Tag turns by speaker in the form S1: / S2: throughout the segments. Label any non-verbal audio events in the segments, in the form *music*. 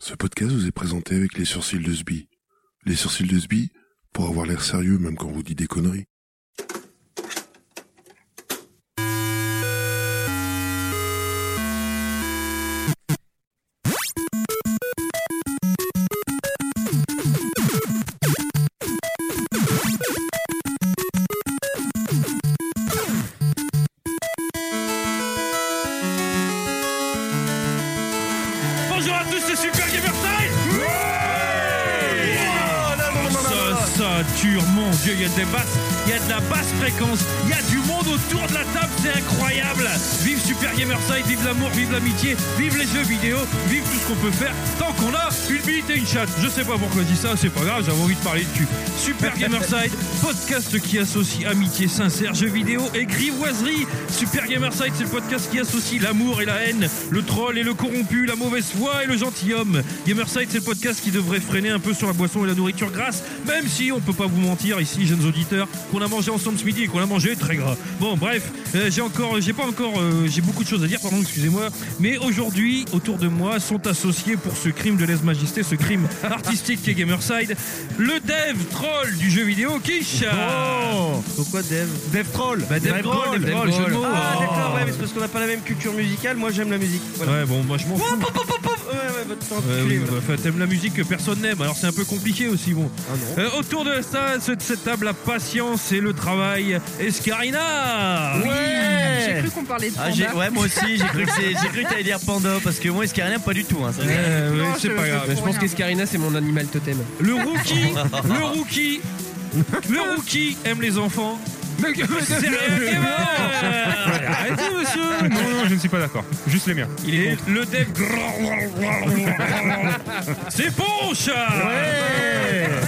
S1: Ce podcast vous est présenté avec les sourcils de Sbi. Les sourcils de Sbi pour avoir l'air sérieux même quand on vous dit des conneries.
S2: Bonjour à tous, c'est Super Gamer Time Ça, ça dure, mon dieu, il y a des basses, il y a de la basse fréquence, il y a du monde autour de la table, c'est incroyable Vive Super Gamer Side, vive l'amour, vive l'amitié, vive les jeux vidéo, vive tout ce qu'on peut faire tant qu'on a une bite et une chatte. Je sais pas pourquoi je dis ça, c'est pas grave, j'avais envie de parler de cul. Super Gamer Side, podcast qui associe amitié sincère, jeux vidéo et grivoiserie. Super Gamer Side, c'est le podcast qui associe l'amour et la haine, le troll et le corrompu, la mauvaise foi et le gentilhomme. Gamerside, c'est le podcast qui devrait freiner un peu sur la boisson et la nourriture grasse, même si on peut pas vous mentir ici, jeunes auditeurs, qu'on a mangé ensemble ce midi et qu'on a mangé très gras. Bon, bref, euh, j'ai encore, j'ai pas encore, euh, j'ai beaucoup de choses à dire, pardon, excusez-moi, mais aujourd'hui, autour de moi, sont associés pour ce crime de lèse-majesté, ce crime artistique qui est Gamerside, le dev troll du jeu vidéo Kish.
S3: Oh Pourquoi Dev Dev Troll
S2: Bah, Dev Troll, Dev Troll, jeu de mots.
S3: Ah
S2: Oh.
S3: d'accord, ouais, mais c'est parce qu'on n'a pas la même culture musicale, moi j'aime la musique. Voilà.
S2: Ouais, bon, moi je m'en fous.
S3: Pouf, pouf, pouf, pouf. Ouais, ouais, votre temps
S2: Ouais,
S3: enculé,
S2: oui,
S3: voilà.
S2: bah, enfin, t'aimes la musique que personne n'aime, alors c'est un peu compliqué aussi, bon.
S3: Ah non.
S2: Euh, autour de ça, ce- de cette table, la patience et le travail. Escarina
S4: Oui, J'ai cru qu'on parlait de
S5: Ah,
S4: panda.
S5: j'ai- ouais, moi aussi, j'ai cru que c'est- j'ai cru que t'allais dire panda parce que moi, ce qui est rien, pas du tout. Hein, ça.
S2: *laughs* Euh,
S4: Non,
S2: ouais, c'est
S4: je-
S2: pas
S4: je-
S2: grave.
S3: Je pense qu'Escarina c'est mon animal totem.
S2: Le *laughs* rookie, le rookie, le rookie aime les enfants. C'est *laughs* un gamer. Arrêtez, monsieur
S6: Non, non, je ne suis pas d'accord. Juste les miens.
S2: Il est le dev. *laughs* C'est Ponche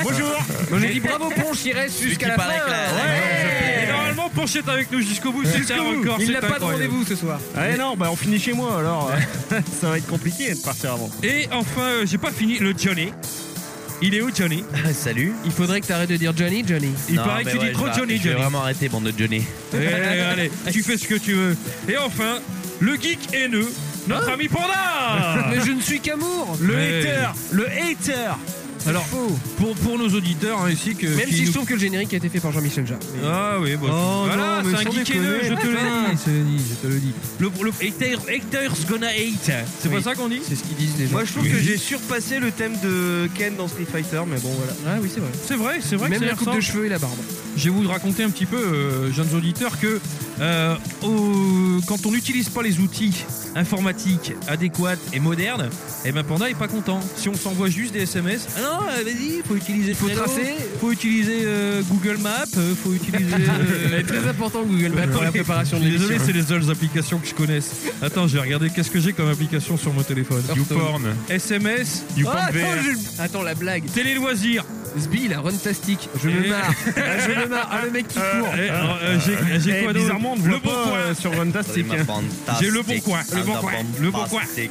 S6: Bonjour
S3: Moi j'ai dit bravo Ponche, il reste
S5: Celui qui parle avec la- la-
S2: Et normalement, Ponche est avec nous jusqu'au bout. C'est un record. c'est incroyable.
S3: ce soir.
S6: Ah non, bah on finit chez moi alors. euh, Ça va être compliqué de partir avant.
S2: Et enfin, euh, j'ai pas fini, le Johnny. Il est où Johnny
S5: Ah, Salut.
S3: Il faudrait que t'arrêtes de dire Johnny, Johnny.
S2: Il
S5: Non,
S2: paraît que
S5: mais
S2: tu
S5: ouais,
S2: dis
S5: je
S2: trop
S5: vais arrêter,
S2: Johnny
S5: Je vais
S2: Johnny.
S5: vraiment arrêter, bande de Johnny.
S3: *laughs*
S2: Allez, Eh, allez, tu fais ce que tu veux. Et enfin, le geek haineux, notre
S3: Hein
S2: ami Panda
S3: *laughs* Mais je ne suis qu'amour
S2: Le
S6: hater Le hater
S2: Alors, pour, pour nos auditeurs hein, ainsi que.
S3: Même
S2: qui
S3: si je Oh
S2: nous-
S3: trouve que le générique a été fait par Jean-Michel Jarre.
S2: Ah oui, bon. voilà, c'est un geek haineux, je te le dis.
S3: te le dis.
S2: Le, le hater, haters gonna hate. C'est pas
S3: Oui.
S2: ça qu'on dit
S3: C'est ce qu'ils disent les gens.
S2: Moi,
S3: Moi
S2: je
S3: je
S2: trouve
S3: trouve
S2: Oui. que
S3: que
S2: j'ai
S3: j'ai surpassé le thème de Ken dans Street Fighter, mais bon voilà. Ah oui c'est vrai.
S2: C'est vrai, c'est vrai
S3: Même
S2: que ça
S3: la coupe
S2: ressemble.
S3: de cheveux et la barbe.
S2: Je vais vous raconter un petit peu, euh, jeunes auditeurs, que euh, au- quand on n'utilise pas les outils informatiques adéquats et modernes, eh ben Panda est pas content. Si on s'envoie juste des SMS, ah non, euh, vas-y, faut utiliser
S3: Faut
S2: Trello,
S3: tracer.
S2: faut utiliser euh, Google Maps, euh, faut utiliser.
S6: *laughs*
S2: euh,
S3: Très important Google
S2: *laughs*
S3: Maps pour la préparation de l'émission.
S2: Désolé, c'est les seules applications que je connaisse. Attends, je vais regarder qu'est-ce que j'ai comme application sur mon téléphone.
S6: YouPorn.
S2: SMS,
S6: YouPorn
S3: Ah,
S6: VR.
S3: attends, je- Attends, la blague.
S2: télé loisirs.
S3: Sbi, la run tastique. Je me
S2: Et-
S3: marre. Ah, je me marre. Ah, le mec qui court.
S2: Eh, alors, euh, j'ai- j'ai
S6: Eh,
S2: quoi d'autre
S6: bizarrement, on ne
S2: Le
S6: voit
S2: bon
S6: pas
S2: coin.
S6: euh, sur Runtastic.
S5: Ma fantastique,
S2: J'ai le bon coin, le bon
S5: Panda
S2: coin, le bon coin.
S5: fantastique.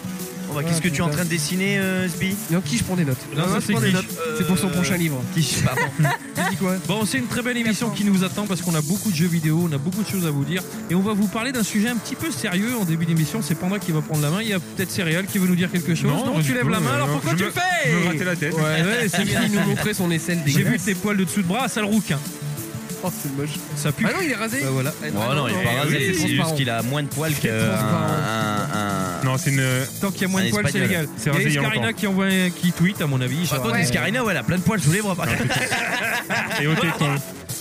S5: Oh, bah, Qu'est-ce que tu es en train de dessiner, euh, Sbi
S3: Non, qui je prends des notes
S2: Non, ça, Euh.
S3: je prends des
S2: Glitch.
S3: notes. C'est pour son prochain livre.
S5: Qui- pardon.
S3: Tu dis quoi
S2: Bon, c'est une très belle émission qui nous attend parce qu'on a beaucoup de jeux vidéo, on a beaucoup de choses à vous dire. Et on va vous parler d'un sujet un petit peu sérieux en début d'émission. C'est Panda qui va prendre la main. Il y a peut-être Céréal qui veut nous dire quelque chose.
S6: Non,
S2: Non,
S6: pas
S2: tu
S6: du
S2: lèves
S6: tout,
S2: la main,
S6: euh,
S2: alors
S6: non.
S2: pourquoi
S6: Je
S2: tu
S6: me-
S2: le fais
S6: Je me rater la tête.
S2: Ouais,
S6: *laughs*
S2: ouais, c'est bien.
S3: Il nous montrait son aisselle
S2: J'ai vu
S3: dégueulasse.
S2: tes poils de dessous de bras, sale rouquin.
S3: Oh, c'est moche.
S2: Ça pue.
S3: Ah non, il est rasé
S2: Bah voilà.
S3: Ah,
S5: *laughs* Oh non, il est pas rasé,
S3: oui,
S5: c'est
S3: transparent.
S5: juste qu'il a moins de poils
S3: C'est
S5: qu'un.
S3: transparent.
S5: un- un-
S6: Non, c'est une.
S2: Tant qu'il y a moins
S5: Un
S2: de poils, c'est
S5: espagnol.
S2: légal.
S6: C'est
S2: Il y a
S6: rasé il y a
S2: Escarina
S6: longtemps.
S2: qui envoie, un- qui tweet à mon avis. euh, je sais
S5: Par
S2: pas.
S5: contre, Escarina, ouais, elle a plein de poils sous les bras. par contre.
S2: *laughs*
S6: Et au téton.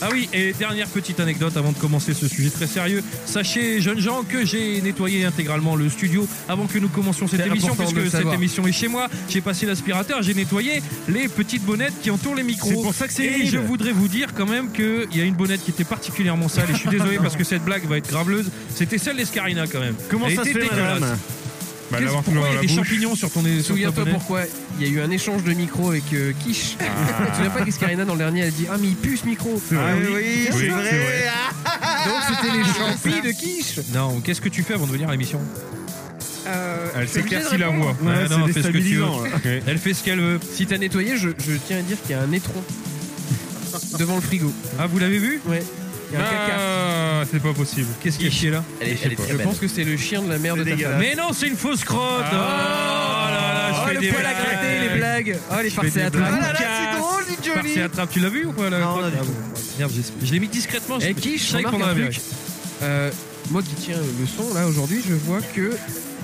S2: Ah oui, et dernière petite anecdote avant de commencer ce sujet très sérieux. Sachez, jeunes gens, que j'ai nettoyé intégralement le studio avant que nous commencions cette
S3: C'est
S2: émission,
S3: important de le
S2: puisque cette
S3: savoir.
S2: émission est chez moi. J'ai passé l'aspirateur, j'ai nettoyé les petites bonnettes qui entourent les micros.
S6: C'est pour ça que c'est
S2: Et
S6: vide.
S2: je voudrais vous dire quand même qu'il y a une bonnette qui était particulièrement sale, et je suis désolé parce que cette blague va être graveleuse. C'était celle d'Escarina quand même.
S6: Comment
S2: Elle
S6: ça se
S2: était
S6: fait,
S2: dégueulasse.
S6: madame Bah,
S2: Qu'est-ce-
S6: l'avoir tout
S2: pourquoi
S6: dans
S2: il y a
S6: la
S2: des
S6: bouche.
S2: champignons sur ton sur ta
S3: Souviens-toi
S2: bonnette
S3: pourquoi il y a eu un échange de micro avec euh, Quiche. *laughs* Tu te souviens pas qu'Escarina dans le dernier elle dit Ah, mais il pue ce micro Donc
S6: Ah oui,
S5: oui,
S6: c'est vrai.
S3: c'était
S6: Ah,
S3: les champis de Quiche
S2: Non, qu'est-ce que tu fais avant de venir à l'émission
S4: Euh,
S2: Ah,
S6: Elle
S4: je suis obligée de
S6: s'éclaircit la
S4: répondre.
S6: voix.
S2: Ouais,
S6: Ouais,
S2: Ah non,
S6: c'est
S2: fais ce que tu veux.
S6: déstabilisant. là. Ouais.
S2: Elle fait ce qu'elle veut.
S3: Si t'as nettoyé, je, je tiens à dire qu'il y a
S6: *laughs*
S3: un étron devant le frigo.
S2: Ah, vous l'avez vu
S3: Ouais. Il y a un caca.
S6: Ah, c'est pas possible.
S2: Qu'est-ce qu'il y a chier là
S5: Elle est, elle est très
S3: Je
S5: belle.
S3: pense que c'est le chien de la mère de ta femme. Ah.
S2: Mais non, c'est une fausse crotte. Oh, là là, je
S6: Oh,
S2: fais
S6: le
S2: des
S6: poil à
S2: blagues.
S6: gratter, les
S3: blagues. Oh, les
S2: Je fais
S3: farcés
S2: des
S3: à trappe.
S2: blagues.
S6: Ah là là, c'est drôle, dit
S2: Par
S6: Johnny.
S2: c'est attrape, tu l'as vu ou pas là
S6: Non, on a vu.
S2: Ah bon. Merde, j'ai- je l'ai mis discrètement.
S3: Et
S2: je-
S3: qui,
S2: je
S3: je
S2: savais qu'on
S3: remarque
S2: en
S3: un
S2: avait un.
S3: truc. Euh, moi qui tiens le son, là, aujourd'hui, je vois que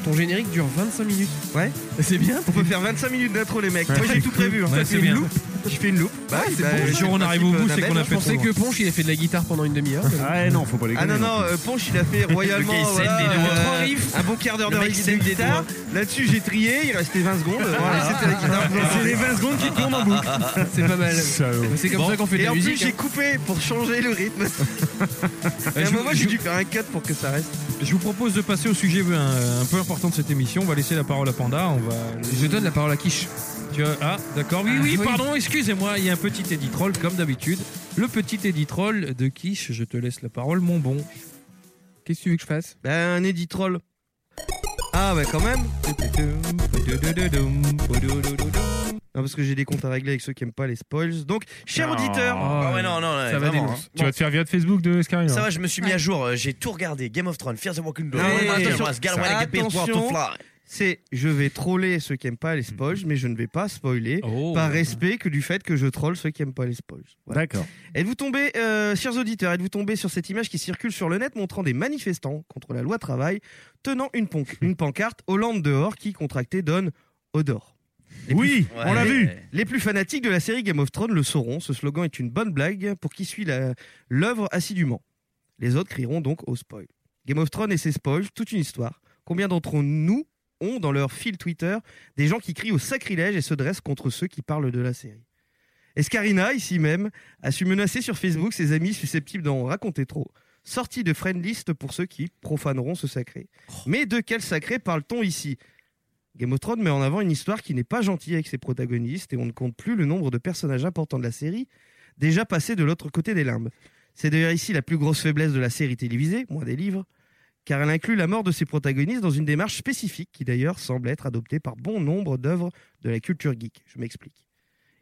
S3: ton générique dure 25 minutes.
S6: Ouais.
S3: C'est bien.
S6: On peut faire 25 minutes d'intro, les mecs. Moi,
S2: Ouais.
S6: j'ai tout prévu. hein.
S2: Ouais,
S6: Toi,
S2: c'est
S6: tu fais
S2: bien.
S6: une loupe. Je fais une loupe. Bah,
S3: Ouais, c'est
S6: bah,
S3: bon,
S6: je
S3: le
S2: jour où on
S6: participe
S2: arrive au bout,
S6: d'un
S2: c'est qu'on
S6: bel,
S2: a
S6: je
S2: fait
S6: pensais
S3: C'est que Ponche, il a fait de la guitare pendant une demi-heure.
S7: Ouais, non, faut pas les
S6: Ah non, non, euh, Ponche il a fait royalement
S5: Le gars, il scène
S6: voilà,
S5: des doigts.
S6: euh,
S5: Trois riffs.
S6: un bon quart d'heure
S5: Le
S6: de
S5: mec
S6: riff
S5: scène des Ah.
S6: guitare. Là-dessus j'ai trié, il restait 20 secondes. Voilà, c'était la guitare.
S7: C'est les 20 secondes qui tournent en boucle.
S3: C'est pas mal. C'est comme
S2: Bon.
S3: ça qu'on fait de
S6: Et
S3: la
S6: en plus
S3: musique.
S5: hein.
S6: j'ai coupé pour changer le
S5: *laughs*
S6: rythme.
S2: Euh,
S6: Et à un
S2: je-
S6: moment j'ai dû faire un cut pour que ça reste.
S2: Je vous propose de passer au sujet euh, un, un peu important de cette émission. On va laisser la parole à Panda. On va.
S3: Je donne la parole à Quiche.
S2: Tu as- Ah, d'accord. Oui,
S3: Ah,
S2: oui,
S3: oui.
S2: pardon. Excusez-moi. Il y a un petit Eddie Troll comme d'habitude. Le petit Eddie Troll de Quiche. Je te laisse la parole, mon bon.
S3: Qu'est-ce que tu veux que je fasse
S6: Ben un Eddie Troll. Ah bah quand même Non parce que j'ai des comptes à régler avec ceux qui aiment pas les spoils. Donc, cher
S7: Oh.
S6: auditeur,
S5: Ah
S2: euh,
S5: ouais, non, non,
S3: Ça va
S5: vraiment,
S3: dénoncer.
S7: Tu vas te faire via de Facebook de Scarino.
S5: Ça va, je me suis mis à jour, euh, j'ai tout regardé. Game of Thrones, Fear the Walking Dead.
S6: Non,
S5: Hey,
S6: attention,
S5: Embrace, Girl,
S6: ça-
S5: Wanna Get Paid, War to
S6: attention.
S5: Fly.
S6: c'est je vais troller ceux qui aiment pas les spoils, mais je ne vais pas spoiler.
S2: Oh.
S6: Par respect que du fait que je troll ceux qui aiment pas les spoils. Voilà.
S7: D'accord.
S6: Êtes-vous tombé, euh, chers auditeurs, êtes-vous tombé sur cette image qui circule sur le net montrant des manifestants contre la loi travail tenant une, pon-
S7: *laughs*
S6: une pancarte Hollande dehors qui, contractée, donne Odor.
S7: Oui,
S5: Ouais.
S7: on l'a vu.
S6: Les plus fanatiques de la série Game of Thrones le sauront, ce slogan est une bonne blague pour qui suit la- l'œuvre assidûment. Les autres crieront donc au spoil. Game of Thrones et ses spoils, toute une histoire. Combien d'entre nous ont dans leur fil Twitter des gens qui crient au sacrilège et se dressent contre ceux qui parlent de la série Escarina, ici même, a su menacer sur Facebook ses amis susceptibles d'en raconter trop. Sortie de friend list pour ceux qui profaneront ce sacré. Mais de quel sacré parle-t-on ici Game of Thrones met en avant une histoire qui n'est pas gentille avec ses protagonistes et on ne compte plus le nombre de personnages importants de la série déjà passés de l'autre côté des limbes. C'est d'ailleurs ici la plus grosse faiblesse de la série télévisée, moins des livres, car elle inclut la mort de ses protagonistes dans une démarche spécifique qui d'ailleurs semble être adoptée par bon nombre d'œuvres de la culture geek. Je m'explique.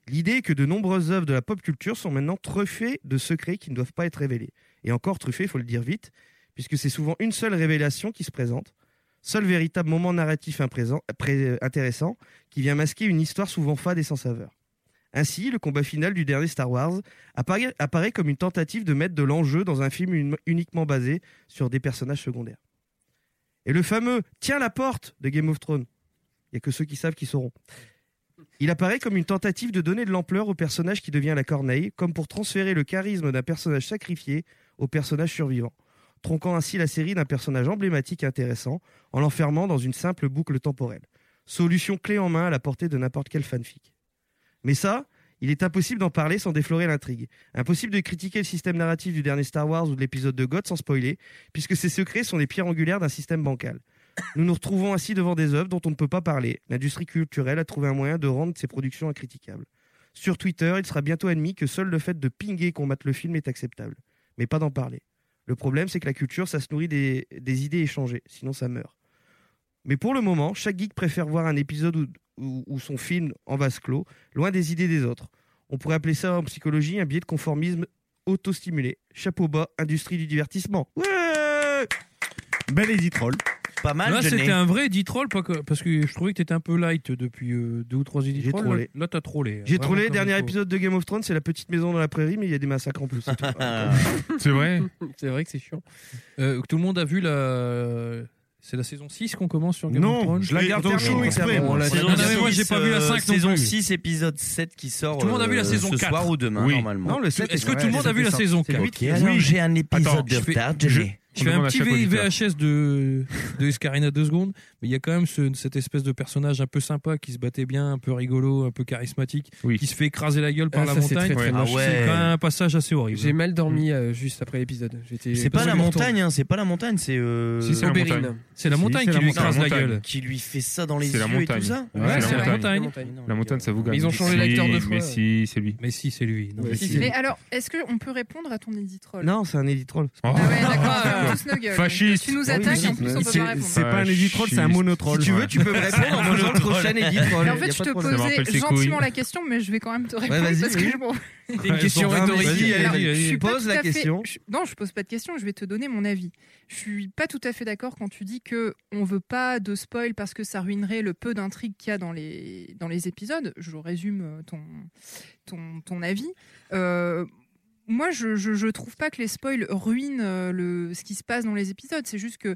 S6: L'idée est que de nombreuses œuvres de la pop culture sont maintenant truffées de secrets qui ne doivent pas être révélés. Et encore truffées, il faut le dire vite, puisque c'est souvent une seule révélation qui se présente, seul véritable moment narratif imprésent- pré- intéressant qui vient masquer une histoire souvent fade et sans saveur. Ainsi, le combat final du dernier Star Wars apparaît, apparaît comme une tentative de mettre de l'enjeu dans un film un- uniquement basé sur des personnages secondaires. Et le fameux Tiens la porte de Game of Thrones, il n'y a que ceux qui savent qui sauront. Il apparaît comme une tentative de donner de l'ampleur au personnage qui devient la corneille, comme pour transférer le charisme d'un personnage sacrifié au personnage survivant, tronquant ainsi la série d'un personnage emblématique et intéressant en l'enfermant dans une simple boucle temporelle. Solution clé en main à la portée de n'importe quel fanfic. Mais ça, il est impossible d'en parler sans déflorer l'intrigue. Impossible de critiquer le système narratif du dernier Star Wars ou de l'épisode de God sans spoiler, puisque ces secrets sont les pierres angulaires d'un système bancal. Nous nous retrouvons ainsi devant des œuvres dont on ne peut pas parler. L'industrie culturelle a trouvé un moyen de rendre ses productions incritiquables. Sur Twitter, il sera bientôt admis que seul le fait de pinguer qu'on mate le film est acceptable, mais pas d'en parler. Le problème, c'est que la culture, ça se nourrit des, des idées échangées, sinon ça meurt. Mais pour le moment, chaque geek préfère voir un épisode ou, ou- ou son film en vase clos, loin des idées des autres. On pourrait appeler ça en psychologie un biais de conformisme autostimulé. Chapeau bas, industrie du divertissement. Ouais
S7: Belle Eddie Troll.
S5: Pas mal,
S2: Là,
S5: je
S2: c'était
S5: n'ai.
S2: un vrai Eddie Troll, pas que- parce que je trouvais que t'étais un peu light depuis euh, deux ou trois Eddie
S6: J'ai
S2: Troll.
S6: trollé.
S2: Là, t'as trollé.
S6: J'ai
S2: Vraiment
S6: trouvé le
S2: comme
S6: dernier
S2: il faut.
S6: épisode de Game of Thrones, c'est la petite maison dans la prairie, mais il y a des massacres en plus.
S2: *laughs*
S6: c'est tout.
S7: C'est vrai
S3: *laughs* C'est vrai que c'est chiant.
S2: Euh, tout le monde a vu la. C'est la saison 6 qu'on commence sur Game of
S7: Non,
S2: Thrones
S7: je la garde
S6: Et
S7: au
S6: Torchwood,
S7: chaud exprès.
S6: bon,
S7: moi.
S3: la-
S5: Saison
S2: Non, mais moi, j'ai pas vu la
S5: euh,
S2: cinq non
S5: Saison
S2: plus.
S5: 6, épisode 7 qui sort.
S2: Tout le monde a vu la
S5: euh,
S2: saison
S5: ce
S2: 4.
S5: soir ou demain,
S7: Oui.
S5: normalement.
S6: non, le sept,
S2: Est-ce que
S6: ouais,
S2: tout le monde a vu la
S6: c'est
S2: saison
S6: sorti.
S2: 4
S6: C'est
S5: Ok,
S6: huit.
S5: alors
S7: Oui.
S5: j'ai un
S7: Attends,
S5: épisode
S2: je
S5: de
S2: fais-
S5: retard,
S7: je-
S5: Johnny.
S2: Je fais
S7: On
S2: un
S7: demande à
S2: petit
S7: chaque
S2: V-
S7: auditeur.
S2: VHS de, de Escarina deux secondes, mais il y a quand même ce- cette espèce de personnage un peu sympa qui se battait bien, un peu rigolo, un peu charismatique,
S7: Oui.
S2: qui se fait écraser la gueule par
S3: Ah,
S2: la
S3: ça, c'est
S2: montagne.
S3: très, très
S2: C'est
S5: moche.
S2: quand même un passage assez
S3: J'ai
S2: horrible.
S3: mal dormi euh, juste après l'épisode. J'étais-
S5: C'est pas
S3: parce
S5: la
S3: que je
S5: montagne, hein, c'est pas la montagne, c'est euh,
S7: Si, c'est la
S3: retourne.
S7: montagne.
S3: Aubérine.
S2: C'est la
S7: Si,
S2: montagne
S7: c'est
S2: qui
S7: la
S2: lui
S7: montagne.
S2: écrase la
S7: C'est la
S2: gueule.
S5: qui lui fait ça dans les
S7: C'est
S5: yeux
S7: la
S5: et
S7: montagne.
S5: tout ça.
S7: Ouais,
S3: Ouais,
S7: c'est
S3: c'est
S7: la
S3: la
S7: montagne.
S2: montagne.
S7: La montagne, ça vous gagne.
S3: ils ont changé l'acteur deux fois.
S7: Mais si, c'est lui.
S2: Mais si, c'est lui. Non,
S3: Ouais,
S2: mais
S3: si,
S2: si.
S3: c'est-
S4: Mais alors, est-ce qu'on peut répondre à ton éditrol
S6: Non, c'est un éditrol.
S7: Oh.
S4: Ah ouais, d'accord.
S7: quoi.
S4: tous nos gueules.
S7: Fasciste.
S4: Tu nous attaques, en plus, on peut
S7: C'est-
S4: pas répondre.
S7: Euh, c'est pas un éditroll, c'est un monotroll.
S6: Si tu veux, tu peux me répondre en mangeant le prochain éditroll.
S4: Mais en fait, je te
S7: problème. Ça me rappelle
S4: posais
S7: ses couilles.
S4: gentiment la question, mais je vais quand même te répondre
S6: vas-y,
S4: parce que
S6: oui.
S4: je bon,
S7: C'est
S6: une question rhétorique.
S4: alors,
S6: Vas-y,
S4: je
S6: vas-y.
S4: suis pas
S6: Pose
S4: tout
S6: la
S4: à fait-
S6: question.
S4: je- non, je pose pas de question. Je vais te donner mon avis. Je suis pas tout à fait d'accord quand tu dis que on veut pas de spoil parce que ça ruinerait le peu d'intrigue qu'il y a dans les dans les épisodes. Je résume euh, ton ton, ton avis. Euh, moi, je, je, je trouve pas que les spoils ruinent euh, le, ce qui se passe dans les épisodes. C'est juste que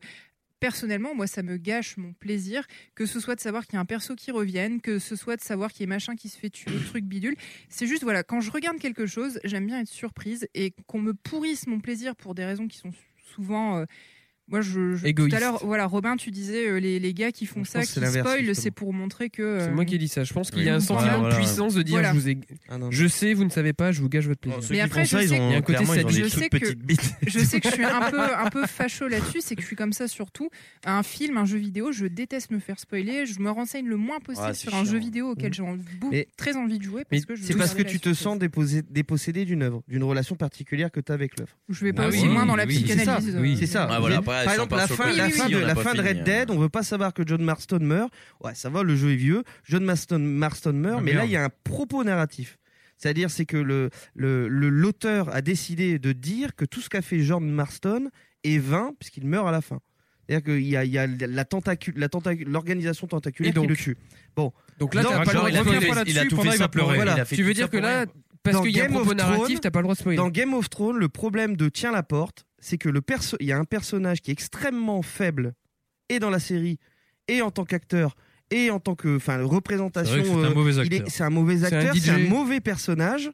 S4: personnellement, moi, ça me gâche mon plaisir, que ce soit de savoir qu'il y a un perso qui revienne, que ce soit de savoir qu'il y a machin qui se fait tuer, truc bidule. C'est juste, voilà, quand je regarde quelque chose, j'aime bien être surprise et qu'on me pourrisse mon plaisir pour des raisons qui sont souvent. euh, moi, je, je-
S3: Égoïste.
S4: tout à l'heure, voilà, Robin, tu disais euh, les, les gars qui font
S6: Je
S4: ça,
S6: pense que c'est
S4: qui
S6: l'inverse,
S4: spoilent,
S6: justement.
S4: c'est pour montrer que. euh,
S3: C'est moi qui dis ça. Je pense qu'il y a
S4: Oui.
S3: un sentiment
S6: Voilà,
S3: de
S5: voilà.
S3: puissance de dire
S4: Voilà.
S3: je, vous ai-
S6: Ah, non, non.
S3: je sais, vous ne savez pas, je vous gage votre plaisir.
S4: Mais après, je sais
S3: Il y a un côté
S5: clairement, ils ont
S4: sadiste.
S5: des
S4: Je sais
S5: toutes
S4: que-
S5: petites bites.
S4: je sais que je suis un peu, un peu facho là-dessus, c'est que je suis comme ça surtout. Un film, un jeu vidéo, je déteste me faire spoiler. Je me renseigne le moins possible
S5: Ah, c'est
S4: sur un
S5: chiant.
S4: jeu vidéo auquel j'ai envie- bou-
S6: Mais-
S4: très envie de jouer.
S6: Mais
S4: Parce que je
S6: c'est
S4: veux
S6: parce que
S4: garder
S6: tu
S4: la
S6: te
S4: surprise.
S6: sens déposé- dépossédé d'une œuvre, d'une relation particulière que tu as avec l'œuvre.
S4: Je vais pas
S3: Ah
S4: aussi
S3: oui,
S4: loin dans la
S3: oui, c'est ça,
S4: psychanalyse. euh,
S3: oui.
S6: Bah C'est ça.
S5: Ah, voilà,
S6: Mais
S5: après,
S6: par
S5: si on
S6: exemple,
S5: part
S6: la
S5: sur
S6: fin,
S5: le
S6: la
S5: côté
S6: fin,
S5: si,
S6: de,
S5: on n'a
S6: la
S5: pas
S6: fin de
S5: fini,
S6: Red Dead,
S5: hein.
S6: on veut pas savoir que John Marston meurt. Ouais, ça va, le jeu est vieux. John Marston, Marston meurt,
S7: Ah,
S6: mais là,
S7: merde.
S6: il y a un propos narratif. C'est-à-dire, c'est que l'auteur le, le, l'auteur a décidé de dire que tout ce qu'a fait John Marston est vain, puisqu'il meurt à la fin. C'est-à-dire qu'il y a, il y a la tentacu- la tentacu- l'organisation tentaculaire
S3: Et donc,
S6: qui le tue.
S3: Donc là,
S6: Non,
S3: t'as pas le
S5: genre,
S3: droit
S5: il a
S3: de
S5: tout
S3: revenir
S5: fait-
S3: pas
S5: il a
S3: là-dessus.
S5: tout
S3: pendant
S5: fait
S3: il
S5: ça
S3: va
S5: pour
S3: pleurer.
S5: rien.
S6: Voilà.
S5: Il a fait
S3: Tu
S5: tout
S3: veux
S5: ça
S3: dire que
S5: pour rien.
S3: là, parce
S6: Dans
S3: qu'il y a un
S6: Game
S3: propos
S6: of
S3: narratif,
S6: Thrones-
S3: t'as pas le droit de spoiler.
S6: Dans Game of Thrones, le problème de Tiens la porte, c'est que le perso, il y a un personnage qui est extrêmement faible, et dans la série, et en tant qu'acteur, et en tant que, enfin, représentation.
S8: C'est vrai que c'est
S6: euh,
S8: un mauvais
S6: il est-
S8: acteur.
S6: c'est un mauvais
S3: C'est un
S6: acteur, c'est un,
S3: DJ.
S6: mauvais personnage.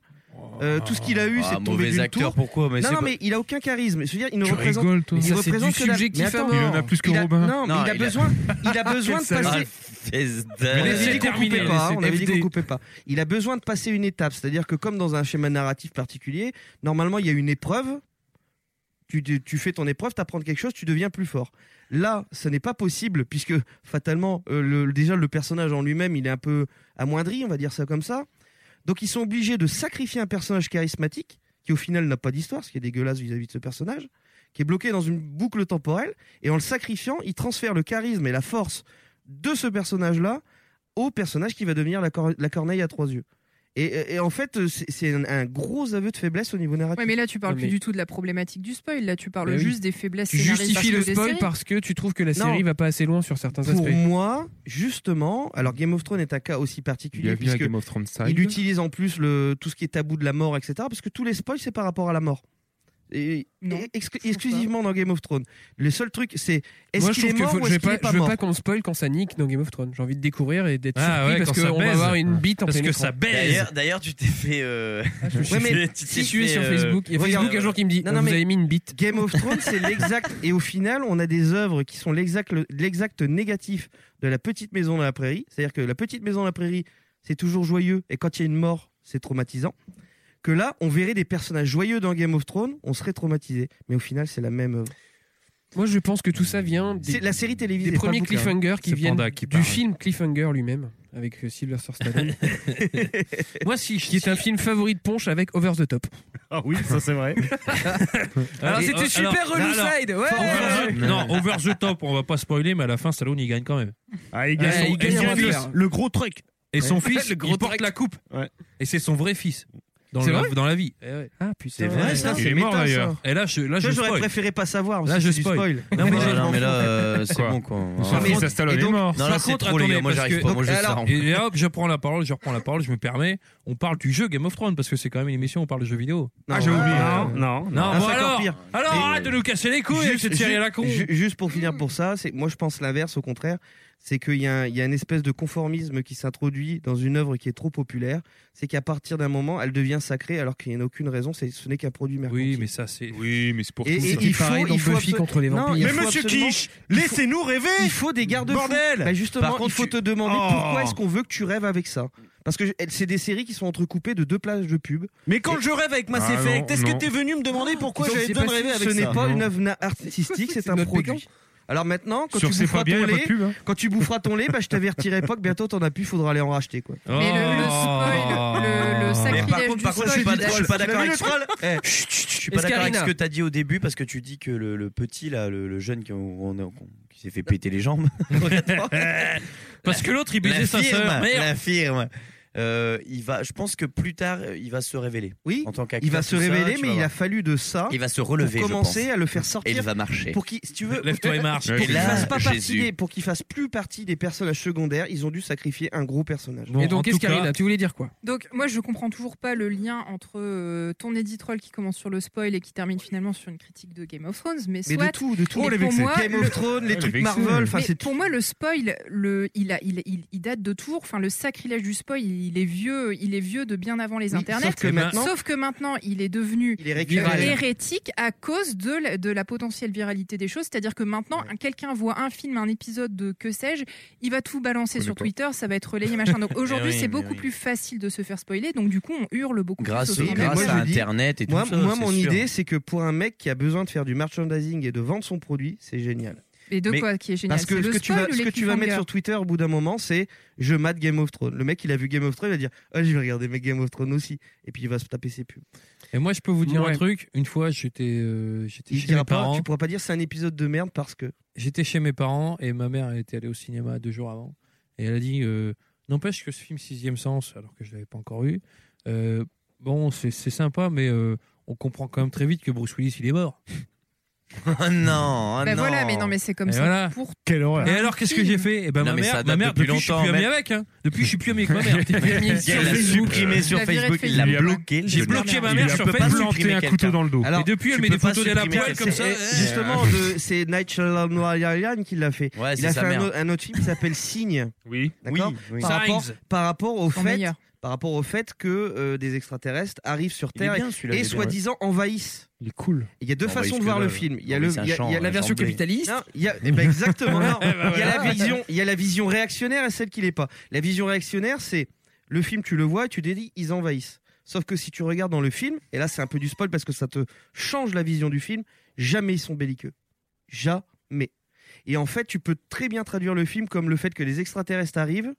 S6: Euh, tout ce qu'il a eu,
S5: Ah,
S6: c'est de tomber
S5: Oh, mauvais
S6: d'une
S5: acteur,
S6: tour.
S5: pourquoi Mais
S6: Non,
S5: c'est
S6: non,
S5: pas-
S6: mais il a aucun charisme. Je veux dire, il ne
S7: Tu
S6: représente.
S7: rigoles, toi.
S6: Il
S3: Ça, c'est
S6: représente
S3: du
S6: que la-
S3: subjectif
S6: mais attends,
S3: à
S7: Il en a plus que
S6: il a- Non,
S7: Robin.
S6: mais
S5: Non,
S6: il a
S5: il a-
S6: besoin. Il a besoin de
S5: *laughs* Ah,
S6: passer.
S5: fils de-
S6: On
S7: Mais
S6: avait
S7: laissez
S6: dit qu'on
S7: terminer,
S6: coupait pas,
S7: laissez
S6: on avait dit
S7: FD.
S6: qu'on coupait pas. Il a besoin de passer une étape, c'est-à-dire que comme dans un schéma narratif particulier, normalement il y a une épreuve. Tu, tu- tu fais ton épreuve, t'apprends quelque chose, tu deviens plus fort. Là, ce n'est pas possible puisque fatalement, euh, le- déjà le personnage en lui-même, il est un peu amoindri, on va dire ça comme ça. Donc ils sont obligés de sacrifier un personnage charismatique qui au final n'a pas d'histoire, ce qui est dégueulasse vis-à-vis de ce personnage, qui est bloqué dans une boucle temporelle, et en le sacrifiant, il transfère le charisme et la force de ce personnage-là au personnage qui va devenir la, cor- la corneille à trois yeux. Et, et en fait, c'est c'est un, un gros aveu de faiblesse au niveau narratif.
S4: Ouais, mais là, tu parles
S3: Non, mais-
S4: plus du tout de la problématique du spoil. Là, tu parles
S3: Mais oui.
S4: juste des faiblesses
S3: Tu
S4: scénaristiques
S3: justifies
S4: de
S3: le
S4: des
S3: spoil
S4: séries.
S3: parce que tu trouves que la série
S6: Non.
S3: va pas assez loin sur certains
S6: Pour
S3: aspects.
S6: moi, justement, alors Game of Thrones est un cas aussi particulier
S7: Bienvenue à
S6: puisque
S7: Game of Thrones
S6: il
S7: side.
S6: utilise en plus le, tout ce qui est tabou de la mort, etc. Parce que tous les spoils, c'est par rapport à la mort. Et,
S4: Non,
S6: et exclu-
S4: pas.
S6: exclusivement dans Game of Thrones. Le seul truc, c'est est-ce
S3: Moi, je
S6: qu'il est
S3: trouve que
S6: mort
S3: faut-
S6: ou
S3: je vais
S6: est-ce qu'il
S3: pas,
S6: est pas
S3: je veux
S6: mort
S3: pas qu'on spoil quand ça nique dans Game of Thrones. J'ai enie de découvrir et d'être
S8: Ah ouais,
S3: surpris
S8: quand
S3: parce
S8: ça
S3: qu'on va
S8: baise.
S3: avoir une bite en
S8: Parce
S3: plein
S8: que
S3: écran.
S8: ça baise.
S5: D'ailleurs, d'ailleurs, tu t'es fait. euh,
S6: Ouais, mais
S5: tu t'es
S3: Si tu es
S5: fait,
S3: sur
S5: euh,
S3: Facebook, il y a
S6: regarde,
S3: Facebook un jour qui me dit
S6: non,
S3: euh,
S6: non,
S3: Vous
S6: mais-
S3: avez mis une bite.
S6: Game of Thrones, c'est l'exact. Et au final, on a des œuvres qui sont l'exact l'exact négatif de la petite maison de la prairie. C'est-à-dire que la petite maison de la prairie, c'est toujours joyeux. Et quand il y a une mort, c'est traumatisant. Que là, on verrait des personnages joyeux dans Game of Thrones, on serait traumatisé. Mais au final, c'est la même œuvre.
S3: Moi, je pense que tout ça vient
S6: C'est
S3: des,
S6: la série télévisée.
S3: des
S6: pas le
S3: premiers
S6: bouquin.
S3: cliffhangers qui
S7: C'est
S3: viennent
S7: Panda qui
S3: du
S7: parle.
S3: film Cliffhanger lui-même avec euh, Sylvester Stallone,
S8: Moi, si je
S3: qui est un film favori de Ponche avec Over the Top.
S7: Ah oui, ça c'est vrai.
S8: Alors, c'était super relou,
S3: side. Ouais.
S8: Over the- Non, over the top, on va pas spoiler, mais à la fin, Stallone il gagne quand même.
S7: *laughs* Ah, il
S3: Ouais, il gagne,
S7: son
S3: on va
S7: fils,
S3: faire.
S7: le gros truc.
S8: Et son fils, il porte la coupe.
S7: Ouais.
S8: Et c'est son vrai fils. Dans,
S3: C'est
S8: le-
S3: vrai
S8: dans la vie. Eh ouais.
S3: Ah putain.
S5: C'est vrai,
S6: Ouais, ça,
S7: Il
S6: c'est
S7: est mort,
S6: méta, ça.
S7: d'ailleurs.
S8: Et là, je, là,
S6: Ça,
S8: je
S6: j'aurais
S8: spoil.
S6: préféré pas savoir. parce
S8: Là,
S6: que
S8: je
S6: c'est du
S8: spoil.
S5: Non, mais,
S6: Ouais,
S5: non,
S6: je m'en
S5: mais là,
S6: fous.
S5: euh, c'est
S7: Quoi
S5: bon quoi.
S7: Son
S5: Ah,
S6: mais-
S7: fils à
S6: et
S7: Stallone est
S6: donc-
S7: mort.
S5: Non,
S8: Par
S5: là, c'est
S8: contre,
S5: trop, les
S8: attendez,
S5: gars. Moi,
S8: parce
S5: j'arrive
S8: que-
S5: pas. Moi, je
S6: donc, alors-
S5: sors.
S8: Et hop, je prends la parole, je reprends la parole, je me permets. On parle du jeu Game of Thrones parce que c'est quand même une émission où on parle de jeux vidéo.
S6: Non,
S7: Ah, j'ai oublié.
S6: non,
S7: Non,
S8: Non,
S6: Ah,
S8: bon,
S6: c'est encore
S8: alors,
S6: pire.
S8: alors
S6: Mais-
S8: arrête de nous casser les couilles avec cette série à la con.
S6: ju- juste pour finir pour ça, c'est moi je pense l'inverse au contraire, c'est qu'il y, a un- il y a une espèce de conformisme qui s'introduit dans une œuvre qui est trop populaire, c'est qu'à partir d'un moment elle devient sacrée alors qu'il n'y en a aucune raison, c'est- ce n'est qu'un produit mercantile.
S8: Oui, mais ça, c'est.
S7: Oui, mais c'est pour
S6: Et-
S7: tout.
S6: et-
S3: C'était
S6: il faut-
S3: pareil dans
S6: il faut
S3: Buffy
S6: absolu-
S3: contre les
S6: Non,
S3: vampires.
S6: il faut absolument-
S7: laissez-nous rêver
S6: il faut des garde-fous.
S7: Bordel
S6: Bah, justement,
S5: Par contre,
S6: il faut
S5: tu-
S6: te demander
S7: Oh.
S6: pourquoi est-ce qu'on veut que tu rêves avec ça. Parce que je- c'est des séries qui sont entrecoupées de deux plages de pub.
S5: Mais quand je rêve avec Mass
S7: Ah, non,
S5: Effect, est-ce
S7: non.
S5: que t'es venu me demander pourquoi
S6: Donc,
S5: j'avais
S6: c'est
S5: besoin de
S6: pas-
S5: rêver avec
S6: Ce n'est
S5: ça
S6: pas
S7: Non.
S6: une œuvre na- artistique,
S5: *laughs*
S6: c'est
S3: C'est
S6: un
S3: notre pécan.
S6: produit. Alors maintenant, quand tu,
S7: Sur C'est
S6: boufferas
S7: pas bien, il
S6: ton
S7: n'y a pas
S6: lait,
S7: de pub. hein.
S6: quand tu boufferas ton lait, bah, je t'avertirai pas que bientôt t'en as plus, faudra aller en racheter. Quoi.
S4: Mais
S8: Oh.
S4: le, le spoil, le, le
S5: Mais
S4: sacrilège
S5: par contre,
S4: du
S5: par contre, je suis
S4: spoil,
S5: pas, je suis pas d'accord avec Troll. Eh, chut, chut, chut, suis pas d'accord avec ce
S3: Escarina.
S5: que t'as dit au début parce que tu dis que le, le petit là, le, le jeune qui, on- on- qui s'est fait péter les jambes.
S8: Parce que l'autre, il baisait sa sœur. Merde.
S5: L'infirme. Euh, il va, je pense que plus tard, euh, il va se révéler.
S6: Oui,
S5: En tant qu'acteur,
S6: il va se
S5: tout ça,
S6: révéler,
S5: tu vas
S6: mais il
S5: voir.
S6: a fallu de ça
S5: il va se relever.
S6: pour
S5: je
S6: commencer
S5: pense.
S6: à le faire
S5: Et il
S6: sortir.
S5: va marcher.
S6: Pour qu'il, si tu veux,
S8: Lève-toi et marche.
S6: pour qu'il
S5: Là,
S6: fasse pas partie
S5: Jésus.
S6: des- pour qu'il fasse plus partie des personnages secondaires, ils ont dû sacrifier un gros personnage.
S8: Bon,
S3: Et
S8: en
S3: donc,
S8: tout
S3: Escarina, tu voulais dire quoi
S4: Donc moi je comprends toujours pas le lien entre euh, ton éditrol qui commence sur le spoil et qui termine finalement sur une critique de Game of Thrones, mais,
S6: Mais
S4: soit.
S6: de tout, de tout.
S4: Mais
S6: les
S4: pour moi,
S6: Game
S4: le-
S6: of Thrones, les
S7: Ah,
S6: trucs
S7: les vexés.
S6: Marvel, enfin
S4: Mais
S6: c'est
S4: pour moi, le spoil, le, il, a, il, il, il date de Tours. Enfin, le sacrilège du spoil, il est vieux, il est vieux de bien avant les
S6: Oui,
S4: internets.
S6: Sauf que
S8: Eh ben,
S6: maintenant,
S4: Sauf que maintenant, il est devenu euh,
S6: il est récupéré.
S4: hérétique à cause de la, de la potentielle viralité des choses. C'est-à-dire que maintenant, un- quelqu'un voit un film, un épisode de que sais-je, il va tout balancer
S7: connais
S4: sur
S7: pas.
S4: Twitter, ça va être relayé, machin.
S6: *laughs*
S4: Donc aujourd'hui,
S6: Eh
S5: oui,
S4: c'est
S5: mais
S4: beaucoup
S5: oui.
S4: plus facile de se faire spoiler. Donc du coup, on hurle beaucoup
S5: Grâce,
S4: plus.
S5: au-
S4: au
S6: Mais
S5: grâce
S6: moi,
S5: à
S6: je dis-
S5: Internet et
S6: Moi,
S5: tout ça.
S6: moi
S5: c'est
S6: mon
S5: sûr.
S6: idée, c'est que pour un mec qui a besoin de faire du merchandising et de vendre son produit, c'est génial.
S4: Et de
S5: Mais-
S4: quoi qui est génial
S6: Parce que
S4: c'est
S6: ce
S4: le
S6: que tu
S4: spoil
S6: vas,
S4: ou
S6: ce
S4: les
S6: que tu vas mettre
S4: cliffhangers
S6: sur Twitter au bout d'un moment, c'est je mate Game of Thrones. Le mec, il a vu Game of Thrones, il va dire Ah, je vais regarder mes Game of Thrones aussi. Et puis il va se taper ses pubs.
S2: Et moi, je peux vous dire
S3: Ouais.
S2: un truc. Une fois, j'étais euh, j'étais
S6: Il
S2: chez mes
S6: dira pas,
S2: parents.
S6: tu pourras pas dire c'est un épisode de merde parce que.
S2: J'étais chez mes parents et ma mère elle était allée au cinéma deux jours avant. Et elle a dit euh, N'empêche que ce film Sixième Sens, alors que je ne l'avais pas encore eu, euh, bon, c'est c'est sympa, mais euh, on comprend quand même très vite que Bruce Willis, il est mort.
S5: Ah non, ah
S4: Bah
S5: non.
S4: voilà, mais non, mais c'est comme
S2: Et
S4: ça.
S2: voilà.
S4: Pour
S7: Quelle horreur.
S2: Et alors, qu'est-ce que j'ai fait Eh ben,
S5: Non,
S2: ma
S5: mais ça
S2: mère,
S5: date
S2: ma mère
S5: depuis
S2: depuis je suis
S5: longtemps,
S2: plus ami
S5: même.
S2: avec. hein. Depuis, je suis plus ami avec ma mère. T'es plus ami
S5: *laughs* Il
S2: sur
S5: l'a
S2: Facebook.
S5: supprimé sur
S4: La virée de
S5: Facebook, il l'a
S4: Facebook.
S5: bloqué.
S2: J'ai
S5: Je
S2: bloqué
S4: merde.
S2: ma
S7: Il
S2: mère
S7: lui a
S2: sur
S7: peut pas
S2: Facebook.
S5: supprimer
S7: supprimé un
S5: quelqu'un.
S7: couteau dans le dos.
S6: Alors,
S2: Et depuis, elle
S5: tu
S2: met des
S5: peux pas
S2: photos d'elle à
S5: supprimer
S2: poil comme ça.
S5: quelqu'un.
S2: euh,
S6: Justement, de- c'est Night Shyamalan qui l'a fait.
S5: Ouais,
S6: Il
S5: Ah, c'est
S6: a fait
S5: sa
S6: un,
S5: mère.
S6: au- un autre film qui s'appelle Signe.
S7: Oui.
S6: D'accord
S5: oui.
S6: par,
S2: Signs.
S6: rapport, par rapport au
S4: ton
S6: fait,
S4: meilleur.
S6: par rapport au fait que euh, des extraterrestres arrivent sur
S5: Il est
S6: Terre
S5: bien, celui-là,
S6: et,
S5: il est
S6: et
S5: bien, ouais.
S6: soi-disant envahissent.
S7: Il est cool.
S6: Il y a deux
S5: Envahissent
S6: façons de
S5: que
S6: voir le
S5: dalle.
S6: film. Il y a, le,
S5: Envahissent
S6: il
S5: un
S6: y a-
S5: champ,
S7: hein.
S6: il y a la
S5: ouais,
S6: version
S5: j'en ai.
S6: capitaliste. Non, il y a- eh ben, exactement.
S7: *laughs*
S6: non.
S7: bah
S6: Il y a la vision, il y a la vision réactionnaire et celle qui l'est pas. La vision réactionnaire, c'est le film, tu le vois et tu te dis, ils envahissent. Sauf que si tu regardes dans le film, et là c'est un peu du spoil parce que ça te change la vision du film, jamais ils sont belliqueux. Jamais. Et en fait, tu peux très bien traduire le film comme le fait que les extraterrestres arrivent.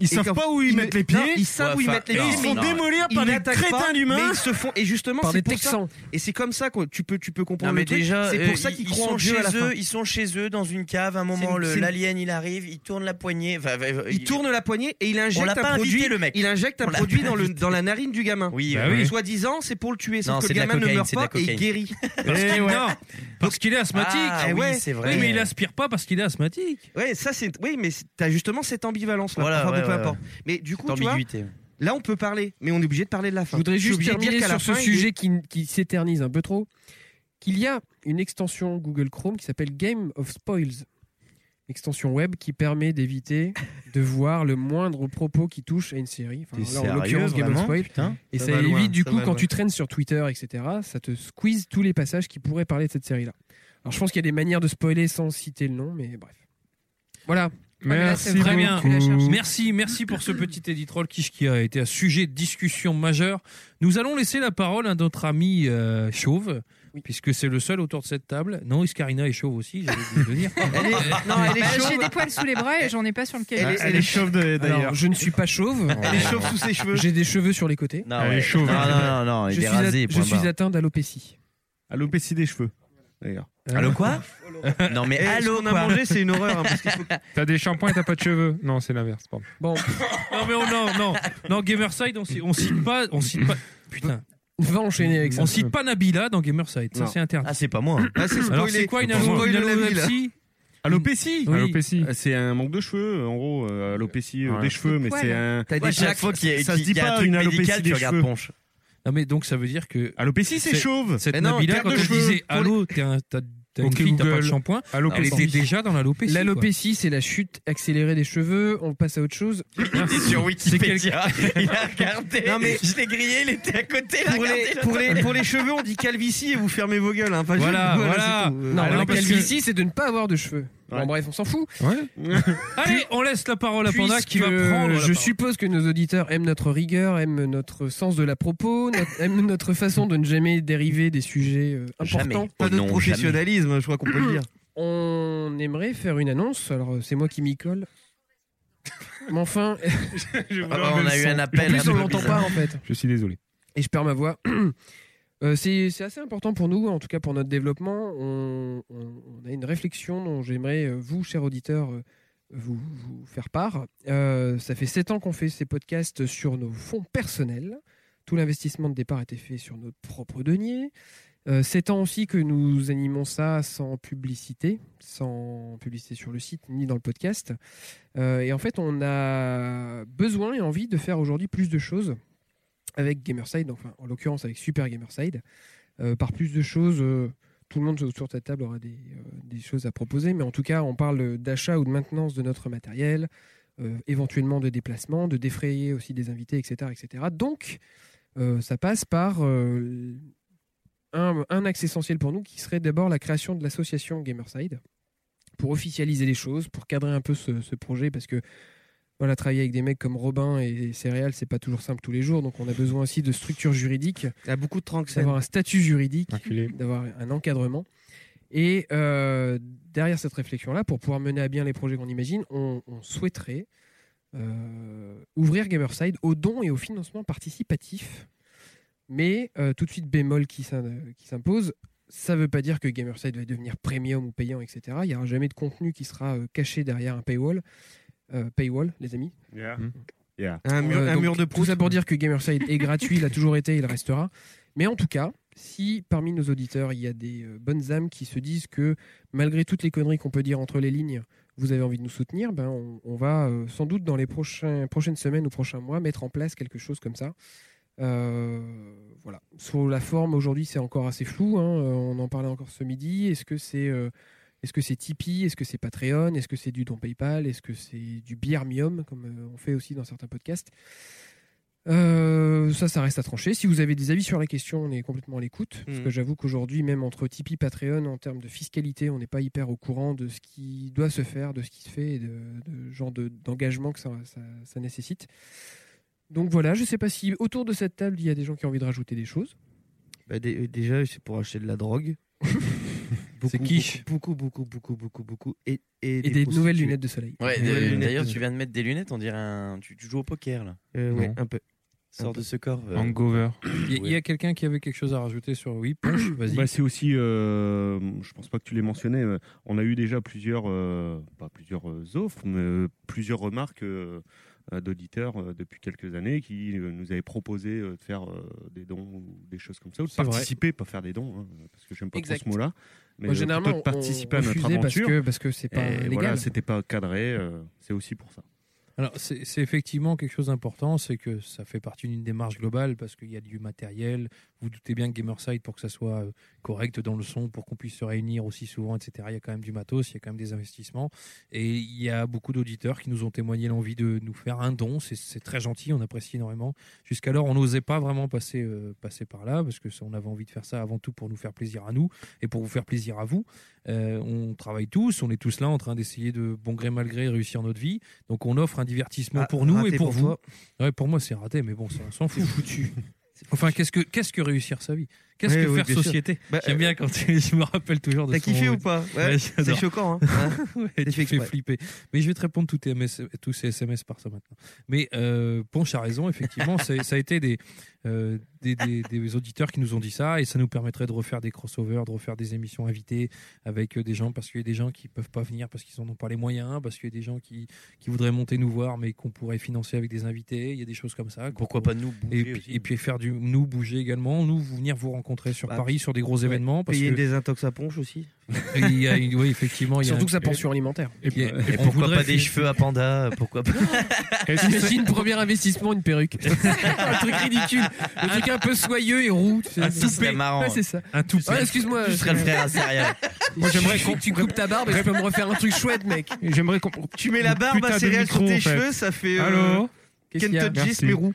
S7: Ils
S6: Et
S7: savent
S6: qu'en-
S7: pas où ils,
S6: ils
S7: mettent
S6: ne-
S7: les pieds.
S6: non, ils savent
S5: Ouais,
S6: où ils
S5: enfin,
S6: mettent les
S5: non,
S6: pieds.
S7: Et ils se font
S5: non.
S7: démolir
S6: Ils
S7: par des
S6: n'attaquent
S7: crétins
S6: pas, Mais
S7: d'humains.
S6: ils se font. Et justement,
S3: Par
S6: c'est
S3: des
S6: pour ça.
S3: Texans.
S6: Et c'est comme ça que tu peux, tu peux comprendre
S5: Non mais
S6: le truc.
S5: déjà,
S6: c'est
S5: euh,
S6: pour ça
S5: ils-
S6: qu'ils
S5: ils
S6: croient en
S5: sont
S6: Dieu
S5: chez
S6: à la fin.
S5: eux, ils sont chez eux dans une cave. Un moment,
S6: C'est-
S5: le-
S6: c'est-
S5: l'alien il arrive, il tourne la poignée. enfin, enfin,
S6: Il tourne la poignée et il injecte
S5: l'a
S6: un
S5: pas invité,
S6: produit.
S5: le mec.
S6: Il injecte un
S5: On l'a
S6: produit
S5: pas
S6: dans, le,
S5: invité.
S6: dans la narine du gamin.
S5: Oui,
S7: Bah
S5: euh,
S7: oui.
S6: Soit disant, c'est pour le tuer.
S5: Non,
S6: Sauf que le
S5: c'est de la
S6: gamin ne
S5: cocaïne,
S6: meurt
S5: c'est de
S6: pas
S5: la
S6: et il
S5: cocaïne.
S6: guérit.
S8: Parce qu'il- non, parce qu'il est asthmatique.
S5: Ah
S6: Eh
S5: oui,
S6: ouais.
S5: c'est vrai.
S8: Oui, mais il aspire pas parce qu'il est asthmatique.
S6: Ouais, ça c'est. Oui, mais c'est- t'as justement cette ambivalence là.
S5: Voilà,
S6: Enfin, bon,
S5: ouais,
S6: peu
S5: ouais,
S6: importe. Mais du coup,
S5: Cette
S6: tu vois,
S5: ambiguïté.
S6: là on peut parler, mais on est obligé de parler de la
S3: Je
S6: fin.
S3: voudrais
S6: suis
S3: juste
S6: obligé de
S3: terminer
S6: qu'à la
S3: sur ce
S6: fin, il-
S3: sujet qui, qui s'éternise un peu trop. Qu'il y a une extension Google Chrome qui s'appelle Game of Spoils. Extension web qui permet d'éviter de voir le moindre propos qui touche à une série. Enfin,
S5: T'es
S3: là, en
S5: sérieux,
S3: l'occurrence, Game of
S5: vraiment
S3: Spoils.
S5: Putain.
S3: Et
S6: Ça
S3: ça,
S6: va
S3: évite
S6: loin,
S3: du
S6: ça
S3: coup
S6: va
S3: quand
S6: loin.
S3: tu traînes sur Twitter, etc. Ça te squeeze tous les passages qui pourraient parler de cette série-là. Alors je pense qu'il y a des manières de spoiler sans citer le nom, mais bref. Voilà.
S4: mais là, c'est
S7: Merci
S8: vrai bien.
S7: beaucoup.
S4: Tu la cherches.
S8: Merci, merci pour ce petit éditrol Kish qui a été un sujet de discussion majeure. Nous allons laisser la parole à notre ami euh, Chauve, puisque c'est le seul autour de cette table. Non, Iscarina est Chauve aussi, j'allais vous
S5: *laughs*
S8: le dire.
S6: Elle est- Non, elle
S4: Bah,
S6: est
S4: J'ai
S6: chaude.
S4: des poils sous les bras et j'en ai pas sur le
S6: Elle
S4: cahier.
S6: est-
S7: Elle est chauve de- d'ailleurs.
S3: Alors je ne suis pas chauve.
S6: Elle est chauve sous ses cheveux.
S3: J'ai des cheveux sur les côtés.
S5: Non,
S7: Elle est
S5: ouais.
S7: chauve.
S5: Non, non, non, non, il
S3: Je suis,
S5: est
S3: a-
S5: rasé.
S3: je suis atteint d'alopécie.
S7: Alopécie des cheveux. D'ailleurs.
S5: Allô quoi Non mais
S6: Eh, ce
S5: allô
S6: qu'on a
S5: quoi
S6: mangé, c'est une horreur. hein, parce qu'il
S5: *laughs*
S6: faut-
S9: T'as des shampoings et t'as pas de cheveux. Non, c'est l'inverse. pardon.
S3: Bon,
S8: Non, mais on, non, non, non, Gamerside, on, cite- on cite pas, on cite pas, putain,
S3: on va enchaîner avec ça.
S8: on cite pas Nabila dans Gamerside, ça
S6: Non.
S8: c'est interdit.
S5: Ah c'est pas moi.
S6: Ah, c'est
S8: Alors
S6: spoilé.
S8: c'est quoi une
S6: On
S8: allo-
S6: spoil
S8: une
S6: la vie, là.
S8: alopécie
S7: Alopécie
S8: Oui.
S9: Alopécie.
S7: Euh, C'est un manque de cheveux, en gros, euh, alopécie euh,
S9: Ouais.
S7: des cheveux, mais
S4: Ouais,
S7: c'est
S4: mais-
S7: un.
S6: T'as
S5: Moi,
S6: des
S5: chaque
S6: plaques.
S5: fois qu'il y a,
S7: ça
S5: qu'il
S7: se dit
S5: y a
S7: pas
S5: un truc
S7: une alopécie
S5: médical,
S7: des
S5: tu regardes
S7: cheveux.
S5: Ponche. *laughs*
S8: Non mais donc ça veut dire que
S7: Alopécie, c'est
S8: C'est-
S7: chauve.
S8: cette
S6: Mais non,
S8: Nabila,
S6: perte
S8: quand
S6: de
S8: elle
S6: cheveux.
S8: disait allô, t'es un- t'as t'as une
S9: Ok,
S8: fille, t'as pas de
S9: Google.
S8: shampoing, elle
S5: Alopécie.
S8: était déjà dans l'alopécie. quoi.
S3: L'alopécie, c'est la chute accélérée des cheveux. On passe à autre chose.
S5: Et sur Wikipédia, *laughs* il a regardé.
S6: Non, mais-
S5: je l'ai grillé, il était à côté. il a
S6: Pour les,
S5: regardé.
S6: pour, les, pour les cheveux, on dit calvitie et vous fermez vos gueules. Hein, pas
S8: Voilà,
S6: juste-
S8: voilà.
S6: c'est tout. Euh,
S3: Non,
S8: Alors,
S3: la
S8: parce que-
S3: calvitie, c'est de ne pas avoir de cheveux.
S7: Ouais.
S3: Bon, bref, on s'en fout.
S8: Allez, on laisse la parole à Panda qui va
S3: Puisque
S8: prendre. la
S3: euh, Je
S8: parole.
S3: suppose que nos auditeurs aiment notre rigueur, aiment notre sens de la propos, notre- *laughs* aiment notre façon de ne jamais dériver des sujets euh, importants.
S5: Jamais.
S6: Pas
S5: Oh
S6: de
S5: non,
S6: professionnalisme, je crois qu'on peut le dire.
S3: On aimerait faire une annonce. Alors, euh, c'est moi qui m'y colle. Mais enfin, *laughs*
S5: jamais. Ah, On a eu un
S3: en
S5: appel. un
S3: plus, on
S5: peu
S3: l'entend
S5: bizarre.
S3: pas en fait.
S9: Je suis désolé.
S3: Et je perds ma voix. *clears throat* Euh, c'est c'est assez important pour nous, en tout cas pour notre développement. On, on- on a une réflexion dont j'aimerais, euh, vous, chers auditeurs, euh, vous, vous faire part. Euh, ça fait sept ans qu'on fait ces podcasts sur nos fonds personnels. Tout l'investissement de départ était fait sur notre propre denier. Euh, sept ans aussi que nous animons ça sans publicité, sans publicité sur le site ni dans le podcast. Euh, et en fait, on a besoin et envie de faire aujourd'hui plus de choses avec Gamerside, enfin en l'occurrence avec Super Gamerside, euh, par plus de choses. euh, tout le monde autour de cette table aura des, euh, des choses à proposer, mais en tout cas, on parle d'achat ou de maintenance de notre matériel, euh, éventuellement de déplacement, de défrayer aussi des invités, etc. etc. Donc, euh, ça passe par euh, un, un axe essentiel pour nous qui serait d'abord la création de l'association Gamerside pour officialiser les choses, pour cadrer un peu ce, ce projet, parce que voilà, travailler avec des mecs comme Robin et Céréales, c'est pas toujours simple tous les jours, donc on a besoin aussi de structures juridiques,
S6: Il y a beaucoup de tranxènes.
S3: d'avoir un statut juridique,
S9: Enculé.
S3: d'avoir un encadrement. Et euh, derrière cette réflexion-là, pour pouvoir mener à bien les projets qu'on imagine, on, on souhaiterait euh, ouvrir Gamerside aux dons et au financement participatif. Mais euh, tout de suite, bémol qui s'in- qui s'impose, ça ne veut pas dire que Gamerside va devenir premium ou payant, etc. Il n'y aura jamais de contenu qui sera euh, caché derrière un paywall. Euh, paywall, les amis.
S6: Un mur,
S3: Euh,
S6: un
S3: donc,
S6: mur de
S3: Tout
S6: proust.
S3: ça pour dire que Gamerside est gratuit, il a toujours été, il restera. Mais en tout cas, si parmi nos auditeurs, il y a des euh, bonnes âmes qui se disent que malgré toutes les conneries qu'on peut dire entre les lignes, vous avez envie de nous soutenir, ben on, on va euh, sans doute dans les prochains, prochaines semaines ou prochains mois mettre en place quelque chose comme ça. Euh, voilà. Sur la forme, aujourd'hui, c'est encore assez flou. hein. Euh, On en parlait encore ce midi. Est-ce que c'est euh, est-ce que c'est Tipeee Est-ce que c'est Patreon Est-ce que c'est du don PayPal Est-ce que c'est du Biermium, comme euh, on fait aussi dans certains podcasts Euh, Ça, ça reste à trancher. Si vous avez des avis sur la question, on est complètement à l'écoute. Parce
S2: Mm.
S6: Mhm.
S3: que j'avoue qu'aujourd'hui, même entre Tipeee Patreon, en termes de fiscalité, on n'est pas hyper au courant de ce qui doit se faire, de ce qui se fait, et de, de genre de- d'engagement que ça, ça- ça nécessite. Donc voilà, je ne sais pas si autour de cette table, il y a des gens qui ont envie de rajouter des choses.
S6: Bah, dé- déjà, c'est pour acheter de la drogue. Beaucoup,
S2: C'est quiche.
S6: Beaucoup, beaucoup, beaucoup, beaucoup, beaucoup. Et, et,
S3: Et des, nouvelles lunettes de soleil.
S5: Ouais,
S6: Des
S5: d'ailleurs,
S6: lunettes.
S5: d'ailleurs, tu viens de mettre des lunettes, on dirait un. Tu, tu joues au poker là.
S6: Euh, ouais,
S9: Non.
S6: un peu.
S5: Sors de ce corps. euh,
S9: Hangover.
S2: Il y a- il y, a quelqu'un qui avait quelque chose à rajouter sur oui,
S3: *coughs*
S2: Punch, vas-y.
S7: Bah, c'est aussi, euh, je pense pas que tu l'aies mentionné, euh, on a eu déjà plusieurs, euh, pas plusieurs euh, offres, mais euh, plusieurs remarques euh, euh, d'auditeurs euh, depuis quelques années qui euh, nous avaient proposé euh, de faire euh, des dons ou des choses comme ça, ou de
S2: C'est vrai.
S7: participer, pas faire des dons, hein, parce que j'aime pas
S3: Exact.
S7: trop ce mot-là, mais
S3: Moi,
S7: euh,
S3: généralement,
S7: plutôt de participer
S3: on,
S7: à
S3: on
S7: notre
S3: refusait parce
S7: aventure.
S3: que parce que c'est pas
S7: Et
S3: légal.
S7: voilà, c'était pas cadré, euh, c'est aussi pour ça.
S2: Alors, c'est c'est effectivement quelque chose d'important, c'est que ça fait partie d'une démarche globale parce qu'il y a du matériel. Vous doutez bien que Gamerside, pour que ça soit euh, correct dans le son, pour qu'on puisse se réunir aussi souvent, etc., il y a quand même du matos, il y a quand même des investissements. Et il y a beaucoup d'auditeurs qui nous ont témoigné l'envie de nous faire un don. C'est- C'est très gentil, on apprécie énormément. Jusqu'alors, on n'osait pas vraiment passer, euh, passer par là parce que ça, on avait envie de faire ça avant tout pour nous faire plaisir à nous et pour vous faire plaisir à vous. Euh, on travaille tous, on est tous là en train d'essayer de bon gré mal gré réussir notre vie. Donc on offre un divertissement
S6: Ah,
S2: pour nous et
S6: raté
S2: pour, vous.
S6: toi.
S2: Ouais, pour moi c'est raté, mais bon, ça, on s'en fout. foutu. *laughs* Enfin, qu'est-ce que qu'est-ce que réussir sa vie Qu'est-ce
S6: Oui,
S2: que
S6: oui,
S2: faire
S6: bien sûr.
S2: société
S6: Bah,
S2: J'aime bien quand *laughs* je me rappelle toujours de.
S6: T'as
S2: ce
S6: kiffé
S2: moment.
S6: ou pas
S2: Ouais,
S6: Ouais, C'est
S2: j'adore.
S6: choquant. Hein
S2: Ouais,
S6: T'as
S2: tu
S6: fait
S2: fais
S6: exprès.
S2: flipper. Mais je vais te répondre tous, tes MS tous ces SMS par ça maintenant. Mais euh, Ponche a raison, effectivement, c'est- ça a été des, euh, des, des- des auditeurs qui nous ont dit ça et ça nous permettrait de refaire des crossovers, de refaire des émissions invitées avec euh, des gens parce qu'il y a des gens qui peuvent pas venir parce qu'ils n'en ont pas les moyens, parce qu'il y a des gens qui, qui voudraient monter nous voir mais qu'on pourrait financer avec des invités. Il y a des choses comme ça.
S5: Pourquoi pas nous bouger
S2: et puis, et puis faire du nous bouger également, nous vous venir vous rencontrer sur
S6: Bah,
S2: Paris sur des gros
S6: ouais,
S2: événements parce
S6: Payer
S2: que
S6: des intox à ponche aussi.
S2: il y a une- oui, effectivement il y a
S3: Surtout
S2: un-
S3: que sa pension *laughs* alimentaire.
S9: Et,
S2: il y a-
S9: et-
S5: Et
S2: on
S5: pourquoi
S2: voudrait
S5: pas des
S2: fi-
S5: cheveux à panda euh, Pourquoi pas
S9: est-ce que c'est-
S3: Imagine, premier investissement, une perruque. *laughs* un truc ridicule. Un truc un peu soyeux et roux. tu sais.
S5: Ah, ça serait marrant.
S3: Ouais, c'est ça.
S2: un tout
S3: Ouais, excuse-moi.
S5: Tu serais le frère à céréales.
S3: Moi, *laughs* j'aimerais que tu coupes ta barbe et je peux me refaire un truc chouette, mec.
S9: J'aimerais qu'on.
S6: Tu mets la barbe
S9: Putain
S6: à
S9: de
S6: céréales sur
S9: micro,
S6: tes
S9: en fait.
S6: cheveux, ça fait. euh,
S9: Allô
S3: Qu'est-ce qu'il y a
S6: Kentucky
S9: Merci.
S6: Spirou.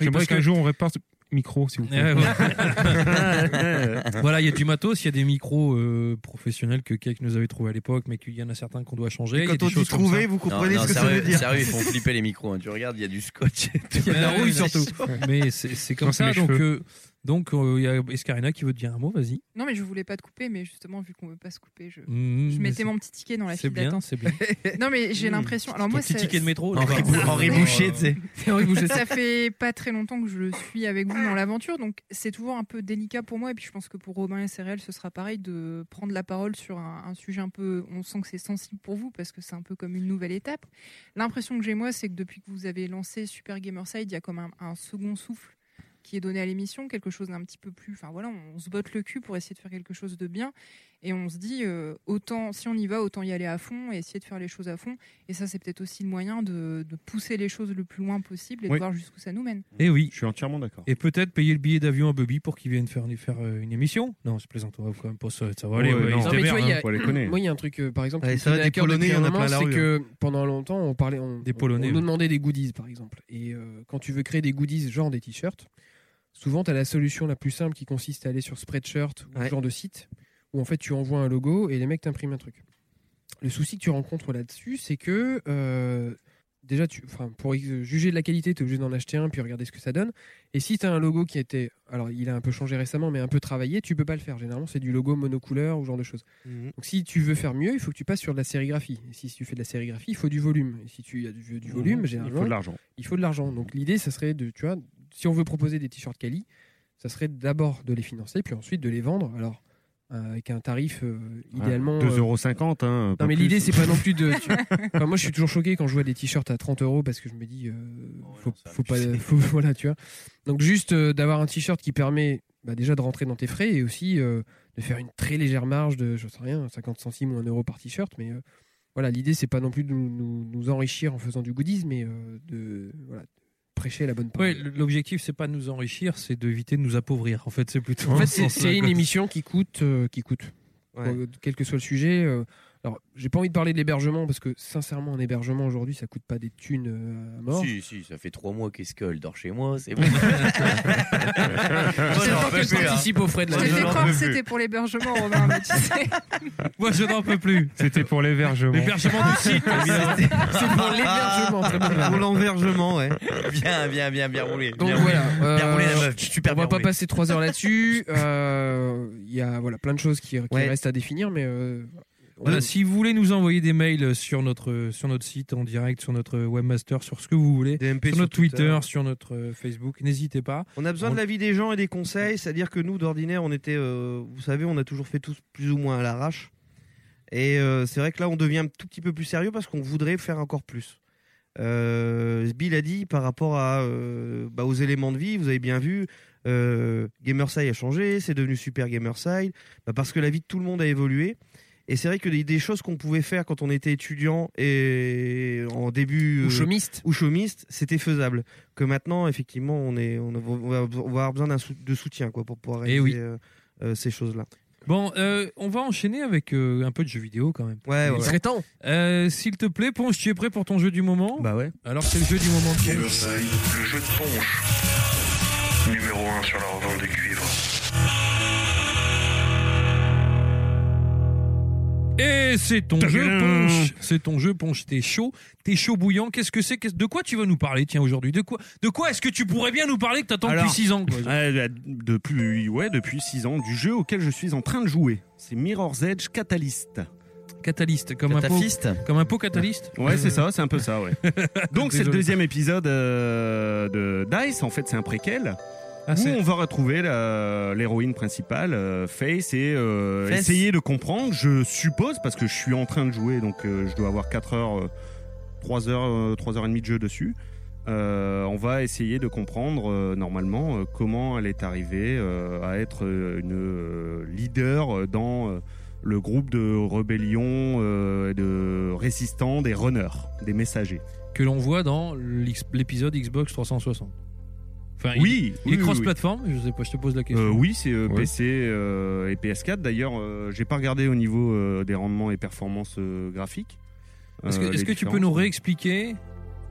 S9: J'aimerais
S2: parce
S9: qu'un
S2: que-
S9: jour on répare ce micro, s'il vous plaît.
S2: Ouais, *laughs* ouais. voilà, il y a du matos, il y a des micros euh, professionnels que Cake nous avait trouvé à l'époque, mais qu'il y en a certains qu'on doit changer. il y a
S6: Quand
S2: des
S6: on dit
S2: choses comme
S6: trouver, vous comprenez ce que ça veut
S5: sérieux,
S6: dire.
S5: sérieux, ils font flipper les micros. hein. Tu regardes, il y a du scotch et tout.
S2: ça. *laughs*
S3: Il y a de la rouille, surtout.
S2: Mais c'est c'est comme
S9: Non, c'est
S2: ça.
S9: mes
S2: Donc,
S9: cheveux.
S2: euh, Donc, euh, il y a Escarina qui veut te dire un mot, vas-y.
S4: Non, mais je voulais pas te couper, mais justement, vu qu'on veut pas se couper, je,
S2: Mmh,
S4: je
S2: mais
S4: mettais
S2: c'est-
S4: mon petit ticket dans la
S2: C'est
S4: file
S2: bien,
S4: d'attente.
S2: c'est bien.
S4: Non, mais j'ai l'impression. Alors, moi,
S2: Ton petit
S4: ça-
S2: ticket de métro. là.
S5: Henri, Bou- Henri Boucher, tu sais.
S3: C'est horrible, je sais.
S4: ça fait pas très longtemps que je le suis avec vous dans l'aventure, donc c'est toujours un peu délicat pour moi. Et puis je pense que pour Robin et CRL, ce sera pareil de prendre la parole sur un, un sujet un peu. On sent que c'est sensible pour vous parce que c'est un peu comme une nouvelle étape. L'impression que j'ai moi, c'est que depuis que vous avez lancé Super Gamerside, il y a comme un, un second souffle qui est donné à l'émission, quelque chose d'un petit peu plus. Enfin voilà, on se botte le cul pour essayer de faire quelque chose de bien. Et on se dit, euh, autant, si on y va, autant y aller à fond et essayer de faire les choses à fond. Et ça, c'est peut-être aussi le moyen de, de pousser les choses le plus loin possible et de
S7: Oui.
S4: voir jusqu'où ça nous mène.
S2: Eh oui.
S7: Je suis entièrement d'accord.
S2: Et peut-être payer le billet d'avion à Bobby pour qu'il vienne faire, faire euh, une émission. Non, je plaisante, on va quand même pas ça. Ça va aller,
S7: Ouais,
S2: ouais,
S7: non.
S2: il se
S7: Non,
S3: mais tu
S2: démerde,
S3: vois, il y
S2: hein.
S7: Faut les connaître.
S3: Moi, il y a un truc, euh, par exemple,
S6: Allez,
S3: qui me
S6: ça va,
S3: tenait à
S6: des
S3: cœur depuis
S6: Polonais, il
S3: un
S6: y en a
S3: moment,
S6: plein la
S3: c'est
S6: rue, hein.
S3: que pendant longtemps, on parlait, on,
S2: Des
S3: on-
S2: Polonais,
S3: on
S2: ouais.
S3: nous demandait des goodies, par exemple. Et euh, quand tu veux créer des goodies, genre des t-shirts, souvent, tu as la solution la plus simple qui consiste à aller sur Spreadshirt ou
S6: Ouais.
S3: ce genre de site où en fait, tu envoies un logo et les mecs t'impriment un truc. Le souci que tu rencontres là-dessus, c'est que euh, déjà, tu, enfin, pour ex- juger de la qualité, tu es obligé d'en acheter un puis regarder ce que ça donne. Et si tu as un logo qui était, alors il a un peu changé récemment, mais un peu travaillé, tu peux pas le faire. Généralement, c'est du logo monocouleur ou ce genre de choses. Donc si tu veux faire mieux, il faut que tu passes sur de la sérigraphie. Et si tu fais de la sérigraphie, il faut du volume. Et si tu as du, du volume,
S7: Mhm. Il
S3: généralement,
S7: faut de l'argent.
S3: l'argent. Donc l'idée, ça serait de, tu vois, si on veut proposer des t-shirts quali, ça serait d'abord de les financer, puis ensuite de les vendre. Alors euh, avec un tarif euh, idéalement. euh,
S7: 2,50€. Hein, pas
S3: non mais
S7: plus.
S3: l'idée c'est pas non plus de.
S5: *laughs*
S3: tu- Enfin, moi je suis toujours choqué quand je vois des t-shirts à 30 euros parce que je me dis euh, faut,
S5: non, ça,
S3: faut
S5: tu
S3: pas
S5: sais.
S3: faut- *laughs* voilà tu vois. Donc juste euh, d'avoir un t-shirt qui permet bah, déjà de rentrer dans tes frais et aussi euh, de faire une très légère marge de je sais rien 50 centimes ou 1 euro par t-shirt mais euh, voilà l'idée c'est pas non plus de nous, nous- nous enrichir en faisant du goodies mais euh, de voilà de prêcher la bonne parole.
S2: Ouais, l- l'objectif, c'est pas de nous enrichir, c'est d'éviter de nous appauvrir. En fait, c'est plutôt. euh,
S3: En fait,
S2: dans
S3: c'est-
S2: ce sens-là,
S3: c'est une
S2: quoi.
S3: émission qui coûte, euh, qui coûte.
S6: Ouais.
S3: Euh, quel que soit le sujet. euh, alors, j'ai pas envie de parler de l'hébergement parce que, sincèrement, un hébergement aujourd'hui, ça coûte pas des thunes euh, à mort.
S5: Si, si, ça fait trois mois qu'Escol dort chez moi, c'est bon.
S3: Je sais pas que je participe aux frais
S4: *laughs*
S3: de
S4: Je
S3: la
S4: t'ai fait
S5: j'en
S4: croire
S5: peux
S4: que c'était
S5: plus.
S4: pour l'hébergement, Robin, mais tu sais.
S2: Moi, je n'en peux plus.
S9: *laughs* C'était pour l'hébergement.
S2: L'hébergement du site.
S3: *laughs* C'est pour l'hébergement. très bien.
S6: Pour l'envergement, ouais.
S5: Bien, bien, bien, bien roulé.
S3: Donc
S5: bien roulé.
S3: voilà. euh,
S5: Bien roulé la meuf, super
S3: on va
S5: bien
S3: pas
S5: roulé.
S3: passer trois heures là-dessus. Euh, Il y a voilà plein de choses qui, qui
S6: Ouais.
S3: restent à définir, mais euh,
S2: Voilà, si vous voulez nous envoyer des mails sur notre, sur notre site en direct, sur notre webmaster, sur ce que vous voulez,
S6: Des MP
S2: sur notre Twitter, sur notre euh, Facebook, n'hésitez pas.
S6: On a besoin de l'avis des gens et des conseils, c'est-à-dire que nous, d'ordinaire, on était, euh, vous savez, on a toujours fait tous plus ou moins à l'arrache. Et euh, c'est vrai que là, on devient un tout petit peu plus sérieux parce qu'on voudrait faire encore plus. Euh, Bill a dit par rapport à, euh, bah, aux éléments de vie, vous avez bien vu, euh, Gamerside a changé, c'est devenu Super Gamerside, bah, parce que la vie de tout le monde a évolué. Et c'est vrai que des, des choses qu'on pouvait faire quand on était étudiant et en début
S3: ou
S6: euh,
S3: chômiste.
S6: ou chômiste, c'était faisable. Que maintenant, effectivement, on, est, on, a- on va, on va avoir besoin d'un sou- de soutien quoi, pour pouvoir
S2: Eh
S6: réaliser
S2: oui.
S6: euh, euh, ces choses-là.
S2: Bon, euh, on va enchaîner avec euh, un peu de jeux vidéo quand même.
S6: Ouais,
S3: Il
S6: ouais.
S3: serait temps.
S2: Euh, S'il te plaît, Ponce, tu es prêt pour ton jeu du moment
S5: Bah ouais.
S2: Alors, c'est le jeu du moment. de Ponce.
S1: Gamerside, le jeu de ponche. Numéro 1 sur la revente de cuivre.
S2: Et c'est ton jeu, Ponche. C'est ton jeu, Ponche. T'es chaud, t'es chaud bouillant. Qu'est-ce que c'est Qu'est-ce- De quoi tu vas nous parler, tiens, aujourd'hui De quoi, de quoi est-ce que tu pourrais bien nous parler que t'attends
S7: Alors.
S2: depuis 6 ans
S7: *laughs*
S2: quoi
S7: Ouais, Euh, depuis, ouais, depuis 6 ans, du jeu auquel je suis en train de jouer. C'est Mirror's Edge Catalyst.
S2: Catalyste, comme un, pot,
S5: Catafiste
S2: comme un pot catalyste
S7: Ouais, c'est ça, c'est un peu ça, ouais. Donc, c'est le
S2: Désolé.
S7: deuxième épisode euh, de DICE. En fait, c'est un préquel
S2: Ah,
S7: où
S2: c'est-
S7: on va retrouver la- l'héroïne principale, euh, Face, et euh,
S5: Face.
S7: essayer de comprendre, je suppose, parce que je suis en train de jouer, donc euh, je dois avoir 4 heures, euh, 3 heures, euh, 3 heures et demie de jeu dessus. Euh, on va essayer de comprendre euh, normalement euh, comment elle est arrivée euh, à être euh, une euh, leader euh, dans euh, le groupe de rébellion, euh, de résistants, des runners, des messagers.
S2: que l'on voit dans l'X- l'épisode Xbox 360. Enfin, Ah, il-
S7: oui,
S2: Il est
S7: oui, oui, oui.
S2: cross-platform, je sais pas, je te pose la question.
S7: Euh, oui, c'est euh,
S9: Ouais.
S7: PC euh, et PS4. D'ailleurs, euh, j'ai pas regardé au niveau euh, des rendements et performances euh, graphiques.
S2: Est-ce que,
S7: euh,
S2: est-ce
S7: les
S2: que tu peux nous
S7: différences.
S2: réexpliquer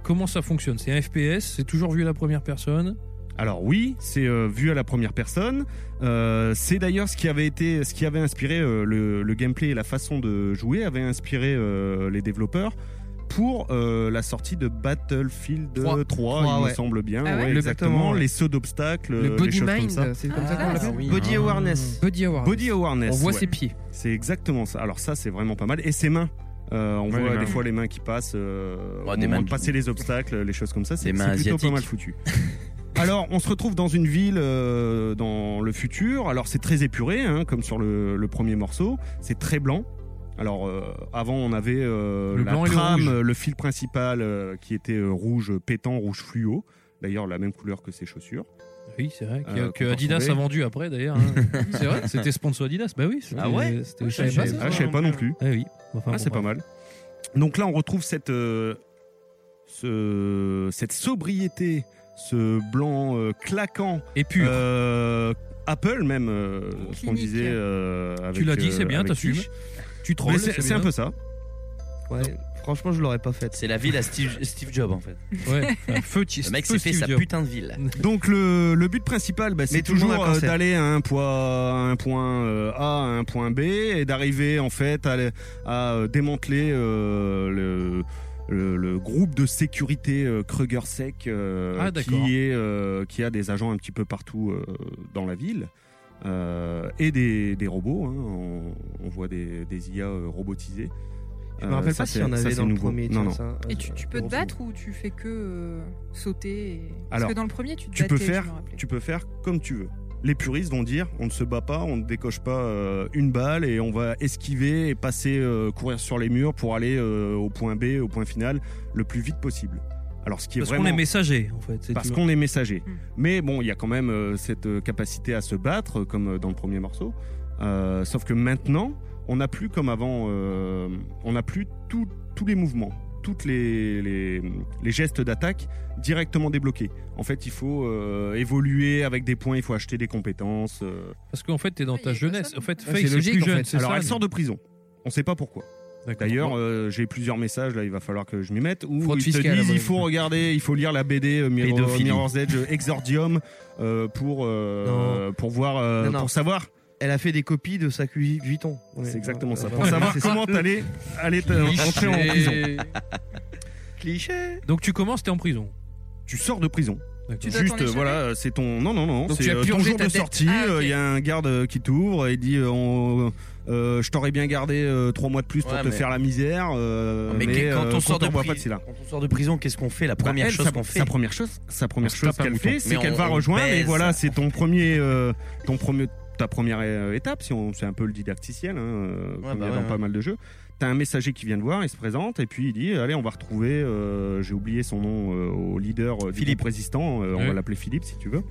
S2: comment ça fonctionne C'est un FPS, c'est toujours vu à la première personne.
S7: Alors oui, c'est euh, vu à la première personne. Euh, c'est d'ailleurs ce qui avait été, ce qui avait inspiré euh, le, le gameplay et la façon de jouer avait inspiré euh, les développeurs pour euh, la sortie de Battlefield 3,
S6: Trois. Trois,
S7: il me
S6: ouais.
S7: semble bien.
S4: Ah ouais
S7: Ouais,
S6: Le
S7: exactement,
S6: Batman, ouais.
S7: les sauts d'obstacles,
S3: Le
S7: Euh, les
S3: body
S7: choses comme
S3: mind,
S7: ça.
S3: c'est comme ça
S4: Ah,
S3: qu'on l'appelle.
S4: oui.
S6: Body awareness.
S3: Body awareness.
S7: Body awareness.
S3: On voit
S7: ouais.
S3: ses pieds.
S7: C'est exactement ça. Alors ça, c'est vraiment pas mal. Et ses mains. Euh, on Ouais, voit les
S4: mains.
S7: des fois les mains qui passent, euh,
S5: Ouais,
S7: au
S5: des
S7: moment
S5: mains
S7: de
S5: qui-
S7: passer les obstacles, les choses comme ça. C'est
S5: Des
S7: c'est
S5: mains
S7: plutôt
S5: asiatiques.
S7: pas mal foutu. *laughs* Alors, on se retrouve dans une ville euh, dans le futur. Alors, c'est très épuré, hein, comme sur le, le premier morceau. C'est très blanc. Alors, euh, avant, on avait euh,
S2: Le
S7: la
S2: blanc et le
S7: trame,
S2: rouge.
S7: euh, le, fil principal euh, qui était euh, rouge pétant, rouge fluo. D'ailleurs, la même couleur que ses chaussures.
S2: Oui, c'est vrai. Que,
S7: Euh,
S2: que
S7: qu'on peut
S2: Adidas
S7: retrouver.
S2: a vendu après, d'ailleurs. hein. c'est vrai, c'était sponsor Adidas. Bah oui. c'était-
S5: Ah ouais
S2: C'était
S3: Ouais,
S2: au
S3: je savais
S2: Shine.
S3: pas ça.
S7: Ah, je savais pas non plus.
S2: Ah oui. Enfin,
S7: ah,
S2: bon,
S7: c'est pas
S2: bref.
S7: mal. Donc là, on retrouve cette, euh, ce- cette sobriété, ce blanc euh, claquant.
S2: Et pur.
S7: Euh, Apple, même, euh, ce qu'on
S4: Clinique.
S7: disait. euh, avec,
S2: tu l'as dit,
S7: euh,
S2: c'est bien,
S7: avec
S2: t'assumes.
S7: Fish.
S2: Tu trolles.
S7: Mais C'est c'est un peu ça.
S6: Ouais, franchement, je l'aurais pas faite.
S5: C'est la ville à Steve, Steve Jobs en fait.
S2: peu. Ouais. Enfin, feu, ti-
S5: Le mec
S2: feu
S5: s'est fait
S2: Steve
S5: sa
S2: Jobs.
S5: putain de ville.
S7: *laughs* Donc le, le but principal, bah, c'est
S6: tout le monde
S7: toujours
S6: a un
S7: euh,
S6: cancer.
S7: d'aller à un point, à un point euh, A, à un point B, et d'arriver en fait à, le- à, euh, démanteler euh, le, le- le groupe de sécurité euh, Kruger Sec euh,
S2: Ah, d'accord.
S7: qui est euh, qui a des agents un petit peu partout euh, dans la ville. euh, et des, des robots, hein. on, on voit des, des IA euh, robotisées.
S6: Je me rappelle pas si on avait dans le premier.
S7: Non,
S6: tiens,
S7: non.
S6: ça.
S4: Et tu, tu peux te battre ou tu fais que euh, sauter et- Parce
S7: Alors,
S4: que dans le premier, tu te
S7: tu peux
S4: battais, je me
S7: faire,
S4: rappelais.
S7: tu peux faire comme tu veux. Les puristes vont dire, on ne se bat pas, on ne décoche pas euh, une balle et on va esquiver et passer, euh, courir sur les murs pour aller euh, au point B, au point final, le plus vite possible. Alors ce qui est
S2: Parce
S7: vraiment
S2: qu'on est messager, en fait. c'est
S7: parce
S2: tout.
S7: qu'on est messager.
S4: Mm.
S7: Mais bon, il y a quand même euh, cette euh, capacité à se battre, euh, comme euh, dans le premier morceau. Euh, sauf que maintenant, on n'a plus comme avant, euh, on n'a plus tout- tous les mouvements, toutes les, les, les gestes d'attaque directement débloqués. En fait, il faut euh, évoluer avec des points, il faut acheter des compétences. euh.
S2: Parce qu'en fait, t'es dans
S4: Ouais, y
S2: ta
S4: a pas
S2: jeunesse.
S4: ça,
S2: En fait,
S3: non.
S2: Faye,
S3: C'est
S2: c'est
S3: logique,
S2: plus
S3: en
S2: jeune.
S3: fait.
S2: c'est
S7: Alors,
S2: ça,
S7: elle sort de prison. On ne sait pas pourquoi.
S2: D'accord.
S7: D'ailleurs,
S2: Bon.
S7: euh, j'ai plusieurs messages, là, il va falloir que je m'y mette, où
S3: Fraude
S7: ils te
S3: fiscale, à
S7: disent
S3: mon
S7: il
S3: avis.
S7: faut regarder, il faut lire la BD euh, Mirror-
S5: Pédophilie.
S7: Mirror's Edge euh, Exordium euh, pour, euh, pour voir, euh,
S6: Non, non.
S7: pour savoir,
S6: Elle a fait des copies de sa cuisine Vuitton. Ouais,
S7: c'est exactement
S6: ouais,
S7: ça,
S6: ouais,
S7: pour
S6: ouais,
S7: savoir
S6: Euh, c'est ça.
S7: comment t'allais aller te- entrer en prison.
S6: Cliché.
S2: Donc tu commences, t'es en prison.
S7: Tu sors de prison.
S2: D'accord.
S4: Tu dois t'en
S7: Juste,
S4: échapper.
S7: voilà, euh, c'est ton. Non, non, non,
S3: Donc
S7: c'est
S3: tu as
S7: euh, ton
S3: purgé
S7: jour de
S3: ta dette.
S7: sortie.
S4: Ah,
S7: euh, Il
S4: ok.
S7: y a un garde euh, qui t'ouvre et il dit euh, on- euh, Je t'aurais bien gardé euh, trois mois de plus pour
S5: Ouais,
S7: te
S5: mais-
S7: faire la misère. euh,
S5: mais
S7: mais,
S5: quand
S7: euh,
S5: on sort de
S7: t'envoie
S5: prison,
S7: pas de là.
S5: quand on sort de prison, qu'est-ce qu'on fait La première
S7: Bah, elle,
S5: chose
S7: sa-
S5: qu'on fait.
S7: Sa première chose, sa première
S5: On se
S7: chose
S5: tape un
S7: qu'elle
S5: mouton.
S7: fait, c'est
S5: Mais
S7: qu'elle
S5: on-
S7: va
S5: on
S7: rejoindre. Et
S5: baise.
S7: voilà, c'est ton premier, euh, ton premier, ta première euh, étape. Si on, c'est un peu le didacticiel, hein, euh,
S5: Ouais,
S7: comme il y
S5: bah
S7: a
S5: ouais,
S7: dans
S5: ouais.
S7: pas mal de jeux. T'as un messager qui vient te voir, il se présente et puis il dit allez, on va retrouver. euh, J'ai oublié son nom euh, au leader euh, du
S5: Philippe.
S7: groupe résistant. euh, On
S2: Ouais.
S7: va l'appeler Philippe si tu veux.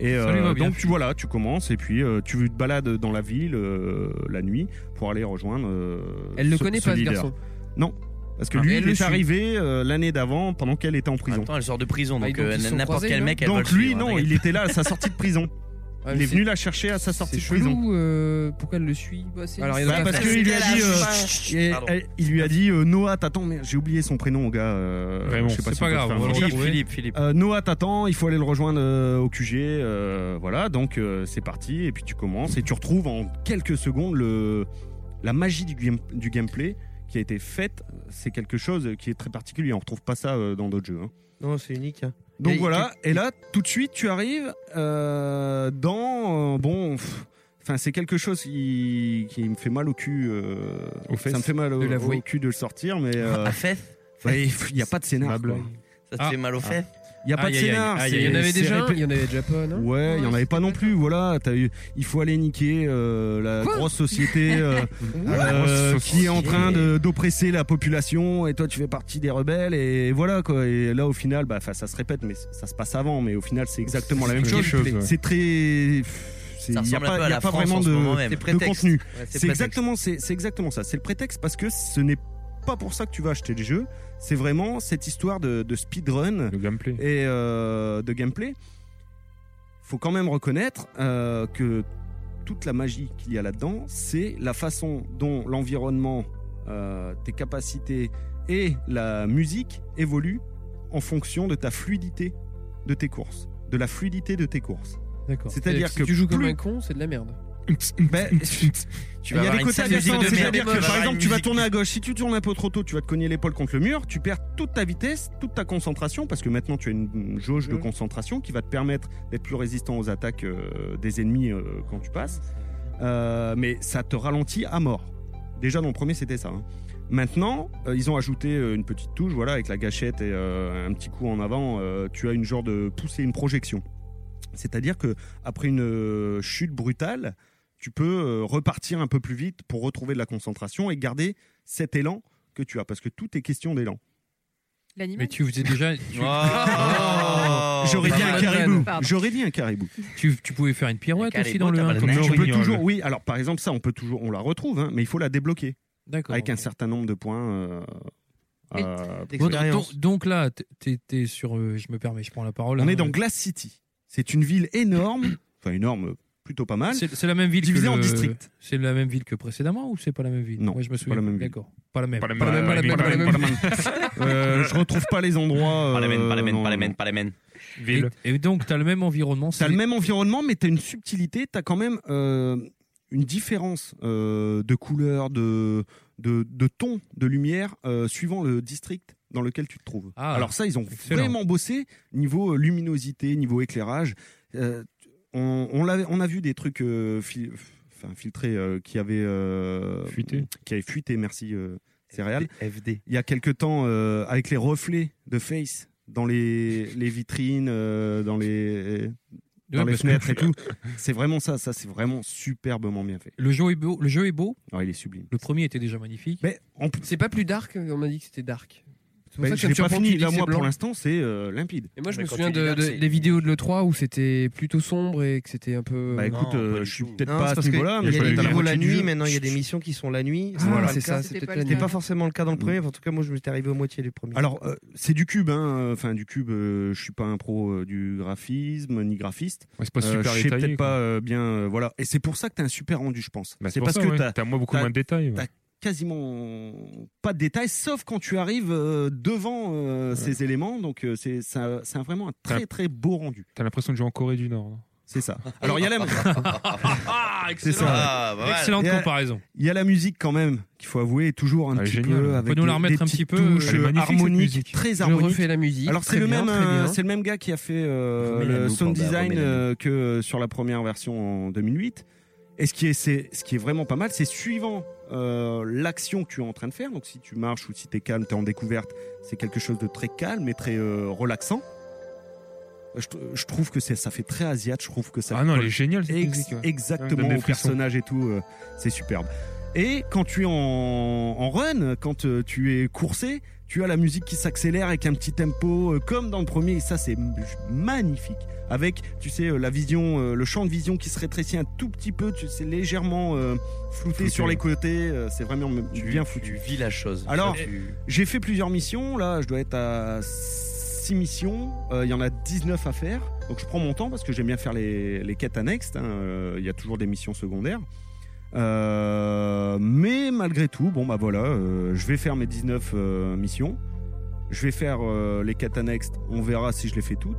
S7: Et
S2: Ça lui
S7: euh,
S2: va bien,
S7: donc tu voilà, tu commences et puis euh, tu te balades dans la ville euh, la nuit pour aller rejoindre. euh,
S3: Elle le
S7: ce-
S3: connaît
S7: ce
S3: pas, ce
S7: leader.
S3: garçon.
S7: Parce que
S3: Ah,
S7: lui,
S3: mais elle
S7: il
S3: le
S7: est
S3: suit.
S7: arrivé euh, l'année d'avant pendant qu'elle était en
S5: En
S7: prison.
S5: même temps, elle sort de prison,
S3: Ah,
S5: donc
S3: donc
S5: euh,
S3: ils se sont
S5: n'importe
S3: croisés,
S5: quel hein,
S3: non
S5: mec, elle va
S7: Donc
S5: le
S7: lui,
S5: suivre,
S7: non,
S5: t'inquiète.
S7: il était là à sa sortie de prison.
S3: Ouais,
S7: il
S3: mais
S7: est
S3: Ah c'est-
S7: venu la chercher à sa sortie
S3: Euh, C'est
S7: de prison.
S3: chelou. euh, Pourquoi elle le suit
S4: Bah, c'est
S3: Alors, il y en a
S7: Bah,
S3: pas
S7: parce
S3: fait.
S7: qu'il lui a
S5: C'était
S7: dit,
S5: la-
S7: euh,
S5: Chut,
S7: et-
S5: pardon.
S7: elle- il lui a dit euh, Noah, t'attends, mais j'ai oublié son prénom au gars. euh,
S9: Raymond,
S7: je sais
S2: c'est
S7: si
S2: pas
S7: on peut
S2: grave,
S7: faire
S2: on va
S7: un
S2: le
S7: recherche.
S2: retrouver.
S5: Philippe, Philippe.
S7: Euh, Noah t'attend, il faut aller le rejoindre euh, au QG. euh, voilà, donc euh, c'est parti. Et puis tu commences et tu retrouves en quelques secondes le, la magie du, game- du gameplay qui a été faite. C'est quelque chose qui est très particulier. On retrouve pas ça euh, dans d'autres jeux. hein.
S6: Non, c'est unique. hein.
S7: Donc
S6: Et
S7: voilà, et là, tout de suite, tu arrives euh, dans. euh, bon. pff, Enfin, c'est quelque chose qui, qui me fait mal au cul. euh,
S9: Aux
S7: ça
S9: fesses.
S7: me fait mal au,
S3: De l'avouer.
S7: au cul de le sortir, mais euh,
S5: À Fès
S7: bah, il n'y a pas de scénar. quoi.
S5: Ça te
S2: Ah.
S5: fait mal aux fesses
S7: Il n'y a pas
S2: Aïe,
S7: de
S2: aïe, aïe.
S7: scénar.
S2: Aïe,
S7: c'est-
S2: aïe,
S3: Il y en avait
S7: c'est
S3: déjà un,
S7: répé-
S3: Il y en avait déjà pas, non
S7: Ouais, il n'y en
S4: Ouais,
S7: avait pas
S4: c'était
S7: non
S4: pas
S7: plus. Voilà, t'as eu- il faut aller niquer euh, la
S3: Quoi
S7: grosse société euh, euh, qui est en train de- d'oppresser la population et toi tu fais partie des rebelles et voilà quoi. Et là au final, bah, 'fin, ça se répète, mais ça se passe avant, mais au final c'est exactement la même chose. C'est très.
S5: Ça
S7: c'est- Il n'y a
S5: ressemble un peu
S7: pas,
S5: à
S7: il y a
S5: la
S7: pas
S5: France
S7: vraiment
S5: en ce
S7: de,
S5: moment
S7: de
S5: même.
S6: prétexte.
S7: contenu.
S6: Ouais,
S7: C'est
S6: prétexte.
S7: exactement, c'est c'est exactement ça. C'est le prétexte parce que ce n'est pas pour ça que tu vas acheter le jeu. C'est vraiment cette histoire de, de speedrun
S9: Le gameplay.
S7: et euh, de gameplay. Faut quand même reconnaître euh, que toute la magie qu'il y a là-dedans, c'est la façon dont l'environnement, euh, tes capacités et la musique évoluent en fonction de ta fluidité de tes courses, de la fluidité de tes courses.
S2: D'accord.
S7: C'est-à-dire
S3: si
S7: que
S3: tu joues comme
S7: plus-
S3: un con, c'est de la merde.
S5: Tu
S7: Ben, Il y a
S5: vas
S7: des
S5: avoir une
S7: côtés
S5: sale musique
S7: agaçants.
S5: de merde.
S7: C'est-à-dire
S5: Tu vas
S7: que, par
S5: avoir
S7: exemple,
S5: une
S7: tu vas
S5: musique-
S7: tourner à gauche. Si tu tournes un peu trop tôt, tu vas te cogner l'épaule contre le mur. Tu perds toute ta vitesse, toute ta concentration, parce que maintenant, tu as une jauge de
S3: Mhm.
S7: concentration qui va te permettre d'être plus résistant aux attaques euh, des ennemis euh, quand tu passes. Euh, mais ça te ralentit à mort. Déjà, dans le premier, c'était ça. hein. Maintenant, euh, ils ont ajouté euh, une petite touche, voilà, avec la gâchette et euh, un petit coup en avant. euh, tu as une genre de poussée, une projection. C'est-à-dire que après une euh, chute brutale, tu peux euh, repartir un peu plus vite pour retrouver de la concentration et garder cet élan que tu as, parce que tout est question d'élan.
S4: L'animal.
S2: Mais tu faisais déjà. Tu,
S5: Oh,
S7: J'aurais
S5: pas
S7: dit un
S5: mal.
S7: caribou.
S4: Pardon.
S7: J'aurais dit un caribou.
S2: tu, tu pouvais faire une pirouette
S5: Avec
S2: aussi
S5: les
S2: dans
S5: bottes,
S2: le
S5: t'as
S2: 1.
S5: pas le
S2: comme
S5: nez.
S2: dans
S7: On
S5: J'aurais
S7: peut
S5: dit,
S7: toujours, oui. Alors par exemple, ça, on peut toujours, on la retrouve, hein, mais il faut la débloquer
S2: D'accord.
S7: avec un certain nombre de points. euh,
S4: Et-
S7: euh,
S2: Bon, donc, donc là, t'es- t'es t'es sur. euh, je me permets, je prends la parole.
S7: on
S2: hein.
S7: est dans Glass City. C'est une ville énorme, *coughs* enfin énorme, plutôt pas mal.
S2: C'est c'est la même ville
S7: Hein Divisé
S2: que
S7: en
S2: le-
S7: district.
S2: C'est la même ville que précédemment ou c'est pas la même ville
S7: Non,
S2: Ouais, je me souviens.
S7: la même ville.
S2: D'accord. Pas la même.
S5: Pas la
S2: Pas la
S5: même,
S2: même,
S5: pas la
S2: pas la
S5: même,
S2: même.
S5: pas la même.
S7: Euh, je retrouve pas les endroits.
S5: Pas la
S7: euh,
S5: même, pas la même,
S7: non,
S5: pas la
S7: non.
S5: même, pas la même.
S10: Ville.
S2: Et, et donc, t'as le même environnement.
S7: T'as
S2: c'est-
S7: le même environnement, mais t'as une subtilité, t'as quand même euh, une différence euh, de couleur, de, de, de ton, de lumière, euh, suivant le district dans lequel tu te trouves.
S2: Ah,
S7: Alors ça, ils ont
S2: excellent.
S7: vraiment bossé niveau euh, luminosité, niveau éclairage. Euh, on, on, l'avait- on a vu des trucs euh, fil- enfin, filtrés euh, qui avaient euh,
S10: Fuité.
S7: Qui avaient fuité, merci euh, Céréales
S5: FD.
S7: il y a quelque temps euh, avec les reflets de Face dans les, les vitrines, euh, dans les, dans
S2: Ouais,
S7: les
S2: parce que
S7: fenêtres et tout. C'est vraiment ça, ça c'est vraiment superbement bien fait.
S2: Le jeu est beau. Le jeu est beau.
S7: Alors il est sublime.
S2: Le premier était déjà
S7: *laughs*
S2: magnifique.
S7: Mais en plus,
S3: C'est pas plus dark On m'a dit que c'était dark. C'est pour
S7: bah,
S3: ça que
S7: je
S3: ça me
S7: l'ai pas
S3: surprend que tu
S7: fini,
S3: dis
S7: là
S3: que
S7: moi
S3: c'est
S7: pour
S3: blanc.
S7: l'instant c'est euh, limpide.
S3: Et moi, je
S5: Mais
S3: me
S5: quand
S3: souviens
S5: tu dis
S3: de,
S5: dark,
S3: de-
S5: c'est-
S3: des vidéos de l'E3 où c'était plutôt sombre et que c'était un peu.
S7: Bah écoute,
S5: pas
S7: euh,
S5: du
S7: je suis
S5: tout.
S7: peut-être
S6: Non,
S7: pas
S6: c'est
S7: à ce
S6: parce que
S7: niveau-là,
S6: il
S7: mais
S6: y a des
S7: t'as la
S6: niveaux la
S7: moitié du
S6: nuit,
S7: jeu.
S6: maintenant il y a des missions qui sont la nuit.
S3: Ah,
S6: C'est pas le
S3: c'est
S6: cas.
S3: ça,
S4: c'était
S3: c'est peut-être
S4: pas
S3: la
S4: le
S6: C'était
S3: nuit.
S6: pas forcément le cas dans le premier, enfin, en tout cas moi je m'étais arrivé aux moitié les premiers.
S7: Alors, euh, c'est du cube, hein. enfin du cube, euh, je suis pas un pro euh, du graphisme ni graphiste.
S10: Ouais, c'est pas
S7: Euh,
S10: super
S7: je sais
S10: détaillé.
S7: peut-être pas euh, bien, euh, voilà. Et c'est pour ça que t'as un super rendu, je pense.
S10: Bah,
S7: c'est parce
S10: ça,
S7: que
S10: ouais.
S7: t'as
S10: t'as moi beaucoup
S7: t'as-
S10: moins de détails. ouais.
S7: t'as- quasiment pas de détails, sauf quand tu arrives euh, devant euh, ces éléments. Donc, euh, c'est ça- c'est un- vraiment un très très beau rendu.
S10: T'as l'impression de jouer en Corée du Nord. non *laughs*
S7: C'est ça. Alors, il y, a la-
S5: Ah,
S7: excellent.
S5: Ah, bah, voilà.
S2: Excellente
S7: Et, euh,
S2: comparaison.
S7: il y a la musique quand même, qu'il faut avouer, toujours un
S10: Ah,
S7: petit
S10: génial.
S7: peu. Avec
S2: Faut nous la
S7: des-
S2: remettre
S7: des
S2: un petit
S7: petites
S2: peu.
S7: touches,
S10: Elle est
S7: euh,
S10: magnifique, cette
S7: harmoniques,
S10: musique.
S7: très
S3: Je
S7: harmoniques.
S3: refais la musique.
S7: Alors, c'est
S3: Très
S7: le,
S3: bien,
S7: même,
S3: très
S7: euh,
S3: bien.
S7: c'est le même gars qui a fait euh,
S5: Remets-la
S7: le
S5: nous,
S7: sound
S5: Panda,
S7: design
S5: remets-la nous.
S7: euh, que euh, sur la première version en 2008. Et ce qui est, c'est- ce qui est vraiment pas mal, c'est suivant euh, l'action que tu es en train de faire. Donc si tu marches ou si tu es calme, tu es en découverte, c'est quelque chose de très calme et très euh, relaxant. Je, t- je trouve que c'est- ça fait très asiat, je trouve que ça
S10: Ah non,
S7: colle
S10: elle est géniale cette
S7: Ex-
S10: musique. ouais. Ça me
S7: exactement
S10: donne des
S7: au
S10: frissons.
S7: personnage et tout. euh, c'est superbe. Et quand tu es en, en run, quand euh, tu es coursé, tu as la musique qui s'accélère avec un petit tempo euh, comme dans le premier. Et ça, c'est m- magnifique. Avec, tu sais, euh, la vision, euh, le champ de vision qui se rétrécit un tout petit peu, tu sais, légèrement euh, flouté,
S10: Flouté,
S7: sur les
S10: ouais.
S7: côtés. euh, c'est vraiment m-
S5: Tu-
S7: bien foutu.
S5: Tu vis la chose.
S7: Alors,
S5: Tu vois, tu-
S7: J'ai fait plusieurs missions, là je dois être à 6 missions, Euh, il y en a 19 à faire, donc je prends mon temps parce que j'aime bien faire les, les quêtes annexes, hein. Euh, il y a toujours des missions secondaires. Euh, mais malgré tout, bon bah voilà, euh, je vais faire mes 19 euh, missions, je vais faire euh, les quêtes annexes, on verra si je les fais toutes,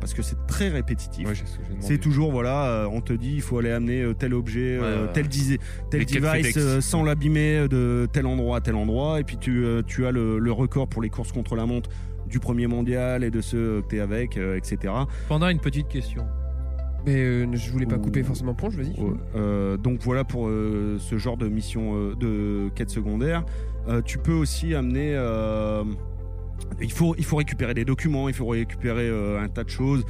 S7: parce que c'est très répétitif.
S10: Ouais, j'ai- j'ai demandé.
S7: C'est toujours, voilà, euh, on te dit, il faut aller amener euh, tel objet, euh,
S5: Ouais, ouais.
S7: tel, dis- tel
S10: Les quêtes
S7: device
S10: FedEx.
S7: euh, sans l'abîmer euh, de tel endroit à tel endroit. Et puis tu, euh, tu as le, le record pour les courses contre la montre du premier mondial et de ceux que t'es avec, euh, etc.
S2: Pendant une petite question.
S3: Mais euh, je voulais pas couper
S7: Ouh.
S3: forcément Ponche, vas-y.
S7: Ouais. Euh, donc voilà pour euh, ce genre de mission euh, de quête secondaire. Euh, tu peux aussi amener. euh, il, faut, il faut récupérer des documents, il faut récupérer euh, un tas de choses,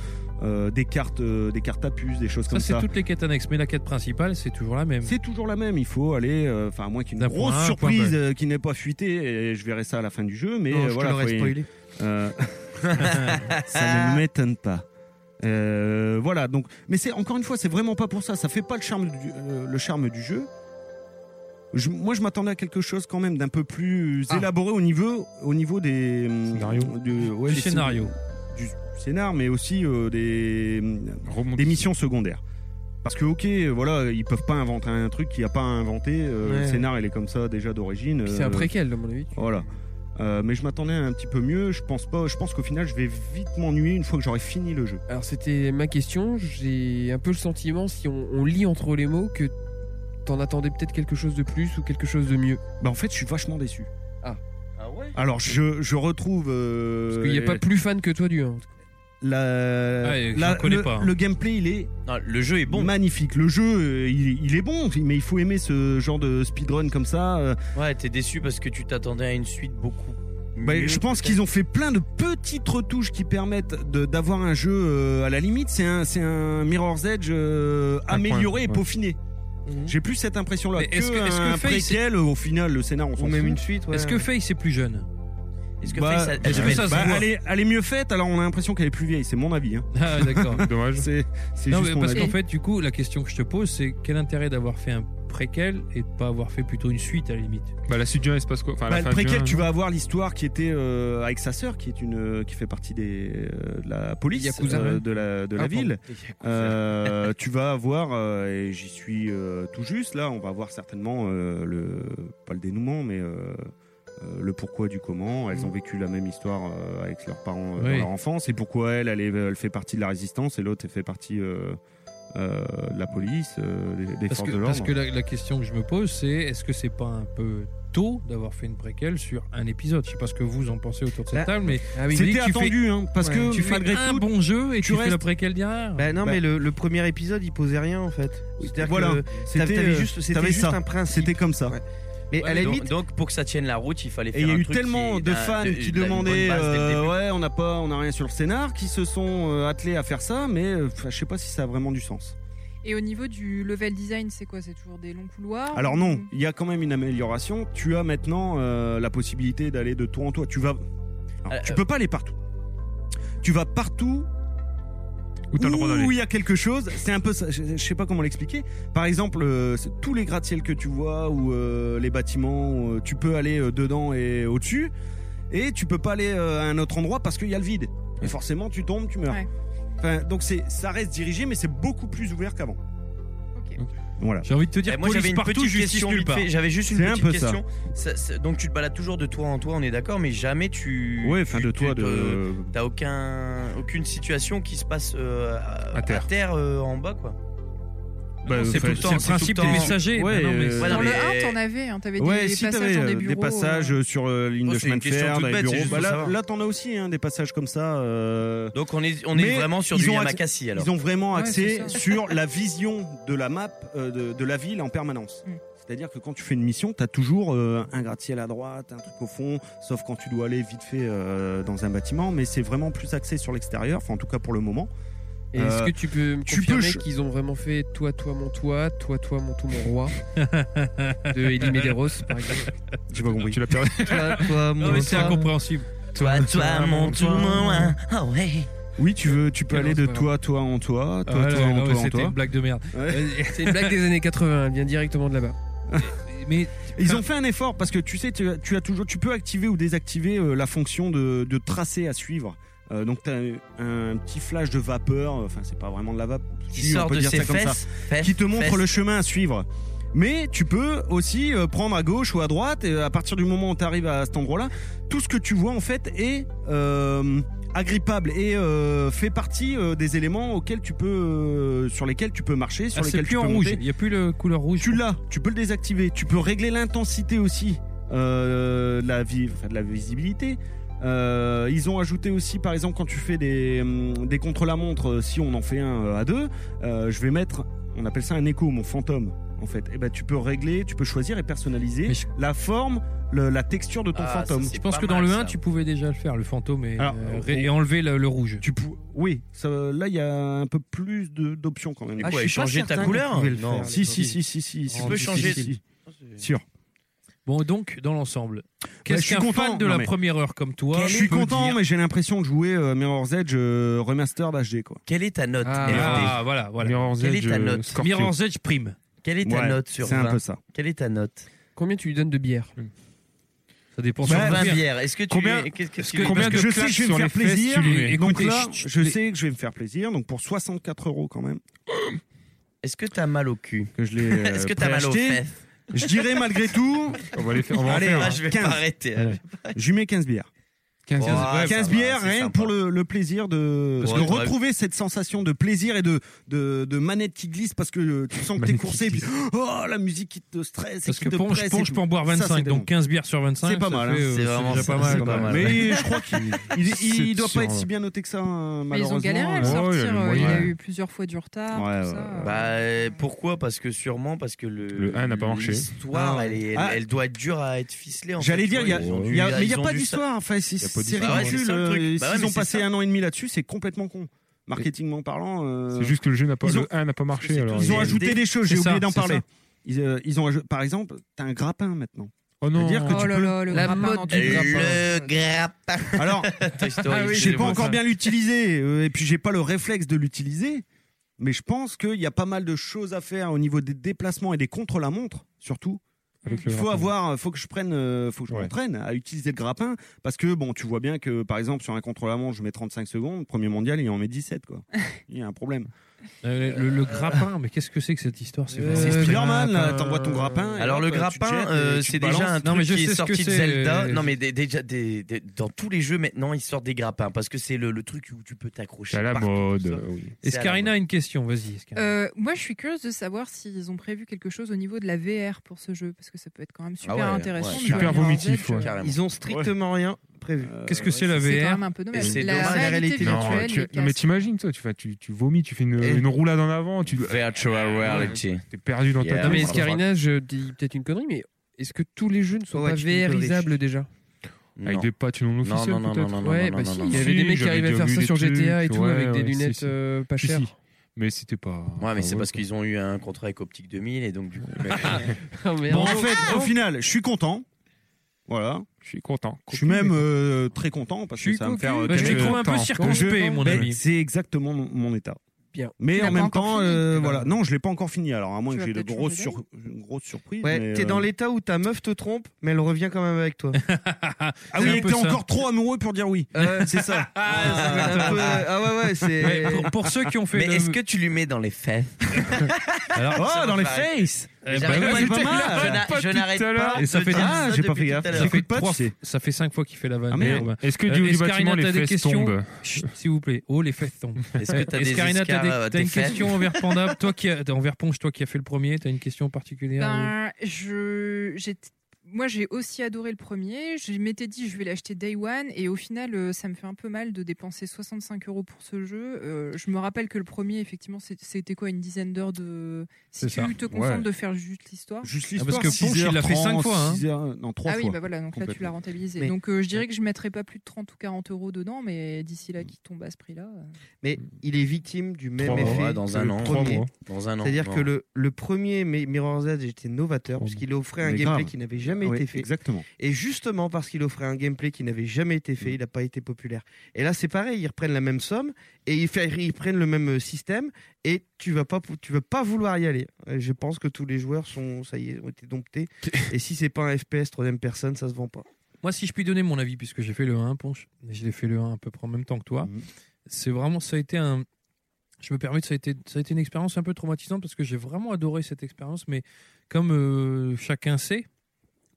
S7: euh, des cartes, euh, des cartes à puce, des choses
S2: Ça,
S7: comme
S2: c'est
S7: ça.
S2: toutes les quêtes annexes, mais la quête principale, c'est toujours la même.
S7: C'est toujours la même, il faut aller, euh, enfin, à moins qu'il y ait
S2: D'un
S7: une
S2: point
S7: grosse
S2: A à un point
S7: surprise
S2: B.
S7: euh, qui n'est pas fuitée, et je verrai ça à la fin du jeu, mais
S6: Non,
S7: euh,
S6: je
S7: voilà.
S6: te l'aurais
S7: faut y-
S6: spoilé.
S7: euh, ça ne m'étonne pas. Euh, voilà, donc, mais c'est encore une fois, c'est vraiment pas pour ça, ça fait pas le charme du, euh, le charme du jeu. Je- moi, je m'attendais à quelque chose quand même d'un peu plus
S2: Ah.
S7: élaboré au niveau, au niveau des
S10: Scénario.
S7: du, ouais,
S2: Du
S7: des scén-
S2: scénario.
S7: du scénar, mais aussi euh, des
S10: Remonte-
S7: des missions secondaires. Parce que ok, voilà, ils peuvent pas inventer un truc qu'il n'y a pas inventé. euh,
S6: Ouais.
S7: Le scénar, il est comme ça déjà d'origine.
S3: Puis c'est un
S7: euh,
S3: préquel, à mon avis. tu-
S7: Voilà. Euh, mais je m'attendais à un petit peu mieux. Je pense pas. Je pense qu'au final, je vais vite m'ennuyer une fois que j'aurai fini le jeu.
S3: Alors c'était ma question, j'ai un peu le sentiment, si on, on lit entre les mots, que t'en attendais peut-être quelque chose de plus ou quelque chose de mieux.
S7: Bah en fait, je suis vachement déçu.
S3: Ah.
S5: Ah ouais
S7: Alors je, je retrouve. euh,
S3: Parce qu'il n'y a pas plus fan que toi du 1.
S7: La,
S2: Ah, et j'en
S7: la-
S2: connais
S7: le,
S2: pas, hein.
S7: le gameplay, il est
S5: Non, le jeu est bon.
S7: magnifique. Le jeu, euh, il, il est bon, mais il faut aimer ce genre de speedrun comme ça. euh,
S5: Ouais, t'es déçu parce que tu t'attendais à une suite beaucoup.
S7: Bah, je pense qu'ils ont fait plein de petites retouches qui permettent de- d'avoir un jeu euh, à la limite. C'est un, c'est un Mirror's Edge euh,
S9: Un
S7: amélioré
S9: point,
S7: et
S9: ouais.
S7: peaufiné. J'ai plus cette impression-là.
S2: Mais
S7: Que
S2: est-ce que- est-ce que
S7: un
S2: Faye,
S7: préquel, euh, au final, le scénar, on s'en
S11: Ou
S7: fout.
S11: même une suite, ouais.
S2: Est-ce que Faye c'est plus jeune
S5: Est-ce que
S7: Bah,
S5: Face a-
S2: est-ce que
S5: avait-
S2: ça se
S7: Bah,
S2: voit
S7: elle, est, elle est mieux faite, alors on a l'impression qu'elle est plus vieille. C'est mon avis. hein.
S2: Ah d'accord.
S9: Dommage.
S7: C'est *laughs* c'est
S2: Non,
S7: juste
S2: mais
S7: mon
S2: parce
S7: avis.
S2: qu'en fait, du coup, la question que je te pose, c'est quel intérêt d'avoir fait un préquel et de pas avoir fait plutôt une suite à la limite
S9: Bah, la suite du 1, il se passe quoi Enfin,
S7: Bah,
S9: la
S7: le
S9: fin
S7: préquel,
S9: du
S7: tu vas avoir l'histoire qui était euh, avec sa sœur, qui est une euh, qui fait partie des euh, de la police
S3: Yakuza,
S7: euh,
S3: ouais.
S7: de la de la
S3: Ah, pardon.
S7: ville. Euh, tu vas avoir euh, et j'y suis euh, tout juste là. On va voir certainement euh, le pas le dénouement, mais euh, euh, le pourquoi du comment. Elles ont
S3: Mm.
S7: vécu la même histoire euh, avec leurs parents euh, dans
S2: Oui.
S7: leur enfance et pourquoi elle elle, est- elle fait partie de la résistance et l'autre elle fait partie euh, euh, de la police, euh, des, des
S2: Parce
S7: forces
S2: que,
S7: de
S2: parce
S7: l'ordre.
S2: que la, la question que je me pose, c'est est-ce que c'est pas un peu tôt d'avoir fait une préquelle sur un épisode Je sais pas ce que vous en pensez autour de cette
S11: Bah,
S2: table, mais
S3: Ah oui,
S2: C'est-
S7: C'était
S2: tu fais-
S7: attendu, hein, parce
S11: Ouais.
S7: que
S2: tu fais
S7: malgré
S2: un
S7: tout,
S2: bon jeu et
S7: tu
S2: tu, fais
S7: restes-
S2: le préquel derrière.
S11: Bah non,
S7: Bah-
S11: mais le, le premier épisode, il posait rien en fait. C'est-à-dire
S7: Voilà.
S11: que t'avais-
S7: c'était
S11: t'avais
S7: euh,
S11: juste, c'était
S7: t'avais
S11: juste
S7: ça.
S11: un principe.
S7: C'était comme ça.
S11: Ouais. Mais
S5: Ouais,
S11: à la
S5: donc,
S11: limite,
S5: donc, pour que ça tienne la route, il fallait
S7: Et
S5: faire.
S7: il y a
S5: un
S7: eu
S5: truc
S7: tellement
S5: qui-
S7: de
S5: d'un-
S7: fans
S5: de- d'une
S7: qui
S5: bonne
S7: demandaient
S5: base dès le
S7: euh,
S5: début.
S7: ouais on n'a pas on n'a rien sur le scénar qui se sont euh, attelés à faire ça mais euh, enfin, je sais pas si ça a vraiment du sens.
S4: Et au niveau du level design, c'est quoi C'est toujours des longs couloirs
S7: Alors
S4: ou-
S7: non, il y a quand même une amélioration. Tu as maintenant euh, la possibilité d'aller de tour en tour. Tu vas Alors,
S5: Euh,
S7: tu
S5: euh,
S7: peux pas aller partout. Tu vas partout
S9: un. Où t'as le droit d'aller.
S7: où il y a quelque chose. C'est un peu ça. Je, je sais pas comment l'expliquer. Par exemple, euh, c'est tous les gratte-ciel que tu vois ou euh, les bâtiments, euh, tu peux aller euh, dedans et au-dessus. Et tu peux pas aller euh, à un autre endroit parce qu'il y a le vide. Et forcément, tu tombes, tu meurs.
S4: Ouais.
S7: Enfin, donc c'est, ça reste dirigé, mais c'est beaucoup plus ouvert qu'avant.
S4: Ok.
S7: Voilà.
S2: J'ai envie de te dire,
S5: Eh, moi j'avais
S2: police
S5: une
S2: partout,
S5: petite
S2: justice
S5: question
S2: nulle
S5: vite
S2: part.
S5: fait. J'avais juste une
S7: C'est un
S5: petite
S7: peu ça.
S5: question. Ça, ça- donc tu te balades toujours de toi en toi, on est d'accord, mais jamais tu.
S7: Ouais, enfin
S5: tu-
S7: de
S5: tu
S7: toi,
S5: te- euh,
S7: de.
S5: T'as aucun, aucune situation qui se passe euh, à,
S9: À terre.
S5: à euh, en bas quoi.
S7: Bah,
S2: C'est tout
S7: enfin,
S2: le temps
S5: c'est
S2: le
S5: tout le
S2: principe des
S5: temps.
S2: messagers.
S7: Ouais,
S2: Bah non, mais
S7: euh,
S5: Ouais,
S4: Dans
S5: non,
S4: le
S5: mais-
S4: 1, t'en avais, hein, t'avais
S7: Ouais,
S4: des,
S7: si
S4: passages
S7: t'avais
S4: dans des
S7: euh,
S4: bureaux.
S7: des passages
S4: euh,
S7: euh, sur euh, ligne
S5: Oh,
S7: de
S5: c'est
S7: chemin
S5: une
S7: de
S5: question
S7: fer,
S5: toute
S7: dans les
S5: bête, c'est
S7: bureaux.
S5: juste
S7: Bah,
S5: pour
S7: là,
S5: savoir.
S7: là, t'en as aussi hein, des passages comme ça. euh,
S5: Donc on est, on
S7: Mais
S5: est vraiment sur
S7: ils
S5: du
S7: ont
S5: Yamakasi alors.
S7: Ils ont vraiment
S4: Ouais,
S7: axé
S4: c'est ça.
S7: sur la vision de la map euh, de, de la ville en permanence.
S4: Mm.
S7: C'est-à-dire que quand tu fais une mission, t'as toujours euh, un gratte-ciel à droite, un truc au fond, sauf quand tu dois aller vite fait euh, dans un bâtiment, mais c'est vraiment plus axé sur l'extérieur, enfin en tout cas pour le moment.
S3: Et Est-ce
S7: Euh,
S3: que tu peux me
S7: tu peux
S3: confirmer
S7: ch-
S3: qu'ils ont vraiment fait toi, toi, mon toi, toi, toi, mon tout, mon roi de Elie Medeiros par exemple
S7: J'ai pas compris.
S9: Tu l'as perdu.
S11: toi,
S7: Ah,
S11: toi,
S2: Non,
S11: moi,
S2: mais c'est
S11: toi.
S2: incompréhensible.
S5: Toi, toi, mon tout, mon un. Ah ouais.
S7: Oui, tu veux, tu peux
S3: Ok,
S7: aller
S3: non,
S7: de
S3: c'est pas
S7: toi, toi en
S2: Ah,
S7: toi, toi, toi
S2: ouais,
S7: en
S2: non,
S7: toi en
S2: C'était
S7: toi.
S2: une blague de merde.
S3: C'est une blague des années 80, elle vient directement de là-bas.
S2: Mais
S7: Ils ont fait un effort parce que tu sais, tu, as- tu as toujours, tu peux activer ou désactiver euh, la fonction de, de tracé à suivre. Euh, donc t'as un, un petit flash de vapeur, enfin c'est pas vraiment de la vapeur,
S5: Qui
S7: si, on
S5: sort
S7: peut
S5: de
S7: dire
S5: ses
S7: ça comme ça.
S5: fesses. fesses,
S7: qui te montre
S5: fesses.
S7: le chemin à suivre. Mais tu peux aussi euh, prendre à gauche ou à droite, et euh, à partir du moment où tu arrives à cet endroit-là, tout ce que tu vois en fait est euh, agrippable et euh, fait partie euh, des éléments auxquels tu peux, euh, sur lesquels tu peux marcher, sur
S2: Ah, c'est
S7: lesquels
S2: plus
S7: tu peux
S2: en rouge.
S7: monter.
S2: Il n'y a plus le couleur rouge.
S7: Tu l'as, tu peux le désactiver, tu peux régler l'intensité aussi euh, de, la vi- enfin, de la visibilité. Euh, ils ont ajouté aussi, par exemple, quand tu fais des, hum, des contre-la-montre, euh, si on en fait un euh, à deux, euh, je vais mettre, on appelle ça un écho, mon fantôme. En fait, et ben, tu peux régler, tu peux choisir et personnaliser
S2: Mais je-
S7: la forme, le- la texture de ton
S5: Ah, ça,
S7: fantôme. Ah,
S5: c'est
S2: Je pense
S5: pas
S2: que dans
S5: mal,
S2: le 1,
S5: ça.
S2: tu pouvais déjà le faire, le fantôme, et,
S7: Alors,
S2: euh,
S7: on-
S2: ré- et enlever le, le rouge.
S7: Tu pou- Oui, ça, là, il y a un peu plus de- d'options quand même.
S5: Ah,
S7: je
S5: ouais,
S7: suis pas
S5: changer ta
S7: certain
S5: couleur
S7: qu'on pouvait le
S5: Non.
S7: faire. Si, si, si, si, si,
S2: Tu
S7: si,
S2: peux
S7: si,
S5: changer-
S7: si, si. Sûr.
S2: Bon, donc, dans l'ensemble,
S7: je
S2: qu'est-ce
S7: suis
S2: qu'un
S7: content.
S2: fan de
S7: Non,
S2: la
S7: mais-
S2: première heure comme toi
S5: Quel
S7: Je
S5: est-
S7: suis
S2: peut
S7: content,
S2: dire-
S7: mais j'ai l'impression de jouer euh, Mirror's Edge euh, Remastered HD quoi.
S5: Quelle est ta note
S3: Ah,
S5: FD
S2: Ah, voilà, voilà.
S9: Mirror's
S5: Quelle est
S9: Edge,
S5: ta
S9: euh,
S5: note
S9: Scorpio.
S2: Mirror's Edge prime.
S5: Quelle est ta
S7: Ouais,
S5: note sur
S7: C'est un
S5: 20
S7: peu ça.
S5: Quelle est ta note
S3: Combien tu lui donnes de bière
S2: Ça dépend
S5: Sur
S2: sur
S5: 20
S2: combien.
S5: bières. Est-ce que tu
S9: Combien-
S5: es- qu'est-ce que
S2: est-ce
S5: tu
S2: que-
S5: es-
S9: combien
S7: Parce que
S9: de
S7: je sais
S9: claques
S7: que je vais me
S9: sur
S7: faire
S9: les fesses
S7: plaisir.
S9: tu lui mets
S7: donc
S2: Écoutez,
S7: là,
S2: chut,
S7: je
S2: les-
S7: sais que je vais me faire plaisir. Donc pour 64 euros quand même,
S5: Est-ce que t'as mal au cul
S7: que je l'ai. euh, *laughs*
S5: Est-ce que t'as mal aux
S7: préacheté.
S5: fesses
S7: Je dirais malgré tout.
S9: On va les faire- on va en
S7: Allez,
S9: faire,
S7: hein.
S9: Ah, je vais
S7: 15.
S9: pas arrêter,
S7: Allez. Je lui mets 15 bières.
S9: 15, Ouais, 15, ouais,
S7: 15
S5: Oh,
S9: ça va,
S7: bières,
S9: c'est
S7: rien que
S9: sympa.
S7: pour le, le plaisir de,
S9: Pour
S7: de
S9: être-
S7: retrouver cette sensation de plaisir et de, de, de manette qui glisse parce que euh, tu sens que t'es
S2: Manette qui
S7: coursé et puis oh la musique qui te stresse. et
S2: Parce
S7: qui
S2: que
S7: te
S2: pour- je
S7: presse et
S2: pense que je
S7: tout.
S2: peux en boire
S7: Ça,
S2: 25,
S7: c'est
S2: donc
S7: bon.
S2: 15 bières sur 25,
S7: C'est pas
S2: ça
S7: mal,
S2: fait,
S7: hein.
S2: euh, C'est c'est
S5: Oh,
S2: vraiment déjà ça, pas mal, c'est pas mal.
S5: *laughs*
S7: Mais
S2: Ouais.
S7: je crois qu'il il- il
S2: C'est
S7: doit
S2: sûr,
S7: pas être si
S2: ouais.
S7: bien noté que ça, hein,
S4: Mais ils ont
S7: malheureusement.
S4: galéré à le
S5: Ouais,
S4: sortir.
S5: il y a
S4: euh,
S5: les
S4: il a
S5: moyens.
S4: eu plusieurs fois du retard. tout ça.
S7: Hmm.
S5: Bah, euh, pourquoi Parce que sûrement parce que le,
S9: Le un n'a pas marché.
S5: L'histoire,
S7: Ah.
S5: elle, est- elle-
S7: Ah.
S5: elle doit être dure à être ficelée. en
S7: J'allais
S5: fait,
S7: dire,
S5: tu
S7: il y a,
S5: vois, ils ont dû-
S7: il y a- mais il n'y
S5: ils
S7: a
S5: ont
S7: pas
S5: dû ça.
S7: d'histoire. Enfin, c'est
S5: Il y a pas
S7: c'est
S5: d'histoire. Ouais,
S7: ridicule.
S5: c'est ça, le truc.
S7: euh,
S5: Bah ouais,
S7: S'ils
S5: mais
S7: ont
S5: c'est
S7: passé
S5: ça.
S7: un an et demi là-dessus, c'est complètement con. Marketingment parlant. euh,
S9: C'est juste que le jeu n'a pas,
S7: ils ont-
S9: le 1 n'a pas marché.
S7: Ils
S9: alors,
S7: ont ajouté des choses, j'ai
S9: C'est ça,
S7: oublié d'en
S9: c'est
S7: parler.
S9: ça.
S7: Ils, euh, ils ont, aj- par exemple, t'as un grappin maintenant.
S9: Oh non.
S7: C'est-à-dire que
S4: Oh
S7: tu
S4: là
S7: peux-
S4: là, le La grappin mode dans du Toy Story. grappin.
S5: Le grappin.
S7: *laughs* Alors,
S5: Toy Story,
S7: *laughs* ah oui, j'ai
S5: excusez-moi
S7: pas encore
S5: ça.
S7: bien l'utilisé, euh, et puis j'ai pas le réflexe de l'utiliser. Mais je pense qu'il y a pas mal de choses à faire au niveau des déplacements et des contre-la-montre, surtout.
S9: Avec le
S7: Il faut
S9: grappin.
S7: avoir, euh, faut que je prenne, euh, faut que je m'entraîne à utiliser le grappin, parce que bon, tu vois bien que par exemple sur un contre-la-montre, je mets 35 secondes, premier mondial, il en met 17 quoi. Il y a un problème.
S2: Euh, le, le grappin, mais qu'est-ce que c'est que cette histoire C'est
S5: Euh,
S7: C'est
S2: vraiment-
S7: Spider-Man, là,
S2: Grappin.
S7: t'envoies ton grappin. et
S5: Alors
S7: hop,
S5: le
S7: Euh, tu te jettes
S5: grappin,
S7: et
S5: euh,
S7: tu
S5: c'est
S7: te
S5: déjà
S7: balances.
S5: un
S2: Non,
S5: truc
S2: mais je sais
S5: qui est
S2: ce que
S5: sorti de
S2: c'est,
S5: Zelda.
S2: euh,
S5: Non mais des- déjà des, des- dans tous les jeux maintenant ils sortent des grappins parce que c'est le, le truc où tu peux t'accrocher.
S9: C'est à la
S5: partout, tout ça.
S9: mode. oui.
S5: C'est à la
S2: Escarina a une question, vas-y. Escarina.
S4: Euh, moi, je suis curieuse de savoir s'ils ont prévu quelque chose au niveau de la VR pour ce jeu, parce que ça peut être quand même super
S5: Ah ouais,
S4: intéressant.
S5: ouais,
S4: de
S9: Super
S4: voir en
S9: vomitif,
S4: direct,
S9: ouais.
S4: euh,
S5: Carrément.
S6: Ils ont strictement rien prévu.
S5: Euh,
S2: Qu'est-ce que c'est la
S4: C'est quand même
S2: VR
S4: un peu
S5: Et
S4: dommage.
S5: c'est
S4: La
S5: dommage. La
S4: réalité
S5: réalité
S4: virtuelle.
S9: tu-
S4: les
S9: non, mais
S4: casques.
S9: t'imagines, toi, tu, fais- tu, tu vomis, tu fais une,
S2: Et-
S9: une roulade en avant, tu
S5: Virtual reality.
S9: t'es perdu dans
S5: Yeah.
S9: ta
S3: Non, mais
S5: Ouais.
S3: Escarina, je dis peut-être une connerie, mais est-ce que tous les jeux ne sont
S6: Ouais,
S3: pas
S6: tu dis une connerie.
S3: VRisables déjà
S9: Avec des patchs non
S5: non,
S9: officiels,
S5: non, non,
S9: peut-être.
S5: non, non,
S3: Ouais,
S5: non,
S3: bah
S5: non,
S3: si,
S5: non,
S3: il y
S5: non.
S3: avait
S9: Si,
S3: des mecs qui
S9: j'avais
S3: arrivaient à
S9: déjà
S3: faire
S9: vu
S3: ça
S9: des
S3: sur GTA et
S9: trucs,
S3: tout
S9: ouais,
S3: avec
S9: ouais,
S3: des
S9: si,
S3: lunettes
S9: si.
S3: euh, pas
S9: Si,
S3: chères. *laughs*
S9: si. Mais c'était pas.
S5: Ouais mais c'est
S9: ouais,
S5: parce
S9: quoi.
S5: qu'ils ont eu un contrat avec Optique 2000 et donc du coup.
S3: Ah, merde.
S7: Bon, en fait, au final, je suis content. Voilà.
S9: Je suis content.
S7: Je suis même euh, très content parce
S3: Je
S7: que
S3: suis
S7: ça va me
S3: cocu.
S7: faire. euh,
S2: Bah, je
S7: quelques-
S2: les trouve un peu
S9: Attends,
S2: circonspect, mon
S7: Ben,
S2: ami.
S7: c'est exactement mon, mon état.
S3: Bien.
S7: Mais
S4: Tu l'as
S7: en
S4: pas
S7: même
S4: encore
S7: temps,
S4: fini,
S7: euh,
S4: tu l'as.
S7: voilà. Non, je l'ai pas encore fini. Alors à moins
S4: Tu
S7: que
S4: vas
S7: j'ai de
S4: peut-être
S7: grosses
S4: changer
S7: sur... une grosse surprise. mais,
S6: Ouais, t'es
S7: euh,
S6: dans l'état où ta meuf te trompe, mais elle revient quand même *laughs* avec toi.
S7: Ah
S2: C'est un
S7: oui,
S2: peu
S7: t'es
S2: ça.
S7: encore trop amoureux pour dire oui. c'est ça.
S6: Un peu- ah ouais, ouais,
S2: Mais
S6: c'est.
S2: pour, pour ceux qui ont fait
S5: Mais
S2: le-
S5: est-ce que tu lui mets dans les fesses
S7: Oh, dans les faces.
S2: Eh ben,
S5: J'arrive
S2: ouais, c'est
S5: pas à le
S2: pas
S5: dire.
S2: mal.
S5: Je n'a- Je n'arrête
S9: tout à l'heure.
S5: pas.
S2: Et ça
S5: de
S2: fait-
S5: dire
S7: Ah, j'ai
S5: depuis
S7: pas fait
S5: tout
S7: gaffe.
S5: à l'heure.
S2: Ça fait,
S7: J'écoute pas,
S2: trois-
S7: tu sais.
S2: ça fait cinq fois qu'il fait la vanne.
S7: Ah, merde.
S2: merde.
S9: Est-ce que du haut
S2: Euh,
S9: du
S2: Escarina,
S9: bâtiment, les
S2: t'as des
S9: fesses
S2: questions
S9: tombent
S2: Chut, S'il vous plaît. Oh, les fesses tombent.
S5: Est-ce que t'as des
S2: Escarina, t'as
S5: escarres, euh,
S2: des- t'as une
S5: tes fesses
S2: question envers Panda, toi qui a- envers Ponge, toi qui as fait le premier, t'as une question particulière ou-
S4: Ben, je, j'ai- moi, j'ai aussi adoré le premier. Je m'étais dit, je vais l'acheter day one. Et au final, euh, ça me fait un peu mal de dépenser 65 euros pour ce jeu. Euh, je me rappelle que le premier, effectivement, c'est- c'était quoi Une dizaine d'heures de. Si
S2: C'est
S4: tu
S2: ça,
S4: te contentes
S7: ouais.
S4: de faire juste l'histoire.
S7: Juste
S2: Ah,
S7: l'histoire.
S2: parce que Ponche, il l'a fait cinq
S7: 6h30,
S2: fois, hein.
S7: 6h, Non, trois
S4: Ah oui,
S7: fois.
S4: bah voilà, donc là tu l'as
S7: Complètement.
S4: rentabilisé.
S6: Mais-
S4: Donc euh, je dirais que je mettrais pas plus de 30 ou 40 euros dedans, mais d'ici là qui tombe à ce prix-là. euh.
S6: Mais il est victime du même
S5: Trois
S6: effet.
S5: mois, dans
S6: que
S5: un
S6: le
S5: an.
S9: Trois
S6: premier.
S9: mois.
S5: Dans un an.
S6: C'est-à-dire
S5: non.
S6: que le, le premier Mi- Mirror's Edge était novateur, puisqu'il offrait un
S7: Mais
S6: gameplay
S7: grave. Ah
S6: qui n'avait jamais
S7: Oui,
S6: été fait.
S7: Exactement.
S6: Et justement, parce qu'il offrait un gameplay qui n'avait jamais été
S7: Mm.
S6: fait, il n'a pas été populaire. Et là, c'est pareil, ils reprennent la même somme et ils, fait- ils prennent le même euh, système et tu vas pas, pou- tu vas pas vouloir y aller. Euh, Je pense que tous les joueurs sont, ça y est, ont été
S7: *laughs*
S6: domptés. et si c'est pas un FPS troisième personne, ça se vend pas.
S2: Moi, si je puis donner mon avis, puisque j'ai fait le 1, Ponche, et je l'ai fait le 1 à peu près en même temps que toi,
S7: Mhm.
S2: c'est vraiment, ça a été un. Je me permets, ça a été, ça a été une expérience un peu traumatisante parce que j'ai vraiment adoré cette expérience, mais comme euh, chacun sait,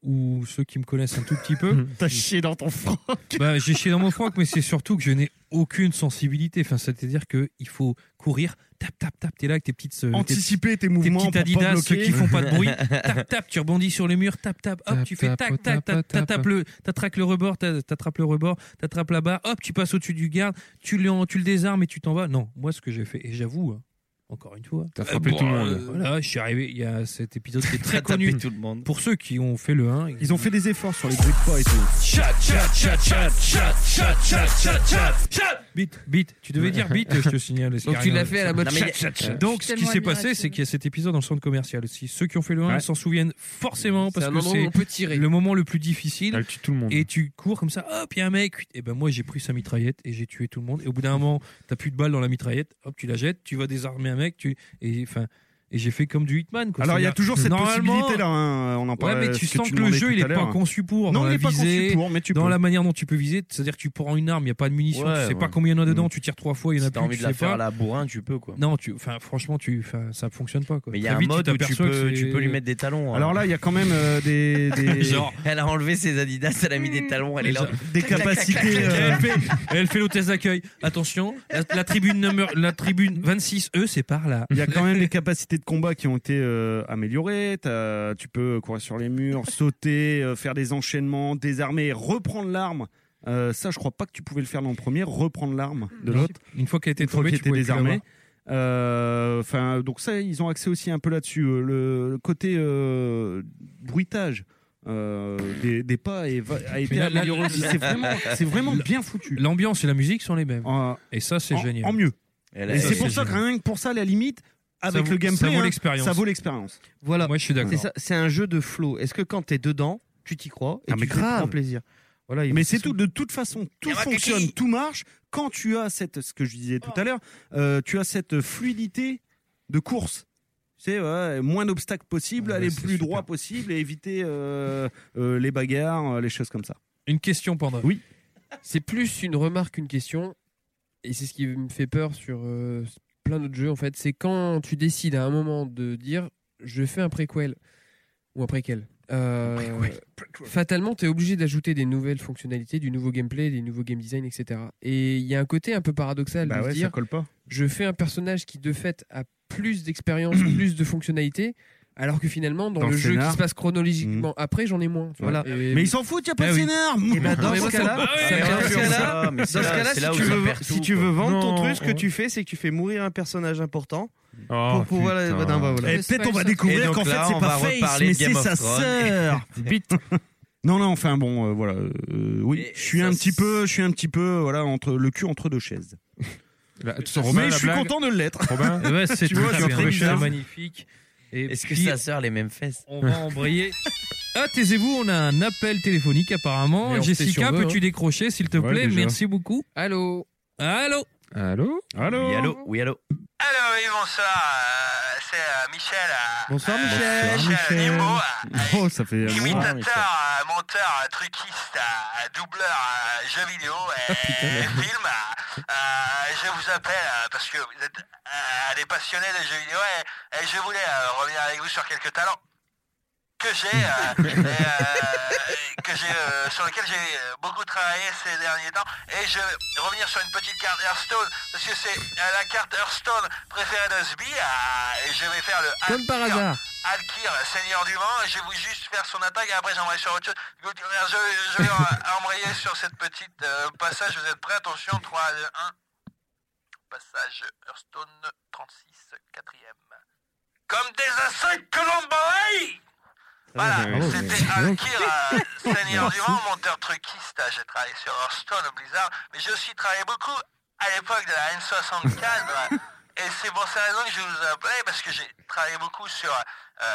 S2: ou ceux qui me connaissent un tout petit peu,
S7: *laughs* T'as chié dans ton front.
S2: *laughs* bah, j'ai chié dans mon froc, mais c'est surtout que je n'ai aucune sensibilité. Enfin, c'est-à-dire qu'il faut courir, tap, tap, tap, t'es là avec tes petites. euh, tes-
S7: Anticiper tes
S2: tes
S7: mouvements.
S2: petites
S7: pour pas
S2: Adidas, ceux qui
S7: bloquer.
S2: font pas de
S9: *laughs*
S2: bruit, tap tap, tu rebondis sur les murs, tap tap, hop,
S9: Tap,
S2: tu fais
S9: tap,
S2: tac
S9: oh,
S2: tac,
S9: tap,
S2: tac,
S9: oh, tap.
S2: t'attrapes le, t'attrapes le rebord, t'a- t'attrapes le rebord, t'attrapes la barre, hop, tu passes au-dessus du garde, tu le, tu le désarmes et tu t'en vas. Non, moi ce que j'ai fait, et j'avoue, hein, encore une fois,
S9: T'as frappé tout le
S7: Bah,
S2: euh,
S9: monde.
S2: voilà, je suis arrivé, il y a cet épisode
S9: *laughs*
S2: qui est
S5: T'as
S2: très
S5: tapé
S2: connu.
S5: tout le monde.
S2: Pour ceux qui ont fait le 1,
S7: Ils ont fait des efforts sur les breakpoints et tout.
S2: Bit, bit, tu devais dire bit, je te signale.
S3: Donc tu l'as fait à la mode
S5: Non, mais il y a-
S2: Donc,
S4: Je
S2: ce
S4: suis
S2: qui s'est
S4: tellement
S2: passé,
S4: admirative.
S2: c'est qu'il y a cet épisode dans le centre commercial. Si ceux qui ont fait le 1
S9: Ouais.
S2: s'en souviennent forcément,
S3: C'est
S2: parce
S3: un
S2: que
S3: moment où
S2: c'est
S3: on peut tirer.
S2: le moment le plus difficile.
S9: Elle tue tout le monde.
S2: Et tu cours comme ça, hop, il y a un mec. Et ben moi, j'ai pris sa mitraillette et j'ai tué tout le monde. Et au bout d'un moment, t'as plus de balles dans la mitraillette, hop, tu la jettes, tu vas désarmer un mec, tu. Et enfin, et j'ai fait comme du Hitman. quoi.
S7: Alors il y a
S2: C'est-à-dire,
S7: toujours cette
S2: normalement-
S7: possibilité là, on en
S2: Ouais,
S7: parlait.
S2: mais tu
S7: ce que
S2: sens que, le
S7: demandais
S2: jeu
S7: tout
S2: il
S7: à
S2: est pas
S7: l'heure.
S2: conçu pour.
S7: Non,
S2: dans
S7: il
S2: la
S7: est pas conçu
S2: visée,
S7: pour, mais tu
S2: dans
S7: peux.
S2: la manière dont tu peux viser, c'est-à-dire que tu prends une arme, il y a pas de munitions,
S5: Ouais,
S2: tu sais pas
S5: ouais. Mm.
S2: combien il y en a dedans, tu tires trois fois, il y en a
S5: Si
S2: plus.
S5: t'as envie
S2: tu
S5: de la
S2: sais
S5: faire
S2: pas.
S5: à la bourrin, tu peux quoi.
S2: Non, tu, enfin, franchement, tu, enfin, ça fonctionne pas quoi.
S5: Mais il y
S2: Très
S5: a un
S2: vite, tu
S5: mode où tu
S2: t'aperçois que
S5: peux,
S2: c'est-
S5: tu peux lui mettre des talons.
S2: Alors là,
S7: il y a quand même euh, des, des-
S5: *laughs* Genre, elle a enlevé ses Adidas, elle a mis des talons, elle est là.
S6: Des capacités, euh,
S2: Elle fait, elle fait l'hôtesse d'accueil. Attention, la, la tribune number- la tribune 26 E, c'est par là.
S7: Il y a quand
S2: *laughs*
S7: même les capacités de combat qui ont été euh, améliorées. T'as- Tu peux courir sur
S2: *laughs*
S7: les murs, sauter, euh, faire des enchaînements, désarmer, reprendre l'arme. Euh, ça, je crois pas que tu pouvais le faire dans le premier, reprendre l'arme de
S2: Non.
S7: l'autre.
S2: Une fois qu'elle était
S7: Une fois
S2: tombée,
S7: qu'il
S2: tu
S7: était
S2: pouvais plus
S7: désarmé.
S2: l'avoir.
S7: Euh, Enfin, donc ça, ils ont accès aussi un peu là-dessus. Euh, Le, le côté euh, bruitage. euh, des, des pas et va- a été
S2: Mais là, là,
S7: amélioré aussi.
S2: là,
S7: C'est vraiment, c'est vraiment
S2: là,
S7: bien foutu.
S2: L'ambiance et la musique sont les mêmes. et ça, c'est
S7: en-
S2: génial.
S7: en mieux.
S2: Elle a-
S7: Et c'est
S2: ça,
S7: pour
S2: c'est
S7: ça que
S2: génial.
S7: rien que pour ça, à la limite, avec
S6: vaut-
S7: le
S6: ça
S7: gameplay,
S6: vaut
S7: hein,
S6: l'expérience.
S7: ça vaut l'expérience.
S6: Voilà.
S2: Moi, je suis d'accord.
S6: C'est ça, C'est un jeu de flow. Est-ce que quand t'es dedans, tu t'y crois et
S7: Ah, mais
S6: tu te
S7: grave.
S6: prends plaisir Voilà. il-
S7: Mais c'est tout, de toute façon, tout fonctionne, tout marche quand tu as cette, ce que je disais tout à l'heure, euh, tu as cette fluidité de course. C'est ouais, moins d'obstacles possible, aller plus droit possible et éviter euh, euh, les bagarres, euh, les choses comme ça.
S2: Une question, Panda.
S7: Oui.
S12: C'est plus une remarque qu'une question, et c'est ce qui me fait peur sur euh, plein d'autres jeux en fait. C'est quand tu décides à un moment de dire je fais un préquel ou un préquel. Euh, Fatalement, tu es obligé d'ajouter des nouvelles fonctionnalités, du nouveau gameplay, des nouveaux game design, etc. Et il y a un côté un peu paradoxal
S7: Bah
S12: de se
S7: ouais, ça
S12: dire
S7: colle pas.
S12: je fais un personnage qui de fait a plus d'expérience, plus de fonctionnalités. Alors que finalement, dans,
S7: Dans
S12: le,
S7: le
S12: jeu
S7: scénar.
S12: qui se passe chronologiquement après, j'en ai moins. tu vois.
S6: Voilà.
S12: Et-
S7: Mais ils s'en foutent, y a pas
S12: Ah
S7: de
S12: oui.
S7: scénar.
S12: Eh ben,
S6: Bah, dans
S12: mais
S6: ce
S12: moi, ça me-
S6: cas-là,
S12: Ah ouais,
S6: dans
S12: mais alors,
S6: ce
S12: c'est
S6: cas-là,
S12: ça, mais
S6: dans
S12: c'est
S6: ce
S12: là-
S6: cas-là,
S12: c'est
S6: si
S12: là où
S6: tu
S12: ça
S6: veux,
S12: perd
S6: si
S12: tout,
S6: tu
S12: quoi.
S6: veux vendre ton
S12: Non,
S6: truc, ce que
S12: ouais.
S6: tu fais, c'est que tu fais mourir un personnage important.
S9: Oh,
S6: pour pouvoir la-
S9: putain.
S6: non, bah, voilà.
S7: Et peut-être on va découvrir
S6: Et
S7: qu'en
S6: donc
S7: fait
S6: là, on va
S7: c'est pas Face,
S6: reparler
S7: mais
S6: de Game
S7: c'est
S6: of
S7: sa
S6: Thrones.
S7: sœur. Bite. Non, non, enfin bon, euh, voilà. euh, oui, je suis un petit peu, je suis un petit peu, voilà, entre le cul entre deux chaises.
S9: façon, Robin,
S7: mais
S9: la
S7: je suis
S9: blague-
S7: content de l'être.
S5: *laughs*
S9: Robin
S2: Ouais, c'est
S7: tu vois,
S2: très
S7: c'est
S2: bien.
S7: très
S2: C'est
S7: bizarre.
S2: magnifique.
S5: Est-ce que
S2: puis-
S5: sa sœur a les mêmes fesses
S2: On va embrayer. Ah, taisez-vous, on a un appel téléphonique
S12: Mais
S2: apparemment.
S12: on s'était
S2: Jessica,
S12: sur deux,
S2: peux-tu
S12: hein.
S2: décrocher, s'il te
S12: Ouais,
S2: plaît
S12: déjà.
S2: Merci beaucoup.
S12: Allô
S2: Allô
S9: Allô
S5: Oui, allô Oui, allô
S3: Allô, oui, bonsoir. euh, c'est euh, Michel. euh,
S7: Bonsoir
S3: Michel. Michel Nemo, euh,
S7: Oh, ça fait. un
S3: imitateur, euh,
S7: mois.
S3: monteur, euh, truquiste, euh, doubleur, euh, jeux vidéo
S5: Ah,
S3: et *laughs* film. euh, euh, je vous appelle euh, parce que vous êtes euh, des passionnés de jeux vidéo et, et je voulais euh, revenir avec vous sur quelques talents que j'ai, euh, et, euh, que j'ai, euh, sur lequel j'ai euh, beaucoup travaillé ces derniers temps. Et je vais revenir sur une petite carte Hearthstone, parce que c'est euh, la carte Hearthstone préférée de Sbi. euh, et je vais faire le
S12: Comme par
S3: Alkir.
S12: hasard.
S3: Alkir, seigneur du vent, et je vais vous juste faire son attaque, et après j'aimerais sur autre chose. Je, je vais en- embrayer euh, sur cette petite euh, passage, vous êtes prêts Attention, 3, 2, 1. Passage Hearthstone 36, quatrième. Comme des insectes que l'on braille voilà,
S13: Bravo,
S3: c'était
S13: mais-
S3: Alkir, euh, seigneur du
S13: Merci.
S3: vent, monteur truquiste. J'ai travaillé sur Hearthstone, au Blizzard, mais j'ai aussi travaillé beaucoup à l'époque de la N64. et c'est pour cette raison que je vous appelais, parce que j'ai travaillé beaucoup sur euh,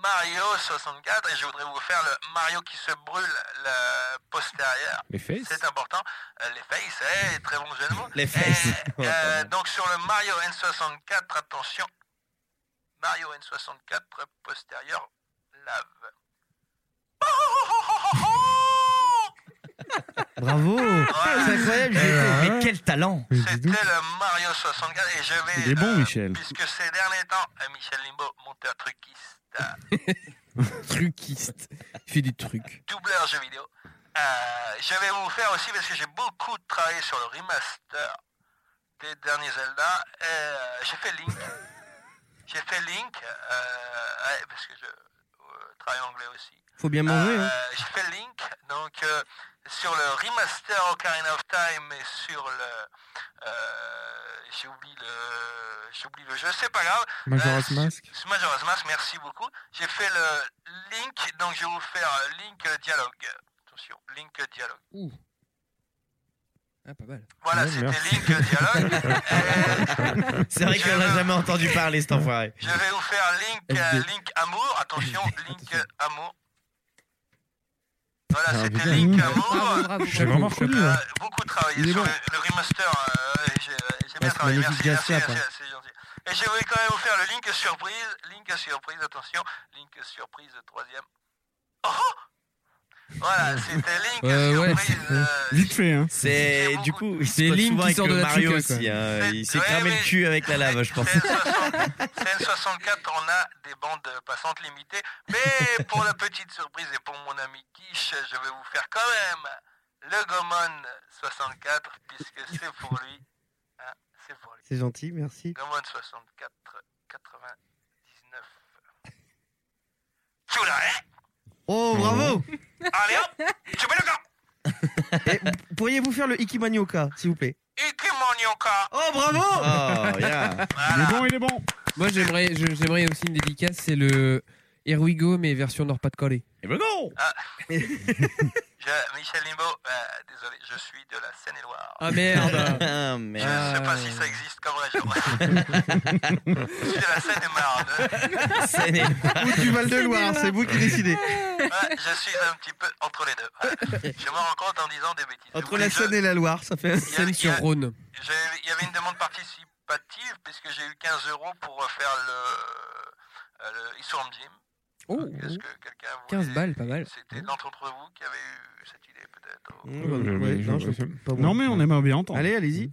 S3: Mario 64, et je voudrais vous faire le Mario qui se brûle le postérieur.
S9: Les faces
S3: C'est important. Euh, les faces, eh, très bon jeu de mots.
S5: Les fesses. Oh,
S3: Et, euh, donc sur le Mario N64, attention, Mario N64 postérieur lave.
S6: Bravo. C'est incroyable. j'ai été-
S14: Ah.
S6: Mais quel
S5: talent.
S3: C'était le Mario 64 et je vais.
S6: Il est bon, Michel.
S3: Puisque ces derniers temps, euh, Michel Limbo, monteur truquiste,
S12: Truquiste. Il fait des trucs.
S3: doubleur jeu vidéo, euh, je vais vous faire aussi parce que j'ai beaucoup travaillé sur le remaster des derniers Zelda. et, euh, j'ai fait Link. J'ai fait Link, euh, ouais, parce que je euh, travaille anglais aussi.
S6: Faut bien manger. hein.
S3: Euh, j'ai fait Link, donc euh, sur le remaster Ocarina of Time et sur le. euh, j'ai oublié le. J'ai oublié le jeu, c'est pas grave.
S9: Majora's Mask
S3: C'est Majora's Mask, merci beaucoup. J'ai fait le Link, donc je vais vous faire euh, Link euh, dialogue. Attention, Link euh, dialogue.
S12: Ah, pas mal.
S3: Voilà,
S5: Ouais,
S3: c'était
S5: merci.
S3: Link euh, dialogue. Et-
S5: C'est vrai qu'on l'a jamais entendu parler, cet
S3: *laughs*
S5: enfoiré.
S3: Je vais vous faire Link, euh,
S5: FD.
S3: Link amour. Attention, Link euh, amour. Voilà,
S5: Ah,
S3: c'était
S5: putain.
S3: Link
S5: Bravo,
S3: amour.
S5: bravo, J'ai bravo. vraiment reconnu,
S3: Euh,
S5: hein.
S3: Beaucoup travaillé
S5: Il est
S3: sur
S5: bon.
S3: le, le remaster. euh, j'ai- j'ai bien
S5: c'est
S9: Ah,
S3: travaillé. Merci,
S5: magnifique,
S3: merci,
S5: Gassia,
S3: merci,
S5: quoi.
S3: c'est gentil.
S15: Et je voulais quand même vous faire le link surprise. Link surprise, attention. Link surprise, troisième. Oh Voilà, c'était Link
S14: Euh, ouais,
S15: surprise.
S14: c'est- vite fait, hein.
S5: C'est du coup, il se
S14: C'est
S5: passe
S14: Link
S5: souvent
S14: qui
S5: avec
S14: sort de
S5: euh,
S14: la
S5: Mario
S14: truque, quoi.
S5: aussi. hein.
S14: C'est-
S5: Il s'est
S14: ouais,
S5: cramé
S14: mais-
S5: le cul avec la lave, je pense.
S15: CN64, on a des bandes passantes limitées. Mais pour la petite surprise et pour mon ami Quiche, je vais vous faire quand même le Gomon 64, puisque c'est pour lui. Hein, c'est pour lui.
S6: C'est gentil, merci.
S15: Gomon 64, 99. Tu l'as, hein
S6: Oh, bravo
S15: Allez hop Tu peux le gars
S6: Eh, Pourriez-vous faire le Ikimanioka, s'il vous plaît
S15: Oh,
S6: bravo
S5: Oh,
S14: *laughs*
S5: yeah.
S6: Il est bon, il est bon
S3: Moi, j'aimerais, je- j'aimerais aussi une dédicace, c'est le Here We Go, mais version Nord-Pas-de-Calais.
S15: Ah. Je- Michel Limbo, euh, désolé, je suis de la Seine-et-Loire.
S3: Ah, merde. Ah.
S5: Ah,
S15: Je ne sais pas si ça existe comme région. je suis de la Seine-et-Marne.
S6: Seine-et-Marne. Ou du Val-de-Loire, c'est vous qui décidez.
S15: *laughs* Ouais, je suis un petit peu entre les deux.
S6: *laughs*
S15: Ouais. Je me rends compte en disant des bêtises.
S6: Entre
S15: Vous
S6: la
S15: les
S6: Seine
S15: deux,
S6: et la Loire, ça fait un
S15: Ah, il y a- il y a-
S3: Rhône.
S15: j'ai- Il y avait une demande participative, puisque j'ai eu 15 euros pour euh, faire le, euh, le Issoum Jim.
S3: Oh,
S15: Est-ce que quelqu'un voulait-
S3: 15 balles, pas mal.
S15: C'était l'un d'entre vous qui avait eu cette idée, peut-être.
S6: Ouais, non, je- pas bon.
S9: Non, mais on aimerait bien entendre.
S6: Allez, allez-y.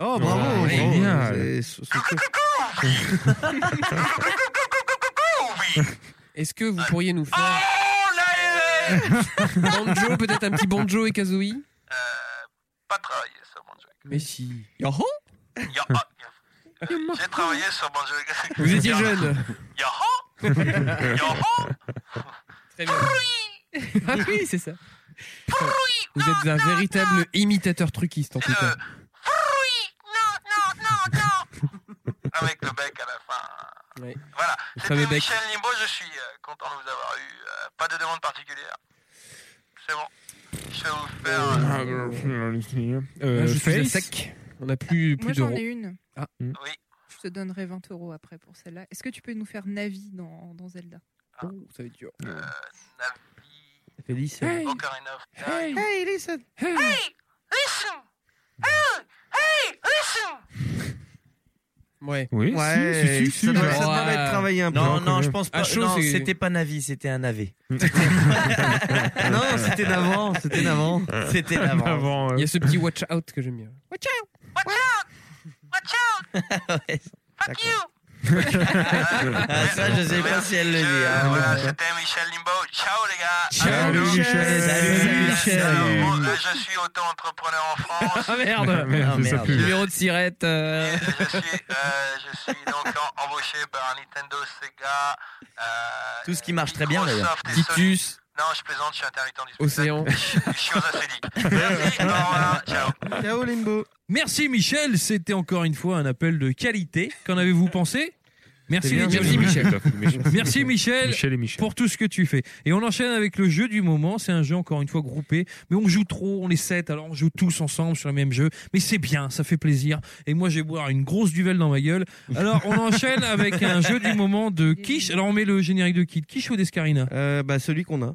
S6: Oh, bravo bravo,
S9: génial.
S6: c'est- c'est-
S3: Est-ce que
S15: Ah.
S3: vous pourriez nous faire.
S15: Oh,
S3: *laughs* Banjo, peut-être un petit banjo et kazooie
S15: Euh, Pas travaillé sur Banjo.
S3: Mais si.
S15: *laughs* Yo, oh, yo. J'ai travaillé sur Banjo.
S3: Vous étiez jeune.
S15: Yoho Yoho
S3: Très bien. Ah oui, c'est ça. Vous êtes un véritable imitateur truquiste en tout cas.
S15: Avec le bec à la fin.
S3: Ouais.
S15: Voilà.
S3: Le
S15: C'était
S3: fameux bec.
S15: Michel Limbo, je suis euh, content de vous avoir eu. Euh, pas de demande particulière. C'est bon. Je vais vous faire.
S9: Ah,
S15: euh,
S9: Euh,
S3: Là, je suis à
S9: Face.
S3: sec. On a plus, plus
S4: Moi, j'en
S3: d'euros.
S4: ai une.
S3: Ah.
S15: Oui.
S4: Je te donnerai 20 euros après pour celle-là. Est-ce que tu peux nous faire Navi dans, dans Zelda
S3: Oh, ça va être dur.
S6: Félix.
S15: Ocarina of Time.
S6: Hey, listen.
S15: Hey, listen. Hey, hey, listen.
S3: Ouais.
S5: Oui,
S6: Ouais,
S5: si, si, si, si.
S6: ça doit
S5: Ouais.
S6: ça doit être travaillé un peu.
S5: Non,
S6: hein, quand
S5: non, je
S6: même.
S5: pense pas.
S6: À chaud,
S5: non,
S6: c'est-
S5: c'était pas Navi, c'était un AV.
S6: non, c'était d'avant, c'était d'avant.
S5: C'était d'avant. D'avant, ouais.
S3: Il y a ce petit watch out que j'aime bien.
S15: Watch out. Watch out. Watch out. Fuck you.
S5: Ah, ça, je sais pas si elle le dit. hein.
S15: Voilà, c'était Michel Limbo. Ciao les gars.
S2: Ah,
S5: Ciao,
S15: Allô.
S5: Michel. Salut,
S15: Salut,
S5: Michel.
S15: Alors, bon, là, je suis auto-entrepreneur en France.
S3: Ah merde,
S2: *laughs*
S5: Oh, Merde, ça pue.
S3: Numéro de sirette. euh.
S15: Je suis, euh, je suis donc en- embauché par Nintendo, Sega, euh,
S5: Tout ce qui marche très bien, d'ailleurs.
S15: Microsoft et
S5: Titus.
S15: Non, je plaisante, je suis intermittent du
S3: Océan.
S15: spectacle. Je suis aux acédiques. Merci, au revoir, ciao.
S6: Ciao, Limbo.
S2: Merci Michel, c'était encore une fois un appel de qualité. Qu'en avez-vous pensé Merci,
S9: C'est bien,
S2: les deux.
S9: merci, Michel.
S2: Merci Michel,
S9: Michel et
S2: pour tout ce que tu fais. Et on enchaîne avec le jeu du moment. C'est un jeu encore une fois groupé, mais on joue trop, on est sept, alors on joue tous ensemble sur le même jeu. Mais c'est bien, ça fait plaisir. Et moi, je vais boire une grosse duvel dans ma gueule. Alors on enchaîne avec un jeu du moment
S4: *laughs*
S2: de Quiche. Alors on met le générique de qui Quiche ou d'Escarina
S6: Euh, bah, celui qu'on a.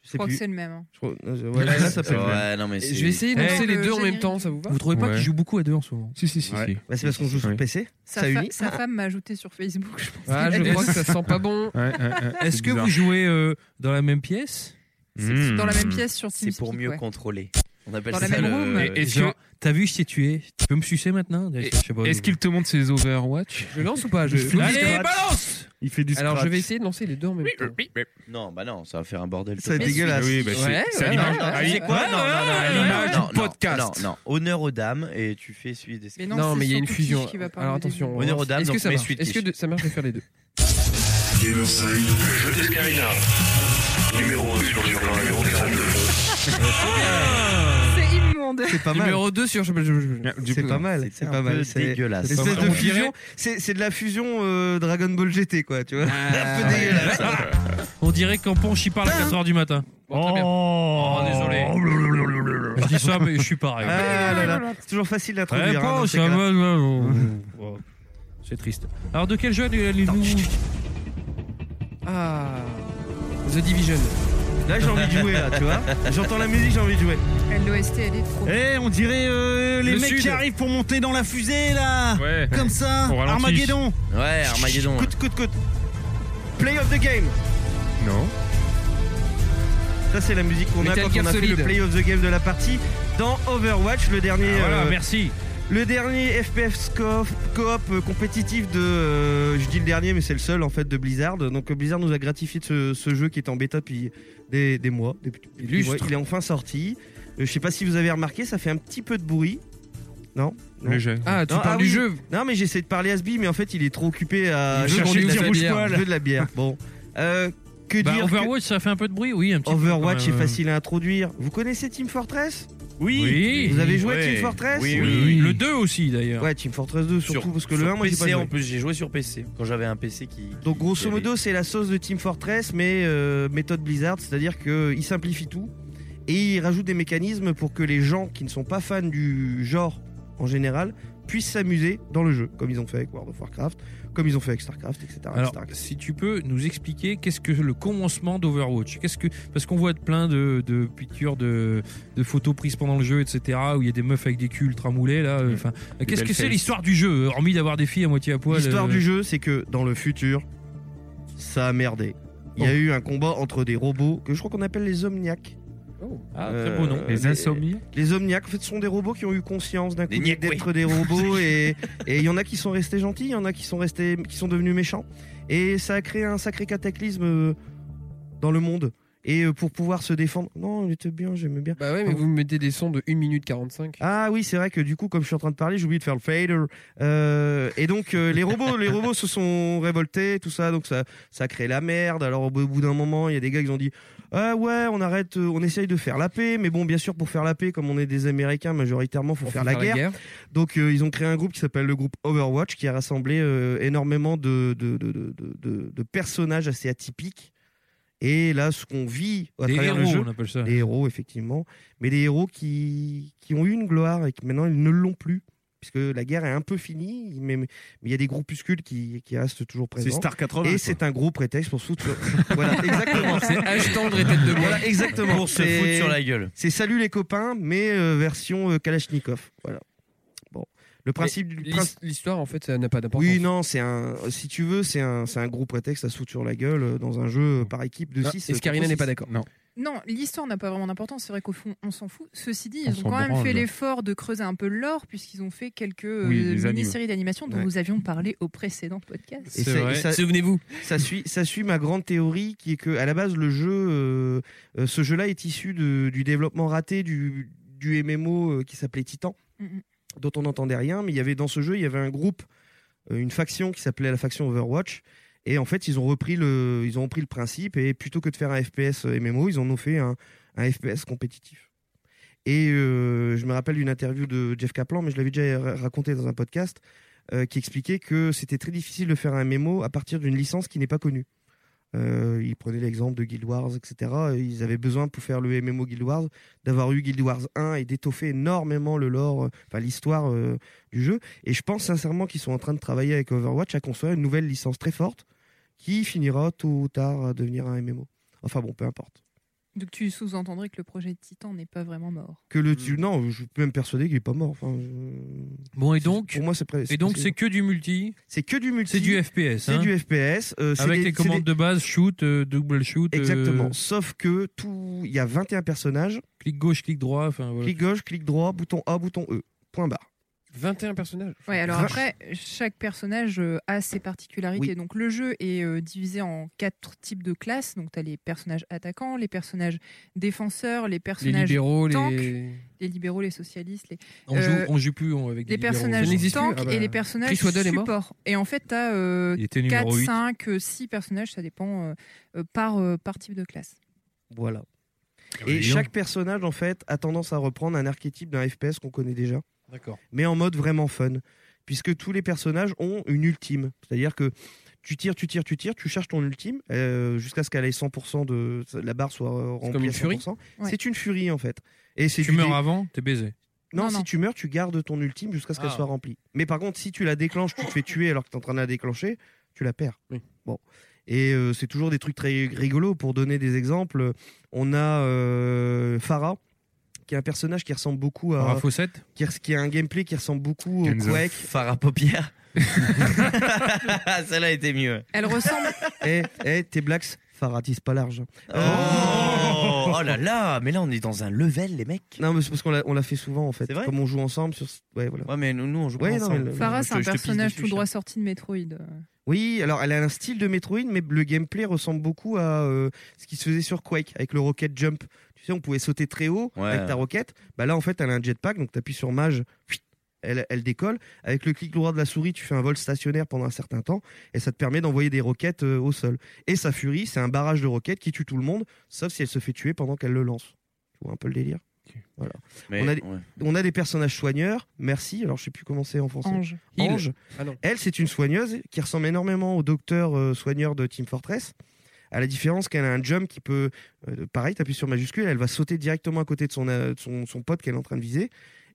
S6: Je
S4: Je
S6: sais
S4: crois que
S6: plus.
S4: c'est le même. hein.
S6: Je crois- euh, ouais, là, ça peut être le même.
S5: Ouais, non, mais c'est-
S3: Je vais essayer
S6: Eh,
S3: de lancer les
S4: le
S3: deux en même
S4: générique.
S3: temps, ça vous va
S2: Vous trouvez pas
S9: Ouais.
S2: qu'ils jouent beaucoup à deux en ce moment
S9: Si, si, si.
S6: Ouais.
S9: si.
S6: Bah, c'est parce qu'on joue sur
S9: Ouais.
S6: PC.
S4: Sa,
S6: ça
S4: fa-
S6: unit.
S4: sa femme m'a ajouté sur Facebook, je pense.
S3: Ah, je
S4: qu'elle a
S3: crois
S4: dit
S3: que ça sent pas bon.
S9: Ouais, ouais, ouais, c'est
S2: Est-ce que
S9: bizarre.
S2: vous jouez euh, dans la même pièce
S9: Hmm.
S4: ça. Dans la même pièce sur
S5: C'est
S4: Teamspeak.
S5: pour mieux
S4: ouais.
S5: contrôler. On appelle
S4: Dans
S5: ça
S4: la même
S5: le-
S4: room.
S9: Et- est-ce
S2: Genre,
S9: que-
S2: T'as vu, je t'ai tué. Tu peux me sucer maintenant Je sais pas.
S9: Est-ce qu'il te montre ses Overwatch
S3: Je lance ou pas je...
S9: Je
S2: Allez,
S9: Scratch.
S2: balance
S9: Il fait du
S3: Alors, je
S9: scratch.
S3: vais essayer de lancer les deux en même temps.
S5: Non, bah non, ça va faire un bordel.
S6: Ça va être
S5: total.
S6: dégueulasse.
S9: Oui, bah, c'est-
S3: Ouais,
S9: c'est à
S3: ouais,
S4: Ah
S9: l'image-
S3: ouais,
S9: à
S3: ouais.
S9: l'i-
S5: C'est Ah quoi Non, non, non,
S9: à
S5: non,
S9: l'image
S5: non,
S9: du
S5: non,
S9: podcast.
S5: Non, non, honneur aux dames et tu fais celui des.
S4: Mais non,
S3: Non,
S4: c'est
S3: mais il y a une
S4: surtout
S3: fusion.
S4: Quiche qui va parler
S3: Alors,
S4: des
S3: attention.
S4: deux.
S3: on va
S5: Honneur
S3: voir.
S5: aux dames,
S3: Est-ce que
S5: donc,
S3: ça
S5: mais
S3: marche
S5: suite
S3: Est-ce que
S5: quiche.
S3: de- ça marche de faire les deux
S15: Jeu d'Escarina. Numéro 1 sur le numéro 42.
S4: C'est immonde.
S6: C'est pas mal.
S3: Numéro 2 sur.
S6: C'est pas mal. C'est
S5: un
S6: pas
S5: peu
S6: mal. C'est
S5: dégueulasse.
S6: Espèce
S9: On
S6: de
S9: dirait-
S6: fusion. C'est c'est de la fusion euh, Dragon Ball GT, quoi, tu vois. *laughs* un peu dégueulasse.
S2: On dirait qu'en ponche, il parle à 4h du matin.
S3: Bon, très bien.
S2: Oh, désolé. Je dis ça, mais je suis pareil.
S6: Ah là là. C'est toujours facile à
S2: Eh,
S6: trouver. hein, dans
S2: ponche,
S6: ces
S2: ça
S6: cas-là.
S2: va, ouais, ouais. C'est triste. Alors, de quel jeu allez-vous
S3: Ah. The Division.
S6: Là, j'ai envie de jouer, là, tu vois. J'entends la musique, j'ai envie de jouer.
S4: L'OST, elle est trop.
S16: Eh, on dirait euh, les
S4: Le
S16: mecs
S4: sud.
S16: qui arrivent pour monter dans la fusée là
S5: Ouais.
S16: Comme ça
S5: Au ralenti.
S16: Armageddon
S5: Ouais, Armageddon.
S16: Coute, coute, coute Play of the game
S9: Non.
S6: Ça, c'est la musique qu'on a
S16: Metal
S6: quand
S16: Gear
S6: on a fait
S16: Solid.
S6: le play of the game de la partie dans Overwatch, le dernier. euh,
S8: Ah,
S9: euh,
S8: voilà, merci.
S6: Le dernier FPS co- coop euh, compétitif de. euh, je dis le dernier, mais c'est le seul en fait de Blizzard. Donc euh, Blizzard nous a gratifié de ce, ce jeu qui est en bêta depuis des, des mois. Depuis, depuis des
S9: Illustre.
S6: mois. Il est enfin sorti. Euh, je sais pas si vous avez remarqué, ça fait un petit peu de bruit. Non, non.
S9: Léger.
S3: Ah, tu
S6: Non,
S3: parles du
S6: oui.
S3: jeu.
S6: Non, mais j'essaie de parler à Sbi, mais en fait, il est trop occupé à
S9: Il veut
S6: chercher
S9: qu'on dise
S6: de la
S9: rouge
S6: bière.
S9: poil.
S6: Il veut de la bière. Bon. Euh, que Oh,
S2: Bah,
S6: dire que-
S2: Overwatch, ça fait un peu de bruit, oui, un petit peu,
S6: Overwatch
S2: quand
S6: est
S2: même.
S6: facile à introduire. Vous connaissez Team Fortress
S2: Oui.
S6: Vous avez joué à
S2: Ouais.
S6: Team Fortress
S5: Oui, oui, oui.
S2: Le 2 aussi, d'ailleurs.
S6: Ouais, Team Fortress 2 surtout
S5: Sur-
S6: parce que
S5: sur
S6: le 1 moi j'ai
S5: PC,
S6: pas joué.
S5: en plus, j'ai joué sur PC quand j'avais un PC qui.
S6: Donc
S5: qui
S6: grosso
S5: avait-
S6: modo, c'est la sauce de Team Fortress mais euh, méthode Blizzard, c'est-à-dire que il simplifie tout et il rajoute des mécanismes pour que les gens qui ne sont pas fans du genre en général puissent s'amuser dans le jeu, comme ils ont fait avec World of Warcraft, comme ils ont fait avec Starcraft, etc.
S2: Alors,
S6: etc.
S2: si tu peux nous expliquer qu'est-ce que le commencement d'Overwatch Qu'est-ce que parce qu'on voit plein de, de pictures, de, de photos prises pendant le jeu, etc. Où il y a des meufs avec des culs ultra moulés là. euh, Enfin,
S6: Mm. Des
S2: qu'est-ce que
S6: belles
S2: c'est
S6: fesses.
S2: l'histoire du jeu Hormis d'avoir des filles à moitié à poil.
S6: L'histoire
S2: euh,
S6: du jeu, c'est que dans le futur, ça a merdé. Il
S9: Oh.
S6: y a eu un combat entre des robots que je crois qu'on appelle les Omniacs. Euh,
S9: Ah, très beau nom. Les Insomniacs
S6: Les Omniacs, en fait, ce sont des robots qui ont eu conscience d'un coup
S5: Des niais,
S6: d'être
S5: oui.
S6: des
S5: *laughs*
S6: robots et et il y en a qui sont restés gentils, il y en a qui sont restés, qui sont devenus méchants. Et ça a créé un sacré cataclysme euh, dans le monde. Et euh, pour pouvoir se défendre, non, il était bien, j'aimais bien.
S3: Bah ouais, mais vous me mettez des sons de 1 minute 45.
S6: Ah oui, c'est vrai que du coup, comme je suis en train de parler, j'ai oublié de faire le fader. Euh, et donc, euh, les robots, les robots se sont révoltés, tout ça, donc ça, ça crée la merde. Alors, au bout au bout d'un moment, il y a des gars qui ont dit, ah ouais, on arrête, euh, on essaye de faire la paix, mais bon, bien sûr, pour faire la paix, comme on est des Américains, majoritairement, faut faire, la, guerre. Donc, euh, ils ont créé un groupe qui s'appelle le groupe Overwatch, qui a rassemblé euh, énormément de, de, de, de, de- de personnages assez atypiques. Et là, ce qu'on vit à
S2: Des
S6: travers le
S2: héros,
S6: jeu,
S2: on appelle ça.
S6: des héros, effectivement, mais des héros qui, qui ont eu une gloire et qui maintenant ils ne l'ont plus, puisque la guerre est un peu finie, mais mais il y a des groupuscules qui, qui restent toujours présents.
S16: Star 80,
S6: Et
S16: quoi.
S6: c'est un gros prétexte pour se foutre. sur- *laughs* voilà, exactement.
S16: C'est âge tendre et tête
S3: *laughs*
S16: de bois.
S6: Voilà, exactement.
S5: Pour se
S6: C'est-
S5: foutre sur la
S6: *laughs*
S5: gueule.
S6: C'est salut les copains, mais euh, version euh, Kalachnikov. Voilà. Bon. Le principe
S3: Mais
S6: du.
S3: l'his- L'histoire, en fait, ça n'a pas d'importance.
S6: Oui, non, c'est un. Si tu veux, c'est un, c'est un gros prétexte à se foutre sur la gueule euh, dans un jeu euh, par équipe de
S3: Non,
S6: 6.
S3: et Scarina Ah, n'est pas d'accord.
S9: Non.
S4: Non, l'histoire n'a pas vraiment d'importance. C'est vrai qu'au fond, on s'en fout. Ceci dit,
S6: On
S4: ils
S6: s'en
S4: ont quand même
S6: branle.
S4: fait l'effort de creuser un peu l'or, puisqu'ils ont fait quelques euh,
S6: Oui, les animes.
S4: mini-séries d'animation dont
S6: Ouais.
S4: nous avions parlé au précédent podcast.
S6: Et ça- et ça- Ça suit, ça suit ma grande théorie qui est que à la base le jeu, euh, euh, ce jeu-là est issu de- du développement raté du, du MMO euh, qui s'appelait Titan,
S4: Mhm.
S6: dont on n'entendait rien, mais il y avait dans ce jeu il y avait un groupe, euh, une faction qui s'appelait la faction Overwatch. Et en fait, ils ont repris le, ils ont repris le principe et plutôt que de faire un FPS MMO, ils en ont fait un, un FPS compétitif. Et euh, je me rappelle d'une interview de Jeff Kaplan, mais je l'avais déjà ra- raconté dans un podcast, euh, qui expliquait que c'était très difficile de faire un mémo à partir d'une licence qui n'est pas connue. Euh, il prenait l'exemple de Guild Wars, etc. Ils avaient besoin pour faire le MMO Guild Wars d'avoir eu Guild Wars 1 et d'étoffer énormément le lore, euh, enfin l'histoire euh, du jeu. Et je pense sincèrement qu'ils sont en train de travailler avec Overwatch à construire une nouvelle licence très forte qui finira tôt ou tard à devenir un MMO. Enfin bon, peu importe.
S4: Donc tu sous-entendrais que le projet de Titan n'est pas vraiment mort.
S6: Que le tu- non, je peux me persuader qu'il est pas mort. Enfin, je-
S2: Bon Hmm. et donc
S6: pour moi c'est pré-
S2: Et donc
S6: possible.
S2: c'est que du multi.
S6: C'est que du multi.
S2: C'est du FPS.
S6: C'est
S2: hein.
S6: du FPS. euh, c'est
S2: Avec les
S6: des- c'est
S2: commandes de base, shoot, euh, double shoot. euh,
S6: Exactement. Sauf que tout, il y a 21 personnages.
S2: Clic gauche, clic droit. Enfin, voilà.
S6: Clic gauche, clic droit, bouton A, bouton E. Point barre.
S3: 21 personnages.
S4: Ouais, alors
S6: Vache.
S4: après, chaque personnage euh, a ses particularités. Donc le jeu est euh, divisé en quatre types de classes. Donc tu as les personnages attaquants, les personnages défenseurs, les
S3: Les
S4: personnages
S3: libéraux,
S4: tanks,
S3: les.
S4: les libéraux, les socialistes, les,
S2: On,
S4: Euh,
S2: joue, on joue plus on- avec des
S4: les
S2: libéraux.
S4: personnages
S2: Ça n'existe plus
S4: tanks
S2: Ah bah.
S4: et les personnages
S2: Chris Waddle est mort
S4: support. Et en fait, euh, tu as
S2: Il était numéro
S4: 4,
S2: huit.
S4: 5, 6 euh, personnages, ça dépend euh, euh, par, euh, par type de classe.
S6: Voilà.
S2: oui,
S6: Et
S2: dis donc.
S6: chaque personnage, en fait, a tendance à reprendre un archétype d'un FPS qu'on connaît déjà.
S2: D'accord.
S6: Mais en mode vraiment fun. Puisque tous les personnages ont une ultime. C'est-à-dire que tu tires, tu tires, tu tires, tu cherches ton ultime euh, jusqu'à ce qu'elle ait 100% de la barre soit euh, remplie.
S2: comme une
S6: à
S2: furie
S6: 100%. C'est une furie, en fait. Et c'est
S2: Tu
S6: du
S2: meurs
S6: dé-
S2: avant, t'es baisé.
S6: Non, si tu meurs, tu gardes ton ultime jusqu'à ce qu'elle
S2: Ah.
S6: soit remplie. Mais par contre, si tu la déclenches, tu te fais tuer alors que tu es en train de la déclencher, tu la perds. Bon. Et euh, c'est toujours des trucs très rigolos. Pour donner des exemples, on a euh, Farah, qui est un personnage qui ressemble beaucoup
S9: Euh,
S6: à.
S2: Farah Fawcett
S6: qui, res- qui a un gameplay qui ressemble beaucoup au
S5: Kenzo.
S6: Quake.
S5: Farah Paupière. Celle-là était mieux.
S4: Elle ressemble.
S6: *laughs* Eh, eh, tes blacks, Farah, tisse pas large.
S5: Oh, oh là là, mais là on est dans un level, les mecs.
S6: Non, mais c'est parce qu'on l'a, on l'a fait souvent en fait.
S5: vrai
S6: Comme on joue ensemble sur. Ouais, voilà.
S5: Ouais, mais nous, nous on joue pas
S6: Ouais, non,
S5: ensemble.
S6: mais le-
S4: Farah,
S6: je
S4: c'est
S6: te-
S4: un
S6: je te pisse
S4: personnage
S6: dessus,
S4: tout
S6: je
S4: droit sorti de Metroid. euh,
S6: Oui, alors elle a un style de Metroid, mais le gameplay ressemble beaucoup à euh, ce qui se faisait sur Quake avec le Rocket Jump. Tu sais, on pouvait sauter très haut
S5: Ouais.
S6: avec ta roquette. Bah là, en fait, elle a un jetpack, donc t'appuies sur Mage, fuit, elle, elle décolle. Avec le clic droit de la souris, tu fais un vol stationnaire pendant un certain temps, et ça te permet d'envoyer des roquettes euh, au sol. Et sa furie, c'est un barrage de roquettes qui tue tout le monde, sauf si elle se fait tuer pendant qu'elle le lance. Tu vois un peu le délire voilà.
S5: Mais,
S6: on, a des,
S5: ouais.
S6: on a des personnages soigneurs, merci, alors je sais plus comment c'est en français.
S4: Ange.
S3: Il.
S6: Ange.
S3: Ah non.
S6: Elle, c'est une soigneuse qui ressemble énormément au docteur euh, soigneur de Team Fortress. À la différence qu'elle a un jump qui peut, euh, pareil, t'appuies sur majuscule, elle va sauter directement à côté de son, euh, de son, son pote qu'elle est en train de viser.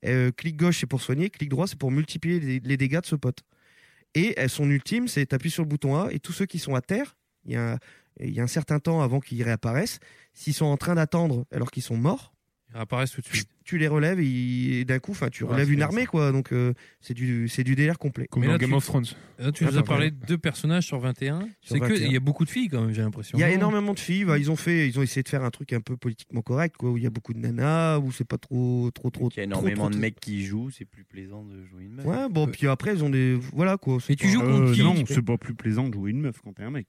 S6: Euh, clic gauche, c'est pour soigner, clic droit, c'est pour multiplier les, les dégâts de ce pote. Et euh, son ultime, c'est t'appuies sur le bouton A et tous ceux qui sont à terre, il y a, il y a un certain temps avant qu'ils réapparaissent, s'ils sont en train d'attendre alors qu'ils sont morts,
S2: Ils réapparaissent tout de suite.
S6: tu les relèves et, ils- et d'un coup, enfin, tu
S2: Ouais,
S6: relèves
S2: c'est
S6: une
S2: bien
S6: armée, quoi. Donc, euh, c'est du, c'est du délire complet.
S9: Comme
S2: Mais
S9: dans
S2: là,
S9: Game
S2: tu-
S9: of Thrones.
S2: Là, tu nous
S6: Ah,
S2: as
S6: pardon.
S2: parlé de deux personnages sur 21.
S6: Sur
S2: C'est que
S6: 21.
S2: il y a beaucoup de filles quand même, j'ai l'impression.
S6: Il y a
S2: Non
S6: énormément de filles. bah, ils ont fait, ils ont essayé de faire un truc un peu politiquement correct, quoi. Où il y a beaucoup de nanas, où c'est pas trop, trop, trop.
S5: Il y
S6: trop,
S5: a énormément
S6: trop,
S5: de
S6: trop-
S5: mecs Euh. qui y jouent, c'est plus plaisant de jouer une meuf.
S6: Ouais, bon, puis après, ils ont des, voilà, quoi. c'est
S2: Mais tu
S6: pas-
S2: joues contre
S16: Euh,
S2: qui
S7: Non, c'est pas plus plaisant de jouer une meuf quand t'es un mec.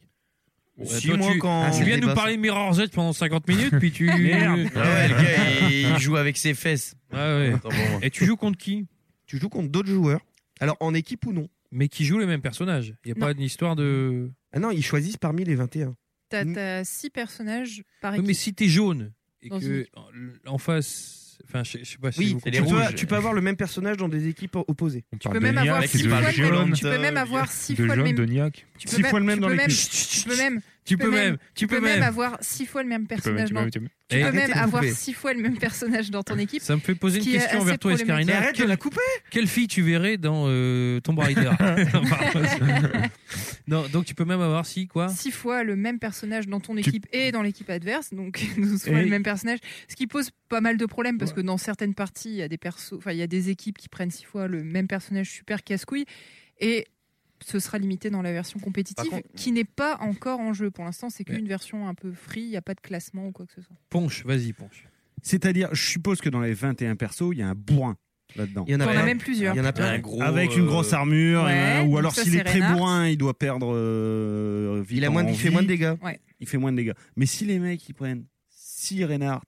S2: Ouais,
S5: Si,
S2: toi,
S5: moi,
S2: tu, Ah,
S6: Ah,
S5: quand-
S7: Ah,
S2: tu viens de nous
S5: Débat,
S2: parler Mirror's Edge pendant 50 minutes, puis tu.
S5: Merde. Ah ouais, le gars, il, il joue avec ses fesses.
S2: Ah, Ouais, ouais.
S5: Attends, bon, moi.
S2: Et tu joues contre qui
S6: Tu joues contre d'autres joueurs. Alors, en équipe ou non
S2: Mais qui joue les mêmes personnages. Il n'y a pas une histoire de.
S6: Ah non, ils choisissent parmi les 21.
S4: T'as- T'as six personnages par
S2: Ouais,
S4: équipe.
S2: mais si t'es jaune et
S4: Dans
S2: que en- en face. Enfin, je je sais pas si
S6: Oui,
S2: vous
S6: tu
S2: comprenez.
S6: peux, tu peux avoir le même personnage dans des équipes opposées.
S9: Tu
S4: peux même avoir six fois le même- tu peux même avoir six fois le même-
S9: De niaque.
S4: Tu peux
S9: Six
S4: même-
S9: fois le même
S4: tu
S9: dans
S4: peux
S9: les
S4: même-
S9: clichés.
S4: Tu peux même.
S2: Tu peux même, tu peux même.
S4: avoir six fois le même
S9: Tu peux même-
S4: personnage.
S9: tu
S4: dans-
S9: peux- tu peux-
S4: Tu
S2: Eh,
S4: peux
S2: arrêtez
S4: même
S2: de
S4: avoir
S2: couper.
S4: six fois le même personnage dans ton équipe.
S2: Ça me fait poser
S4: Ce
S2: une
S4: qui est
S2: question
S4: assez
S2: vers toi,
S4: problématique.
S2: Escarina.
S4: Mais arrête de
S2: Quelle-
S4: la
S6: couper
S2: Quelle fille tu verrais dans euh, Tomb *laughs* Raider Non, pardon. Non, donc tu peux même avoir si quoi
S4: six fois le même personnage dans ton équipe et dans l'équipe adverse, donc *laughs* nous fois
S2: Et-
S4: le même personnage, ce qui pose pas mal de problèmes parce que dans certaines parties, il y a des persos, enfin il y a des équipes qui prennent six fois le même personnage super casse-couille et ce sera limité dans la version compétitive
S5: Par contre-
S4: qui n'est pas encore en jeu pour l'instant, c'est qu'une
S2: Ouais.
S4: version un peu free, il n'y a pas de classement ou quoi que ce soit.
S2: Ponche, vas-y Ponche.
S16: C'est-à-dire, je suppose que dans les 21 persos, il y a un bourrin là-dedans.
S6: Il y en a
S4: T'en as
S6: plein.
S4: même hein. plusieurs.
S6: Il y en a plein.
S5: Un gros,
S16: Avec une
S5: euh,
S16: grosse armure,
S4: Ouais,
S16: et un-
S4: donc
S16: ou alors
S4: ça,
S16: s'il
S4: c'est
S16: est très
S4: Reinhardt.
S16: bourrin, il doit perdre euh, vite
S6: Il, a moins de,
S16: en
S6: il fait
S16: vie,
S6: moins de dégâts.
S4: Ouais.
S16: Il fait moins de dégâts. Mais si les mecs, ils prennent 6 Reinhardt,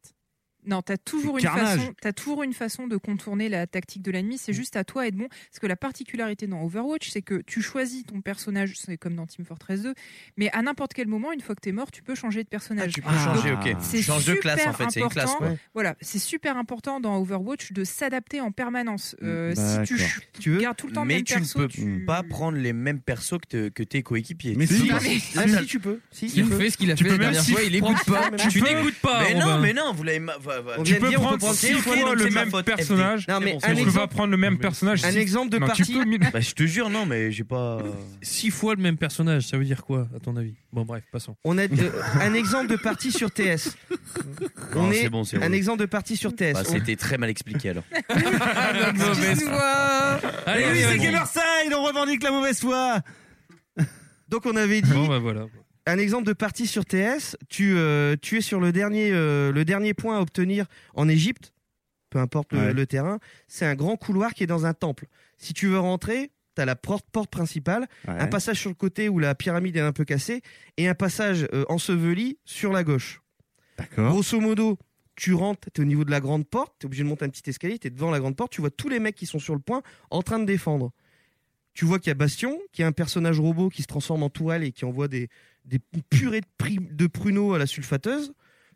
S4: Non, t'as toujours
S16: C'est
S4: une
S16: carnage.
S4: façon, t'as toujours une façon de contourner la tactique de l'ennemi. C'est juste à toi Edmond. Parce que la particularité dans Overwatch, c'est que tu choisis ton personnage. C'est comme dans Team Fortress 2, mais à n'importe quel moment, une fois que t'es mort, tu peux changer de personnage.
S5: Tu peux
S16: Ah.
S5: changer, ok.
S4: C'est
S5: Change de
S4: super
S5: classe en fait, c'est une classe.
S4: important.
S5: quoi.
S4: Voilà, c'est super important dans Overwatch de s'adapter en permanence. Euh, si tu
S16: D'accord.
S4: ch-
S6: Tu veux
S4: gardes tout le temps le
S5: Mais
S4: même
S5: tu
S4: perso,
S5: ne peux
S4: tu-
S5: pas
S4: Ah,
S5: prendre les mêmes persos que, te- que tes coéquipiers.
S16: Mais
S5: Tu
S16: si.
S5: peux pas.
S16: Ah, mais-
S6: Ah,
S5: ça-
S6: si, tu peux. Si, tu
S11: Il
S6: peux.
S11: fait ce qu'il a
S2: Tu
S11: fait
S2: peux
S11: la
S2: même
S11: dernière
S2: si-
S11: fois, il écoute pas.
S2: Tu n'écoutes pas.
S5: Mais
S2: Robin.
S5: non, mais non, vous l'avez. ma- va- va-
S6: On
S5: Tu
S6: vient
S5: peux
S6: de dire, on peut
S5: prendre
S6: prendre
S5: six
S6: six
S5: fois
S6: fois
S5: donc
S6: le
S5: c'est ma
S8: même
S5: faute,
S8: personnage.
S5: FD.
S6: Non,
S5: C'est
S6: mais
S5: bon,
S6: un
S5: c'est
S8: Tu
S5: bon.
S8: peux
S6: exemple-
S8: pas prendre le même personnage.
S6: Un
S8: si-
S6: exemple de
S8: Non, tu
S6: partie.
S8: peux, mais-
S5: Bah, je te jure, non, mais j'ai pas.
S2: Six fois le même personnage, ça veut dire quoi à ton avis Bon bref, passons.
S6: On a euh, un exemple de partie sur TS. On
S5: Non,
S6: est
S5: c'est bon, c'est
S6: un
S5: bon.
S6: exemple de partie sur TS.
S5: Bah, C'était très mal expliqué alors.
S4: Excuse-moi.
S2: Allez,
S16: Et oui,
S2: vas-y,
S16: Ah, c'est
S2: vas-y.
S16: Gamerside, on revendique la mauvaise foi
S6: Donc on avait dit
S2: Bon bah voilà.
S6: un exemple de partie sur TS. Tu, euh, tu es sur le dernier, euh, le dernier point à obtenir en Égypte, peu importe le,
S16: Ouais.
S6: le terrain. C'est un grand couloir qui est dans un temple. Si tu veux rentrer, tu as la porte, porte principale,
S16: Ah,
S6: un passage sur le côté où la pyramide est un peu cassée, et un passage euh, enseveli sur la gauche.
S16: D'accord.
S6: Grosso modo, tu rentres, t'es au niveau de la grande porte, t'es obligé de monter un petit escalier, t'es devant la grande porte, tu vois tous les mecs qui sont sur le point en train de défendre. Tu vois qu'il y a Bastion, qui est un personnage robot qui se transforme en toile et qui envoie des, des purées de, pri- de pruneaux à la sulfateuse.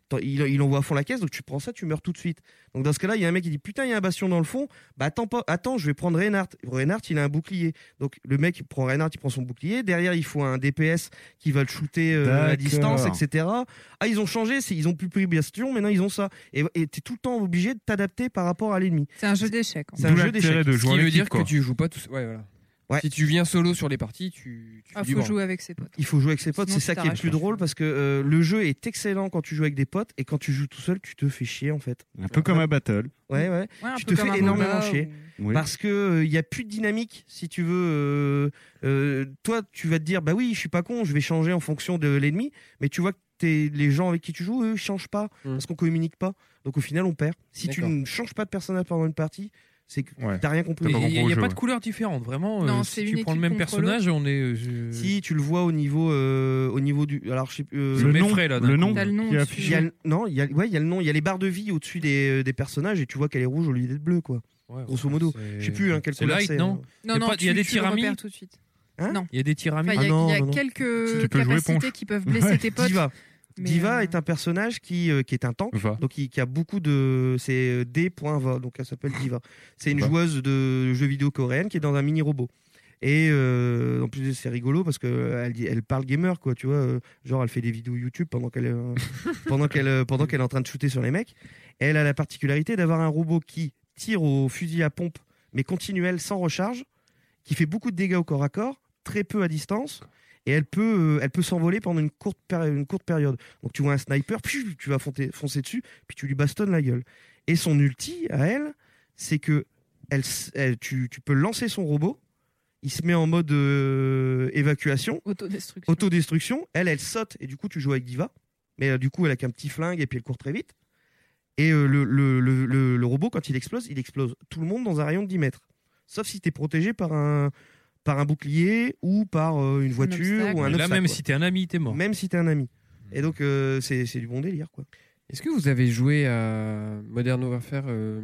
S6: T'en- Il, il envoie à fond la caisse, donc tu prends ça, tu meurs tout de suite. Donc dans ce cas-là, il y a un mec qui dit Putain, il y a un bastion dans le fond, bah attends, pas, attends je vais prendre Reinhardt. Reinhardt, il a un bouclier. Donc le mec, il prend Reinhardt, il prend son bouclier. Derrière, il faut un DPS qui va le shooter euh, à
S16: D'accord.
S6: distance, etc. Ah, ils ont changé, c'est- ils ont plus pris Bastion, maintenant ils ont ça. Et tu es tout le temps obligé de t'adapter par rapport à l'ennemi.
S4: C'est un jeu d'échecs. hein. en fait.
S6: C'est un
S9: D'où
S6: jeu
S9: l'intérêt
S6: d'échecs.
S9: de
S3: Ce
S9: jouer
S3: qui
S9: en
S3: veut
S9: équipe,
S3: dire
S9: quoi.
S3: que tu joues pas tous. Ouais, voilà. Si tu viens solo sur les parties, tu, tu
S4: Ah,
S3: es
S4: faut
S3: libre.
S4: jouer avec ses potes.
S6: Il faut jouer avec ses potes,
S4: Sinon,
S6: c'est
S4: tu
S6: ça qui est le
S4: t'arraches.
S6: plus drôle parce que euh, le jeu est excellent quand tu joues avec des potes et quand tu joues tout seul, tu te fais chier en fait.
S7: Un peu comme un battle.
S6: Ouais, ouais.
S4: Ouais, un
S6: tu
S4: peu
S6: te
S4: comme
S6: fais
S4: un
S6: énormément
S4: MOBA
S6: chier.
S7: ou- Oui.
S6: Parce que euh, il n'y a plus de dynamique, si tu veux. euh, euh, toi, tu vas te dire, bah oui, je suis pas con, je vais changer en fonction de l'ennemi, mais tu vois que t'es- les gens avec qui tu joues, eux, ils changent pas parce qu'on communique pas. Donc au final, on perd. Si tu
S2: Mmh. D'accord.
S6: ne changes pas de personnage pendant une partie, c'est que t'as rien compris.
S2: Il n'y a, pas de couleurs différentes, vraiment. euh,
S6: Non, c'est
S2: si
S6: une
S2: tu prends le
S6: équipe
S2: même
S6: contre
S2: personnage,
S6: l'autre.
S2: on est. euh, je-
S6: Si tu le vois au niveau, euh, au niveau du, alors je sais plus, euh,
S2: Je Le m'effraie, nom, là, d'un le coup. nom
S6: Il y a
S2: qui est
S6: au-dessus.
S2: affiché.
S6: Il y a le- non, il y a, ouais, il y a le nom, il y a les barres de vie au-dessus des, euh, des personnages et tu vois qu'elle est rouge au lieu d'être bleue, quoi.
S2: Ouais,
S6: Grosso modo,
S2: c'est-
S6: je sais plus hein, quelle
S2: c'est
S6: couleur
S2: light,
S6: c'est.
S2: non
S4: Non,
S2: Il y a
S4: non,
S2: pas- il y a
S4: tu-
S2: des
S4: tu le
S2: tiramis
S4: repères tout de suite. non.
S2: Il y a des tiramis.
S6: Ah
S4: Enfin, il y a, il y a quelques capacités qui peuvent blesser tes potes.
S6: Diva.
S4: Mais, euh,
S6: Diva est un personnage qui, euh, qui est un tank, donc qui, qui a beaucoup de. C'est euh, D.va, donc elle s'appelle Diva. C'est une joueuse de jeux vidéo coréenne qui est dans un mini robot. Et euh, en plus, c'est rigolo parce qu'elle elle parle gamer, quoi, tu vois. euh, genre, elle fait des vidéos YouTube pendant qu'elle euh, pendant qu'elle euh, pendant qu'elle est en train de shooter sur les mecs. Elle a la particularité d'avoir un robot qui tire au fusil à pompe, mais continuel, sans recharge qui fait beaucoup de dégâts au corps à corps, très peu à distance, et elle peut, euh, elle peut s'envoler pendant une courte, péri- une courte période. Donc tu vois un sniper, puis tu vas foncer, foncer dessus, puis tu lui bastonnes la gueule. Et son ulti à elle, c'est que elle, s- elle- tu, tu peux lancer son robot, il se met en mode euh, évacuation,
S4: autodestruction.
S6: elle, elle saute, et du coup tu joues avec Diva, mais euh, du coup elle a qu'un petit flingue, et puis elle court très vite. Et euh, le, le- le- le- le robot, quand il explose, il explose tout le monde dans un rayon de 10 mètres. Sauf si tu es protégé par un, par un bouclier ou par euh, une voiture
S2: obstacle.
S6: ou un
S2: Mais là,
S6: obstacle,
S2: même
S6: quoi.
S2: si t'es un ami, t'es mort.
S6: Même si t'es un ami.
S3: Mmh.
S6: Et donc, euh, c'est c'est du bon délire, quoi.
S3: Est-ce que vous avez joué à Modern Warfare euh...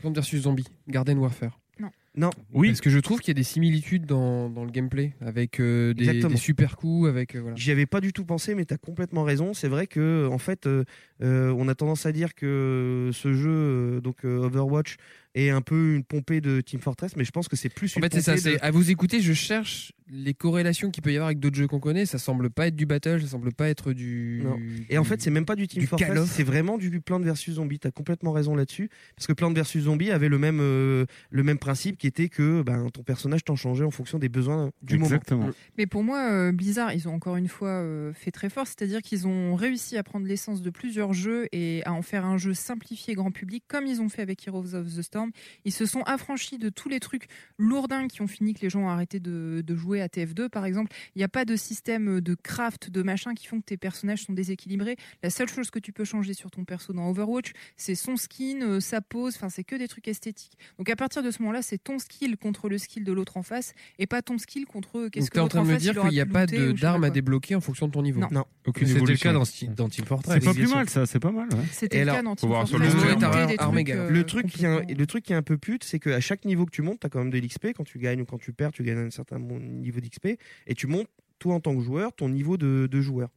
S3: Plants vs Zombie, Garden Warfare
S4: Non.
S6: Non.
S3: Oui. Parce que je trouve qu'il y a des similitudes dans, dans le gameplay avec euh, des,
S6: Exactement.
S3: des super coups, avec euh, voilà.
S6: J'y avais pas du tout pensé, mais t'as complètement raison. C'est vrai que, en fait, euh, euh, on a tendance à dire que ce jeu, euh, donc euh, Overwatch, est un peu une pompée de Team Fortress, mais je pense que c'est plus
S3: En
S6: une
S3: fait, c'est ça.
S6: pompée de-
S3: c'est- À vous écouter, je cherche les corrélations qu'il peut y avoir avec d'autres jeux qu'on connaît. Ça semble pas être du battle, ça semble pas être du.
S6: Non. Et en fait, c'est même pas du Team
S3: du Call
S6: Fortress,
S3: of.
S6: c'est vraiment du Plants vs Zombies. T'as complètement raison là-dessus, parce que Plants vs Zombies avait le même euh, le même principe qui était que ben, ton personnage t'en changeait en fonction des besoins du
S7: Exactement.
S6: moment.
S4: Mais pour moi, euh, Blizzard, ils ont encore une fois euh, fait très fort, c'est-à-dire qu'ils ont réussi à prendre l'essence de plusieurs jeux et à en faire un jeu simplifié grand public, comme ils ont fait avec Heroes of the Storm. Ils se sont affranchis de tous les trucs lourdins qui ont fini que les gens ont arrêté de, de jouer à TF2, par exemple. Il n'y a pas de système de craft, de machin qui font que tes personnages sont déséquilibrés. La seule chose que tu peux changer sur ton perso dans Overwatch, c'est son skin, euh, sa pose, enfin, c'est que des trucs esthétiques. Donc à partir de ce moment-là, c'est ton skill contre le skill de l'autre en face et pas ton skill contre
S3: Donc,
S4: qu'est-ce que
S3: t'es en train de
S4: l'autre
S3: me
S4: face,
S3: dire
S4: il aura
S3: qu'il n'y a
S4: pu
S3: pas
S4: looter ou je
S3: de-
S4: sais pas
S3: d'armes à
S4: quoi.
S3: débloquer en fonction de ton niveau.
S4: Non. Non.
S7: Aucune
S3: C'était le
S7: évolution.
S3: cas dans, Ste- dans Team Fortress.
S7: C'est pas plus mal, ça, c'est pas mal. ouais.
S4: C'était le cas dans Team
S7: voir sur
S4: Fortress,
S7: le
S4: tu
S7: jeu,
S4: inventais
S7: hein.
S4: des trucs,
S7: Armega.
S4: euh,
S6: le truc qui est un- le truc qui est un peu pute, c'est qu'à chaque niveau que tu montes, tu as quand même de l'XP. Quand tu gagnes ou quand tu perds, tu gagnes un certain mon- niveau d'XP. Et tu montes, toi en tant que joueur, ton niveau de, de joueur.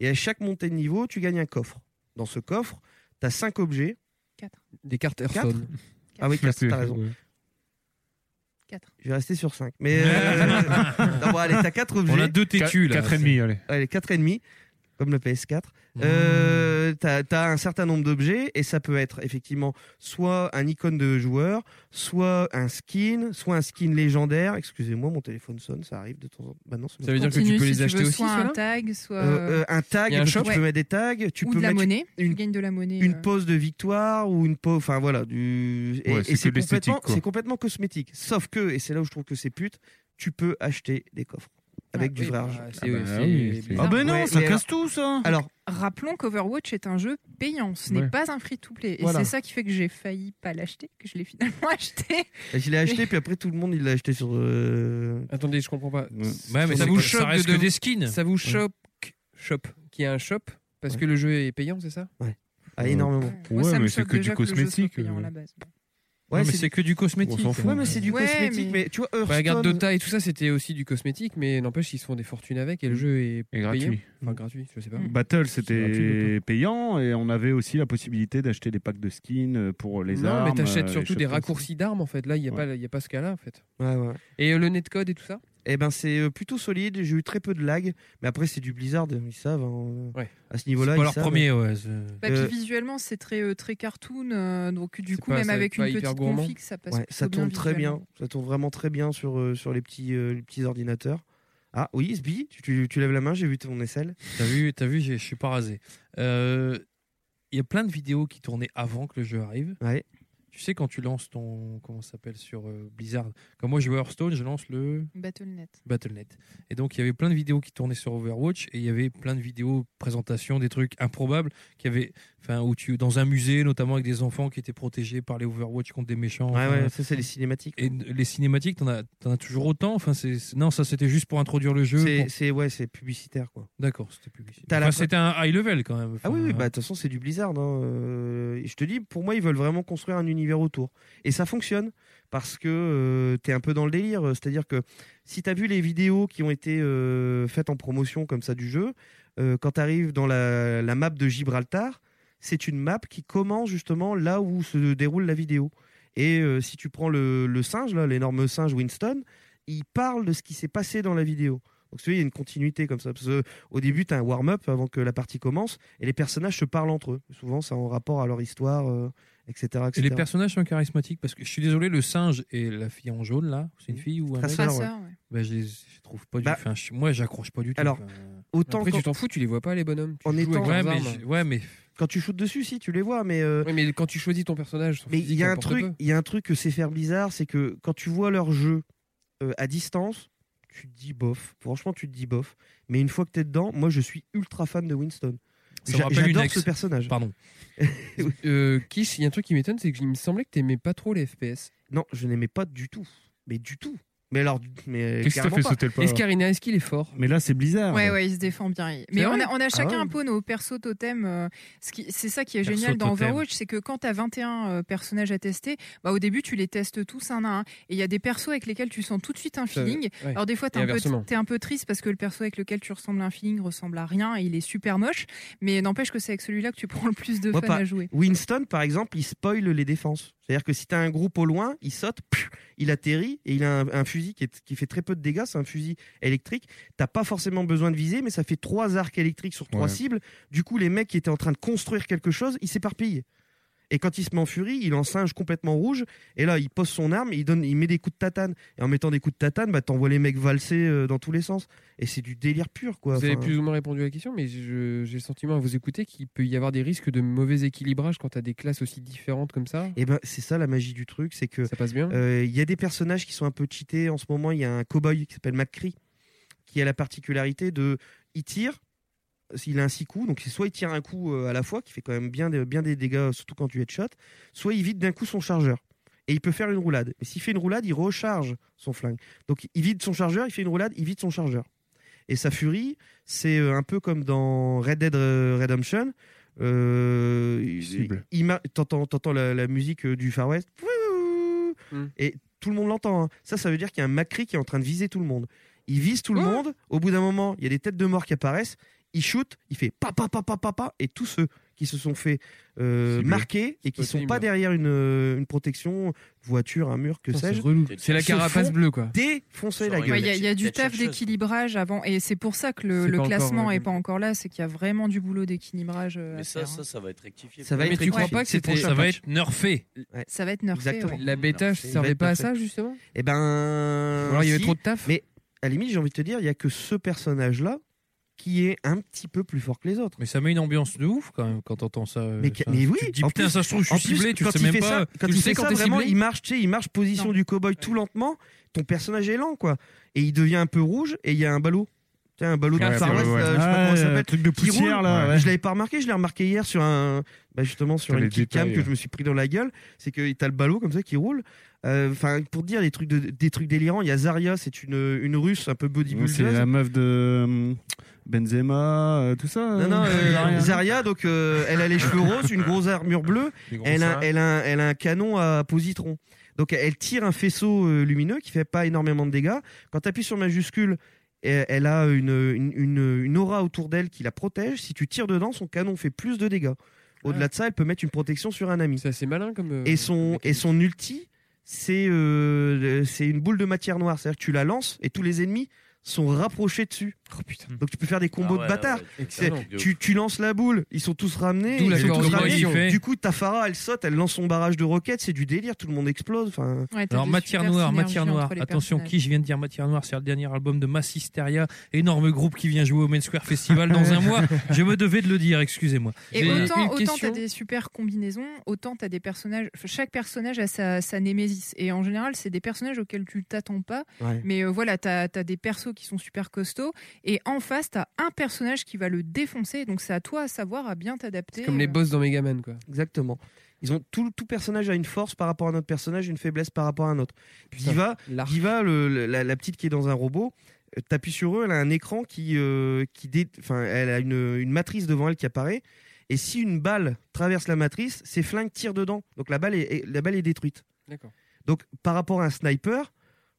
S6: Et à chaque montée de niveau, tu gagnes un coffre. Dans ce coffre, tu as 5 objets.
S4: Quatre.
S3: Des cartes
S6: Quatre
S3: Hearthstone.
S6: Ah oui, 4,
S3: Quatre.
S6: t'as raison.
S4: Quatre.
S6: Je vais rester sur 5. Mais.
S2: *laughs*
S6: euh, *laughs* non, bon, allez, t'as 4
S2: On
S6: objets.
S2: a deux tétus, là. Quatre et demi, allez.
S6: Allez, 4,5, comme le PS4. Euh, t'as t'as un certain nombre d'objets et ça peut être effectivement soit un icône de joueur, soit un skin, soit un skin légendaire. Excusez-moi, mon téléphone sonne, ça arrive de temps en temps. Bah non, c'est
S3: Ça
S6: bon.
S3: veut dire que
S4: Continue
S3: tu peux
S4: si
S3: les
S4: tu
S3: acheter
S4: veux,
S3: aussi,
S4: soit un
S3: ceux-là
S4: tag, soit
S6: Euh, euh, un tag,
S3: Il y a un
S6: parce que
S3: shop
S6: tu peux mettre des tags, tu
S4: ou
S6: peux
S4: de la
S6: mettre
S4: monnaie. euh. Tu gagnes de la monnaie.
S6: une pause de victoire ou une pause enfin voilà du et,
S7: Ouais,
S6: et
S7: c'est
S6: c'est
S7: que de l'esthétique,
S6: complètement
S7: quoi.
S6: c'est complètement cosmétique sauf que et c'est là où je trouve que c'est pute tu peux acheter des coffres avec du
S3: oui,
S6: vrai
S3: bah,
S6: argent
S3: c'est- Ah bah c'est- oui, c'est-
S6: ben
S3: Ah bah
S4: non,
S3: ça casse
S6: tout ça alors
S4: Rappelons qu'Overwatch est un jeu payant, ce n'est
S6: Ouais.
S4: pas un free-to-play. Et
S6: Voilà.
S4: c'est ça qui fait que j'ai failli pas l'acheter, que je l'ai finalement *laughs* acheté.
S6: je l'ai acheté puis après tout le monde il l'a acheté sur euh,
S3: Attendez, je comprends pas.
S6: Ouais, mais
S3: ça
S6: c'est
S3: vous
S6: pas-
S3: choque
S6: ça reste
S3: de
S6: que des skins.
S3: Ça vous
S6: Ouais.
S3: choque shop qui est un shop parce
S6: Ouais.
S3: que le jeu est payant, c'est ça
S6: Ouais. Ah, énormément.
S3: Moi, ça
S7: Ouais,
S3: me
S7: mais
S3: choque
S7: c'est que
S3: déjà
S7: du
S3: que le jeu soit
S7: cosmétique.
S3: payant,
S7: euh.
S3: là.
S6: Ouais,
S2: Non, mais
S6: c'est
S2: c'est que du cosmétique.
S7: On s'en fout.
S6: Ouais, mais c'est du cosmétique, mais tu vois,
S3: Bah, regarde
S6: Hearthstone-
S3: Dota et tout ça, c'était aussi du cosmétique, mais n'empêche, ils se font des fortunes avec et le jeu est
S7: Et
S3: payant.
S7: gratuit.
S3: Enfin, gratuit, je sais pas.
S6: bah,
S7: Battle,
S3: gratuit
S7: c'était payant et on avait aussi la possibilité d'acheter des packs de skins euh, pour les
S3: non,
S7: armes.
S3: mais t'achètes
S7: euh, les
S3: surtout des
S7: choses comme ça.
S3: raccourcis d'armes en fait. Là, il n'y a, pas- il y a pas ce cas-là en fait.
S6: Ouais, ouais.
S3: Et euh, le netcode et tout ça
S6: Eh ben c'est euh, plutôt solide, j'ai eu très peu de lag, mais après c'est du Blizzard, ils savent. hein. À ce niveau-là,
S2: C'est pas
S6: ils
S2: leur
S6: savent.
S2: premier, ouais, c'est-
S4: Bah,
S6: Euh,
S4: puis visuellement, c'est très, euh, très cartoon. euh, donc, du coup,
S6: pas-
S4: même
S6: ça
S4: avec
S6: va
S4: une
S6: pas hyper
S4: petite
S6: gourmand.
S4: config, ça passe
S6: Ouais,
S4: plutôt
S6: ça tourne
S4: bien
S6: très bien.
S4: visuellement.
S6: Ça tourne vraiment très bien sur, euh, sur les, petits, euh, les petits ordinateurs. Ah oui, SB, tu, tu- tu lèves la main, j'ai vu ton aisselle.
S2: T'as vu, t'as vu, j'ai- je suis pas rasé. Euh, Il y a plein de vidéos qui tournaient avant que le jeu arrive. Tu sais quand tu lances ton comment ça s'appelle sur euh, Blizzard. Comme moi je joue à Hearthstone, je lance le
S4: Battle.net.
S2: Battle.net. Et donc il y avait plein de vidéos qui tournaient sur Overwatch et il y avait plein de vidéos présentations des trucs improbables qui avaient enfin où tu dans un musée notamment avec des enfants qui étaient protégés par les Overwatch contre des méchants.
S6: Ouais,
S2: enfin,
S6: ouais, ça, c'est les cinématiques.
S2: Et les cinématiques, t'en as, t'en as toujours autant. Enfin, c'est c'est- non, ça c'était juste pour introduire le jeu.
S6: C'est
S2: pour-
S6: c'est- ouais, c'est publicitaire quoi.
S2: D'accord, c'était publicitaire.
S6: T'as la
S2: Enfin,
S6: pre-
S2: c'était un high level quand même.
S6: Ah oui, oui, bah de toute façon c'est du Blizzard. hein. Euh, et je te dis, pour moi ils veulent vraiment construire un univers autour. Et ça fonctionne parce que euh, t'es un peu dans le délire. Euh, C'est-à-dire que si t'as vu les vidéos qui ont été euh, faites en promotion comme ça du jeu, euh, quand t'arrives dans la, la map de Gibraltar, c'est une map qui commence justement là où se déroule la vidéo. Et euh, si tu prends le, le singe, là, l'énorme singe Winston, il parle de ce qui s'est passé dans la vidéo. Donc, tu vois, il y a une continuité comme ça. Parce que, au début, tu as un warm-up avant que la partie commence et les personnages se parlent entre eux. Souvent, c'est en rapport à leur histoire, euh, etc.,
S2: Et
S6: etc.
S2: les personnages sont charismatiques parce que je suis désolé, le singe et la fille en jaune là, c'est une fille ou un mec
S6: Tracer, Tracer, ouais. ouais.
S2: Bah, je les je trouve pas du
S6: Mm. Bah,
S2: enfin, je- Moi, j'accroche pas du tout.
S6: Alors,
S2: enfin.
S6: autant
S3: Après,
S6: quand-
S3: tu t'en fous, tu les vois pas, les bonhommes. Tu
S6: En
S3: joues
S6: étant-
S3: avec leurs
S6: Ouais, mais
S3: armes.
S6: je- Quand tu shootes dessus, si, tu les vois, mais. euh,
S3: mais quand tu choisis ton personnage,
S6: Mais il y a un
S3: n'importe
S6: truc, *laughs*
S3: peu.
S6: il y a un truc que c'est faire bizarre, c'est que quand tu vois leur jeu euh, à distance, tu te dis bof. Franchement, tu te dis bof. Mais une fois que t'es dedans, moi, je suis ultra fan de Winston.
S3: Ça me
S6: J'a-
S3: rappelle une
S6: J'adore
S3: ex.
S6: ce personnage.
S2: Pardon.
S3: Euh, Kish, il y a un truc qui m'étonne, c'est qu'il me semblait que t'aimais pas trop les FPS.
S6: Non, je n'aimais pas du tout. Mais du tout. Mais alors, mais
S3: Qu'est-ce qui t'a
S6: carrément
S3: fait
S6: pas.
S3: sauter le pas Escarina, est-ce qu'il est fort
S6: Mais là, c'est Blizzard.
S4: Ouais, ouais, il se défend bien. Il-
S6: Ah, C'est
S4: Mais
S6: vrai
S4: on a, on a
S6: Ah
S4: chacun
S6: ouais.
S4: un peu nos persos totems. euh, ce qui- c'est ça qui est
S6: Perso
S4: génial dans
S6: totem.
S4: Overwatch, c'est que quand t'as 21 euh, personnages à tester, bah, au début, tu les testes tous un à un. Et il y a des persos avec lesquels tu sens tout de suite un
S3: Ça,
S4: feeling.
S3: ouais.
S4: Alors, des fois, t'es
S3: Et
S4: un, peu,
S3: inversement.
S4: t'es un peu triste parce que le perso avec lequel tu ressembles à un feeling ressemble à rien et il est super moche. Mais n'empêche que c'est avec celui-là que tu *laughs* prends le plus de
S6: Moi,
S4: fun
S6: par-
S4: à jouer.
S6: Winston, par exemple, il spoil les défenses. C'est-à-dire que si t'as un groupe au loin, il saute, pfiou, il atterrit et il a un, un fusil qui, est- qui fait très peu de dégâts. C'est un fusil électrique. T'as pas forcément besoin de viser, mais ça fait trois arcs électriques sur trois
S16: Ouais.
S6: cibles. Du coup, les mecs qui étaient en train de construire quelque chose, ils s'éparpillent. Et quand il se met en furie, il en singe complètement rouge. Et là, il pose son arme, il, donne, il met des coups de tatane. Et en mettant des coups de tatane, bah, t'envoies les mecs valser euh, dans tous les sens. Et c'est du délire pur, quoi.
S3: Vous avez
S6: Enfin,
S3: plus ou moins répondu à la question, mais je- j'ai le sentiment à vous écouter qu'il peut y avoir des risques de mauvais équilibrage quand t'as des classes aussi différentes comme ça.
S6: Et ben c'est ça la magie du truc, c'est que euh,
S3: ça passe bien.
S6: Il y a des personnages qui sont un peu cheatés. En ce moment, il y a un cowboy qui s'appelle McCree qui a la particularité de, il tire, il a un six coups, donc c'est soit il tire un coup euh, à la fois qui fait quand même bien des, bien des dégâts, surtout quand tu headshot, soit il vide d'un coup son chargeur. Et il peut faire une roulade. Mais s'il fait une roulade, il recharge son flingue. Donc il vide son chargeur, il fait une roulade, il vide son chargeur. Et sa furie, c'est euh, un peu comme dans Red Dead euh, Redemption. Euh, il- il mar- T'entends t'entends la, la musique euh, du Far West. Et tout le monde l'entend. hein. Ça, ça veut dire qu'il y a un Macri qui est en train de viser tout le monde. Il vise tout le monde. Au bout d'un moment, il y a des têtes de mort qui apparaissent. Il shoot, il fait pa pa pa pa pa pa. Et tous ceux qui se sont fait euh, marquer et qui sont pas derrière une, euh, une protection, voiture, un mur, que
S3: Putain, c'est
S6: sais-je.
S3: relou. C'est la
S6: se
S3: carapace
S6: font
S3: bleue, quoi.
S6: Défoncer la
S4: Ouais, Il
S6: gueule.
S4: y, a- il y a du taf d'équilibrage avant, et c'est pour ça que le,
S6: C'est
S4: le
S6: pas encore, euh,
S4: classement
S6: ouais.
S4: est pas encore là, c'est qu'il y a vraiment du boulot d'équilibrage. euh, à
S5: Mais ça,
S4: faire.
S5: ça, ça va être rectifié.
S6: Ça va être rectifié. C'est le prochain
S2: ça va
S6: patch.
S2: être nerfé.
S4: Ça va être nerfé. ouais.
S3: La bêta
S6: Il va
S3: servait
S6: être
S3: pas à
S6: parfait.
S3: ça, justement
S6: Eh ben.
S3: alors, il y avait
S6: si,
S3: trop de taf
S6: Mais à la limite, j'ai envie de te dire, il y a que ce personnage-là qui est un petit peu plus fort que les autres.
S2: Mais ça met une ambiance de ouf quand même quand t'entends ça. euh,
S6: Mais, que-
S2: ça.
S6: mais oui,
S2: Tu te dis,
S6: en
S2: putain,
S6: plus-
S2: ça se trouve, je
S6: en
S2: suis
S6: plus,
S2: ciblé, tu
S6: quand
S2: le sais
S6: il
S2: même
S6: fait
S2: pas.
S6: ça- quand
S2: tu le
S6: il
S2: sais
S6: fait
S2: quand
S6: ça,
S2: t'es
S6: vraiment,
S2: ciblé
S6: il marche, tu sais, il marche position du cowboy tout lentement. Ton personnage est lent, quoi. Et il devient un peu rouge et il y a un ballot. Tu sais, un ballot de
S16: Ouais,
S6: Far
S16: ouais,
S6: West,
S16: ouais.
S6: euh, je sais pas comment
S16: Ouais,
S6: ça s'appelle.
S16: un truc de
S6: qui roule.
S16: poussière, là, ouais.
S6: Je l'avais pas remarqué, je l'ai remarqué hier sur un. bah, justement, sur
S16: Putain,
S6: une
S16: les
S6: cam
S16: détails,
S6: que
S16: ouais.
S6: je me suis pris dans la gueule. C'est que t'as le ballot comme ça qui roule. Euh, Enfin, pour te dire des trucs, de- des trucs délirants, il y a Zarya, c'est une, une russe un peu bodybuildeuse.
S16: C'est la meuf de euh, Benzema, euh, tout ça.
S6: Non, non, euh,
S16: Zarya.
S6: Zarya, donc euh, elle a les cheveux roses, une grosse armure bleue,
S16: Des gros
S6: elle a,
S16: seins.
S6: elle, a, un- elle a un canon à positron. Donc elle tire un faisceau euh, lumineux qui fait pas énormément de dégâts. Quand tu appuies sur majuscule, elle, elle a une, une, une- une aura autour d'elle qui la protège. Si tu tires dedans, son canon fait plus
S4: Bah,
S6: de dégâts. Au-delà de ça, elle peut mettre une protection sur un ami.
S4: euh,
S3: C'est assez malin comme.
S6: et, son, et son ulti, c'est euh, c'est une boule de matière noire. C'est-à-dire que tu la lances et tous les ennemis sont rapprochés dessus. Donc tu peux faire des combos
S5: Ah ouais,
S6: de bâtards.
S5: ouais, ouais, c'est
S6: C'est-
S5: un truc de
S6: tu, tu lances la boule, ils sont tous ramenés.
S5: D'où
S6: ils
S5: la
S6: sont tous
S5: coordination.
S6: ramenés. Du coup, ta Farah, elle saute, elle lance son barrage de roquettes, c'est du délire, tout le monde explose. Enfin,
S2: Ouais, t'as Alors, des Matière super Noire, Matière synergies Noire. entre les Attention, personnages. qui je viens de dire Matière Noire, c'est le dernier album de Mass Hysteria, énorme groupe qui vient jouer au Main Square Festival dans un mois. Je me devais de le dire, excusez-moi.
S4: Et
S2: J'ai
S4: autant,
S2: une
S4: autant
S2: question.
S4: t'as des super combinaisons, autant t'as des personnages. enfin, Chaque personnage a sa, sa némésis. Et en général, c'est des personnages auxquels tu t'attends pas.
S14: Ouais.
S4: Mais euh, voilà, t'as as des persos qui sont super costauds. Et en face, t'as un personnage qui va le défoncer. Donc c'est à toi à savoir à bien t'adapter.
S6: comme les
S4: Euh,
S6: boss dans Megaman, quoi. Exactement. Ils ont tout, tout personnage a une force par rapport à un autre personnage, une faiblesse par rapport à un autre. Diva,
S5: Ah.
S6: Diva le- le- la, la petite qui est dans un robot, euh, t'appuies sur eux, elle a un écran qui, euh, qui dé- enfin, elle a une, une matrice devant elle qui apparaît. Et si une balle traverse la matrice, ses flingues tirent dedans. Donc la balle est- est, la balle est détruite.
S3: D'accord.
S6: Donc, par rapport à un sniper,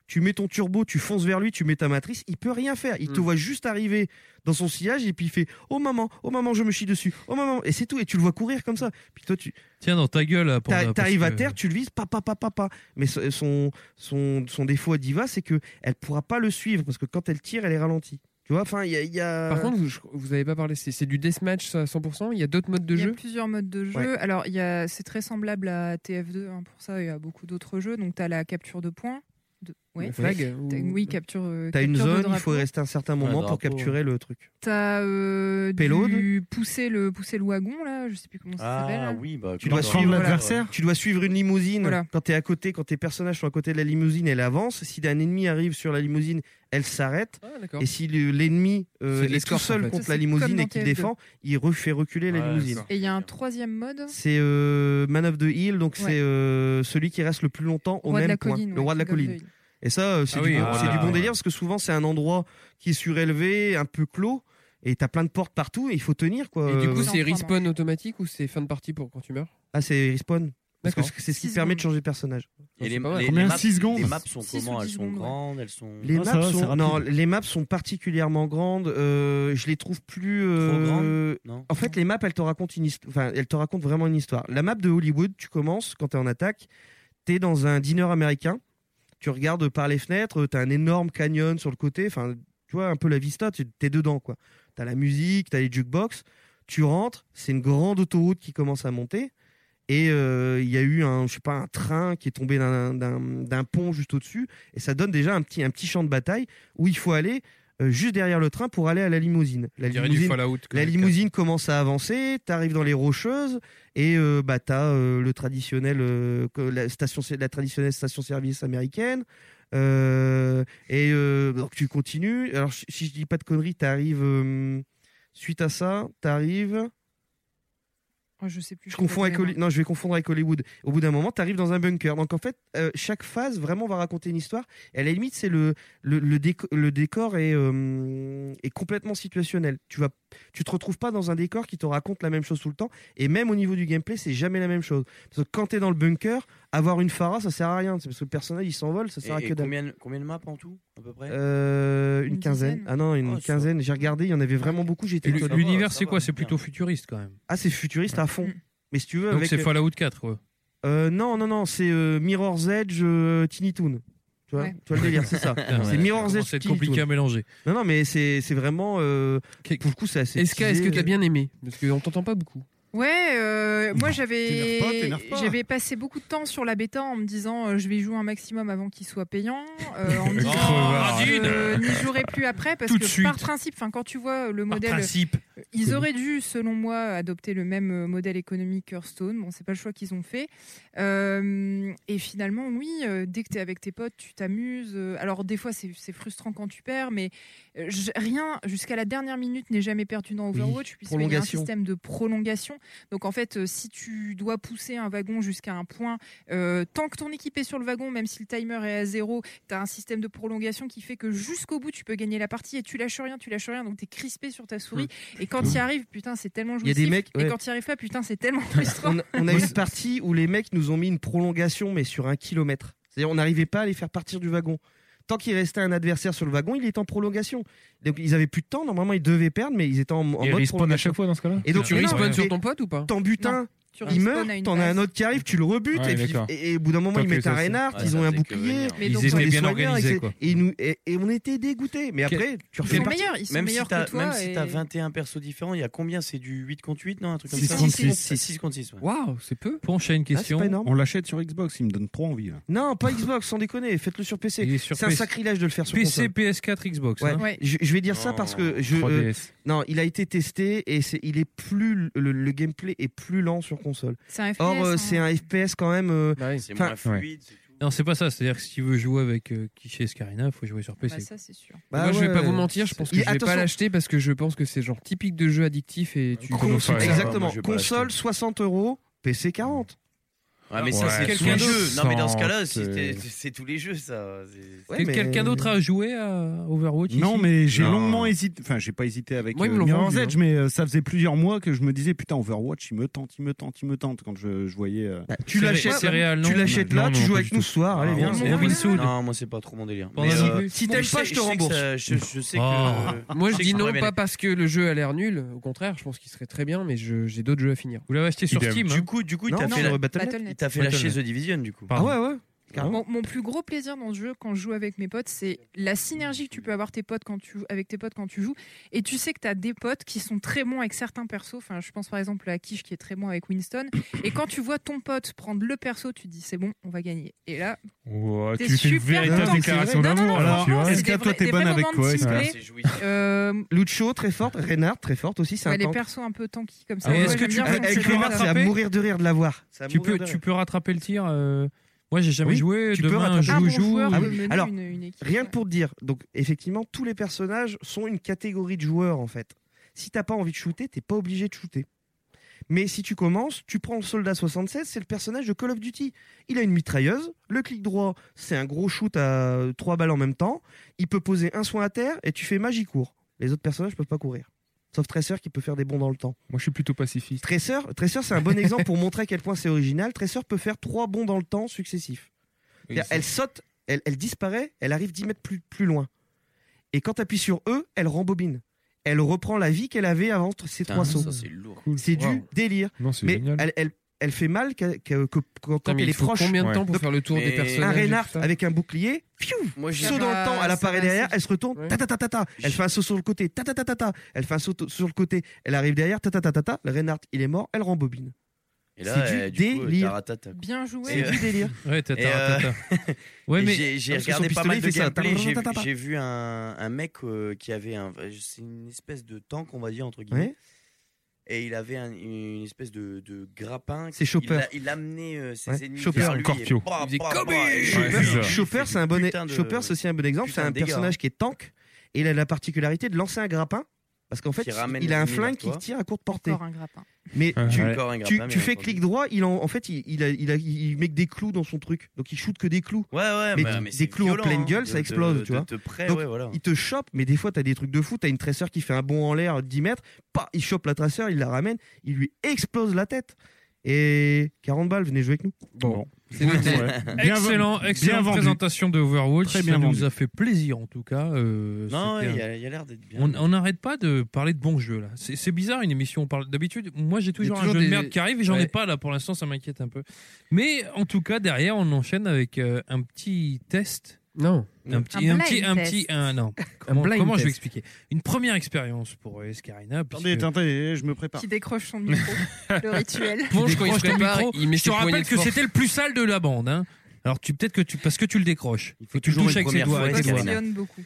S6: tu mets ton turbo, tu fonces vers lui, tu mets ta matrice, il peut rien faire. Il te voit juste arriver dans son sillage et puis il fait Oh maman, oh maman, je me chie dessus, oh maman, et c'est tout. Et tu le vois courir comme ça. Puis toi, tu
S2: Tiens, dans ta gueule, là, Panda,
S6: t'a-
S2: parce
S6: t'arrives à
S2: que-
S6: terre, tu le vises, papa, papa, papa. Mais so- son, son, son défaut à Diva, c'est que elle pourra pas le suivre parce que quand elle tire, elle est ralentie. Tu vois, enfin, il y a. il y a-
S3: Par contre, vous, je- vous avez pas parlé, c'est c'est du deathmatch ça, à 100%, il y a d'autres modes de
S4: Il y a
S3: jeu
S4: plusieurs modes de jeu.
S3: Ouais.
S4: Alors, il y a- c'est très semblable à TF2 hein, pour ça et à beaucoup d'autres jeux. Donc, tu as la capture de points. De... ouais.
S6: Le flag
S4: T'as-
S6: ou-
S4: Oui, capture. euh,
S6: T'as une
S4: capture de
S6: zone, il
S4: drapeau.
S6: faut rester un certain moment pour
S5: drapeau,
S6: capturer le truc.
S4: T'as euh,
S6: Payload.
S4: du pousser le pousser le wagon là, je sais plus comment ça
S5: Ah,
S4: s'appelle. là.
S5: bah,
S6: tu dois suivre Tu dois suivre une limousine.
S4: Voilà.
S6: Quand tu es à côté, quand tes personnages sont à côté de la limousine, elle avance. Si un ennemi arrive sur la limousine, elle s'arrête.
S3: Ah, d'accord.
S6: et si le- l'ennemi euh,
S3: C'est de
S6: est tout
S3: l'escorte, en
S6: seul
S3: fait.
S6: contre
S4: Ça,
S6: la
S4: c'est comme
S6: limousine
S4: dans
S6: et qu'il
S4: TF2.
S6: défend, il refait reculer la limousine.
S4: Et il y a un troisième mode.
S6: C'est euh, Man of the Hill, donc
S4: Ouais.
S6: c'est euh, celui qui reste le plus longtemps au
S4: Roi de
S6: même
S4: la
S6: point,
S4: colline,
S6: le
S4: ouais,
S6: roi de la
S4: King of the
S6: colline.
S4: Hill.
S6: Et ça, euh, c'est
S5: Ah
S6: du,
S5: oui,
S6: bon-
S3: oh
S5: ah,
S6: c'est du
S5: voilà,
S6: bon
S5: ouais.
S6: délire parce que souvent c'est un endroit qui est surélevé, un peu clos, et t'as plein de portes partout et il faut tenir quoi.
S3: Et du coup,
S6: Euh,
S3: c'est respawn automatique ou c'est fin de partie pour quand tu meurs
S6: Ah, c'est respawn. Parce que
S3: D'accord.
S6: c'est ce qui
S3: Six
S6: permet de changer de personnage.
S5: Et les,
S3: pas mal.
S5: les-
S3: Combien
S5: les maps,
S3: Six secondes
S5: les maps sont
S3: Six ou
S5: comment Elles
S3: dix
S5: sont
S3: secondes, ouais.
S5: grandes, elles sont.
S6: Les, maps sont, non, les maps sont particulièrement grandes. euh, je les trouve plus. euh,
S5: Trop grandes Non.
S6: En fait, les maps, elles te racontent une histo- Enfin, elles te racontent vraiment une histoire. La map de Hollywood, tu commences quand t'es en attaque. T'es dans un dîner américain. Tu regardes par les fenêtres. T'as un énorme canyon sur le côté. Enfin, tu vois un peu la vista. tu- T'es dedans, quoi. T'as la musique, t'as les jukebox. Tu rentres. C'est une grande autoroute qui commence à monter. Et euh, il y a eu un, je sais pas, un train qui est tombé d'un- d'un d'un pont juste au-dessus. Et ça donne déjà un petit, un petit champ de bataille où il faut aller euh, juste derrière le train pour aller à la limousine. La
S2: On dirait du
S6: limousine,
S2: Fallout, quand
S6: la
S2: même,
S6: limousine commence à avancer, t'arrives dans les rocheuses et euh, bah, t'as euh, le traditionnel, euh, que- la, station, la traditionnelle station-service américaine. Euh, et euh, donc tu continues. Alors si- si je dis pas de conneries, t'arrives euh, suite à ça, t'arrives.
S4: Oh, je sais plus.
S6: Je
S4: j'ai pas
S6: confonds avec
S4: tous les
S6: Holly- non, je vais confondre avec Hollywood. Au bout d'un moment, tu arrives dans un bunker. Donc en fait, euh, chaque phase vraiment va raconter une histoire. Et à la limite, c'est le le, le, déco- le décor est euh, est complètement situationnel. Tu vas tu te retrouves pas dans un décor qui te raconte la même chose tout le temps. Et même au niveau du gameplay, c'est jamais la même chose. Parce que quand t'es dans le bunker, avoir une phara, ça sert à rien. C'est parce que le personnage il s'envole, ça sert à
S5: Et- et
S6: que dalle.
S5: combien, de- combien de maps en tout, à peu près
S6: Euh, une,
S5: Une
S6: quinzaine.
S5: dizaine
S6: Ah non, une
S5: Oh, ça
S6: quinzaine. J'ai regardé, il y en avait vraiment beaucoup. J'étais étonné.
S2: L'univers, c'est quoi C'est plutôt futuriste quand même.
S6: Ah, c'est futuriste à fond. Mais si tu veux,
S2: Donc
S6: avec-
S2: c'est Fallout 4, quoi.
S6: Euh, non, non, non, c'est euh, Mirror's Edge euh, Tiny Toon. Tu vois,
S2: Ouais.
S6: tu vois le délire, c'est ça.
S3: Ah
S2: Putain,
S6: c'est
S2: ouais,
S6: Mirror's
S2: ça
S6: Edge
S2: commence à être
S6: Tiny
S2: compliqué
S6: Toon.
S2: à mélanger.
S6: Non, non, mais c'est c'est vraiment. euh, pour le coup, c'est assez.
S3: Est-ce que est-ce que
S6: stylé.
S3: t'as bien aimé Parce qu'on t'entend pas beaucoup.
S4: Ouais, euh, moi
S3: t'énerve pas,
S4: j'avais
S3: t'énerve pas.
S4: j'avais passé beaucoup de temps sur la bêta en me disant euh, je vais y jouer un maximum avant qu'il soit payant, euh, en me disant
S2: Crevard.
S4: je n'y jouerai plus après parce
S2: Tout de
S4: que
S2: suite.
S4: par principe, enfin quand tu vois le modèle,
S2: principe.
S4: euh, ils auraient dû selon moi adopter le même euh, modèle économique Hearthstone. Bon, c'est pas le choix qu'ils ont fait. Euh, et finalement, oui, euh, dès que t'es avec tes potes, tu t'amuses. Euh, Alors des fois c'est c'est frustrant quand tu perds, mais euh, j- rien jusqu'à la dernière minute n'est jamais perdu dans
S6: Oui,
S4: Overwatch puisqu'il y a un
S6: prolongation.
S4: système de prolongation. Donc en fait, euh, si tu dois pousser un wagon jusqu'à un point, euh, tant que ton équipe est sur le wagon, même si le timer est à zéro, tu as un système de prolongation qui fait que jusqu'au bout, tu peux gagner la partie et tu lâches rien, tu lâches rien, donc tu es crispé sur ta souris. Et quand tu y arrives, putain, c'est tellement
S6: Mmh. Il y a
S4: jouissif.
S6: des mecs- ouais.
S4: Et quand tu y arrives pas, putain,
S6: *laughs*
S4: c'est tellement frustrant.
S6: on, a- on a eu une partie où les mecs nous ont mis une prolongation, mais sur un kilomètre. C'est-à-dire, on n'arrivait pas à les faire partir du wagon. Tant qu'il restait un adversaire sur le wagon, il était en prolongation. Donc ils avaient plus de temps. Normalement, ils devaient perdre, mais ils étaient en, en
S9: Et
S6: mode
S9: respawn à
S6: prolongation.
S9: chaque fois dans ce cas-là
S6: Et donc
S3: Tu
S6: Ah, mais non,
S3: respawn
S6: mais-
S3: sur ton pote ou pas
S6: Ton butin,
S4: Tu
S6: il
S4: respawns
S6: meurt,
S4: à une
S6: t'en as
S4: base.
S6: un autre qui arrive, tu le rebutes,
S4: Ouais,
S6: et, puis,
S4: d'accord.
S6: et, et au bout d'un moment,
S2: Tant
S6: ils
S2: que
S6: mettent
S2: ça,
S6: un
S2: c'est-
S6: renard,
S2: Ouais,
S6: ils
S2: ça
S6: ont un
S2: fait que
S6: bouclier,
S2: venir. Mais
S6: ils
S2: donc,
S6: ont
S2: ils
S6: des
S2: étaient bien
S6: soigneurs,
S2: organisés,
S6: etc.
S2: quoi.
S6: Et, ils nous- et- et on était dégoûtés, mais après, tu refais
S4: sont
S6: partie.
S4: meilleurs, ils sont
S5: même si
S4: meilleurs que
S5: t'as-
S4: toi
S5: Même si
S4: et-
S5: t'as 21 persos différents, il y a combien C'est du 8 contre 8, non Un truc comme
S7: Six
S5: ça
S7: contre six.
S5: C'est 6 contre 6. Ouais.
S7: Waouh,
S2: c'est peu. Pencher
S3: Ah,
S2: une
S6: Ah,
S2: question.
S7: on l'achète sur Xbox, il me donne trop envie. Là.
S6: Non, pas Xbox, sans déconner, faites-le sur PC. C'est un
S2: PC.
S6: sacrilège de le faire sur
S2: PC,
S6: console.
S2: PS4, Xbox.
S6: Ouais.
S2: hein.
S6: Je, je vais dire ça parce que
S9: Oh,
S6: je euh,
S2: 3DS.
S6: non, il a été testé et c'est il est plus le, le gameplay est plus lent sur console.
S4: C'est un FPS,
S6: Or euh,
S4: hein.
S6: c'est un FPS quand même. euh, enfin,
S2: Non, c'est pas ça. C'est-à-dire que si tu veux jouer avec euh, Kishi et Scarina, il faut jouer sur PC.
S4: Bah, ça, c'est sûr.
S6: Bah
S3: Moi, je vais
S6: ouais.
S3: pas vous mentir, je pense que
S6: Et
S3: je vais pas
S6: attention-
S3: l'acheter parce que je pense que c'est genre typique de jeu addictif et tu.
S6: Console,
S3: Chronophage.
S6: exactement. Console 60 euros, PC 40.
S5: Ah, mais ça,
S2: Ouais,
S5: c'est tous
S2: quelqu'un
S5: les jeux.
S2: d'autre.
S5: Non, mais dans ce cas-là,
S2: C'est-
S5: si t'es- c'est tous les jeux, ça. C'est-
S2: Quel- Quelqu'un d'autre a joué à Overwatch
S7: Non,
S2: ici
S7: mais j'ai
S2: Non.
S7: longuement hésité. Enfin, j'ai pas hésité avec
S2: Moi, ils me
S7: euh,
S2: l'ont
S7: Mirror's
S2: vendu,
S7: Edge,
S2: hein.
S7: mais euh, ça faisait plusieurs mois que je me disais putain, Overwatch, il me tente, il me tente, il me tente quand je, je voyais. euh,
S6: tu l'achètes, tu l'achètes là, tu joues avec nous ce soir.
S5: Ah,
S6: Allez, viens.
S5: Non, moi, non, moi, c'est pas trop mon délire.
S6: Pendant
S5: Mais,
S6: la
S5: euh,
S6: nuit. Si
S5: bon,
S6: t'aimes pas,
S5: sais-
S6: je te
S5: sais que
S6: rembourse.
S5: ça- Je je sais
S3: Ah.
S5: que. euh,
S3: Moi, je
S5: sais
S3: dis
S5: que
S3: non,
S5: j'aurais bien
S3: pas parce que le jeu a l'air nul. Au contraire, je pense qu'il serait très bien, mais je- j'ai d'autres jeux à finir.
S2: Vous l'avez acheté
S5: sur Idem. Steam, Du hein. coup- du coup, il t'a fait la- Il t'a fait lâcher The Division, du coup.
S6: Ah ouais, ouais.
S4: Mon, mon plus gros plaisir dans ce jeu, quand je joue avec mes potes, c'est la synergie que tu peux avoir tes potes quand tu, avec tes potes quand tu joues. Et tu sais que tu as des potes qui sont très bons avec certains persos. Enfin, je pense par exemple à Kish qui est très bon avec Winston. Et quand tu vois ton pote prendre le perso, tu te dis c'est bon, on va gagner. Et là,
S9: Ouah,
S4: T'es
S9: Bah, tu fais une
S4: super
S9: véritable
S4: content,
S9: déclaration
S4: c'est vrai. Non,
S9: d'amour.
S4: non, non,
S9: là, tu
S4: franchement,
S9: vois.
S4: c'est des vrais- des vrais moments de team play. Euh,
S6: Lucho très forte, Renard très forte aussi, c'est
S4: ouais,
S6: un
S4: les
S6: tank.
S4: persos un peu tanky comme ça.
S6: Ah ouais,
S4: Moi,
S6: est-ce que
S4: j'aime
S6: tu
S4: bien
S6: peux-
S4: quand
S6: avec
S4: c'est
S6: le
S4: comme
S6: Renard,
S4: ça.
S6: c'est à mourir de rire de l'avoir. C'est à
S2: Tu
S6: mourir
S2: peux,
S6: de rire.
S2: tu peux rattraper le tir. euh, Moi, j'ai jamais
S6: Oui,
S2: joué.
S6: tu peux
S2: Demain,
S6: rattraper-
S2: je
S6: Ah,
S2: joue,
S6: bon
S2: joue.
S6: joueur,
S2: Ah
S6: peut
S2: oui.
S6: mener
S2: Alors,
S4: euh, une- une équipe. euh,
S6: Rien que pour te dire, donc effectivement, tous les personnages sont une catégorie de joueurs en fait. Si t'as pas envie de shooter, t'es pas obligé de shooter. Mais si tu commences, tu prends le soldat 76, c'est le personnage de Call of Duty. Il a une mitrailleuse, le clic droit, c'est un gros shoot à 3 balles en même temps. Il peut poser un soin à terre et tu fais magie court. Les autres personnages peuvent pas courir. Sauf Tracer qui peut faire des bonds dans le temps.
S9: Moi, je suis plutôt pacifiste.
S6: Tracer, Tracer c'est un bon exemple pour montrer à quel point c'est original. Tracer peut faire trois bonds dans le temps successifs. C'est-à-dire, elle saute, elle, elle disparaît, elle arrive 10 mètres plus, plus loin. Et quand tu appuies sur E, elle rembobine. Elle reprend la vie qu'elle avait avant t- ces
S3: Ah,
S6: trois sauts.
S5: ça, Ah, c'est lourd.
S6: C'est du
S5: Wow.
S6: délire.
S9: Non, c'est
S6: mais
S9: génial.
S6: elle, elle, elle fait mal qu'à- qu'à- que- quand
S3: Putain, mais
S6: elle
S3: il
S6: est
S3: faut
S6: proche.
S3: combien de temps pour
S6: Donc,
S3: faire le tour des
S5: Mais-
S3: personnages
S6: un
S3: et tout
S6: renard
S3: ça
S6: avec un bouclier, piou,
S5: Moi, j'ai-
S6: saut dans
S3: Ah,
S6: le temps, elle
S3: ça
S6: apparaît
S3: va,
S6: derrière,
S3: c'est-
S6: elle se retourne, ta ta ta ta ta, elle fait un saut sur le côté, ta ta ta ta ta, elle fait un saut sur le côté, elle arrive derrière, ta ta ta ta ta, le renard il est mort, elle rembobine.
S5: Et
S6: C'est
S5: là,
S6: du
S5: euh, du coup,
S6: délire.
S5: taratata, quoi.
S4: Bien joué.
S6: C'est du
S3: *laughs*
S6: délire.
S2: Ouais,
S5: Et, euh,
S2: taratata. Ouais,
S5: et
S2: mais-
S5: j'ai- j'ai
S2: Ah, parce que son
S5: regardé pas mal
S2: pistolet, il
S5: de
S2: fait ça.
S5: gameplay. J'ai-
S2: Tatatata.
S5: J'ai vu un, un mec euh, qui avait un, c'est une espèce de tank, on va dire entre guillemets.
S6: Ouais.
S5: Et il avait un- une espèce de, de grappin.
S6: C'est Chopper.
S5: Il a- Il amenait euh, ses
S6: Ouais.
S5: ennemis
S6: Chopper.
S5: vers lui.
S6: Scorpio.
S5: et pa,
S6: Il faisait
S5: pa, pa,
S6: Kobe
S5: et il
S6: Chopper,
S5: faisait-
S6: Chopper, c'est un bon
S5: putain de-
S6: Chopper, c'est aussi un bon exemple. C'est
S5: putain
S6: un
S5: de dégâts, hein.
S6: personnage qui est tank et il a la particularité de lancer un grappin parce qu'en fait,
S5: Qui ramène
S6: il a un
S5: l'ennemi vers
S6: flingue qui
S5: toi.
S6: tire à courte portée.
S4: Encore un grappin.
S6: Mais
S5: Ouais.
S6: tu,
S5: Encore un grappin,
S6: tu-
S5: bien
S6: tu fais
S5: entendu.
S6: clic droit, il en, en fait, il, il a- il a- il met que des clous dans son truc, donc il shoot que des clous.
S5: Ouais, ouais,
S6: mais,
S5: bah,
S6: des-
S5: mais
S6: des
S5: c'est
S6: clous
S5: violent,
S6: en pleine
S5: hein,
S6: gueule,
S5: de-
S6: ça explose,
S5: de-
S6: tu vois.
S5: de- de près,
S6: donc,
S5: ouais, voilà.
S6: Il te chope, mais des fois, t'as des trucs de fou. T'as une traceur qui fait un bond en l'air de 10 mètres, pas, il chope la traceur, il la ramène, il lui explose la tête. Et 40 balles, venez jouer avec nous.
S3: Bon.
S6: C'est
S2: noté. Excellent, excellente présentation de Overwatch.
S6: Très
S2: ça
S6: bien
S2: nous
S6: vendu.
S2: a fait plaisir en tout cas. euh,
S5: Non,
S2: c'était
S5: il y
S2: un-
S5: a, il y a l'air d'être bien.
S2: On on n'arrête pas de parler de bons jeux là. C'est c'est bizarre une émission. on parle D'habitude, moi j'ai toujours,
S3: toujours
S2: un jeu
S3: des-
S2: de merde qui arrive et j'en
S3: Ouais.
S2: ai pas là pour l'instant, ça m'inquiète un peu. Mais en tout cas, derrière, on enchaîne avec euh, un petit test.
S3: Non.
S2: Un petit,
S3: Un
S2: un, petit,
S3: blind
S2: un
S3: test.
S2: petit, un non. Comment,
S3: blind
S2: comment je vais
S3: test.
S2: expliquer Une première expérience pour euh, Escarina.
S7: Attendez,
S2: puisque-
S16: eh,
S7: attendez, je me prépare.
S4: Qui décroche son micro. le rituel.
S2: Ponge, quand il se
S3: Décroche ton
S2: prépare,
S3: micro,
S2: il met
S3: je
S2: ses
S3: te rappelle
S2: poignées de
S3: que
S2: force.
S3: c'était
S2: le plus sale de la bande. Hein. Alors tu peut-être que tu parce que tu le décroches. Il faut que tu le
S5: toujours
S2: touches avec
S5: une
S2: ses
S5: première
S2: doigts.
S5: fois,
S2: avec
S5: ouais,
S2: tes doigts.
S5: Escarina.
S4: Passionne beaucoup.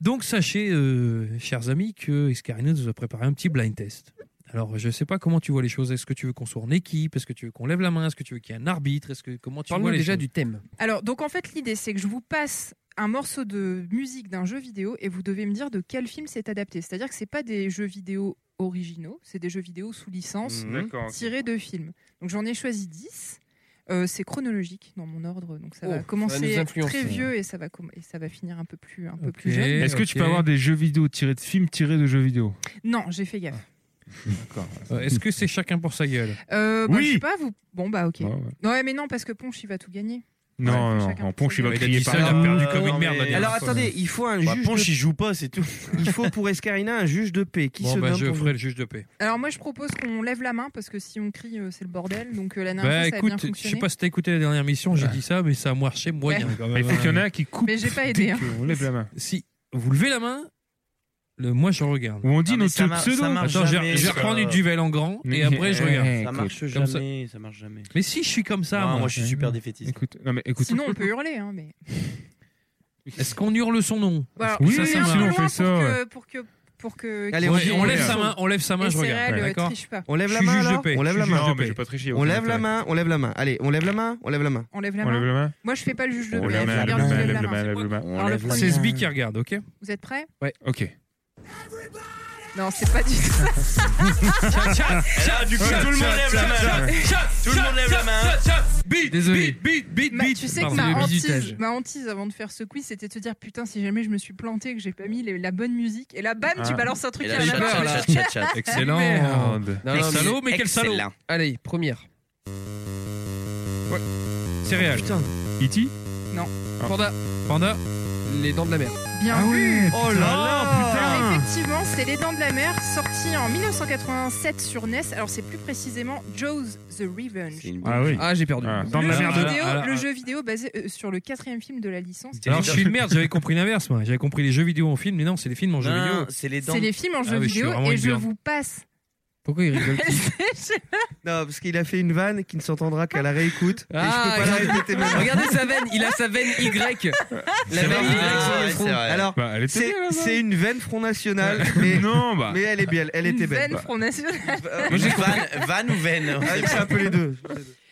S2: Donc sachez, euh, chers amis, que Escarina nous a préparé un petit blind test. Alors je sais pas comment tu vois les choses. Est-ce que tu veux qu'on soit en équipe Est-ce que tu veux qu'on lève la main Est-ce que tu veux qu'il y ait un arbitre Est-ce que comment tu
S3: Parle-nous
S2: vois les
S3: déjà
S2: choses
S3: du thème.
S4: Alors, donc en fait, l'idée, c'est que je vous passe un morceau de musique d'un jeu vidéo et vous devez me dire de quel film c'est adapté. C'est-à-dire que c'est pas des jeux vidéo originaux, c'est des jeux vidéo sous licence
S9: Mmh, d'accord, ok.
S4: tirés de films. Donc j'en ai choisi 10. Euh, c'est chronologique dans mon ordre, donc ça
S3: Oh, ça
S4: va
S3: va
S4: commencer
S3: nous influencer.
S4: très vieux et ça va com- et ça va finir un peu plus un peu
S2: Ok.
S4: plus jeune.
S9: Est-ce que
S2: Ok.
S9: tu peux avoir des jeux vidéo tirés de films tirés de jeux vidéo
S4: Non, j'ai fait gaffe.
S2: Euh, Est-ce que c'est chacun pour sa gueule
S4: Euh, bah,
S9: Oui.
S4: je sais pas vous. Bon bah ok.
S9: Ouais,
S4: Ouais, mais non parce que Ponche il va tout gagner.
S9: Non, non, non, Ponche, il va crier par là.
S6: Ah,
S9: perdu comme
S6: non,
S9: une merde la
S6: mais-
S9: dernière
S6: Alors
S9: fois.
S6: attendez, il faut un
S5: Bah,
S6: juge.
S5: Ponche,
S6: de-
S5: il joue pas, c'est tout.
S6: Il faut pour Escarina un juge de paix. Qui
S2: Bon,
S6: se
S2: bah,
S6: donne
S2: je
S6: pour
S2: ferai le juge de paix.
S4: Alors moi je propose qu'on lève la main parce que si on crie euh, c'est le bordel. Donc euh, la dernière
S2: Bah
S4: fois, ça a bien
S2: écoute, je
S4: fonctionné.
S2: sais pas si t'as écouté la dernière émission, j'ai dit ça, mais ça a marché moyen.
S4: Ouais.
S2: quand même,
S9: Il faut qu'il y en
S2: hein.
S9: a qui coupent.
S4: Mais j'ai pas aidé. hein.
S9: On lève la main.
S2: Si vous levez la main, le, moi je regarde.
S9: Ou on dit Ah, mais notre ça mar- pseudo. ça marche
S2: Attends, je vais-
S9: jamais,
S2: je vais
S9: ça.
S2: reprendre une duvel en grand
S9: Mais-
S2: et après je
S9: Eh,
S2: regarde.
S9: Ça marche
S2: Comme ça.
S5: Jamais, ça marche jamais.
S2: Mais si je suis comme ça,
S5: Non,
S2: moi.
S5: moi, je suis super défaitiste.
S9: Écoute, non, mais écoute.
S4: Sinon on peut hurler. Hein, mais...
S2: Est-ce qu'on hurle son nom
S4: Bon, alors,
S2: Oui,
S4: je vais
S2: sinon,
S4: un
S2: on
S4: peu loin
S2: fait
S4: pour
S2: ça,
S4: que-
S2: ouais.
S4: Pour que, pour que.
S2: Allez, on- on lève sa main, on lève sa main,
S4: Et
S2: je regarde.
S4: Céréales,
S2: Ouais,
S4: euh,
S2: d'accord.
S4: triche pas.
S6: On lève
S2: Je
S6: la
S2: suis
S6: main.
S2: juge
S6: là
S2: de paix.
S6: On lève
S2: Je
S6: la
S2: suis
S6: main.
S2: juge de paix. Non, mais j'ai pas triché,
S6: On
S2: aucun
S6: lève la
S2: intérêt.
S6: main. On lève la main. Allez, on lève la main. On lève la main.
S4: On lève la
S6: On
S4: main.
S6: lève la main.
S4: Moi, je fais pas le juge de
S6: On
S4: paix.
S6: lève
S4: je
S6: la main,
S4: regarde
S6: lève
S4: si
S6: la
S4: je
S6: main,
S4: lève la main. Alors, le premier.
S2: C'est Sbi qui regarde, ok
S4: Vous êtes prêts
S2: Ouais. Ok.
S4: Non, c'est pas du tout.
S2: Tiens, tiens, tiens,
S4: du coup,
S2: tiens,
S4: tout le monde
S2: tiens,
S4: lève la
S2: tiens,
S4: main.
S2: tiens, tiens,
S4: Tout le
S2: tiens,
S4: monde lève la
S2: tiens,
S4: main.
S2: tiens, tiens. Bite,
S4: Désolé.
S2: bite, bite, bite,
S4: Ma-
S2: bite.
S4: tu sais que
S2: Pardon.
S4: ma hantise, ma hantise avant de faire ce quiz, c'était de se dire putain, si jamais je me suis planté, que j'ai pas mis les- la bonne musique, et là, bam, tu
S2: Ah.
S4: balances un truc
S2: Et
S4: qui
S2: la
S4: a rien à
S2: chat,
S4: voir,
S2: chat,
S4: là.
S2: chat, chat, chat. Excellent.
S3: Merde.
S2: Non, Quel non, mais- salaud, mais quel salaud. Excellent.
S3: Allez, première.
S9: Ouais. Céréales.
S3: Putain.
S9: E.T.
S4: Non.
S3: Panda.
S2: Panda.
S3: Les dents de la mer.
S4: Bien
S9: Ah
S4: vu.
S9: ouais, Oh putain. là là,
S4: Alors,
S9: putain.
S4: effectivement, c'est Les Dents de la Mer, sorti en 1987 sur NES. Alors, c'est plus précisément Jaws the Revenge.
S9: Ah oui.
S3: Ah, j'ai perdu.
S9: Dans
S4: le,
S9: la
S4: jeu
S9: merde.
S4: vidéo, le jeu vidéo basé euh, sur le quatrième film de la licence.
S2: Alors, je suis une merde, j'avais compris l'inverse, moi. J'avais compris les jeux vidéo en film, mais non, c'est les films en jeux
S5: Non,
S2: vidéo.
S5: c'est les
S4: C'est les films en
S2: Ah,
S4: jeu
S2: mais je suis
S4: vidéo
S2: vraiment
S4: et
S2: une
S4: je
S2: burne.
S4: vous passe.
S3: Pourquoi
S4: *laughs*
S3: il rigole
S6: Non, parce qu'il a fait une vanne qui ne s'entendra qu'à la réécoute.
S5: Ah,
S6: et je peux pas la répéter maintenant.
S3: regardez
S4: *laughs*
S3: sa veine, il a sa veine Y.
S6: La veine
S3: vrai.
S6: Y sur
S3: Ah,
S6: le
S3: ouais,
S6: front.
S3: c'est vrai.
S6: Alors,
S3: Bah, elle était
S6: c'est
S3: bien, là-bas.
S6: c'est une veine Front National, mais,
S9: non, bah.
S6: mais elle est belle. Elle était belle.
S4: Veine Front National.
S5: Moi, j'ai van, van ou veine on
S6: Ah,
S5: sait
S6: c'est
S5: pas.
S6: un peu les deux.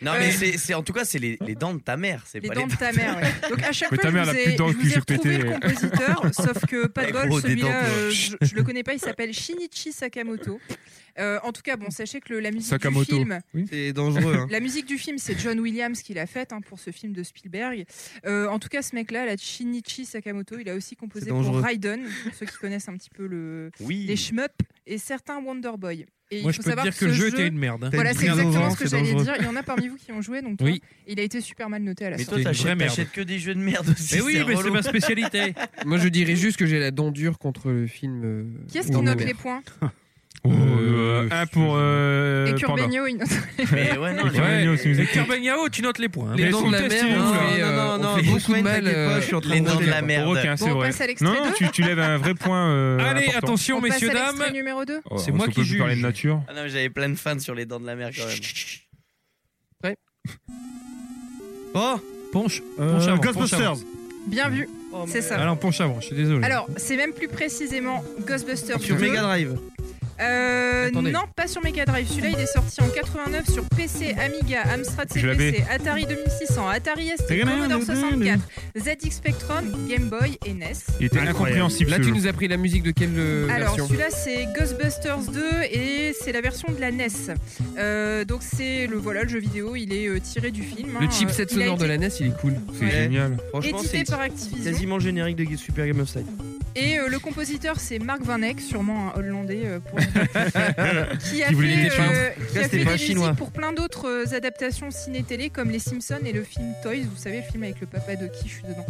S5: Non,
S4: Euh,
S5: mais c'est- c'est en tout cas, c'est les, les dents de ta mère. C'est
S4: Les
S5: pas
S4: dents
S5: les
S4: de ta mère, ouais.
S5: *laughs*
S4: Donc à chaque
S5: Mais ta
S4: fois,
S5: mère,
S4: je
S5: elle
S4: vous
S5: a
S4: ai,
S5: plus de dents
S4: je
S5: que
S4: vous ai
S5: j'ai
S4: retrouvé
S5: pété.
S4: le compositeur, sauf que pas de
S5: Eh,
S4: bol,
S5: gros, des
S4: celui-là,
S5: dents, toi.
S4: euh, je, je le connais pas, il s'appelle Shinichi Sakamoto. Euh, en tout cas, bon, sachez que le- la musique du
S6: Sakamoto.
S4: film,
S6: C'est dangereux. hein.
S4: La musique du film, c'est John Williams qui l'a faite hein, pour ce film de Spielberg. Euh, en tout cas, ce mec-là, la Shinichi Sakamoto, il a aussi composé
S6: C'est
S4: pour
S6: dangereux.
S4: Raiden, pour ceux qui connaissent un petit peu le,
S5: Oui.
S4: les shmup et certains Wonder Boy. Et
S2: Moi,
S4: il
S2: je
S4: faut
S2: peux te
S4: savoir
S2: dire que le
S4: ce
S2: jeu était une merde, hein.
S4: Voilà,
S2: T'as
S4: c'est
S2: une merde
S4: exactement
S2: devant,
S4: ce que
S2: c'est
S4: j'allais
S2: dangereux.
S4: dire. Il y en a parmi vous qui ont joué, donc toi,
S2: Oui.
S4: il a été super mal noté à la
S5: Mais toi,
S4: sortie.
S5: t'achètes-
S2: vraie merde.
S5: t'achètes que des jeux de merde aussi.
S2: Mais oui, mais c'est ma spécialité.
S3: Moi, je dirais juste que j'ai la dent dure contre le film. euh,
S4: Qui est-ce
S3: Dans
S4: qui
S3: la
S4: note
S3: mer.
S4: les points
S9: Euh, Un pour. euh,
S4: Et
S9: Panda.
S4: Curbegno, il note les
S5: Mais ouais, non,
S9: Et Curbegno, si vous
S2: Et
S9: êtes-
S2: Kerbenyao, tu notes les points. hein.
S3: Les
S9: Mais
S3: dents de la
S9: elles
S3: mer,
S9: sont
S3: on
S9: testées,
S3: fait,
S9: là.
S3: euh,
S9: Non, non,
S3: on
S9: non,
S3: fait
S9: non,
S3: beaucoup de
S9: Bruce,
S3: mal.
S9: t'inquiète pas, je suis
S6: euh,
S9: en train de
S3: aux
S9: noter
S3: dents
S9: la
S3: mer.
S9: merde. Ok, c'est
S4: Bon, on
S9: vrai.
S4: passe à l'extrait
S9: Non, non,
S4: deux.
S9: tu, tu lèves un vrai point. euh,
S2: Allez,
S9: important.
S2: attention,
S4: On
S2: messieurs,
S4: passe à
S2: dames.
S4: l'extrait numéro 2
S9: Oh,
S2: C'est
S9: on
S2: moi
S9: peut
S2: qui
S9: plus
S2: juge.
S9: parler de nature.
S5: Ah non, mais j'avais plein de fans sur les dents de la mer quand même.
S6: Oh
S2: Ponche,
S9: Euh,
S2: ponche avant,
S9: Ghostbusters.
S2: ponche
S4: Bien vu, c'est
S2: avant.
S4: ça.
S2: Alors, ponche avant, je suis désolé.
S4: Alors, c'est même plus précisément Ghostbusters
S2: Ah,
S4: 2.
S6: Sur Mega Drive.
S4: Euh,
S2: Attendez.
S4: non, pas sur Mega Drive. Celui-là, il est sorti en 89 sur PC, Amiga, Amstrad
S9: Je l'avais.
S4: CPC, Atari 2600, Atari ST, Commodore 64, ZX Spectrum, Game Boy et E NES.
S9: Il était incompréhensible.
S3: Là,
S9: ce
S3: tu
S9: jeu.
S3: nous as pris la musique de quelle euh,
S4: Alors
S3: version
S4: celui-là c'est Ghostbusters 2 et c'est la version de la NES. Euh, donc c'est le voilà le jeu vidéo, il est euh, tiré du film. hein.
S3: Le chipset
S4: Euh, il a
S3: sonore de
S4: été
S3: la NES, il est cool.
S9: C'est
S4: Ouais.
S9: génial.
S6: Franchement,
S4: édité
S6: c'est
S4: par Activision.
S6: quasiment le générique de Super Game of Side.
S4: Et euh, le compositeur, c'est Marc Van Eyck, sûrement un Hollandais, euh, pour... qui a
S6: Qui voulait
S4: fait,
S6: des chinois.
S4: euh, qui
S6: Ça,
S4: a
S6: c'était
S4: fait
S6: pas
S4: des
S6: chinois.
S4: musiques pour plein d'autres euh, adaptations ciné-télé, comme Les Simpsons et le film Toys. Vous savez, le film avec le papa de qui je suis dedans.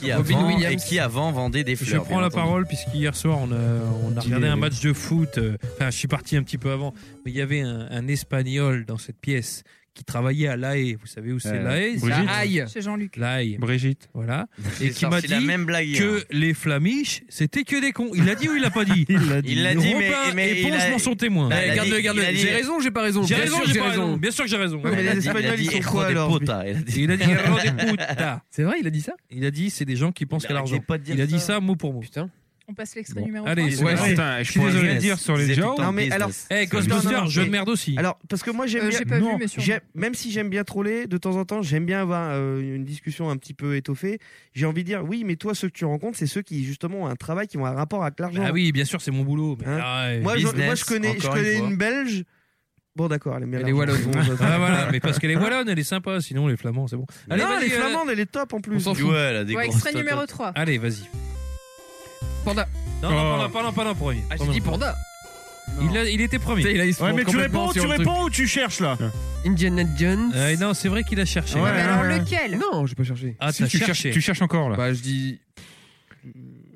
S5: Qui
S3: Robin
S5: avant, et
S3: Williams.
S5: qui avant vendait des
S2: Je
S5: fleurs.
S2: prends
S5: bien
S2: la
S5: entendu.
S2: parole puisqu'hier soir on a, on a
S6: Dis-le,
S2: regardé un
S6: allez.
S2: match de foot. euh, Enfin, je suis parti un petit peu avant, mais il y avait un, un Espagnol dans cette pièce qui travaillait à La Haye. Vous savez où c'est
S9: Euh,
S2: La Haye
S9: Brigitte.
S3: La Haye.
S4: C'est Jean-Luc.
S2: La Haye.
S9: Brigitte.
S2: Voilà.
S5: J'ai
S2: Et qui m'a
S5: sorti
S2: dit
S5: la même blague. hier.
S2: que les flamiches, c'était que des cons. Il l'a dit ou il l'a pas dit
S6: Il l'a
S5: Il l'a dit, mais,
S2: Robin
S5: mais
S2: et
S5: il
S2: Ponce
S5: a-
S2: m'en sont témoins.
S5: Bah,
S3: Eh,
S5: il a
S3: Garde-le,
S5: dit- il
S3: garde-le.
S5: a dit-
S3: J'ai raison, ou j'ai pas raison.
S2: J'ai
S3: Bien
S2: raison,
S3: sûr,
S2: j'ai pas raison. Bien sûr que j'ai raison.
S6: Ouais, mais
S5: Il a
S6: les
S5: dit- il a
S6: Espagnols,
S5: dit
S6: ils sont
S5: hijo
S6: quoi,
S5: de
S6: alors, ce
S5: puta, il a dit-
S2: Il a dit Hijo de puta.
S3: C'est vrai, il a dit ça
S2: Il a dit c'est des gens qui pensent
S5: Il
S2: qu'à l'argent.
S5: arrêtait pas de dire
S2: Il a dit
S5: ça.
S2: ça mot pour mot.
S3: Putain.
S4: On passe l'extrait
S2: Bon,
S4: numéro
S2: allez,
S4: trois. Euh,
S2: c'est
S9: Ouais,
S2: vrai.
S9: putain,
S5: Je
S9: je
S5: suis
S9: pourrais
S5: désolé
S9: rien dire sur les gens.
S6: Non, mais alors-
S2: Eh
S6: Non, non, non,
S2: Ghostbusters, jeu de
S6: mais-
S2: merde aussi.
S6: Alors, parce que moi j'aime
S4: Euh,
S6: bien.
S4: J'ai pas
S9: Non,
S4: vu, mais sûrement.
S6: J'aime- même si j'aime bien troller, de temps en temps, j'aime bien avoir euh, une discussion un petit peu étoffée. J'ai envie de dire, oui, mais toi, ceux que tu rencontres, c'est ceux qui, justement, ont un travail qui ont un rapport avec l'argent.
S3: Bah
S2: Ah oui, bien sûr, c'est mon boulot. mais-
S6: Hein
S2: Ah, ouais.
S6: moi, je,
S5: business,
S6: moi, je connais, je
S5: encore une
S6: connais une,
S5: fois.
S6: Belge. Bon, d'accord, elle aime bien
S3: Elle est
S6: l'argent.
S3: wallonne.
S6: Bon, ça-
S2: Ah voilà, mais parce qu'elle est wallonne, elle est sympa, sinon les flamands, c'est bon. Allez,
S6: non,
S2: vas-y,
S6: les
S2: euh,
S6: Flamandes, elle est top en plus.
S3: s'en fout.
S5: Ouais, elle a des
S4: Ouais,
S5: grosses
S4: extrait
S5: tototes.
S4: numéro 3.
S2: Ah, Allez, vas-y.
S3: Panda.
S2: Non,
S9: Oh.
S2: non, pas non, pas non, pas non, premier.
S3: Ah, j'ai dit panda.
S2: Il, a- il était premier.
S3: Putain, il a- il se Ouais, prend mais tu complètement réponds, sur tu le réponds
S16: ou tu cherches là
S3: Indiana Jones.
S2: Euh, non, c'est vrai qu'il a cherché.
S4: Eh ben, lequel
S3: Non, j'ai pas cherché.
S2: Ah,
S9: Si,
S2: t'as
S9: tu cherches-
S2: cherché.
S9: tu cherches encore, là.
S3: Bah, je dis.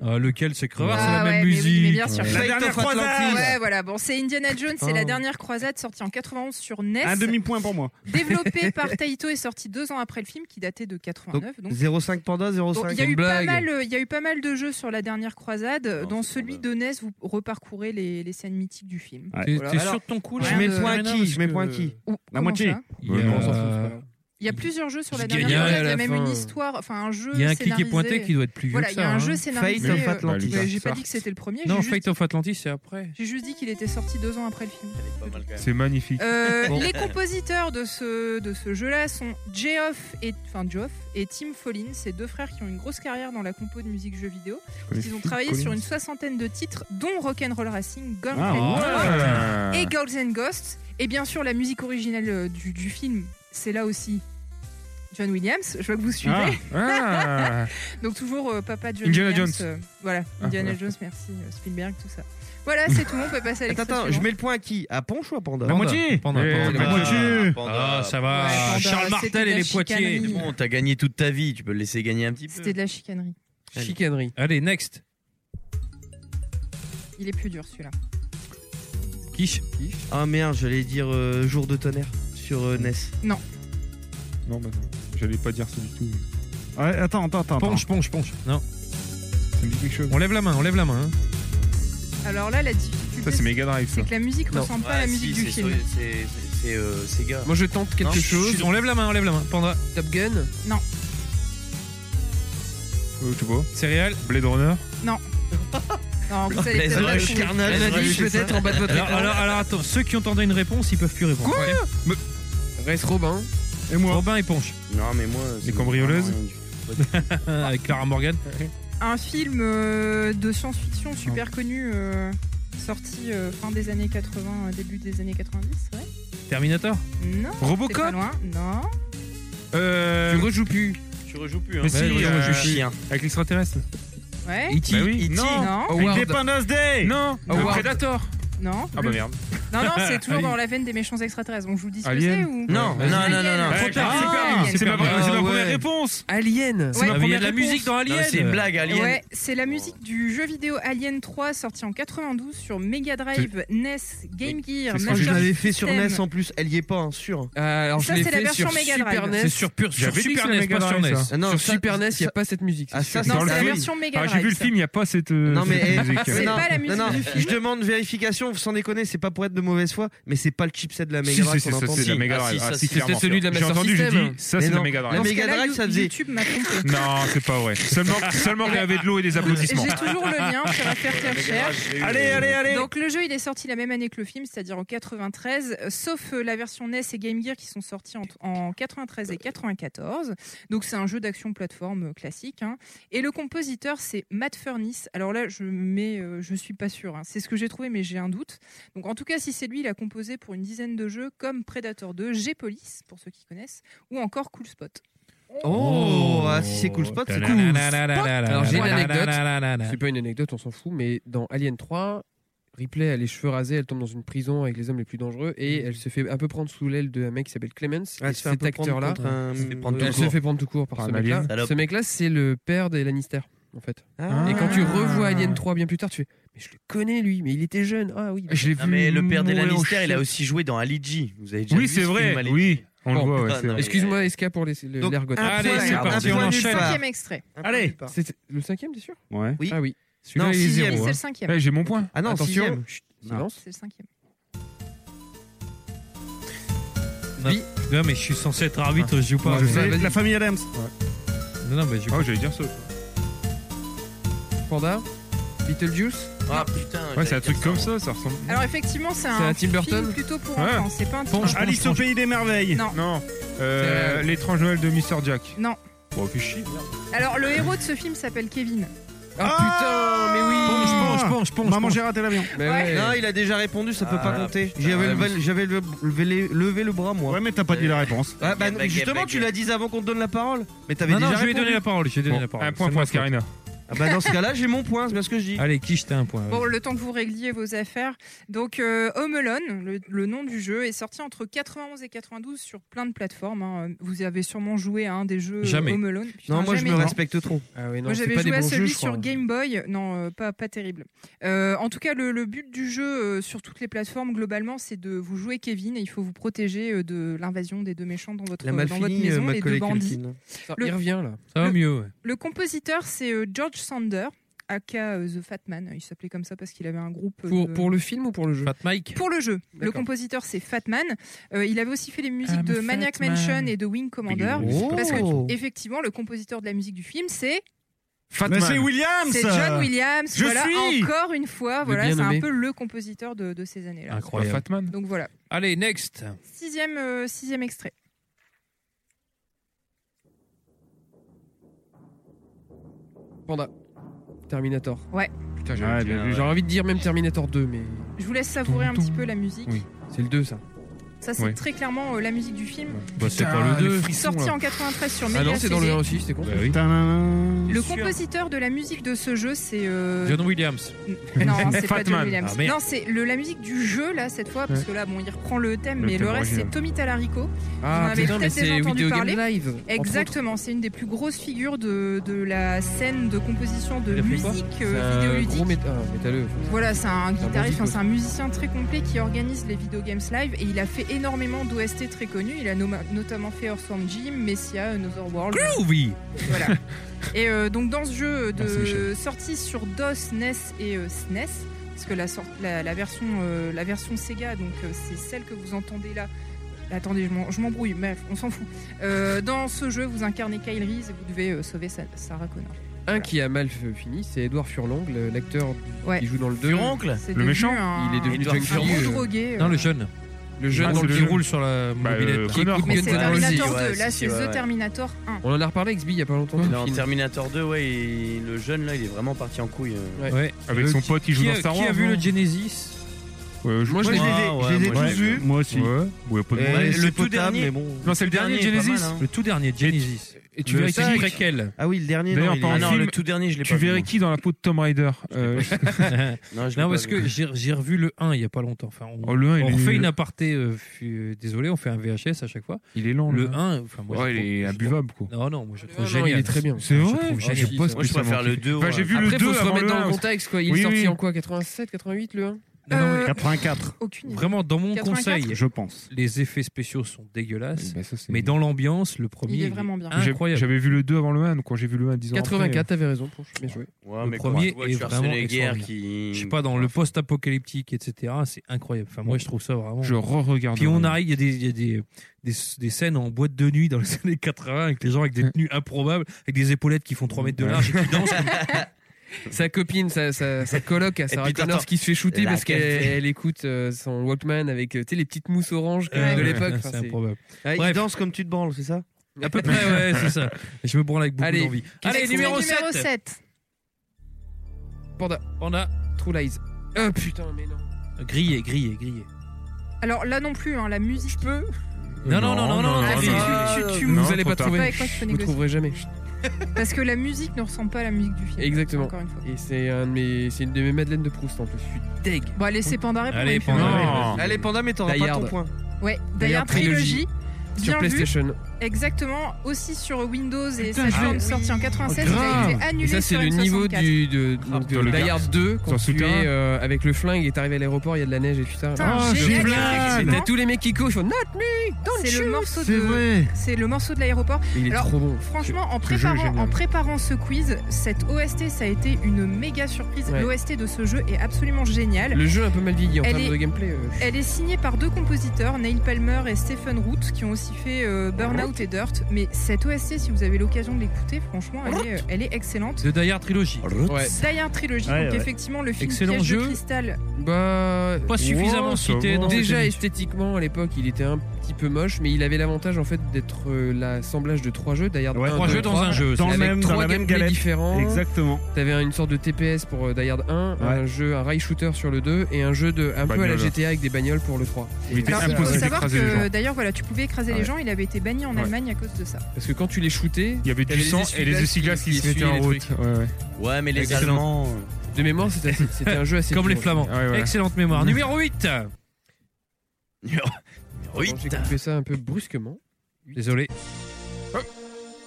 S2: Ah, lequel c'est crevard,
S4: Ah
S2: c'est la
S4: ouais,
S2: même
S4: mais
S2: musique.
S4: oui, mais bien sûr.
S2: Ouais.
S4: Flight
S16: dernière
S4: of
S16: croisade.
S4: Atlantis. Ouais, voilà. Bon, c'est Indiana Jones, c'est la
S16: Putain.
S4: dernière croisade sortie en 91 sur E NES.
S16: Un demi-point pour moi.
S4: Développé par Taito et sorti deux ans après le film qui datait de 89. Donc,
S6: 0,5 Panda, 0,5.
S4: Donc, il, y a eu pas mal, euh, il y a eu pas mal de jeux sur la dernière croisade. Dans celui de NES, vous reparcourez les, les scènes mythiques du film.
S2: T'es
S4: Voilà.
S2: t'es
S4: Alors,
S2: sûr de ton coup là
S4: Je mets point à
S2: Serena,
S4: qui
S2: parce
S4: Je mets
S2: que-
S4: point à qui Ou-
S16: La
S4: comment
S16: moitié.
S4: ça
S2: Il y a-
S16: Ouais, non, on s'en fout, c'est pas grave.
S4: Il y a plusieurs jeux sur la
S2: Il
S4: dernière
S2: y a-
S4: croisade. Il y
S2: à
S4: a
S2: la
S4: même
S2: fin,
S4: une
S2: euh,
S4: histoire, enfin un jeu.
S2: il y a un clic qui est
S4: scénarisé.
S2: pointé qui doit être plus vieux
S4: Voilà,
S2: que
S4: il y a
S2: ça,
S4: un
S2: hein.
S4: jeu scénarisé.
S2: Fate of
S4: euh,
S2: Atlantis.
S4: ouais, J'ai pas
S2: Sartre.
S4: dit que c'était le premier.
S2: Non,
S4: j'ai juste-
S2: Fate of Atlantis, c'est après.
S4: J'ai juste dit qu'il était sorti deux ans après le film.
S9: C'est magnifique.
S4: Euh,
S9: Bon.
S4: Les compositeurs de ce, de ce jeu-là sont Geoff et, enfin, Geoff et Tim Follin, ces deux frères qui ont une grosse carrière dans la compo de musique jeux vidéo.
S9: connais
S4: Ils ont
S9: Phil
S4: travaillé
S9: Collins.
S4: sur une soixantaine de titres, dont Rock'n'Roll Racing, Golf
S9: Ah,
S4: and Rock
S9: ouais.
S4: et Golds and Ghosts. Et bien sûr, la musique originale euh, du, du film, c'est là aussi John Williams. Je vois que vous suivez.
S9: Ah, ah.
S4: Donc toujours euh, papa John
S9: Indiana
S4: Williams,
S9: Jones.
S4: euh, voilà,
S9: Ah,
S4: Indiana
S9: voilà.
S4: Jones, merci euh, Spielberg, tout ça. Voilà, c'est tout. On peut passer à
S6: Attends,
S4: l'extrait
S6: attends, je
S4: suivant.
S6: mets le point à qui À Ponche ou à Panda
S5: La moitié
S6: Panda,
S5: Eh,
S6: Panda,
S5: la
S6: Panda.
S2: bah,
S5: moitié.
S6: Ah, ça
S2: euh,
S5: va.
S4: Panda,
S5: Charles
S4: c'était
S5: Martel
S4: de
S5: et
S4: la
S5: les Poitiers.
S4: chicanerie.
S5: Bon, t'as gagné toute ta vie, tu peux le laisser gagner un petit peu.
S4: C'était de la chicanerie.
S3: Chicanerie.
S2: Allez, next.
S4: Il est plus dur celui-là.
S2: Quiche.
S6: Ah merde, j'allais dire euh, jour de tonnerre sur euh, NES.
S4: Non.
S9: Non, bah non. J'allais pas dire ça du tout.
S16: Ouais, attends, attends, attends.
S2: Ponche, ponche, ponche. Non. On lève la main, on lève la main. hein.
S4: Alors là, la difficulté,
S9: Ça, c'est hein. Mega Drive, ça.
S4: c'est que la musique
S2: Non.
S4: ressemble pas à la musique du film.
S5: C'est c'est, euh, Sega.
S3: Moi, je tente quelque
S5: Non, je-
S3: chose.
S5: je-
S2: On lève la main, on lève la main. Panda.
S3: Top Gun
S4: Non,
S9: Euh, tu vois
S2: Céréales
S9: Blade Runner
S4: non. non,
S2: *laughs*
S4: vous allez
S2: Les
S4: peut-être pas
S2: oreilles
S4: trouver.
S2: carnales,
S3: Elle a
S2: les
S3: dit
S2: oreilles,
S3: peut-être
S2: c'est
S3: en bas de votre
S2: alors,
S3: écran.
S2: alors, alors, attends, ceux qui ont tenté une réponse, ils peuvent plus répondre.
S3: Quoi
S2: ok
S3: Reste Robin.
S16: Et moi
S2: Robin et Ponche.
S5: Non, mais moi.
S2: Les cambrioleuses Avec Clara Morgan.
S4: Un film euh, de science-fiction super connu, euh, sorti euh, fin des années 80, euh, début des années 90, c'est vrai
S2: Terminator
S4: Non.
S2: Robocop
S4: c'est pas loin. Non.
S9: Euh.
S3: Tu rejoues plus.
S5: Tu rejoues plus, hein.
S9: Mais si,
S5: Ouais, ouais, je
S9: euh,
S5: suis chien.
S9: Avec l'extraterrestre
S4: Ouais.
S9: Bah oui,
S5: E.T.
S9: non
S4: Non.
S9: Avec
S3: Howard.
S9: Independence Day Non Le
S3: Howard.
S9: Predator
S4: Non.
S9: Ah bah merde
S4: Non, non, c'est toujours
S9: Alien.
S4: dans la veine des méchants extraterrestres. Donc je vous dis ce que
S9: Alien
S4: c'est ou
S5: Non,
S9: Ouais,
S5: non,
S9: vas-y.
S5: non, non, non.
S9: Ouais,
S5: Trop tard.
S9: ah,
S4: c'est perdu.
S9: C'est
S2: C'est
S9: ma,
S2: perdu.
S9: c'est ma
S2: Ah ouais.
S9: première réponse
S3: Alien.
S2: Ah, mais
S4: Ouais.
S9: ma
S2: il y a
S9: première
S2: de la
S9: réponse.
S2: musique dans Alien.
S5: Non, C'est une blague, Alien.
S4: Ouais, c'est la musique du jeu vidéo Alien 3 sorti en 92 sur Mega Drive, NES, Game Gear,
S9: c'est ce que
S6: Quand je
S4: Master
S6: l'avais fait sur
S9: E
S4: System.
S6: NES en plus, elle y est pas, hein, sûr.
S3: Euh, alors,
S4: Ça,
S3: je l'ai
S4: c'est la
S3: fait
S4: version
S3: sur
S4: Mega
S3: Super
S4: Drive.
S3: NES.
S2: C'est sur, pur, sur
S9: J'avais dit que
S2: Super
S9: c'est
S2: NES,
S9: Mega
S2: pas sur
S9: Drive,
S2: NES.
S9: ça.
S6: Ah non,
S3: sur
S6: ça-
S3: Super NES, il n'y a
S6: ça-
S3: pas cette musique.
S6: Ah,
S3: c'est
S6: ça,
S3: sûr.
S4: Non, c'est
S9: Dans le
S4: la
S9: film.
S4: version Mega
S9: Ah,
S4: Drive.
S9: J'ai vu le
S4: ça.
S9: film, il n'y a pas cette euh,
S6: Non mais
S9: cette
S6: eh,
S9: musique.
S4: C'est
S6: non,
S4: pas la musique
S6: non, non,
S4: du film.
S6: je demande vérification, sans déconner, c'est pas pour être de mauvaise foi, mais c'est pas le chipset de la
S9: Si,
S6: Mega
S9: si,
S6: Drive
S9: c'est
S6: qu'on
S9: ça,
S6: entend.
S9: c'est la
S5: Si.
S9: Mega
S5: Ah,
S9: Drive.
S5: si,
S9: Ah,
S5: ça,
S9: si,
S5: c'est
S9: clairement,
S3: celui de la
S9: sûr.
S3: Master
S9: J'ai entendu, j'ai
S3: System.
S9: dit, ça
S6: Mais
S9: c'est la
S6: non,
S9: Mega
S6: la
S9: Drive.
S4: Dans ce
S6: Mega
S4: cas-là,
S6: Drive, ça faisait-
S4: YouTube m'a trompé.
S9: Non, c'est pas vrai. Seulement, seulement il y avait de l'eau et des applaudissements.
S4: J'ai toujours le lien, ça va faire tes recherches.
S5: Allez, allez, allez.
S4: Donc le jeu, il est sorti la même année que le film, c'est-à-dire en 93, euh, sauf euh, la version NES et Game Gear qui sont sortis en, en 93 et 94. Donc c'est un jeu d'action plateforme euh, classique. hein. Et le compositeur, c'est Matt Furniss. Alors là, je mets, euh, je suis pas sûr. C'est ce que j'ai trouvé, mais j'ai un doute. Donc en tout cas, si c'est lui, il a composé pour une dizaine de jeux comme Predator 2, G-Police pour ceux qui connaissent, ou encore Cool Spot.
S6: Oh, ah, si c'est cool spot, c'est cool.
S3: Alors,
S2: Alors
S3: j'ai une anecdote. C'est pas une anecdote, on s'en fout, mais dans Alien 3, Ripley a les cheveux rasés, elle tombe dans une prison avec les hommes les plus dangereux et elle se fait un peu prendre sous l'aile d'un mec qui s'appelle Clemens.
S6: Ah,
S3: et
S6: se fait un
S3: cet
S6: peu prendre
S3: acteur-là,
S6: contre un-
S5: se fait prendre
S3: elle
S5: tout
S3: se
S5: court.
S3: fait prendre tout court par
S9: Par
S3: ce
S9: un
S3: mec-là.
S9: alien.
S5: Salope.
S3: Ce mec-là, c'est le père des Lannister, en fait.
S6: Ah.
S3: Et quand tu revois Alien 3 bien plus tard, tu fais Mais je le connais lui, mais il était jeune. Ah oui.
S9: Je l'ai
S5: Non,
S9: vu
S5: mais le père des
S9: mourir au
S5: Lannister, il a
S9: chef.
S5: aussi joué dans Ali G. Vous avez déjà
S9: Oui,
S5: vu
S9: c'est
S5: ce film,
S9: vrai.
S5: Ali G
S9: Oui, on le
S3: Bon,
S9: voit.
S5: putain,
S9: Ah, ouais, c'est
S5: Ah, non,
S9: vrai.
S3: Excuse-moi, SK, pour les- le-
S6: Donc,
S3: l'ergot.
S6: un
S2: Allez,
S6: point,
S2: c'est
S6: un
S2: parti,
S6: point
S2: on
S6: nulle
S2: enchaîne.
S6: part.
S4: Cinquième extrait.
S6: Un point
S9: Allez.
S6: nulle part.
S3: C'est le cinquième, t'es sûr
S16: Ouais.
S6: Oui.
S3: Ah oui.
S9: Celui-là,
S6: Non,
S9: il est
S6: sixième,
S9: zéro,
S4: C'est
S9: hein.
S4: le cinquième.
S9: Ouais, J'ai mon point.
S6: Ah non,
S3: Attention.
S6: sixième. Chut.
S3: Silence.
S4: C'est le cinquième.
S2: Non, mais je suis censé être arbitre, je joue pas.
S16: Je
S2: mais-
S16: sais,
S3: vas-y.
S16: la famille Adams.
S2: Non, non, mais je joue
S9: Ah,
S2: pas.
S9: j'allais dire ça.
S3: Ah. Panda Beetlejuice
S5: Ah putain.
S9: Ouais,
S5: j'allais
S9: c'est un
S5: dire
S9: truc
S5: ça,
S9: comme
S5: moi.
S9: ça, ça ressemble.
S4: Alors effectivement, c'est
S3: C'est
S4: un,
S3: un Tim Burton
S4: film plutôt pour
S9: Ouais.
S4: enfants. C'est pas un
S9: Ponche,
S4: truc.
S16: Alice au pays des merveilles.
S4: Non.
S9: Non, euh, l'étrange Noël de Mr. Jack.
S4: Non.
S9: Bon, fais chier.
S4: Alors le héros de ce film s'appelle Kevin.
S16: Ah
S2: Ponche, ponche, ponche,
S16: Maman,
S2: ponche.
S16: j'ai raté l'avion.
S3: Mais
S4: Ouais.
S6: Non, il a déjà répondu, ça peut pas
S5: Ah,
S6: compter.
S5: putain.
S6: J'avais
S5: Ouais,
S6: levé, j'avais levé, levé- levé le bras, moi.
S16: Ouais, mais t'as pas dit la réponse.
S6: Ah, bah,
S5: Baguette, baguette,
S6: justement, tu
S5: baguette.
S6: l'as dit avant qu'on te donne la parole. Mais t'avais
S2: Non,
S6: déjà
S2: non, je lui ai
S6: répondu.
S2: donné la parole. Je lui ai donné
S9: Bon,
S2: la parole.
S9: un point
S2: C'est
S9: pour
S2: ma faute.
S9: Ascarina.
S6: Ah bah dans ce cas-là, j'ai mon point, c'est bien ce que je dis.
S2: Allez, qui jetait un point
S4: Bon, le temps que vous régliez vos affaires. Donc, euh, Home Alone, le, le nom du jeu, est sorti entre 91 et 92 sur plein de plateformes. hein. Vous avez sûrement joué à un des jeux euh,
S6: Jamais.
S4: Home Alone.
S6: non, moi je
S4: jamais,
S6: me
S4: non.
S6: respecte trop.
S3: Ah
S4: Moi, j'avais joué à celui
S6: hein.
S4: sur Game Boy. Non, euh, pas, pas terrible. Euh, en tout cas, le, le but du jeu euh, sur toutes les plateformes, globalement, c'est de vous jouer Kevin et il faut vous protéger euh, de l'invasion des deux méchants dans votre,
S6: La
S4: dans votre
S6: Malfini,
S4: maison,
S6: euh,
S4: les deux
S6: Macaulay
S4: bandits.
S6: Culkin.
S3: Attends,
S4: Le-
S3: Il revient là.
S2: Ça va
S4: Le-
S2: mieux, ouais.
S4: Le compositeur, c'est euh, George Sander, aka euh, The Fat Man. Il s'appelait comme ça parce qu'il avait un groupe. euh,
S3: Pour,
S4: de-
S3: pour le film ou pour le jeu
S2: Fat Mike
S4: Pour le jeu. Le
S3: D'accord.
S4: compositeur, c'est Fatman. Euh, il avait aussi fait les musiques
S3: I'm
S4: de
S3: a
S4: Maniac
S3: fat
S4: Mansion
S3: man.
S4: et de Wing Commander.
S3: Oh.
S4: Parce que, effectivement, le compositeur de la musique du film, c'est.
S16: Fatman. Mais c'est Williams
S4: C'est John Williams.
S16: Je
S4: voilà,
S16: suis
S4: encore une fois,
S2: Le
S4: voilà,
S2: bien
S4: c'est un
S2: nommé.
S4: peu le compositeur de, de ces années-là.
S2: Incroyable.
S9: Fatman.
S4: Donc voilà.
S2: Allez, next.
S4: Sixième, euh, sixième extrait.
S3: Panda. Terminator.
S4: Ouais.
S3: Putain, j'ai
S9: Ouais,
S3: envie de-
S9: bien, ouais.
S3: j'aurais envie de dire même Terminator 2, mais.
S4: Je vous laisse savourer un petit peu la musique.
S3: Oui, c'est le 2, ça.
S4: Ça, c'est
S3: Ouais.
S4: très clairement euh, la musique du film.
S3: Bah, c'est pas le
S2: Ah,
S4: Putain,
S3: deux.
S4: frisson, Sorti
S3: là.
S4: en 93 sur
S3: Ah non, c'est dans le
S4: Media
S3: 1 aussi, c'était con.
S4: Le
S2: sûr.
S4: compositeur de la musique de ce jeu, c'est. euh,
S2: John Williams.
S4: Non, c'est pas John
S2: Fatman.
S4: Williams.
S2: Ah, merde.
S4: non, c'est le- la musique du jeu, là, cette fois, parce
S2: Ouais.
S4: que là, bon, il reprend le thème,
S2: Le
S4: mais
S2: thème
S4: le reste, c'est
S2: original.
S4: Tommy Talarico.
S3: Ah,
S4: Vous en avez
S3: putain, mais
S4: peut-être déjà
S3: c'est
S4: entendu
S3: Video Game
S4: parler.
S3: Live, entre
S4: Exactement, c'est une des plus grosses figures de, de la scène de composition de
S3: Il a fait quoi
S4: musique
S3: C'est
S4: euh,
S3: un
S4: vidéoludique.
S3: gros méta- ah, métalleux.
S4: Voilà, c'est un
S3: bon
S4: guitariste,
S3: zikos.
S4: enfin, c'est un musicien très complet qui organise les Video Games Live et il a fait énormément d'OST très connus. Il a noma- notamment fait Earthworm Jim, Messia, Another World.
S2: Groovy.
S4: Voilà. Et euh, donc dans ce jeu
S2: Merci,
S4: de
S2: Michel.
S4: sortie sur DOS, NES et euh, SNES, parce que la, sort- la, la version, euh, la version Sega, donc euh, c'est celle que vous entendez là. Attendez, je m'en- je m'embrouille, mais on s'en fout. Euh, dans ce jeu, vous incarnez Kyle Reese et vous devez euh, sauver Sa- Sarah Connor.
S3: Un qui a mal f- fini, c'est Edouard Furlong, le- l'acteur du-
S4: Ouais.
S3: qui joue dans le 2.
S4: Furloncle C'est Le devenu méchant un-
S3: Il est devenu
S2: Edouard
S3: junkie,
S2: Furlong.
S3: euh,
S4: Un gros drogué, euh.
S2: Non, le jeune.
S3: Le jeune
S2: Ah,
S3: dans
S2: c'est
S3: le
S2: le
S3: jeu.
S2: qui roule sur la
S3: Bah, euh,
S2: mobilette.
S3: Qui Connor, écoute quoi.
S4: Mais c'est
S3: Guns N' Roses.
S4: Terminator
S5: ouais,
S4: 2,
S5: si,
S4: là c'est
S5: si, ouais,
S4: The
S5: ouais.
S4: Terminator 1.
S3: On en a reparlé avec Sbi il y a pas longtemps.
S5: Non, Terminator 2, ouais, et le jeune là, il est vraiment parti en couille. euh.
S3: Ouais.
S9: Avec son pote qui joue dans Star Wars.
S2: Qui a vu
S9: non
S2: le Genesis
S9: Ouais, je-
S2: Moi, je les ai-
S9: Ah,
S2: je les ai
S9: moi,
S2: tous
S9: j'ai-
S2: vus.
S9: Moi aussi.
S2: Ouais.
S9: Ouais,
S5: Euh,
S9: pas de
S2: Et
S9: problème.
S2: le
S9: C'est
S2: tout
S9: potable,
S2: dernier.
S9: mais bon.
S2: Non, c'est le dernier hein. Genesis.
S5: Le
S2: tout dernier Genesis.
S9: Et
S2: Le
S9: tu verrais qui
S2: cinq. *laughs* préquel.
S6: Ah oui, le dernier.
S9: D'ailleurs,
S6: non, il
S9: par
S6: est-
S9: un
S5: non,
S9: film,
S5: le tout dernier, je l'ai
S9: Tu
S5: pas vu,
S9: verrais
S5: moi.
S9: qui dans la peau de Tom Rider Euh,
S5: Non, je l'ai
S2: Non,
S5: pas
S2: parce
S5: vu.
S2: que j'ai j'ai revu le 1 il n'y a pas longtemps. Enfin, on
S9: Oh, le un, il
S2: on
S9: est
S2: fait
S9: nul.
S2: une aparté. euh, fu- Désolé, on fait un VHS à chaque fois.
S9: Il est lent.
S2: Le
S9: là.
S2: 1, enfin, moi,
S9: Ouais,
S2: je
S9: il
S2: trouve-
S9: est imbuvable, quoi.
S2: Non, Ah, non, moi je trouve
S3: non,
S2: génial.
S3: il est très bien.
S9: C'est
S2: Je
S9: vrai
S2: trouve
S9: Ah,
S2: génial.
S9: j'ai pas
S5: Moi, je
S9: spécialement
S5: préfère le
S9: kiffé.
S5: deux,
S9: Bah,
S5: ouais. Ah,
S9: J'ai vu
S3: Après,
S9: le 2
S3: faut se
S9: avant
S3: remettre
S9: le
S3: dans
S9: un.
S3: le contexte, quoi. Il est
S9: Oui,
S3: sorti
S9: oui.
S3: en quoi 87, 88, le 1
S2: Non, non, mais
S4: Euh,
S16: 84,
S4: Aucune idée.
S2: Vraiment, dans mon
S4: 84,
S2: conseil,
S16: je pense.
S2: les effets spéciaux sont dégueulasses.
S9: Bah, ça, c'est-
S2: Mais dans l'ambiance, le premier.
S4: Il est vraiment bien. Hein
S9: J'ai-
S2: Incroyable.
S9: J'avais vu le 2 avant le 1, quand j'ai vu le 1 10 ans après.
S3: 84, t'avais raison, Ponche. Bien joué.
S5: Ouais,
S2: le
S5: mais
S2: premier
S5: quand on voit
S2: est
S5: Schwarzenegger
S2: vraiment extraordinaire.
S5: qui.
S2: Je sais pas, dans le post-apocalyptique, etc., c'est incroyable. Enfin, moi, je trouve ça vraiment.
S9: Je re-regarde.
S2: Puis on arrive, il y a, des, il y a des, des, des scènes en boîte de nuit dans les *laughs* années 80 avec les gens avec des tenues improbables, avec des épaulettes qui font 3 mètres de large et qui dansent.
S3: Sa copine, sa, sa, *laughs* sa coloc à Sarah
S5: puis t'entends
S3: Connor qui se fait shooter
S5: la
S3: parce qu'elle
S5: qualité.
S3: elle écoute euh, son Walkman avec euh, tu sais, les petites mousses oranges quand même *laughs* de
S2: Euh,
S3: l'époque.
S2: c'est
S3: Enfin, c'est- *laughs*
S2: improbable.
S6: Ah, il
S2: Bref.
S6: danse comme tu te branles, c'est ça
S2: À peu près, ouais, c'est ça. Je me branle avec beaucoup
S3: Allez,
S2: d'envie.
S3: qu'est-ce
S2: Allez,
S3: qu'on
S2: numéro
S4: Numéro
S2: 7.
S4: 7.
S3: Panda,
S2: Panda,
S3: True Lies. Ah putain, mais non.
S2: grillé, grillé, grillé.
S4: Alors là non plus, hein, la musique. Je peux
S2: Non, non, non, non, non, non,
S4: Ah,
S2: non,
S4: c'est-
S2: non.
S4: tu- tu- tu-
S9: Non,
S3: vous allez
S9: trop
S3: pas
S9: tard.
S3: trouver.
S4: Ouais, avec quoi tu peux
S3: vous
S4: négocier.
S3: trouverez jamais.
S4: Parce que la musique ne ressemble pas à la musique du film.
S3: Exactement.
S4: Encore une fois.
S3: Et c'est un de mes, c'est une de mes madeleines de Proust en plus. Je suis deg.
S4: Bon, allez, c'est Panda répondre.
S2: Allez,
S4: il fait un-
S2: Panda.
S9: Non.
S6: Allez, Panda, mais t'auras
S3: Die
S6: pas ton
S3: Hard.
S6: point.
S4: Ouais,
S3: Ah. D'ailleurs,
S4: d'ailleurs, trilogie.
S3: Sur
S4: Bien vu.
S3: PlayStation.
S4: Exactement. Aussi sur Windows et
S9: Putain,
S4: Saturn,
S9: je-
S4: sorti en 96.
S9: Oh,
S4: ça a été
S9: grave.
S4: annulé
S3: Et ça, c'est
S4: sur
S3: le
S4: N64.
S3: niveau du, de, donc, de
S9: dans le
S3: Die
S9: garage.
S3: Hard 2
S9: Sur
S3: quand
S9: le
S3: tu
S9: souterrain.
S3: es euh, avec le flingue et t'arrives à l'aéroport, il y a de la neige et tout ça.
S4: Putain,
S9: Ah,
S4: génial,
S9: je
S4: effectivement.
S9: blague.
S3: T'as tous les mecs qui coachent, Not me, don't
S4: C'est
S3: shoot.
S4: le morceau
S9: C'est
S4: de.
S9: vrai.
S4: C'est le morceau de l'aéroport.
S3: Il est
S4: Alors,
S3: trop bon.
S4: Franchement, en
S9: Ce jeu est
S4: préparant,
S9: génial.
S4: en préparant ce quiz, cette OST, ça a été une méga surprise.
S3: Ouais.
S4: L'OST de ce jeu est absolument géniale.
S3: Le jeu est un peu mal vieilli en
S4: Elle
S3: termes
S4: est-
S3: de gameplay. euh, je-
S4: Elle est signée par deux compositeurs, Neil Palmer et Stephen Root, qui ont aussi fait euh, Burnout et Dirt. Mais cette OST, si vous avez l'occasion de l'écouter, franchement, elle est, euh, elle est excellente.
S2: De Die Hard Trilogy.
S3: Ouais.
S4: D'ailleurs, trilogie,
S16: Ouais,
S4: donc
S16: ouais.
S4: effectivement, le film
S2: Excellent
S4: Piège de
S2: jeu.
S4: cristal.
S3: Bah.
S2: Pas suffisamment
S9: ça
S2: cité
S9: va.
S2: dans cette
S3: Déjà
S2: émission.
S3: esthétiquement à l'époque il était un petit peu moche moche, mais il avait l'avantage en fait d'être euh, l'assemblage de trois jeux. D'ailleurs,
S9: Ouais, trois jeux dans un jeu,
S3: Dans
S9: c'est
S3: le
S9: ça.
S3: même,
S9: Dans
S3: trois
S9: la même
S3: gameplays
S9: galette.
S3: différents.
S9: Exactement.
S3: T'avais une sorte de TPS pour euh, Die Hard 1, un jeu, un rail shooter sur le 2 et un jeu de un peu à la
S9: Bagnole.
S3: GTA avec des bagnoles pour le 3.
S4: Alors, il faut savoir que d'ailleurs, voilà, tu pouvais écraser
S3: Ouais.
S4: les gens. Il avait été banni en
S3: Ouais.
S4: Allemagne à cause de ça.
S3: Parce que quand tu les shootais,
S9: Il y avait du
S3: t'avais les
S9: sang et
S3: essuie-glaces
S9: les essuie-glaces qui se mettaient
S3: essuyaient
S9: en
S3: les
S9: route,
S3: trucs.
S9: ouais, ouais. Ouais, mais les
S3: Excellent.
S9: Allemands,
S3: De mémoire, c'était assez- c'était un jeu assez.
S9: Comme
S3: dur.
S9: les Flamands.
S2: Ah,
S9: Ouais, voilà.
S2: Excellente mémoire. Numéro
S9: 8
S3: Bon, J'ai coupé ça un peu brusquement.
S2: Désolé. Oh.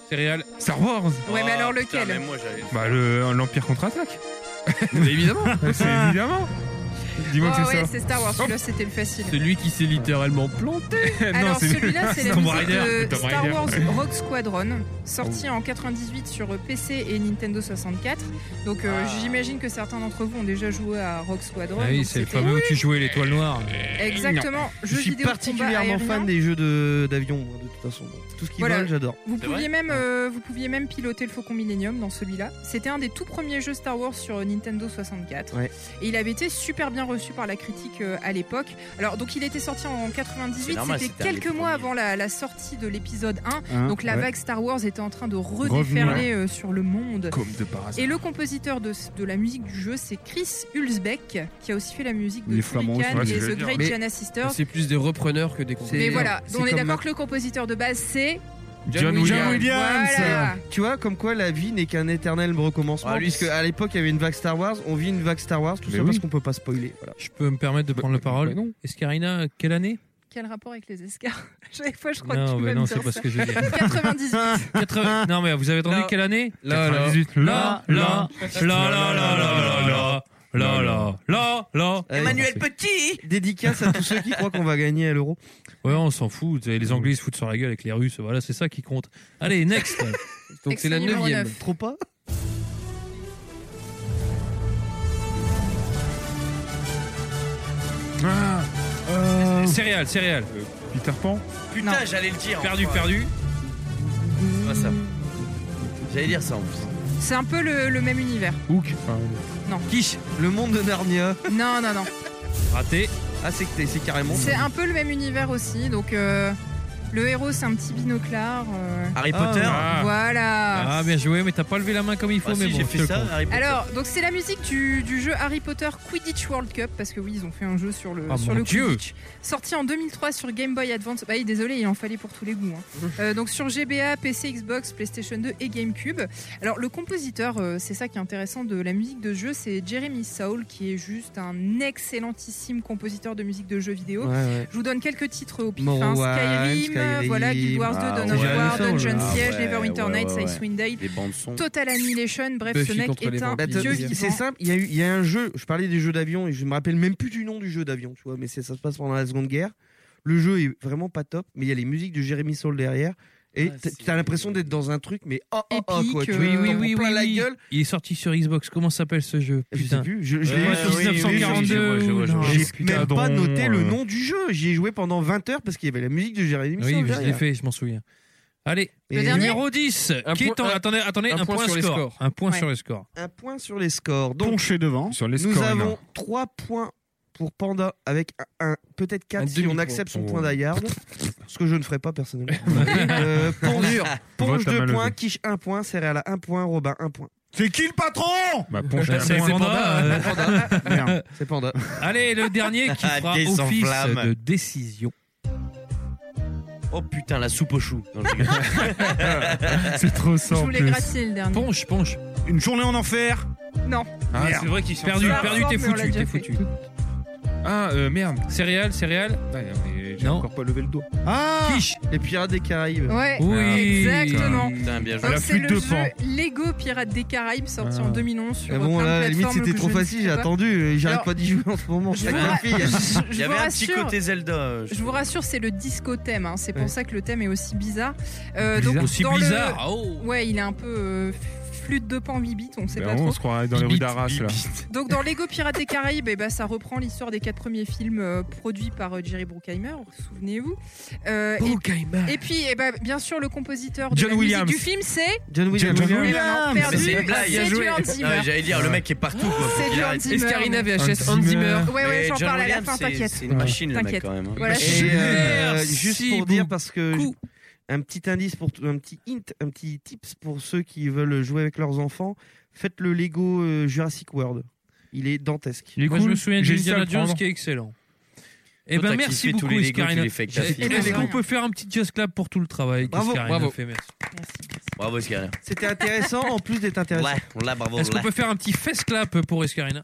S9: Céréales. Star Wars
S4: Ouais,
S5: Oh,
S4: mais alors
S9: putain,
S4: lequel Oh,
S9: même moi, j'avais- Bah, le-
S2: *laughs*
S9: l'Empire contre-attaque Évidemment *laughs* C'est évidemment Dis-moi
S4: Ah
S9: que c'est
S4: ouais,
S9: ça
S4: c'est Star Wars. Celui-là, c'était le facile.
S9: Celui qui s'est littéralement planté
S4: Alors celui-là, c'est la
S9: Tomb
S4: musique
S9: Raider.
S4: de
S9: Tomb
S4: Star
S9: Raider.
S4: Wars Rogue Squadron, sorti en 98 sur PC et Nintendo 64. Donc euh, j'imagine que certains d'entre vous ont déjà joué à Rogue Squadron.
S2: Ah oui,
S4: Donc,
S2: c'est le
S4: c'était-
S2: fameux où tu jouais l'étoile noire.
S4: Exactement.
S6: Je
S4: Jeux
S6: suis
S4: vidéo de combat
S6: particulièrement
S4: aérien.
S6: fan des jeux de- d'avion, moi, de toute façon. Tout ce qui
S4: Voilà.
S6: vole, j'adore.
S4: Vous pouviez, même, euh, vous pouviez même piloter le Faucon Millenium dans celui-là. C'était un des tout premiers jeux Star Wars sur euh, Nintendo 64.
S6: Ouais.
S4: Et il avait été super bien reçu par la critique euh, à l'époque. Alors, donc, il était sorti en 98.
S6: C'est normal,
S4: C'était
S6: c'était un des
S4: quelques mois avant la, la sortie de l'épisode 1.
S9: Hein,
S4: donc, la
S9: ouais.
S4: vague Star Wars était en train de
S9: Revenu,
S4: redéferler
S9: ouais.
S4: euh, sur le monde.
S9: Comme de par hasard.
S4: Et le compositeur de, de la musique du jeu, c'est Chris Hulsbeck, qui a aussi fait la musique de
S3: Les Flamands aussi,
S4: Turrican
S3: ouais,
S4: et
S3: je veux
S4: The
S3: dire.
S4: Great
S3: Mais
S4: Giana Sisters.
S3: C'est plus des repreneurs que des
S4: Mais
S3: compositeurs.
S4: voilà,
S3: C'est
S4: on est
S3: comme-
S4: d'accord que le compositeur de base, c'est
S3: John Williams.
S4: Voilà.
S6: Tu vois, comme quoi la vie n'est qu'un éternel recommencement.
S2: Ah, lui,
S6: puisque à l'époque, il y avait une vague Star Wars, on vit une vague Star Wars, tout
S2: Mais
S6: ça
S2: oui.
S6: parce qu'on peut pas spoiler. Voilà.
S2: Je peux me permettre de prendre la parole Escarina, quelle année
S4: Quel rapport avec les *laughs* escarres Chaque fois, je crois que
S2: Non,
S4: tu
S2: mais
S4: vas
S2: non,
S4: me
S2: c'est
S4: dire
S2: pas
S4: ça.
S2: ce que je veux dire.
S4: 98.
S2: 80 Non, mais vous avez entendu
S4: Là.
S2: quelle année
S9: Là, là.
S2: 98. Là, là, là, là, là, là, là, là. Là, là, là, là.
S5: Petit
S6: Dédicace à tous ceux qui croient qu'on va gagner à l'euro.
S2: Ouais, on s'en fout. Vous savez, Les Anglais se foutent sur la gueule avec les Russes. Voilà, c'est ça qui compte. Allez, next.
S3: Donc, c'est la Extrait numéro neuvième. neuf.
S6: Trop pas
S9: Ah, euh,
S2: Céréales, céréales.
S9: Peter Pan
S5: Putain, j'allais le dire.
S2: Perdu,
S5: enfin.
S2: perdu.
S5: C'est pas ça. J'allais dire ça en plus.
S4: C'est un peu le, le même univers.
S9: Hook
S4: Non.
S2: Quiche
S6: Le monde de Narnia.
S4: Non, non, non.
S2: Raté.
S6: Ah, c'est que t'es- c'est carrément.
S4: C'est un peu le même univers aussi. Donc, euh, le héros, c'est un petit binoclard. euh.
S2: Harry Potter. Ah.
S4: Voilà.
S2: Ah, bien joué, mais t'as pas levé la main comme il faut.
S5: Ah,
S2: mais
S5: si,
S2: bon,
S5: j'ai
S2: je
S5: fait
S2: te le
S5: ça,
S2: compte.
S5: Harry Potter.
S4: Alors, donc c'est la musique du, du jeu Harry Potter Quidditch World Cup parce que oui, ils ont fait un jeu sur le
S2: Ah,
S4: sur
S2: mon
S4: le
S2: Dieu.
S4: Quidditch. Sorti en 2003 sur Game Boy Advance. Bah oui, désolé, il en fallait pour tous les goûts.
S2: *laughs*
S4: hein. Euh, donc sur GBA, PC, Xbox, PlayStation 2 et GameCube. Alors le compositeur, euh, c'est ça qui est intéressant de la musique de jeu, c'est Jeremy Saul qui est juste un excellentissime compositeur de musique de jeux vidéo.
S6: Ouais, ouais.
S4: Je vous donne quelques titres au pif.
S6: Morrowind,
S4: hein. Skyrim,
S6: Skyrim,
S4: voilà, Guild Wars 2,
S6: ah
S4: Dawn
S6: ouais.
S4: of War,
S6: Jeremy Saul,
S4: Dungeon
S6: là.
S4: Siege,
S6: Ah ouais,
S4: Neverwinter
S6: ouais,
S4: Nights,
S6: ouais, ouais.
S4: Icewind Dale,
S5: Des bandes son.
S4: Total Annihilation, bref, ce mec est un
S6: Bah,
S4: dieu
S6: t'as- C'est
S4: vivant.
S6: simple, il y, a eu- il y a un jeu, je parlais des jeux d'avion et je me rappelle même plus du nom du jeu d'avion, tu vois, mais c'est- ça se passe pendant la Seconde Guerre. Le jeu est vraiment pas top, mais il y a les musiques de Jérémy Saul derrière et t'as- t'as l'impression d'être dans un truc, mais oh oh oh quoi, tu vois,
S2: oui,
S6: t'en
S2: oui,
S6: prends
S2: oui,
S6: plein
S2: oui,
S6: la
S2: oui.
S6: gueule.
S2: Il est sorti sur Xbox. Comment s'appelle ce jeu Putain.
S6: plus, je- je l'ai
S2: Ouais,
S6: eu sur-
S2: oui, oui, 1942.
S6: oui, je vois, je vois, je vois.
S2: Non,
S6: J'ai
S2: putain,
S6: même pas
S2: don,
S6: noté
S2: euh.
S6: le nom du jeu, j'y ai joué pendant 20 heures parce qu'il y avait la musique de Jérémy
S2: Oui,
S6: Saul
S2: je l'ai
S6: derrière.
S2: fait, je m'en souviens. Allez,
S6: Le dernier
S2: numéro 10. qui est en- attendez, attendez, un, point, sur le
S6: les
S2: score.
S6: scores.
S2: Un point
S6: Ouais.
S2: sur le score.
S6: Un point sur les scores. Donc,
S2: Penché
S9: *laughs*
S7: devant.
S9: Sur les
S6: Nous
S9: scores,
S6: avons
S9: énorme.
S6: 3 points pour Panda avec un, un- peut-être 4
S9: Un
S6: si on
S9: demi-point.
S6: accepte son
S9: Oh.
S6: point d'Ayard. Ce que je ne ferai pas personnellement.
S9: *laughs*
S6: euh, Ponge,
S9: Vote
S6: Ponge
S9: à main
S6: 2 points,
S9: levée.
S6: Quiche 1 point, Céréal 1 point, Robin 1 point.
S9: C'est qui le patron Bah,
S2: *laughs*
S9: Ponche à
S2: C'est
S9: main levée.
S2: Panda, euh.
S6: Merde, c'est Panda.
S2: *laughs* Allez, le dernier qui fera
S5: Des sans
S2: office
S5: flamme.
S2: de décision.
S5: Oh putain, la soupe aux choux. Non, je rigole.
S9: C'est trop
S4: Je
S9: simple.
S4: voulais gratter le dernier.
S2: Ponche, ponche.
S9: Une journée en enfer
S4: Non.
S9: Ah,
S2: Merde.
S9: c'est vrai qu'ils sont
S2: Perdu,
S9: forts.
S2: perdu, t'es foutu, t'es foutu.
S9: Ah, euh, merde.
S2: Céréales,
S9: Ah,
S2: céréales
S9: J'ai encore pas levé le doigt.
S6: Ah Les Pirates des Caraïbes.
S4: Ouais,
S9: Oui.
S4: exactement.
S5: Putain, bien joué.
S4: Donc c'est le jeu Lego Pirates des Caraïbes sorti
S6: Ah.
S4: en 2011 sur
S6: Mais
S4: plein
S6: bon,
S4: de
S6: là, à la limite,
S4: plateformes
S6: c'était
S4: que
S6: trop
S4: je ne
S6: facile,
S4: sais
S6: j'ai
S4: pas.
S6: attendu. euh, J'arrête
S4: Alors,
S6: pas d'y jouer en ce moment.
S4: je
S6: avec
S4: vous
S6: ma
S4: ra-
S6: fille.
S4: *laughs* je-
S5: Il y
S4: je vous
S5: avait un petit
S4: rassure.
S5: côté Zelda.
S4: Je vous rassure, c'est le disco thème. hein. C'est pour
S5: Ouais.
S4: ça que le thème est aussi bizarre. Euh,
S5: Bizarre.
S4: donc,
S5: Aussi
S3: oh.
S4: dans le-
S5: bizarre, ah
S4: Ouais, il est un peu euh, f- flûte de pan 8 bits, on sait
S9: Ben,
S4: pas
S9: on
S4: trop.
S9: se croirait dans les rues d'Arras, là.
S4: Donc dans Lego Pirates des Caraïbes, eh ben, ça reprend l'histoire des quatre premiers films euh, produits par euh, Jerry Bruckheimer, souvenez-vous. Euh, et- Et, puis eh ben, bien sûr le compositeur de
S5: John
S4: la musique
S5: Williams.
S4: du film c'est
S6: John
S5: Williams.
S4: Eh ben, non, perdu,
S5: Mais c'est une blague.
S4: c'est du Hans Zimmer.
S5: Ah, J'allais dire, le mec est partout. quoi.
S4: C'est
S5: Il
S4: du
S5: arrête.
S4: Hans Zimmer.
S3: Escarina VHS, Hans Zimmer.
S4: Ouais, ouais,
S5: Mais
S4: j'en
S5: John
S4: parle à la
S5: Williams,
S4: fin,
S5: c'est-
S4: t'inquiète.
S5: C'est une machine, le mec,
S4: T'inquiète.
S5: quand même. hein.
S4: Voilà.
S6: Et, euh,
S5: Merci
S6: juste pour dire parce que un petit indice pour un petit hint, un petit tips pour ceux qui veulent jouer avec leurs enfants, faites le Lego euh, Jurassic World. Il est dantesque.
S2: Moi, je me souviens d'Indiana Jones qui est excellent. Eh
S6: Toi,
S2: ben
S6: t'as
S2: merci
S6: kiffé tous
S2: beaucoup,
S6: les Lego, tu
S2: Iscarina.
S6: les fais avec ta fille.
S2: Est-ce qu'on peut faire un petit just clap pour tout le travail
S6: Bravo,
S2: qu'Iscarina
S6: bravo.
S2: fait Merci.
S5: Bravo, Scarina.
S6: C'était intéressant en plus d'être intéressant.
S5: Ouais, on l'a, bravo.
S2: Est-ce
S5: on
S2: qu'on
S5: l'a.
S2: peut faire un petit face clap pour Escarina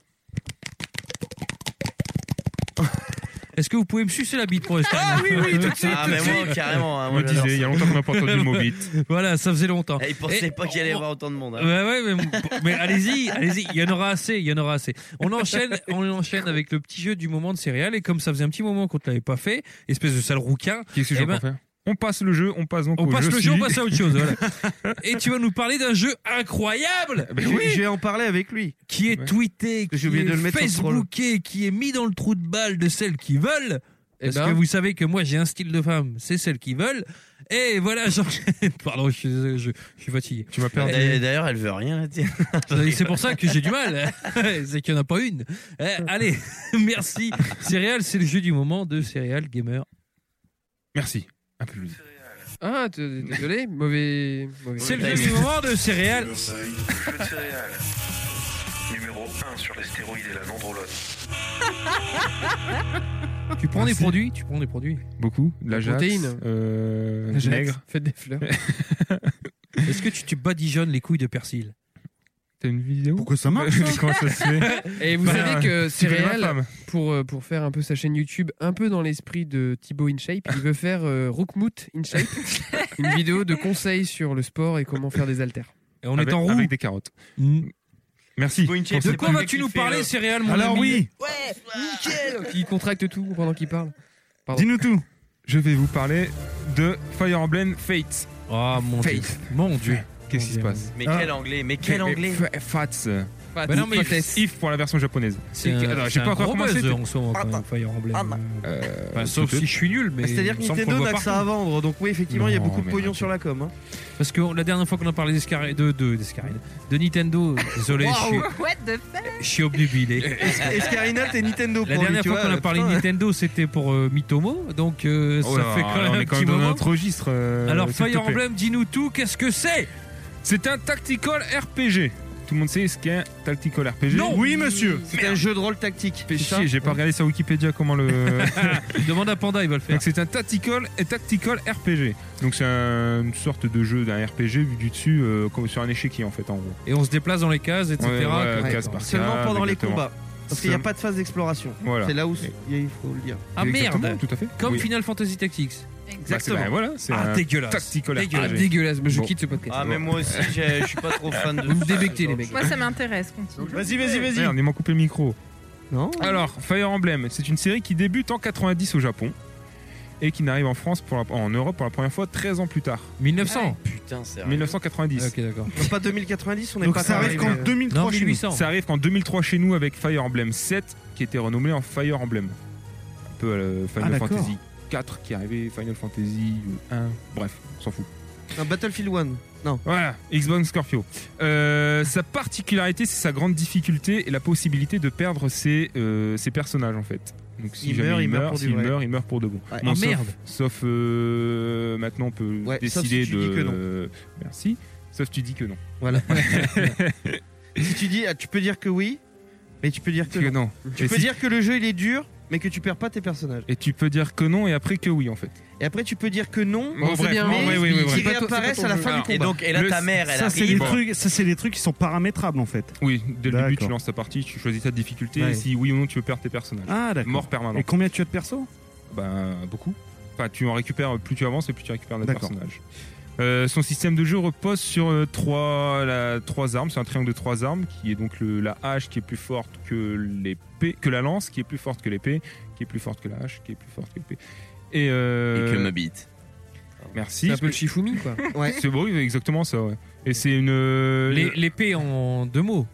S2: Est-ce que vous pouvez me sucer la bite pour Escarina
S5: *laughs* Ah oui, oui, tout de suite, Ah, tout de mais moi, suite. carrément, hein, moi, Je me j'adore disais, il y a ça. longtemps qu'on n'a pas entendu le
S2: *laughs*
S5: mot bite.
S2: Voilà, ça faisait longtemps.
S5: Eh, Il pensait pas qu'il allait y avoir autant de monde. hein.
S2: Ouais, ouais, mais, mais allez-y, allez-y, il y en aura assez, il y en aura assez. On enchaîne, on enchaîne avec le petit jeu du moment de céréales, et comme ça faisait un petit moment qu'on ne l'avait pas fait, espèce de sale rouquin.
S9: Qu'est-ce que
S2: eh
S9: j'ai
S2: ben,
S9: encore fait On passe le jeu, on passe donc
S2: on
S9: au
S2: passe
S9: jeu
S2: le jeu, on
S9: suivi.
S2: passe à autre chose. voilà. Et tu vas nous parler d'un jeu incroyable
S6: Ben oui, je vais en parler avec lui.
S2: Qui est tweeté,
S6: J'ai
S2: qui
S6: oublié
S2: est
S6: de le mettre sur le troll.
S2: facebooké, qui est mis dans le trou de balle de celles qui veulent.
S3: Eh
S2: Parce
S3: ben.
S2: que vous savez que moi j'ai un style de femme, c'est celles qui veulent. Et voilà, *laughs* j'enchaîne. Pardon, je suis, désolé, je, je suis
S6: *laughs*
S2: fatigué. Tu m'as
S5: D'ailleurs, d'ailleurs, elle veut rien, la tienne.
S2: c'est pour ça que j'ai du mal. *laughs* c'est qu'il n'y en a pas une. Eh, allez, *laughs* merci. Céréales, c'est le jeu du moment de Céréales Gamer.
S9: Merci. Un peu plus.
S3: Ah, t- désolé, mauvais. mauvais-
S2: C'est le jeu du moment de
S6: *laughs*
S2: Céréales.
S14: Jeu de céréales. Numéro 1 sur les stéroïdes et la nandrolone.
S2: Tu prends des produits, tu prends des produits.
S9: Beaucoup. De la
S2: Des
S9: jatte.
S2: protéines.
S9: Euh,
S2: Jatte.
S9: du nègre.
S3: Faites des
S9: *laughs*
S3: fleurs.
S2: Est-ce que tu te badigeonnes les couilles de persil
S9: T'as une vidéo
S2: Pourquoi
S9: ça marche, ça *laughs* Comment ça se fait
S3: Et vous
S9: Bah,
S3: savez que
S9: tu connais ma
S3: Céréal,
S9: femme.
S3: pour, euh, pour faire un peu sa chaîne YouTube, un peu dans l'esprit de Thibaut InShape, il veut faire euh, Rookmout InShape, une vidéo de conseils sur le sport et comment faire des haltères.
S2: Et on est
S9: Avec-
S2: en roue.
S9: Avec des carottes. Merci.
S2: De quoi vas-tu nous
S6: euh,
S2: parler, Céréales, mon
S9: Alors
S2: ami
S9: oui,
S3: Ouais, nickel Il contracte tout pendant qu'il parle.
S2: Oh.
S9: dis-nous tout. Je vais vous parler de Fire Emblem Fates.
S2: Ah mon
S9: Fates.
S2: Mon dieu.
S9: Qu'est-ce qui se passe
S5: Mais
S9: Ah.
S5: quel anglais, mais quel anglais.
S9: F- Fats.
S2: Ah,
S5: Fats.
S9: Bah non, mais
S5: Fates.
S9: if, if pour la version japonaise.
S2: C'est
S9: Et-
S2: un-
S9: alors,
S2: c'est
S9: j'ai
S2: un
S9: pas encore
S2: gros
S9: commencé.
S2: buzz en ce moment, quand même, Fire Emblem.
S9: Euh,
S2: Enfin, sauf
S9: peut-être.
S2: si je suis nul,
S9: Bah,
S2: mais.
S6: C'est-à-dire que
S2: il me semble qu'on
S6: Nintendo
S2: le
S6: n'a
S2: voit
S6: que ça à
S2: partout.
S6: vendre, donc oui, effectivement, il y a
S2: Non,
S6: beaucoup de
S2: mais
S6: pognon
S2: arrête.
S6: sur la com. hein.
S2: Parce que la dernière fois qu'on a parlé d'Escarine, de, de, d'Escarine, de Nintendo, désolé, je suis-
S4: What the fuck
S2: je suis
S9: *laughs*
S2: obnubilé.
S6: Escarina, t'es Nintendo
S2: La
S6: pour lui,
S2: dernière
S6: tu
S2: fois
S6: vois,
S2: qu'on a parlé de
S6: putain.
S2: Nintendo, c'était pour euh, Mitomo, donc euh, ça
S9: Oh là,
S2: fait quand même
S9: on
S2: un
S9: est quand
S2: petit
S9: même dans
S2: moment.
S9: notre registre. euh,
S2: Alors
S9: s'il te
S2: Fire
S9: plaît.
S2: Emblem, dis-nous tout, qu'est-ce que c'est
S9: C'est un tactical RPG. Tout le monde sait ce qu'est un tactical RPG
S2: Non.
S9: Oui, monsieur
S6: C'est un jeu de rôle tactique.
S9: Fais
S6: c'est ça
S9: chier, j'ai pas regardé sur Wikipédia comment *laughs* le.
S2: Demande à Panda, il va le faire.
S9: Donc c'est un tactical et tactical RPG. Donc c'est un- une sorte de jeu d'un RPG vu du dessus euh, comme sur un échiquier en fait en gros.
S2: Et on se déplace dans les cases, etc.
S9: Ouais, ouais, case par
S6: Seulement
S9: case,
S6: pendant les
S9: exactement.
S6: combats. Parce qu'il n'y a pas de phase d'exploration.
S9: Voilà.
S6: C'est là où il faut le dire.
S2: Ah
S9: Exactement,
S2: merde
S9: tout à fait.
S2: Comme
S9: Oui.
S2: Final Fantasy Tactics.
S9: Bah, c'est- bah, voilà, c'est
S2: Ah,
S9: un
S2: dégueulasse.
S9: tactical
S2: Dégueulasse.
S9: RPG.
S2: Ah, dégueulasse.
S3: Bah, je
S9: Bon.
S3: quitte ce podcast.
S5: Ah, mais moi aussi, j'ai- je suis pas trop fan de.
S9: Ah,
S3: Vous me débectez, les mecs.
S4: Moi ça m'intéresse, continue.
S5: Vas-y, vas-y, vas-y.
S9: Merde, ils m'ont coupé le micro. Alors, Fire Emblem, c'est une série qui débute en 90 au Japon et qui n'arrive en France pour la- en Europe pour la première fois 13 ans plus tard.
S2: 1900
S5: Putain, sérieux.
S9: 1990.
S2: Ah Ok, d'accord.
S6: Donc pas 2090, on n'est
S9: Donc
S6: pas
S9: ça arrive
S6: arrivé.
S9: qu'en
S2: Non, 1800.
S9: Ça arrive qu'en 2003 chez nous avec Fire Emblem 7 qui était renommé en Fire Emblem. Un peu à la Final
S6: Ah, d'accord.
S9: Fantasy 4 qui est arrivé, Final Fantasy 1, bref, on s'en fout.
S6: Un Battlefield 1. Non.
S9: Voilà, Xbox Scorpio. Euh, sa particularité, c'est sa grande difficulté et la possibilité de perdre ses, euh, ses personnages en fait. Donc si
S6: Il
S9: jamais
S6: meurt,
S9: il
S6: il meurt
S9: meurt,
S6: pour du
S9: s'il
S6: vrai.
S9: meurt, il meurt pour de bon.
S6: Ouais.
S9: Bon,
S2: Ah,
S9: sauf-
S2: merde.
S9: Sauf euh, maintenant, on peut
S6: Ouais, sauf
S9: décider
S6: si tu
S9: de.
S6: dis que
S9: Merci. Sauf tu dis que non.
S6: Voilà. si tu dis, ah, tu peux dire que oui, mais tu peux dire que,
S9: Que non.
S6: Tu
S9: Et
S6: peux
S9: si-
S6: dire que le jeu il est dur, mais que tu perds pas tes personnages.
S9: Et tu peux dire que non et après que oui en fait.
S6: Et après tu peux dire que non,
S9: Bon, bref,
S6: mais
S9: bon, oui, oui, oui,
S6: qui
S9: bref.
S6: réapparaissent à la fin du
S5: Et
S6: combat.
S5: donc, et là,
S9: Le-
S5: ta mère, elle
S9: ça, c'est
S5: arrive.
S9: les trucs-
S17: Ça, c'est des trucs qui sont paramétrables en fait.
S9: Oui, dès le début,
S17: D'accord.
S9: tu lances ta partie, tu choisis ta difficulté
S17: Ouais.
S9: et si oui ou non tu veux perdre tes personnages.
S17: Ah, d'accord.
S9: Mort permanent.
S17: Et combien tu as de perso
S9: Ben, beaucoup. Enfin, tu en récupères, plus tu avances et plus tu récupères des
S17: D'accord.
S9: personnages. Euh, son système de jeu repose sur euh, trois, la- trois armes. C'est un triangle de trois armes qui est donc le- la hache qui est plus forte que l'épée, que la lance qui est plus forte que l'épée, qui est plus forte que la hache, qui est plus forte que l'épée. Et, euh,
S5: Et que ma bite.
S9: Merci.
S3: C'est un peu le Shifumi,
S9: *laughs*
S3: quoi. Ouais.
S9: C'est beau, exactement ça, ouais. Et c'est une.
S2: Les- L'épée en deux mots.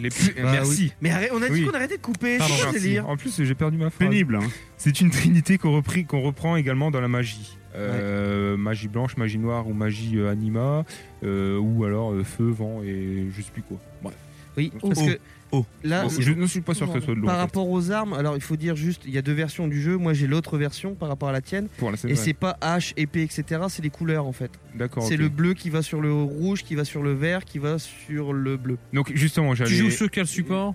S9: L'épée.
S2: Bah
S9: merci.
S2: oui.
S6: Mais arrête- on a dit
S9: Oui.
S6: qu'on arrêtait de couper.
S9: Pardon,
S6: C'est quoi ce
S9: merci.
S6: délire
S9: En plus, j'ai perdu ma phrase.
S6: Pénible, hein.
S9: C'est une trinité qu'on reprit- qu'on reprend également dans la magie. Euh, Magie blanche, magie noire ou magie euh, anima, euh, ou alors euh, feu, vent et je sais plus quoi. Bref.
S6: Oui,
S9: Oh.
S6: parce que
S9: Oh.
S6: là,
S9: Oh, je ne suis pas sûr que ce soit de l'eau.
S6: Par
S9: en fait.
S6: rapport aux armes, alors il faut dire juste, il y a deux versions du jeu. Moi, j'ai l'autre version par rapport à la tienne.
S9: Voilà, c'est
S6: et
S9: vrai.
S6: c'est pas hache, épée, etc. C'est les couleurs en fait.
S9: D'accord.
S6: C'est
S9: ok.
S6: le bleu qui va sur le rouge, qui va sur le vert, qui va sur le bleu.
S9: Donc justement, j'allais.
S6: Tu joues sur
S9: quel support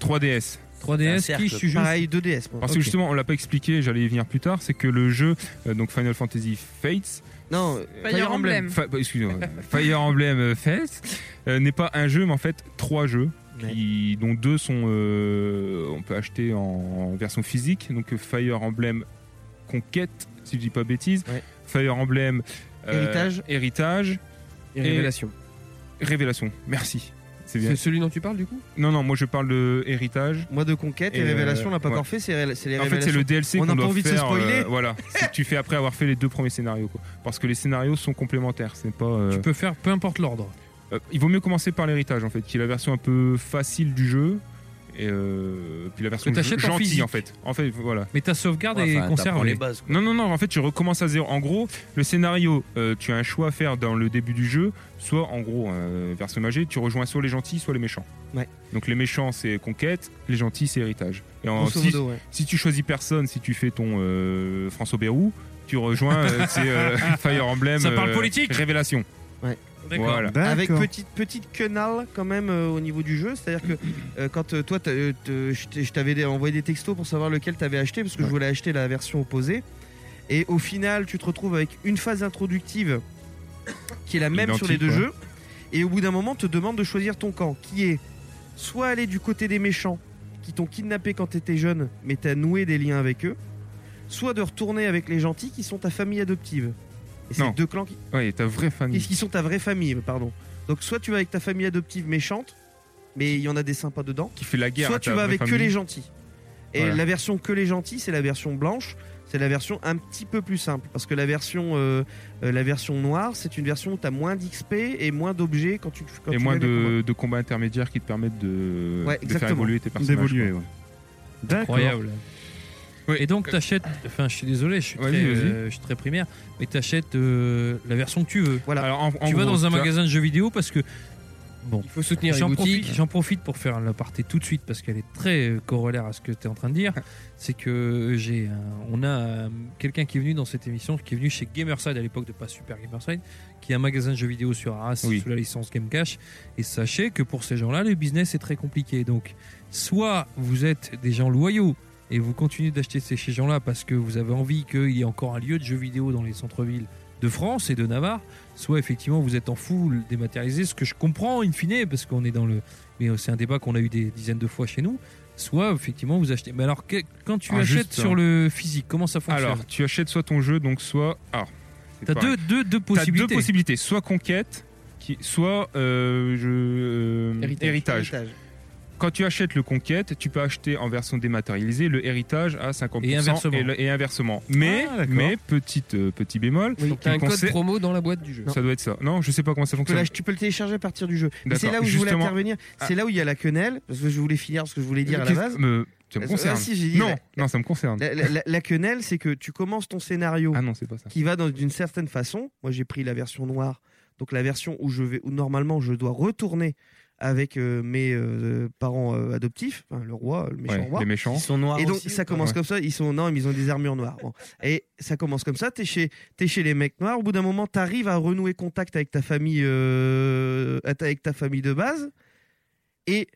S9: 3DS.
S2: 3DS, Un cercle. qui, tu joues
S6: Pareil, 2DS, moi.
S9: Parce
S6: Ok.
S9: que justement, on l'a pas expliqué, j'allais y venir plus tard, c'est que le jeu, euh, donc Final Fantasy Fates.
S6: Non,
S9: euh,
S6: Fire Fire Emblem. Emblem.
S9: Fa- bah, Excusez-moi, *laughs* Fire Emblem euh, Fates euh, n'est pas un jeu, mais en fait trois jeux, qui- dont deux sont. euh, on peut acheter en, en version physique. Donc euh, Fire Emblem Conquête, si je dis pas bêtise. Fire Emblem euh,
S3: Héritage.
S9: Héritage.
S3: Et Révélation.
S9: Révélation, merci. C'est bien.
S3: C'est celui dont tu parles, du coup
S9: Non, non, moi je parle de héritage.
S6: Moi de conquête
S3: et
S6: Révélation, on l'a pas encore fait, c'est ré- c'est les
S9: euh, En fait, c'est
S6: Révélations.
S9: le DLC
S6: On
S9: qu'on
S6: n'a pas
S9: doit
S6: envie de se
S9: faire, euh,
S6: spoiler. *laughs*
S9: voilà, c'est que tu fais après avoir fait les deux premiers scénarios. quoi. Parce que les scénarios sont complémentaires. C'est pas. euh,
S2: Tu peux faire peu importe l'ordre.
S9: euh, il vaut mieux commencer par l'héritage en fait, qui est la version un peu facile du jeu. Et euh, puis la version
S2: Que t'achètes en
S9: gentille
S2: physique.
S9: en fait. En fait, voilà.
S2: Mais ta sauvegarde est
S9: Ouais, enfin, t'apprends
S2: conservée.
S9: les bases, quoi. Non, non, non, en fait, tu recommences à zéro. En gros, le scénario, euh, tu as un choix à faire dans le début du jeu. Soit, en gros, euh, version magée, tu rejoins soit les gentils, soit les méchants.
S6: Ouais.
S9: Donc, les méchants, c'est conquête, les gentils, c'est héritage. Et en,
S6: Grosso
S9: si,
S6: modo, ouais.
S9: si tu choisis personne, si tu fais ton euh, François Bérou, tu
S6: *laughs*
S9: rejoins euh, c'est, euh, Fire Emblem.
S2: Ça parle
S9: euh,
S2: politique
S9: Révélation.
S6: Ouais.
S9: D'accord. Voilà.
S6: Avec
S9: D'accord.
S6: petite petite quenelle quand même euh, au niveau du jeu, c'est-à-dire que euh, quand euh, toi t'as, euh, te- je t'ai- je t'avais dé- envoyé des textos pour savoir lequel t'avais acheté parce que je voulais acheter la version opposée, et au final tu te retrouves avec une phase introductive qui est la même sur les
S16: Identique,
S6: deux
S16: ouais.
S6: jeux, et au bout d'un moment on te demande de choisir ton camp, qui est soit aller du côté des méchants qui t'ont kidnappé quand t'étais jeune, mais t'as noué des liens avec eux, soit de retourner avec les gentils qui sont ta famille adoptive. Et c'est
S9: Non.
S6: deux clans qui
S9: Ouais, ta vraie famille.
S6: qui sont ta vraie famille, pardon. Donc soit tu vas avec ta famille adoptive méchante, mais il y en a des sympas dedans.
S9: Qui fait la guerre à
S6: Soit
S9: hein, ta
S6: tu vas
S9: vraie
S6: avec que
S9: famille.
S6: les gentils. Et
S9: Voilà.
S6: la version que les gentils, c'est la version blanche. C'est la version un petit peu plus simple parce que la version euh, euh, la version noire, c'est une version où t'as moins d'XP et moins d'objets quand tu quand
S9: et
S6: tu
S9: moins
S6: mènes le combat.
S9: de, de combats intermédiaires qui te permettent de,
S6: Ouais,
S9: de faire
S6: exactement.
S9: évoluer tes personnages.
S6: D'évoluer,
S9: quoi.
S6: ouais.
S2: Incroyable. Et donc, t'achètes. Enfin, je suis désolé, je suis,
S9: Vas-y,
S2: très,
S9: vas-y.
S2: euh, je suis très primaire, mais t'achètes euh, la version que tu veux.
S6: Voilà.
S2: tu vas
S9: gros,
S2: dans un
S9: tu as-
S2: magasin de jeux vidéo parce que. Bon,
S3: il faut soutenir les
S2: j'en
S3: boutiques.
S2: profite, j'en profite pour faire la partie tout de suite parce qu'elle est très euh, corollaire à ce que tu es en train de dire.
S9: Ah.
S2: C'est que j'ai, un- on a euh, quelqu'un qui est venu dans cette émission, qui est venu chez Gamerside à l'époque de pas Super Gamerside, qui est un magasin de jeux vidéo sur Arras
S9: Oui.
S2: sous la licence Gamecash. Et sachez que pour ces gens-là, le business est très compliqué. Donc, soit vous êtes des gens loyaux et vous continuez d'acheter ces ces gens-là parce que vous avez envie qu'il y ait encore un lieu de jeux vidéo dans les centres-villes de France et de Navarre, soit effectivement vous êtes en foule dématérialisé, ce que je comprends in fine parce qu'on est dans le. Mais euh, c'est un débat qu'on a eu des dizaines de fois chez nous. Soit effectivement vous achetez. Mais alors que- quand tu
S9: Ah,
S2: achètes
S9: juste,
S2: sur
S9: hein.
S2: le physique, comment ça fonctionne
S9: Alors, tu achètes soit ton jeu, donc soit. Alors, c'est
S2: T'as
S9: pareil.
S2: deux- deux- deux
S9: T'as
S2: possibilités.
S9: deux possibilités. Soit conquête, qui, soit euh, je, euh,
S2: Héritage.
S9: héritage.
S2: Héritage.
S9: Quand tu achètes le conquête, tu peux acheter en version dématérialisée le héritage à 50%
S2: Et inversement.
S9: le- et inversement. Mais,
S3: Ah, d'accord.
S9: mais petite, euh, petit bémol.
S3: Oui,
S9: qui
S3: t'as un code
S9: conseille-
S3: promo dans la boîte du jeu.
S9: Ça doit être ça. Non, je sais pas comment ça
S6: Tu peux,
S9: fonctionne.
S6: l'ach- tu peux le télécharger à partir du jeu. Mais
S9: D'accord.
S6: c'est là où je voulais
S9: Justement-
S6: intervenir. C'est
S9: Ah. Euh,
S6: là où il y a la quenelle, parce que je voulais finir ce que je voulais dire à la
S9: Qu'est-ce-
S6: base.
S9: me- ça me
S6: Ah,
S9: concerne.
S6: si, j'ai dit
S9: non,
S6: la-
S9: non, ça me concerne. Ah
S6: La, la- la- la quenelle, c'est que tu commences ton scénario qui va dans une certaine façon. Moi, j'ai pris la version noire, donc la version où je vais, où normalement je dois retourner avec euh, mes euh, parents euh, adoptifs, enfin, le roi, le méchant
S9: Ouais,
S6: roi.
S9: les méchants. Ils sont noirs
S6: Et donc
S9: aussi ou
S6: ça
S9: pas
S6: commence
S9: Ouais.
S6: comme ça. Ils sont non, mais ils ont des armures noires. Bon. Et ça commence comme ça. T'es chez, t'es chez les mecs noirs. Au bout d'un moment, t'arrives à renouer contact avec ta famille, euh, avec ta famille de base et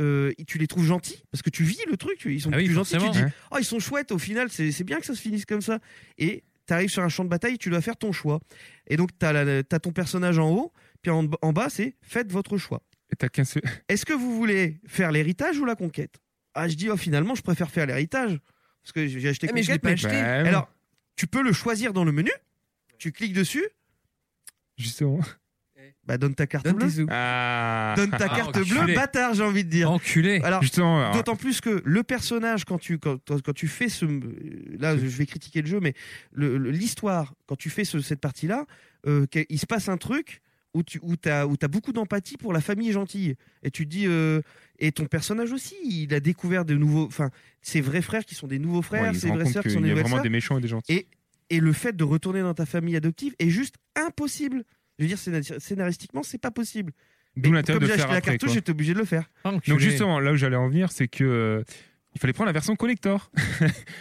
S6: euh, tu les trouves gentils parce que tu vis le truc, ils sont
S2: Ah oui,
S6: plus gentils. Tu
S2: forcément,
S6: te dis,
S2: ouais.
S6: oh, ils sont chouettes, au final, c'est c'est bien que ça se finisse comme ça. Et tu arrives sur un champ de bataille, tu dois faire ton choix. Et donc, tu as, ton personnage en haut, puis en, en bas, c'est faites votre choix.
S9: Et t'as qu'un seul-
S6: Est-ce que vous voulez faire l'héritage ou la conquête Ah, je dis, oh, finalement, je préfère faire l'héritage parce que j'ai acheté
S3: Ah, mais je l'ai
S6: conquête,
S3: pas
S6: mais-
S3: acheté.
S9: Bah, oui.
S6: Alors, tu peux le choisir dans le menu, tu cliques dessus,
S9: Justement.
S6: Bah donne ta carte
S3: Donne
S6: bleue.
S3: tes sous.
S9: Ah.
S6: Donne ta
S3: *laughs*
S9: Ah,
S6: carte
S9: enculé.
S6: bleue, bâtard, j'ai envie de dire.
S2: Enculé.
S6: Alors,
S9: Putain, Ah, alors-
S6: d'autant plus que le personnage, quand tu, quand, quand tu fais ce. Là, je vais critiquer le jeu, mais le- le- l'histoire, quand tu fais ce- cette partie-là, euh, qu'il- il se passe un truc où tu où as, où t'as beaucoup d'empathie pour la famille gentille. Et tu te dis. euh, et ton personnage aussi, il a découvert de nouveaux. Enfin, ses vrais frères qui sont des nouveaux
S9: Ouais,
S6: frères,
S9: il se
S6: ses
S9: rend
S6: vraies
S9: compte
S6: sœurs qui
S9: qu'il
S6: sont des
S9: y a
S6: nouvelles
S9: vraiment
S6: sœurs.
S9: des méchants et des gentils.
S6: Et, et le fait de retourner dans ta famille adoptive est juste impossible. Je veux dire, scénar- scénaristiquement, c'est pas possible.
S9: D'où
S6: Mais
S9: l'intérêt
S6: comme
S9: de
S6: j'ai
S9: le faire
S6: acheté la
S9: après,
S6: cartouche,
S9: quoi.
S6: j'étais obligé de le faire.
S9: Donc justement, là où j'allais en venir, c'est que euh, il fallait prendre la version collector.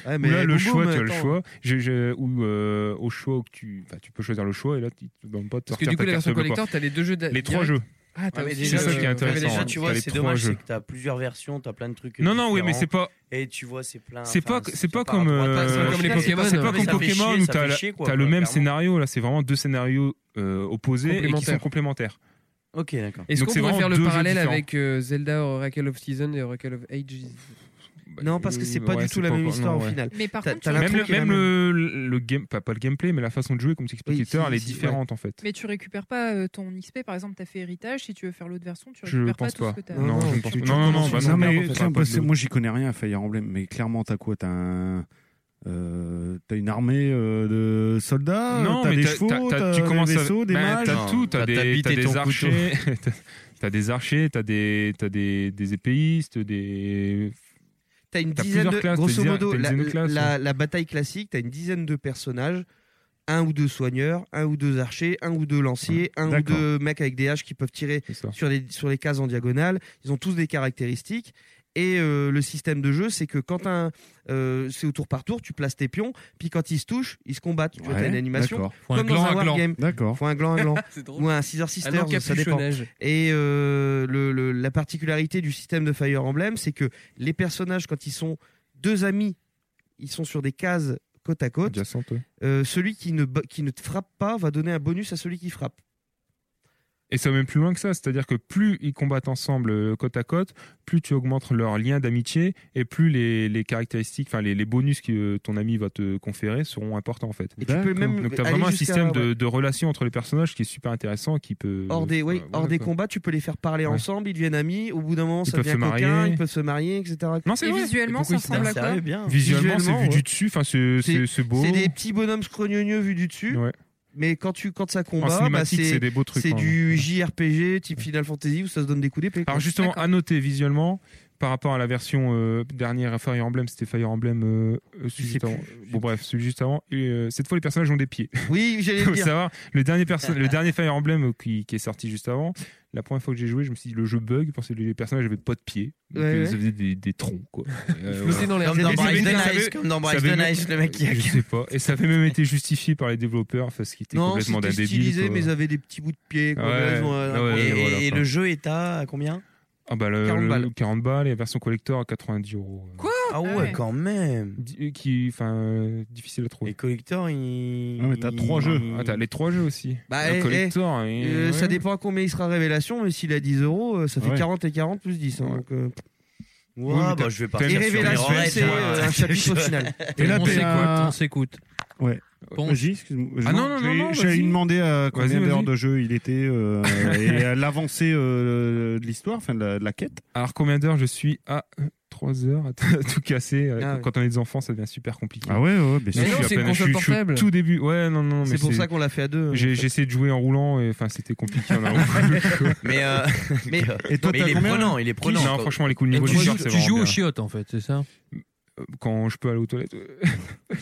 S6: Ouais,
S9: Où
S6: mais
S9: là, le
S6: boum,
S9: choix,
S6: boum,
S9: tu as le
S6: attends.
S9: choix. Je- je- ou euh, au choix où tu, enfin, tu peux choisir le choix et là, tu te demandes pas de
S3: Parce que
S9: sortir
S3: du coup,
S9: ta
S3: la
S9: carte
S3: version
S9: bleue, quoi.
S3: collector, t'as les deux jeux d'a-
S9: Les trois
S3: direct.
S9: jeux.
S3: Ah, t'as
S5: Ouais, mais
S3: aussi
S5: déjà,
S3: le-
S9: C'est ça qui est
S5: euh,
S9: intéressant. hein.
S5: déjà, tu
S9: T'as
S5: vois,
S9: les
S5: c'est
S9: trois
S5: dommage,
S9: jeux.
S5: c'est que t'as plusieurs versions, t'as plein de trucs.
S9: Non, non, oui, mais
S5: différents.
S9: c'est pas-
S5: Et tu vois, c'est plein.
S9: C'est pas,
S5: enfin,
S9: c'est pas
S5: par
S9: comme,
S5: rapport à ta-
S9: euh,
S5: c'est pas comme les Pokémon,
S9: c'est pas
S5: hein.
S9: comme
S5: Ça fait
S9: Pokémon
S5: chier,
S9: où
S5: ça
S9: t'as
S5: fait
S9: la-
S5: chier, quoi,
S9: t'as le même
S5: clairement.
S9: scénario. Là, c'est vraiment deux scénarios euh, opposés et qui sont
S3: Complémentaires.
S9: complémentaires.
S5: Ok, d'accord.
S3: Est-ce
S9: Donc,
S3: qu'on
S9: c'est
S3: pourrait
S9: vraiment
S3: faire le
S9: deux jeux
S3: parallèle
S9: différents.
S3: avec euh, Zelda Oracle of Season et Oracle of Ages
S6: Non, parce que c'est pas
S9: Bah, Ouais,
S6: du tout la
S9: pas-
S6: même
S9: non,
S6: histoire au
S9: ouais.
S6: final.
S4: Mais par
S6: T'as-
S4: contre,
S6: t'as
S4: tu-
S9: Même,
S6: l'impression
S9: le,
S6: qu'il y a la
S9: même le- le game, pas, pas le gameplay, mais la façon de jouer, comme t'expliquais
S6: Oui,
S9: tout à l'heure,
S6: si,
S9: elle est
S6: si, ouais.
S9: différente en fait.
S4: Mais tu récupères pas euh, ton XP, par exemple, t'as fait héritage, si tu veux faire l'autre version, tu
S9: Je
S4: récupères
S9: pense
S4: tout
S9: pas.
S4: ce que t'as.
S9: Non, non, je ne pense pas. Non, non, non, bah
S17: Non,
S9: non,
S17: mais tiens,
S9: clairement, c'est
S17: parce
S9: pas
S17: que
S9: de-
S17: moi j'y connais rien à Fire Emblem, mais clairement t'as quoi T'as un. euh, t'as une armée euh, de soldats,
S9: Non,
S17: t'as
S9: mais
S17: des
S9: t'as-
S17: chevaux,
S9: t'as-
S17: t'as,
S9: t'as- tu
S17: des
S9: commences à-
S17: vaisseaux, des
S9: bah,
S17: mages.
S9: T'as tout, t'as
S17: T'as ta
S9: des,
S17: bite
S9: t'as
S17: et
S9: des
S17: ton
S9: archers, t'as- t'as des archers, t'as des, t'as des, des épéistes, des.
S6: T'as une
S9: T'as
S6: dizaine
S9: plusieurs
S6: de,
S9: classes, t'as
S6: grosso
S9: une
S6: modo, la,
S9: dizaine de classes,
S6: la-
S9: ouais.
S6: la bataille classique, t'as une dizaine de personnages, un ou deux soigneurs, un ou deux archers, un ou deux lanciers, un ou
S16: D'accord.
S6: deux mecs avec des haches qui peuvent tirer sur les, sur les cases en diagonale. Ils ont tous des caractéristiques. Et euh, le système de jeu, c'est que quand un, euh, c'est au tour par tour, tu places tes pions, puis quand ils se touchent, ils se combattent. Tu vois,
S17: Ouais,
S6: t'as une animation.
S17: d'accord. Faut
S6: Comme
S17: un
S6: dans
S17: gland,
S6: un
S17: un gland.
S6: wargame.
S17: D'accord.
S6: Faut un gland, un gland.
S17: C'est drôle.
S6: Ou un Scissor Sisters,
S17: Un
S6: ça dépend.
S17: encapuchonnage.
S6: Et euh, le- le- la particularité du système de Fire Emblem, c'est que les personnages, quand ils sont deux amis, ils sont sur des cases côte à côte.
S9: Adjacentes, ouais.
S6: Euh, celui qui ne, bo- qui ne te frappe pas va donner un bonus à celui qui frappe.
S9: Et ça va même plus loin que ça, c'est-à-dire que plus ils combattent ensemble euh, côte à côte, plus tu augmentes leur lien d'amitié et plus les, les caractéristiques, enfin les, les bonus que euh, ton ami va te conférer seront importants en fait.
S6: Et tu peux même
S9: Donc t'as
S6: aller
S9: vraiment un
S6: jusqu'à-
S9: système de,
S6: ouais.
S9: de relations entre les personnages qui est super intéressant, qui peut.
S6: Hors des, oui,
S9: Ouais,
S6: hors
S9: voilà,
S6: des
S9: quoi.
S6: combats, tu peux les faire parler
S9: Ouais.
S6: ensemble, ils deviennent amis. Au bout d'un moment,
S9: Ils
S6: ça
S9: peuvent
S6: devient
S9: se marier.
S6: coquin, ils peuvent se marier, etc.
S9: Non, c'est
S4: Et
S9: vrai.
S4: visuellement,
S9: Et pourquoi
S4: ça
S9: ils se
S4: ressemble à
S9: marient
S4: quoi
S9: Visuellement, c'est vu
S6: ouais.
S9: du dessus, enfin c'est- c'est c'est beau.
S6: C'est des petits bonhommes scrogneux vus du dessus. Mais quand, tu, quand ça combat, bah,
S9: cinématique,
S6: c'est
S9: c'est des beaux trucs,
S6: c'est
S9: hein.
S6: du JRPG type Final Fantasy où ça se donne des coups d'épée. quoi.
S9: Alors justement,
S6: D'accord.
S9: à noter visuellement, par rapport à la version euh, dernière Fire Emblem, c'était Fire Emblem euh, euh, celui juste avant. Bon bref, celui juste avant. Et, euh, cette fois, les personnages ont des pieds.
S6: Oui, j'allais le
S9: *laughs* Faut
S6: dire.
S9: savoir, le dernier, perso- le dernier Fire Emblem euh, qui, qui est sorti juste avant, la première fois que j'ai joué, je me suis dit le jeu bug parce que les personnages n'avaient pas de pieds. Donc,
S5: Ouais,
S9: euh,
S5: ouais.
S9: Ça faisait des, des troncs quoi. Et, euh,
S5: flottaient dans l'air. Comme dans
S9: Et ça
S5: Bryce
S9: avait-
S5: the
S9: ça
S5: Nice,
S9: avait-
S5: comme dans
S9: ça
S5: Bryce
S9: avait
S5: the
S9: même-
S5: Nice, le mec qui a-
S9: Je sais pas. Et ça avait même été justifié par les développeurs, parce qu'il était
S5: Non,
S9: complètement d'un
S5: c'était
S9: débile.
S5: stylisé,
S9: quoi.
S5: mais
S6: Ils avaient des petits bouts de pied. quoi.
S9: Ouais,
S6: Ils ont un- un
S9: ouais,
S6: gros-
S9: ouais,
S5: Et,
S9: voilà,
S5: et
S9: quoi.
S5: le jeu est à à combien
S9: Ah bah le,
S5: 40
S9: 40,
S5: balles.
S9: balles. 40 balles et la version collector à 90 euros. euh,
S4: Quoi
S5: Ah ouais, quand même.
S9: Qui, enfin, euh, difficile à trouver.
S5: Les collecteurs, ils.
S9: Ah, mais t'as
S5: trois jeux.
S9: Ah, t'as les trois jeux aussi.
S6: Bah,
S9: le
S6: eh,
S9: collector. hein,
S6: eh,
S9: et-
S6: euh, Ça
S9: ouais.
S6: dépend à combien il sera révélation, mais s'il a 10 euros, euh, ça fait
S9: Ouais.
S6: 40 et 40 plus 10. hein, donc, euh,
S5: Ouais,
S6: oui, mais
S5: bah,
S6: t'as-
S5: je vais
S6: t'as
S5: partir
S6: Et
S5: sur
S6: révélation,
S5: Mirror Edge,
S6: c'est
S5: moi.
S6: euh, un chapitre au
S9: *laughs*
S6: final.
S17: Et là,
S6: on
S17: t'es
S6: s'écoute,
S17: à-
S6: on s'écoute.
S17: Ouais.
S6: Bon.
S17: Vas-y, excuse-moi.
S6: Ah non, non,
S17: J'ai-
S6: non, non,
S17: J'allais
S6: vas-y.
S17: lui demander à combien
S6: Vas-y,
S17: d'heures
S6: vas-y.
S17: de jeu il était euh, et à l'avancée euh, de l'histoire, enfin de la, de la quête.
S9: Alors, combien d'heures je suis à 3 heures à tout *laughs* tout casser euh,
S17: Ah ouais.
S9: Quand on est des enfants, ça devient super compliqué.
S17: Ah ouais, ouais, ouais, bien
S9: Donc,
S17: sûr.
S9: je suis à peine- je suis- je suis au tout début. Ouais, non, non. mais
S6: C'est pour ça qu'on l'a fait à deux.
S9: J'ai j'ai essayé de jouer en roulant et enfin, c'était compliqué. en allant.
S5: Mais, euh, mais,
S9: Et toi,
S5: mais
S9: t'as
S5: il est
S9: combien
S5: prenant, il est prenant.
S9: Non,
S5: quoi.
S9: franchement, les coups de
S5: Et
S9: niveau
S5: tu
S9: du
S5: joues-
S9: joueur,
S5: tu
S9: c'est
S5: joues
S9: vraiment
S5: aux
S9: bien.
S2: chiottes, en fait, c'est ça
S9: Quand je peux aller aux toilettes. euh,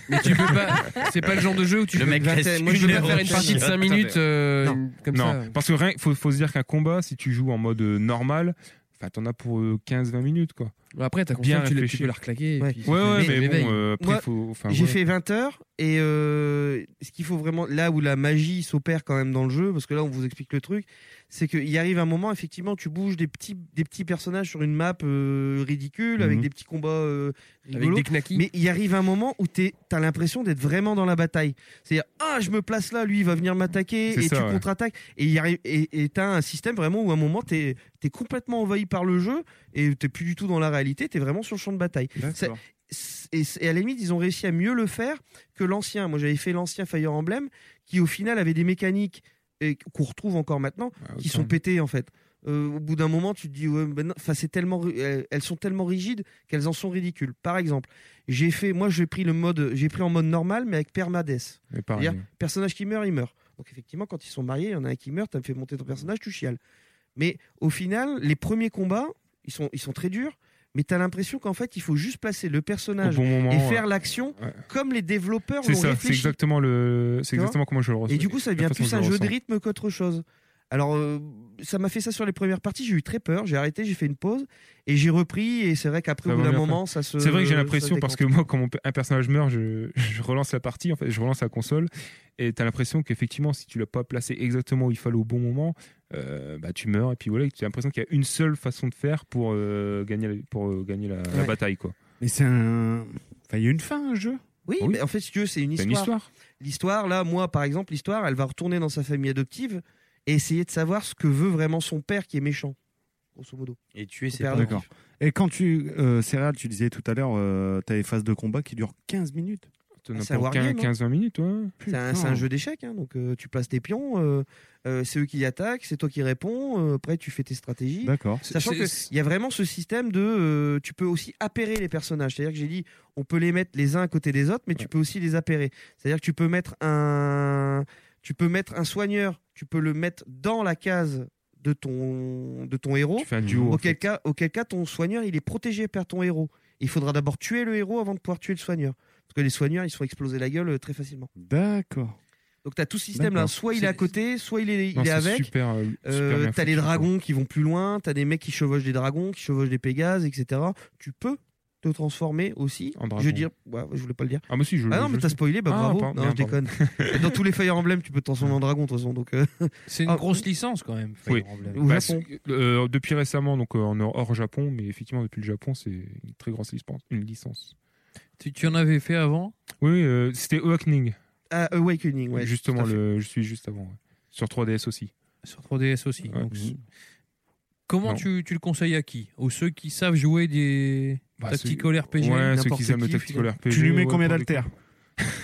S3: Mais tu peux pas. C'est pas le genre de jeu où tu
S9: Le
S3: peux
S9: mec
S3: te
S9: reste
S3: faire- Moi, je
S9: une
S3: peux pas faire une
S9: heure
S3: partie de
S9: chiotte.
S3: 5 minutes euh,
S9: non.
S3: une- comme
S9: Non,
S3: ça.
S9: parce que rien, faut, faut se dire qu'un combat, si tu joues en mode euh, normal, enfin, t'en as pour euh, 15-20 minutes, quoi.
S3: Après, t'as
S9: bien
S3: conscience, tu, l'as- tu
S9: réfléchi.
S3: peux la reclaquer. et
S9: Ouais,
S3: puis ça
S9: ouais,
S3: fait
S9: ouais,
S3: le
S9: mais
S3: réveil.
S9: bon, euh, après,
S6: Moi,
S9: faut. enfin,
S6: J'ai
S9: voilà.
S6: fait 20 heures et euh, ce qu'il faut vraiment là où la magie s'opère quand même dans le jeu parce que là on vous explique le truc c'est qu'il arrive un moment effectivement tu bouges des petits des petits personnages sur une map euh, ridicule avec
S16: Mhm.
S6: des petits combats euh,
S3: Avec
S6: rigolos.
S3: des knackis.
S6: mais il arrive un moment où tu as l'impression d'être vraiment dans la bataille c'est à dire ah je me place là lui il va venir m'attaquer
S16: C'est
S6: et
S16: ça,
S6: tu
S16: ouais.
S6: contre-attaques et il arrive et et t'as un système vraiment où à un moment t'es es complètement envahi par le jeu et t'es plus du tout dans la réalité t'es vraiment sur le champ de bataille Ça- c'est- et, c'est- et à la limite ils ont réussi à mieux le faire que l'ancien moi j'avais fait l'ancien Fire Emblem qui au final avait des mécaniques et qu'on retrouve encore maintenant,
S9: Ah
S6: qui sont pétées en fait. Euh, au bout d'un moment, tu te dis, ouais, ben non. Enfin, c'est tellement, ri- elles, elles sont tellement rigides qu'elles en sont ridicules. Par exemple, j'ai fait, moi, j'ai pris le mode, j'ai pris en mode normal, mais avec permades.
S9: Mais pareil. hein.
S6: C'est-à-dire, personnage qui meurt, il meurt. Donc effectivement, quand ils sont mariés, il y en a un qui meurt, t'as fait monter ton personnage, tu chiales. Mais au final, les premiers combats, ils sont, ils sont très durs, mais t'as l'impression qu'en fait, il faut juste placer le personnage
S9: Au bon moment,
S6: et faire
S9: euh, ouais.
S6: l'action comme les développeurs
S9: C'est
S6: l'ont
S9: ça, c'est
S6: réfléchi.
S9: exactement, le...
S6: Tu
S9: c'est
S6: vois
S9: exactement comment je le ressens.
S6: Et du coup, ça
S9: la
S6: devient
S9: façon
S6: plus
S9: dont
S6: un
S9: je le
S6: jeu de
S9: ressens.
S6: rythme qu'autre chose. Alors, euh, ça m'a fait ça sur les premières parties, j'ai eu très peur, j'ai arrêté, j'ai fait une pause, et j'ai repris, et c'est vrai qu'après, au bout d'un moment, ça se.
S9: C'est vrai que j'ai
S6: euh, ça
S9: l'impression, parce que
S6: décompte.
S9: moi, quand mon pe- un personnage meurt, je, je relance la partie, en fait, je relance la console, et t'as l'impression qu'effectivement, si tu l'as pas placé exactement où il fallait au bon moment, euh, bah, tu meurs, et puis voilà, tu as l'impression qu'il y a une seule façon de faire pour euh, gagner, la, pour, euh, gagner la, la
S6: Ouais.
S9: bataille, quoi.
S17: Mais c'est un. Enfin, il y a une fin à un jeu.
S6: Oui,
S9: Oui.
S6: mais en fait, si tu veux, c'est une
S9: C'est une
S6: histoire. L'histoire, là, moi, par exemple, l'histoire, elle va retourner dans sa famille adoptive et essayer de savoir ce que veut vraiment son père qui est méchant, grosso modo.
S5: Et tuer
S6: Son
S5: ses
S6: père
S5: parents.
S6: adoptif.
S17: D'accord. Et quand tu. Euh, Céréal, tu disais tout à l'heure, euh, t'as les phases de combat qui durent 15 minutes.
S9: T'en
S6: Ah,
S9: as
S6: c'est un
S9: pour
S6: wargame,
S9: 15 15-20 minutes, ouais.
S6: C'est un,
S17: Putain.
S6: c'est un jeu d'échecs, hein, donc euh, tu places tes pions, euh, euh, c'est eux qui attaquent, c'est toi qui réponds, euh, après tu fais tes stratégies.
S17: D'accord.
S6: Sachant
S17: Ben, C'est-
S6: qu'il y a vraiment ce système de. euh, tu peux aussi appairer les personnages. C'est-à-dire que j'ai dit, on peut les mettre les uns à côté des autres, mais tu peux aussi les appairer. C'est-à-dire que tu peux mettre un. Tu peux mettre un soigneur, tu peux le mettre dans la case de ton, de ton héros.
S9: fais un duo, en
S6: Auquel, cas, auquel cas, ton soigneur, il est protégé par ton héros. Il faudra d'abord tuer le héros avant de pouvoir tuer le soigneur. Parce que les soigneurs, ils se font exploser la gueule euh, très facilement.
S17: D'accord.
S6: Donc tu as tout ce système-là.
S17: D'accord.
S6: Soit il est à côté, soit il est, il
S17: Non,
S6: est
S17: c'est
S6: avec.
S17: super, euh, super bien
S6: t'as les
S17: foutu,
S6: dragons qui vont plus loin, t'as des mecs qui chevauchent des dragons, qui chevauchent des pégases, etc. Tu peux te transformer aussi.
S9: En dragon.
S6: Je veux dire, ouais, je voulais pas le dire.
S9: Ah, mais si, je
S6: Ah non,
S9: je
S6: mais t'as
S9: sais.
S6: spoilé, bah
S9: Ah,
S6: bravo.
S9: pardon,
S6: non, je
S9: bien,
S6: déconne.
S9: *laughs*
S6: Dans tous les Fire Emblem, tu peux te transformer en dragon, de toute façon. Donc, euh,
S2: C'est une
S6: ah,
S2: grosse licence quand même. Fire
S9: Oui.
S2: Emblem.
S6: Au
S9: Bah,
S6: Japon.
S9: c'est- euh, depuis récemment, donc euh, en hors Japon, mais effectivement depuis le Japon, c'est une très grosse licence. Une licence.
S2: Tu, tu en avais fait avant
S9: Oui, oui, euh, c'était Awakening.
S6: Ah, Awakening, ouais.
S9: Justement,
S2: tout à fait.
S9: le, je suis juste avant. ouais. Sur 3DS aussi.
S2: Sur 3DS aussi.
S9: Ouais.
S2: donc, c'est- Comment
S9: Non.
S2: tu, tu le conseilles à qui Aux ceux qui savent jouer des
S9: Bah,
S2: tactical
S9: ceux-
S2: RPG
S9: Ouais, ceux
S2: n'importe
S9: qui aiment le tactical
S2: finalement.
S9: RPG. ouais, pour le coup.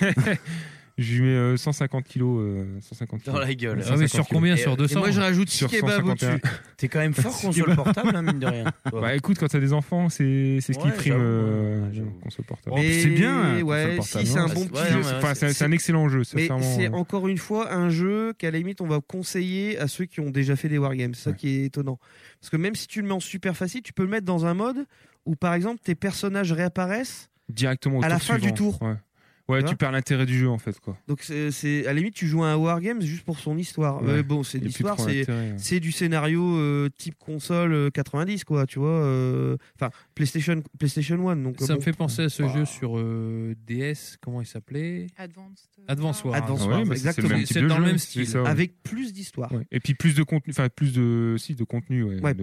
S9: *laughs* Je lui mets euh, 150 kilos. euh, 150
S5: Dans
S9: kilos.
S5: la gueule.
S2: Ah,
S9: Ouais, 150 kilos.
S17: euh,
S5: Sur
S9: Sur
S5: 151.
S9: 151.
S5: T'es quand même fort console portable, hein, mine de rien. Toi.
S9: Bah écoute, quand t'as des enfants, c'est c'est ce qui
S5: Ouais,
S9: prime
S5: j'avoue,
S9: euh, console portable.
S6: Mais
S9: c'est bien.
S6: ouais,
S9: console
S6: si,
S9: portable,
S6: c'est
S9: hein.
S6: un bon
S9: Enfin,
S6: petit-
S9: c'est- enfin, c'est c'est un excellent jeu.
S6: Mais
S9: sincèrement,
S6: c'est
S9: euh.
S6: encore une fois un jeu qu'à la limite on va conseiller à ceux qui ont déjà fait des wargames. C'est ça qui est étonnant. Parce que même si tu le mets en super facile, tu peux le mettre dans un mode où par exemple tes personnages réapparaissent.
S9: directement au
S6: à la
S9: tour
S6: fin du
S9: suivant.
S6: tour.
S9: Ouais, Ouais,
S6: Tu
S9: tu
S6: vois
S9: perds l'intérêt du jeu en fait quoi.
S6: Donc c'est- c'est à la limite tu joues à un wargame juste pour son histoire.
S9: Ouais.
S6: Euh, bon, c'est
S9: Il y a plus
S6: l'histoire,
S9: trop
S6: c'est
S9: d'intérêt, ouais.
S6: c'est du scénario euh, type console euh, 90 quoi, tu vois. euh, Enfin PlayStation PlayStation 1 donc. euh,
S2: Ça me
S6: bon.
S2: fait penser à ce
S6: Bah,
S2: jeu sur euh, DS, comment il s'appelait
S4: Advanced. euh,
S2: Advance War.
S9: Ah
S6: Advance Wars, exactement.
S2: C'est dans le même style.
S6: Avec plus d'histoire.
S9: Et puis plus de contenu, enfin plus de si de contenu. Ouais,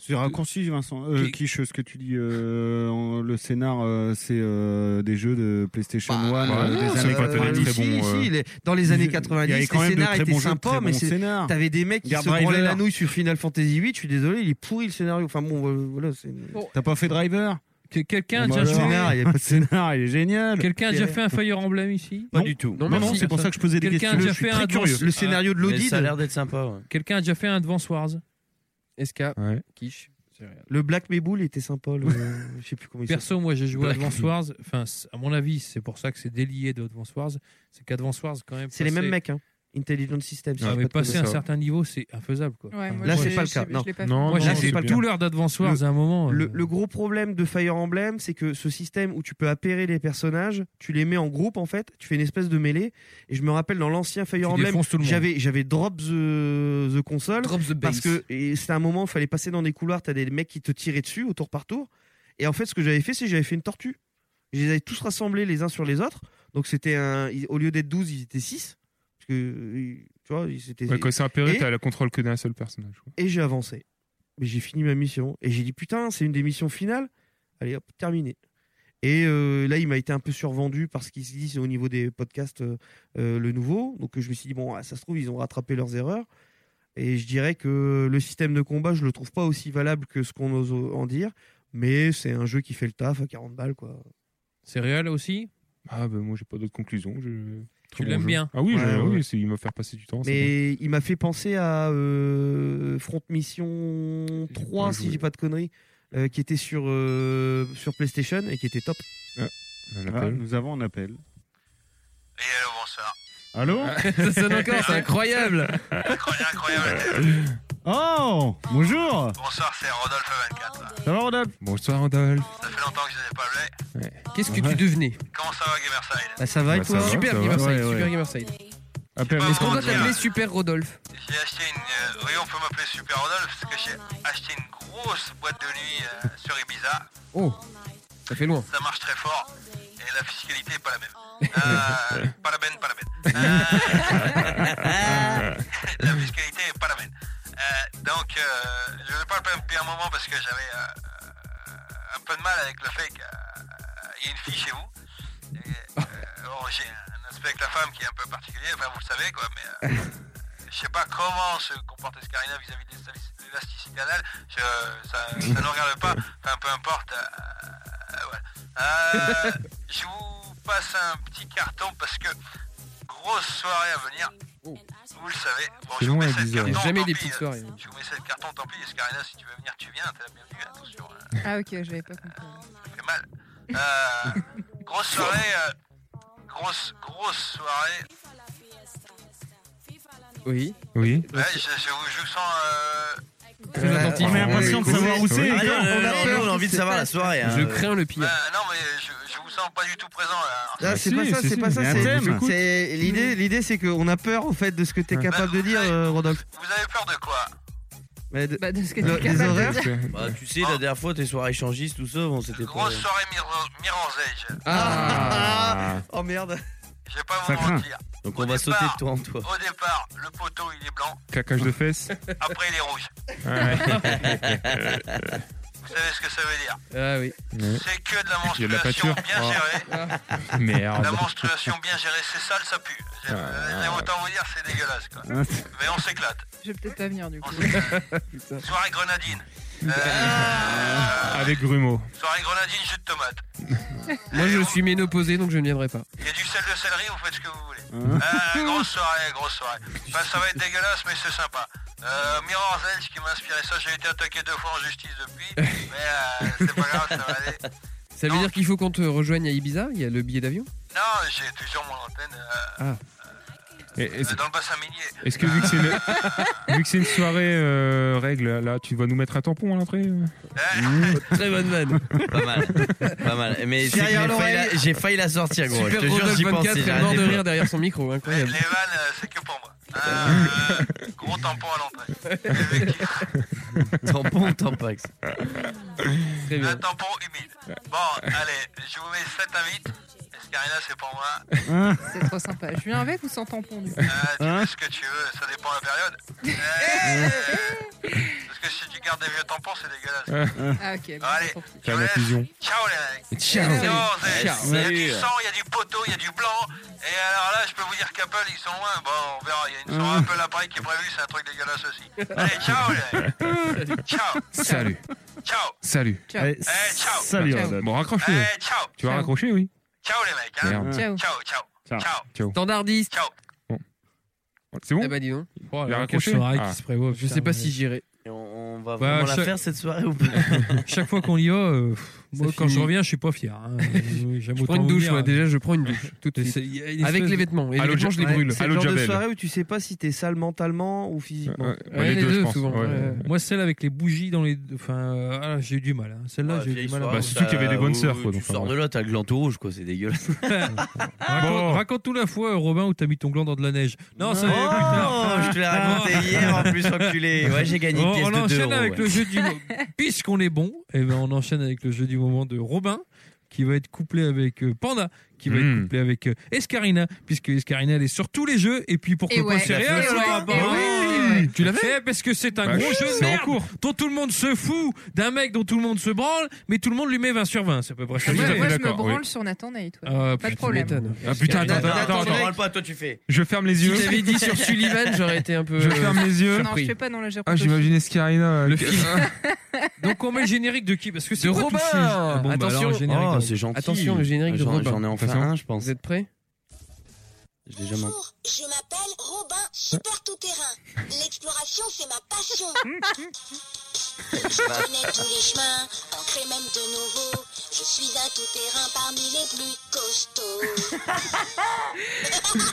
S17: C'est raccourci, Vincent. Euh, Quiche, ce que tu dis, euh, en- le scénar, euh, c'est euh, des jeux de PlayStation 1,
S6: Ah
S17: euh,
S6: non,
S17: des
S6: ça-
S17: années
S6: euh, si, si, les- dans les années 90,
S17: il y avait quand même
S6: les
S17: de
S6: scénars
S17: très
S6: étaient
S17: bons jeux, de
S6: sympas,
S17: très
S6: mais
S17: bons
S6: c'est-
S17: scénars.
S6: t'avais des mecs qui
S17: Guard
S6: se branlaient
S17: Driver.
S6: la nouille sur Final Fantasy VIII. Je suis désolé, il est pourri le scénario. Enfin bon, euh, voilà, c'est.
S17: T'as pas fait Driver
S2: Quelqu'un
S17: Bon,
S2: a
S17: bah
S2: déjà
S17: alors.
S2: fait-
S17: il y *laughs* a pas de scénar, il est génial.
S2: Quelqu'un a déjà fait un Fire Emblem ici
S17: Pas du tout. Non, non, c'est pour ça que je posais des questions.
S2: Quelqu'un A déjà
S17: Je suis
S2: fait
S17: très
S2: un
S17: curieux.
S2: Advance-
S17: Le scénario de
S2: Ah,
S17: l'Audide.
S2: mais
S5: Ça a l'air d'être sympa. ouais.
S2: Quelqu'un a déjà fait un Advance Wars
S3: SK,
S2: Quiche.
S6: Le Black Meboul était sympa. le- Je sais plus comment il
S2: Perso,
S6: s'appelle.
S2: moi j'ai joué à
S6: Black
S2: Advance
S6: Meboul.
S2: Wars. Enfin, c- à mon avis, c'est pour ça que c'est délié de Advance Wars. C'est qu'Advance Wars, quand même.
S6: C'est les
S2: passé-
S6: mêmes mecs, hein. Intelligent Systems. si
S2: Ah,
S6: j'ai
S2: mais
S6: pas de
S2: passer un
S6: conneries.
S2: certain niveau, c'est infaisable. Quoi.
S6: Ouais,
S2: Enfin,
S6: moi, Là, j'ai- c'est pas le j'ai- cas, je non. l'ai pas fait. Non,
S2: moi,
S6: non,
S2: j'ai
S6: non, c'est
S2: fait
S6: pas le
S2: tout
S6: cas.
S2: l'heure d'Advance Wars à un moment. euh,
S6: Le, le gros problème de Fire Emblem, c'est que ce système où tu peux appairer les personnages, tu les mets en groupe en fait, tu fais une espèce de mêlée. Et je me rappelle dans l'ancien Fire Emblem,
S2: défonces tout le monde.
S6: j'avais j'avais drop the, the console parce
S2: base.
S6: que et c'était un moment où il fallait passer dans des couloirs, t'as des mecs qui te tiraient dessus au tour par tour. Et en fait, ce que j'avais fait, c'est que j'avais fait une tortue. Je les avais tous rassemblés les uns sur les autres. Donc c'était un, ils- au lieu d'être 12, ils étaient 6 parce que euh, tu vois, ils étaient.
S9: Ouais, quand c'est impéré,
S6: Et-
S9: t'as le contrôle que d'un seul personnage. quoi.
S6: et j'ai avancé. Mais j'ai fini ma mission. Et j'ai dit, putain, c'est une des missions finales. Allez, hop, terminé. Et euh, là, il m'a été un peu survendu parce qu'ils se disent au niveau des podcasts euh, euh, le nouveau. Donc je me suis dit, bon, ah, ça se trouve, ils ont rattrapé leurs erreurs. Et je dirais que le système de combat, je le trouve pas aussi valable que ce qu'on ose en dire. Mais c'est un jeu qui fait le taf à 40 balles, quoi.
S2: C'est réel aussi
S9: Ah ben moi j'ai pas d'autres conclusions. Je...
S2: Tu
S9: Très bon
S2: l'aimes
S9: jeu.
S2: bien.
S9: Ah oui, je-
S6: Ouais, ouais.
S9: oui c'est- il m'a fait passer du temps. c'est
S6: Mais il m'a fait penser à euh, Front Mission 3, si je dis pas de conneries, euh, qui était sur, euh, sur PlayStation et qui était top.
S7: Ah, nous avons un appel. Et allô, bonsoir. Allô
S6: Ça sonne encore, c'est incroyable.
S7: Incroyable, Oh, bonjour
S5: Bonsoir, c'est Rodolphe 24. là.
S7: Ça va, Rodolphe
S9: Bonsoir, Rodolphe.
S5: Ça fait longtemps que je ne ai pas vu.
S3: Qu'est-ce que tu devenais
S5: Comment ça va, Gamerside
S6: Bah, ça va
S3: et toi Super Gamerside, super Gamerside.
S17: Ah,
S3: Est-ce qu'on doit t'appeler Super Rodolphe
S5: J'ai acheté une. euh, oui, on peut m'appeler Super Rodolphe parce que j'ai acheté une grosse boîte de nuit euh, sur Ibiza.
S3: Oh, ça fait loin.
S5: Ça marche très fort. Et la fiscalité n'est pas la même. Euh, pas la peine, pas la peine. Euh, la fiscalité n'est pas la même. Euh, donc, euh, je ne vais pas le faire depuis un moment parce que j'avais euh, euh, un peu de mal avec le fait qu'il y ait une fille chez vous. Et, euh, bon, j'ai un aspect avec la femme qui est un peu particulier, enfin vous le savez quoi, mais euh, je sais pas comment se comporter Scarina vis-à-vis de l'élastic- l'élasticité anale, Je- ça, ça ne regarde pas, enfin peu importe. euh, euh, voilà. Euh, je vous passe un petit carton parce que grosse soirée à venir. Vous le savez. Bon,
S9: C'est
S5: je vous
S9: long
S5: mets
S9: à
S5: cette
S9: 10 heures.
S5: carton.
S9: Jamais
S5: tant
S9: des
S5: pis,
S9: petites
S5: euh,
S9: soirées.
S3: hein.
S5: Je vous mets cette carton, tant pis. Scarina, si tu veux venir, tu viens. T'es la bienvenue. Attention, hein,
S4: Ah ok, j'avais pas compris.
S5: ça fait mal. Euh, grosse soirée. euh, grosse, grosse soirée.
S3: Oui.
S9: Oui.
S5: Ouais, je, je vous, je vous sens. euh,
S3: Très attentif.
S18: on est impatient de savoir où c'est.
S5: Ah,
S18: Ah, non, non, non, on a envie de savoir la soirée, hein.
S3: Je crains le pire.
S5: bah, non, mais je, je vous sens pas du tout présent là.
S6: Ah, c'est pas ça, c'est pas ça. c'est- c'est- L'idée, l'idée, c'est qu'on a peur en fait de ce que t'es capable de dire, euh, Rodolphe.
S5: Bah, Vous avez peur de quoi Bah,
S6: Mais de-
S4: de ce que
S5: t'es
S6: le-
S5: capable
S6: les
S5: de
S6: horaires.
S5: dire.
S18: Bah, tu sais, la dernière fois, tes soirées échangistes, tout ça, bon, c'était euh, pas.
S5: Grosse soirée Mirror- Mirror's Edge.
S18: Ah.
S6: Oh merde.
S5: Je vais pas vous
S18: Ça craint.
S5: mentir.
S18: Donc, on va sauter de toi en toi.
S5: Au départ, le poteau il est blanc,
S9: Claquage de fesses.
S5: après il est rouge.
S9: Ouais.
S5: Vous savez ce que ça veut dire
S3: Ah oui.
S5: C'est que de la
S9: Il y a de la
S5: menstruation
S9: peinture.
S5: bien
S9: Ah.
S5: gérée.
S9: *laughs* Merde.
S5: La menstruation bien gérée, c'est sale, ça pue. J'aime-
S9: Ah.
S5: j'aime autant vous dire, c'est dégueulasse quoi. Mais on s'éclate.
S4: Je vais peut-être pas venir du coup.
S5: Soirée grenadine. Euh,
S9: Avec grumeaux.
S5: soirée grenadine, jus de tomate.
S3: Moi, je suis ménopausé, donc je ne viendrai pas.
S5: Il y a du sel de céleri, vous faites ce que vous voulez. Euh, grosse soirée, grosse soirée. Enfin, ça va être dégueulasse, mais c'est sympa. Euh, Mirror's Edge qui m'a inspiré ça, j'ai été attaqué deux fois en justice depuis, mais euh, c'est pas grave, ça va aller.
S3: Ça veut dire qu'il faut qu'on te rejoigne à Ibiza Il y a le billet d'avion
S5: Non, j'ai toujours mon antenne euh,
S3: Ah.
S9: Et-
S5: euh,
S9: est-ce-
S5: dans le bassin minier.
S9: Est-ce que vu que c'est
S5: *laughs*
S9: une, vu que c'est une soirée euh, règle, là, tu vas nous mettre un tampon à l'entrée euh
S18: Très bonne vanne. Pas mal.
S3: *laughs*
S18: Pas mal. Mais c'est que j'ai
S3: Derrière
S18: failli,
S3: l'oreille.
S18: la, j'ai failli la sortir, gros.
S3: Super
S18: je te jure,
S3: Rodolphe
S18: j'y pensais.
S3: 24 est
S18: j'arrêtais
S3: mort de
S18: pas.
S3: rire derrière son micro, incroyable.
S5: Les vannes, euh, c'est que pour moi. Euh, gros tampon à l'entrée.
S18: Tampon ou tampax
S3: Très bien.
S5: Un tampon humide. Bon, allez, je vous mets cette invite. Escarina, c'est pour moi.
S4: C'est trop sympa. Je viens avec ou sans tampon du coup
S5: Ah, tu fais ce que tu veux, ça dépend de la période. Euh, parce que si tu gardes des vieux tampons, c'est dégueulasse.
S4: Ah ok. bon,
S5: Allez,
S4: tant pis.
S9: Faire la fusion.
S5: ciao les mecs.
S3: Ciao.
S5: Salut.
S3: Ciao.
S5: eh, Il y a du
S18: Salut.
S5: sang, il y a du poteau, il y a du blanc. Et alors là, je peux vous dire qu'Apple, ils sont loin. Bon, on verra, il y a une soirée un peu l'appareil qui est prévue, c'est un truc dégueulasse aussi. Allez, ciao les mecs. Ciao.
S9: Salut.
S5: Ciao.
S9: Salut.
S4: Ciao.
S5: Eh, ciao.
S7: Salut,
S9: Bah, Bon, raccroche-le.
S5: Eh, ciao.
S9: Tu vas raccrocher, oui
S5: Ciao les mecs. hein.
S9: Merde.
S4: Ciao.
S5: Ciao, ciao.
S7: Ciao.
S5: Ciao.
S9: Ciao.
S3: Standardiste
S5: Ciao.
S9: C'est bon
S3: Eh bah dis donc.
S2: Oh,
S9: Il a
S2: la
S9: raccroché
S2: soirée
S9: Ah.
S2: qui se prévoit.
S3: Je sais pas si j'irai.
S18: Et on, on va
S2: Bah,
S18: vraiment la
S2: chaque-
S18: faire cette soirée ou pas
S2: *laughs* Chaque fois qu'on y va, euh, pff, moi, quand
S3: finit.
S2: je reviens, je suis pas fier. hein. Euh, J'aime
S3: Je prends
S2: autant
S3: une
S2: vous
S3: douche,
S2: dire.
S3: moi. Déjà, je prends une douche. Tout de
S2: Et
S3: suite.
S2: c'est- il y a une
S3: Avec
S2: espèce de-
S3: les vêtements. Et les
S9: Allô,
S3: vêtements, je les
S9: Ouais,
S3: brûle.
S6: C'est
S9: Allô,
S6: le genre de
S9: Jabel.
S6: soirée où tu sais pas si t'es sale mentalement ou physiquement.
S9: Ouais, bah,
S3: Ouais, les
S9: je
S3: deux,
S9: pense.
S3: souvent, Euh,
S9: Ouais.
S3: ouais.
S2: Moi, celle avec les bougies dans les. Enfin, euh, ah, j'ai eu du mal. hein. Celle-là, j'ai eu du mal. à-
S9: Bah, surtout qu'il y avait des bonnes sœurs, quoi,
S18: Tu
S9: donc,
S18: sors
S9: enfin,
S18: de là, t'as le gland tout rouge, quoi. C'est dégueulasse.
S9: Bon.
S2: Ah, Raconte- Raconte-nous la fois, euh, Robin, où t'as mis ton gland dans de la neige. Non,
S5: Eh,
S18: Oh,
S2: ça
S18: je te l'ai
S5: Ah.
S18: raconté hier en plus,
S5: *laughs*
S18: enculé. Ouais, j'ai gagné
S2: on,
S18: une pièce
S2: on
S18: de 2
S2: enchaîne
S18: euros.
S2: avec
S18: ouais.
S2: le jeu du moment. Puisqu'on est bon, eh ben on enchaîne avec le jeu du moment de Robin, qui va être couplé avec euh, Panda, qui va
S9: Mm.
S2: être couplé avec euh, Escarina, puisque Escarina, elle est sur tous les jeux, et puis pourquoi
S4: Et
S2: pas
S4: ouais,
S2: Céréales
S4: et
S2: sur
S4: ouais,
S2: la
S4: et
S2: barre.
S4: ouais.
S2: Oui, Tu l'avais Eh, Parce que c'est un
S9: Bah,
S2: gros jeu de
S9: c'est en
S2: merde, dont tout le monde se fout, d'un mec dont tout le monde se branle, mais tout le monde lui met 20 sur 20, c'est à peu près ça.
S9: Ah,
S4: Moi,
S9: tout à
S4: moi,
S9: fait
S4: je me
S9: d'accord,
S4: branle
S9: oui.
S4: sur Nathan Nate. ouais.
S2: Ah,
S4: Pas de
S2: putain,
S4: problème.
S3: M'étonne.
S9: Ah putain,
S18: Attends,
S9: attends, attends, attends,
S18: attends,
S9: attends.
S18: parle pas, toi tu fais.
S9: Je ferme les
S3: Si
S9: yeux.
S3: tu t'avais dit sur Sullivan, j'aurais été un peu.
S9: Je
S3: euh,
S9: ferme les yeux.
S2: *laughs*
S4: Non, je fais pas dans la
S9: Ah,
S4: gérontologie.
S9: j'imaginais Scarina. euh, Le film.
S2: Donc on met le générique de qui Parce que c'est
S3: De
S2: quoi
S3: Robin
S2: tous ces jeux Ah bah
S3: Attention.
S2: alors, le générique
S18: Oh,
S2: de-
S18: c'est gentil.
S3: Attention, le générique de
S18: J'en-
S3: Robin.
S18: J'en ai enfin
S9: Attention.
S18: un, je pense.
S3: Vous êtes prêts
S5: Je l'ai jamais.
S19: Je m'appelle Robin Super Tout-Terrain. L'exploration, c'est ma passion. *laughs* Je connais tous les chemins, ancrés même de nouveau. Je suis un tout-terrain parmi les plus costauds.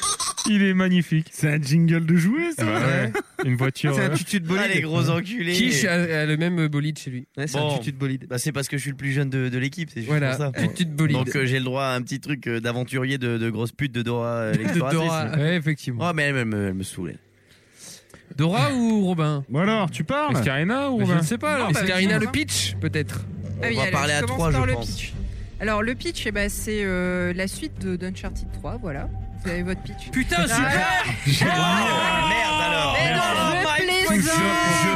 S9: Il est magnifique.
S17: C'est un jingle de jouer, ça
S9: ouais. Une voiture.
S5: C'est
S9: euh,
S5: un tutu de bolide. Ah, les gros enculés.
S3: Quiche a, a le même bolide chez lui.
S5: Ouais, c'est un tutu de bolide. Bah, c'est parce que je suis le plus jeune de, de l'équipe, c'est juste
S3: Voilà,
S5: pour ça.
S3: tutu de bolide.
S5: Donc euh, j'ai le droit à un petit truc euh, d'aventurier de, de grosse pute de Dora
S4: *laughs*
S5: euh, l'exploratrice.
S3: Dora, ouais, effectivement.
S5: Oh mais elle, me- elle me saoulait.
S3: Dora ou Robin
S17: Bon alors, tu parles
S9: Karina ou
S3: Bah, Je
S9: Robin
S3: ne sais
S5: Ah,
S3: pas.
S4: Non,
S3: Alors,
S4: bah,
S3: c'est Karina
S4: vas-y,
S3: le
S4: hein.
S3: pitch, peut-être.
S4: Ah oui,
S5: va
S4: allez,
S5: parler à
S4: commence
S5: trois,
S4: par
S5: je
S4: le
S5: pense.
S4: pitch. Alors, le pitch, eh ben, c'est euh, la suite de d'Uncharted 3, voilà. Vous avez votre
S5: Oh,
S4: pitch.
S3: Putain,
S4: super
S5: Ah, Merde alors.
S4: Ah, Mais non, je plaisante.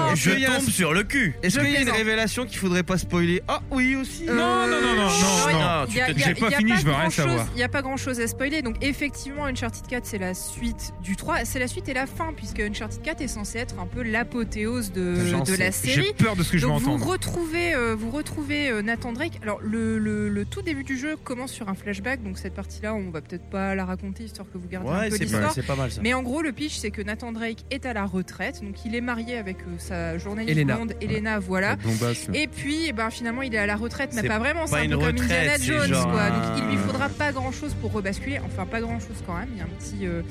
S5: Oh, Je,
S6: Je
S5: tombe sur le cul.
S6: Est-ce
S4: Je
S6: qu'il y a une
S4: plaisante.
S6: révélation qu'il faudrait pas spoiler Ah oui aussi.
S5: Euh,
S9: Non, non, non, non, non, non.
S4: Il Euh, y a- il y a-
S9: J'ai
S4: il
S9: pas
S4: y a
S9: fini, je veux rien
S4: grand-chose-
S9: savoir.
S4: Il n'y a pas grand chose à spoiler. Donc, effectivement, Uncharted 4, c'est la suite du 3. C'est la suite et la fin, puisque Uncharted 4 est censé être un peu l'apothéose de,
S9: J'en
S4: de
S9: sais-
S4: la série.
S9: J'ai peur de ce que je vais
S4: Donc vous
S9: entendre.
S4: retrouvez, euh, vous retrouvez euh, Nathan Drake. Alors le, le- le tout début du jeu commence sur un flashback, donc cette partie-là, on va peut-être pas la raconter histoire que vous gardiez un
S5: Ouais,
S4: peu
S5: c'est pas,
S4: l'histoire.
S5: c'est pas mal ça.
S4: Mais en gros, le pitch, c'est que Nathan Drake est à la retraite, donc il est marié avec euh, sa journaliste
S3: Elena.
S4: blonde, Elena,
S9: Ah.
S4: voilà.
S9: Mm.
S4: Et puis, eh ben, finalement, il est à la retraite, mais
S5: C'est
S4: pas vraiment, c'est
S5: pas
S4: un
S5: une
S4: peu comme
S5: retraite,
S4: Indiana
S5: c'est
S4: Jones,
S5: genre
S4: quoi.
S5: un-
S4: Donc, il lui faudra pas grand chose pour rebasculer, enfin, pas grand chose quand même. Il y a un petit, euh,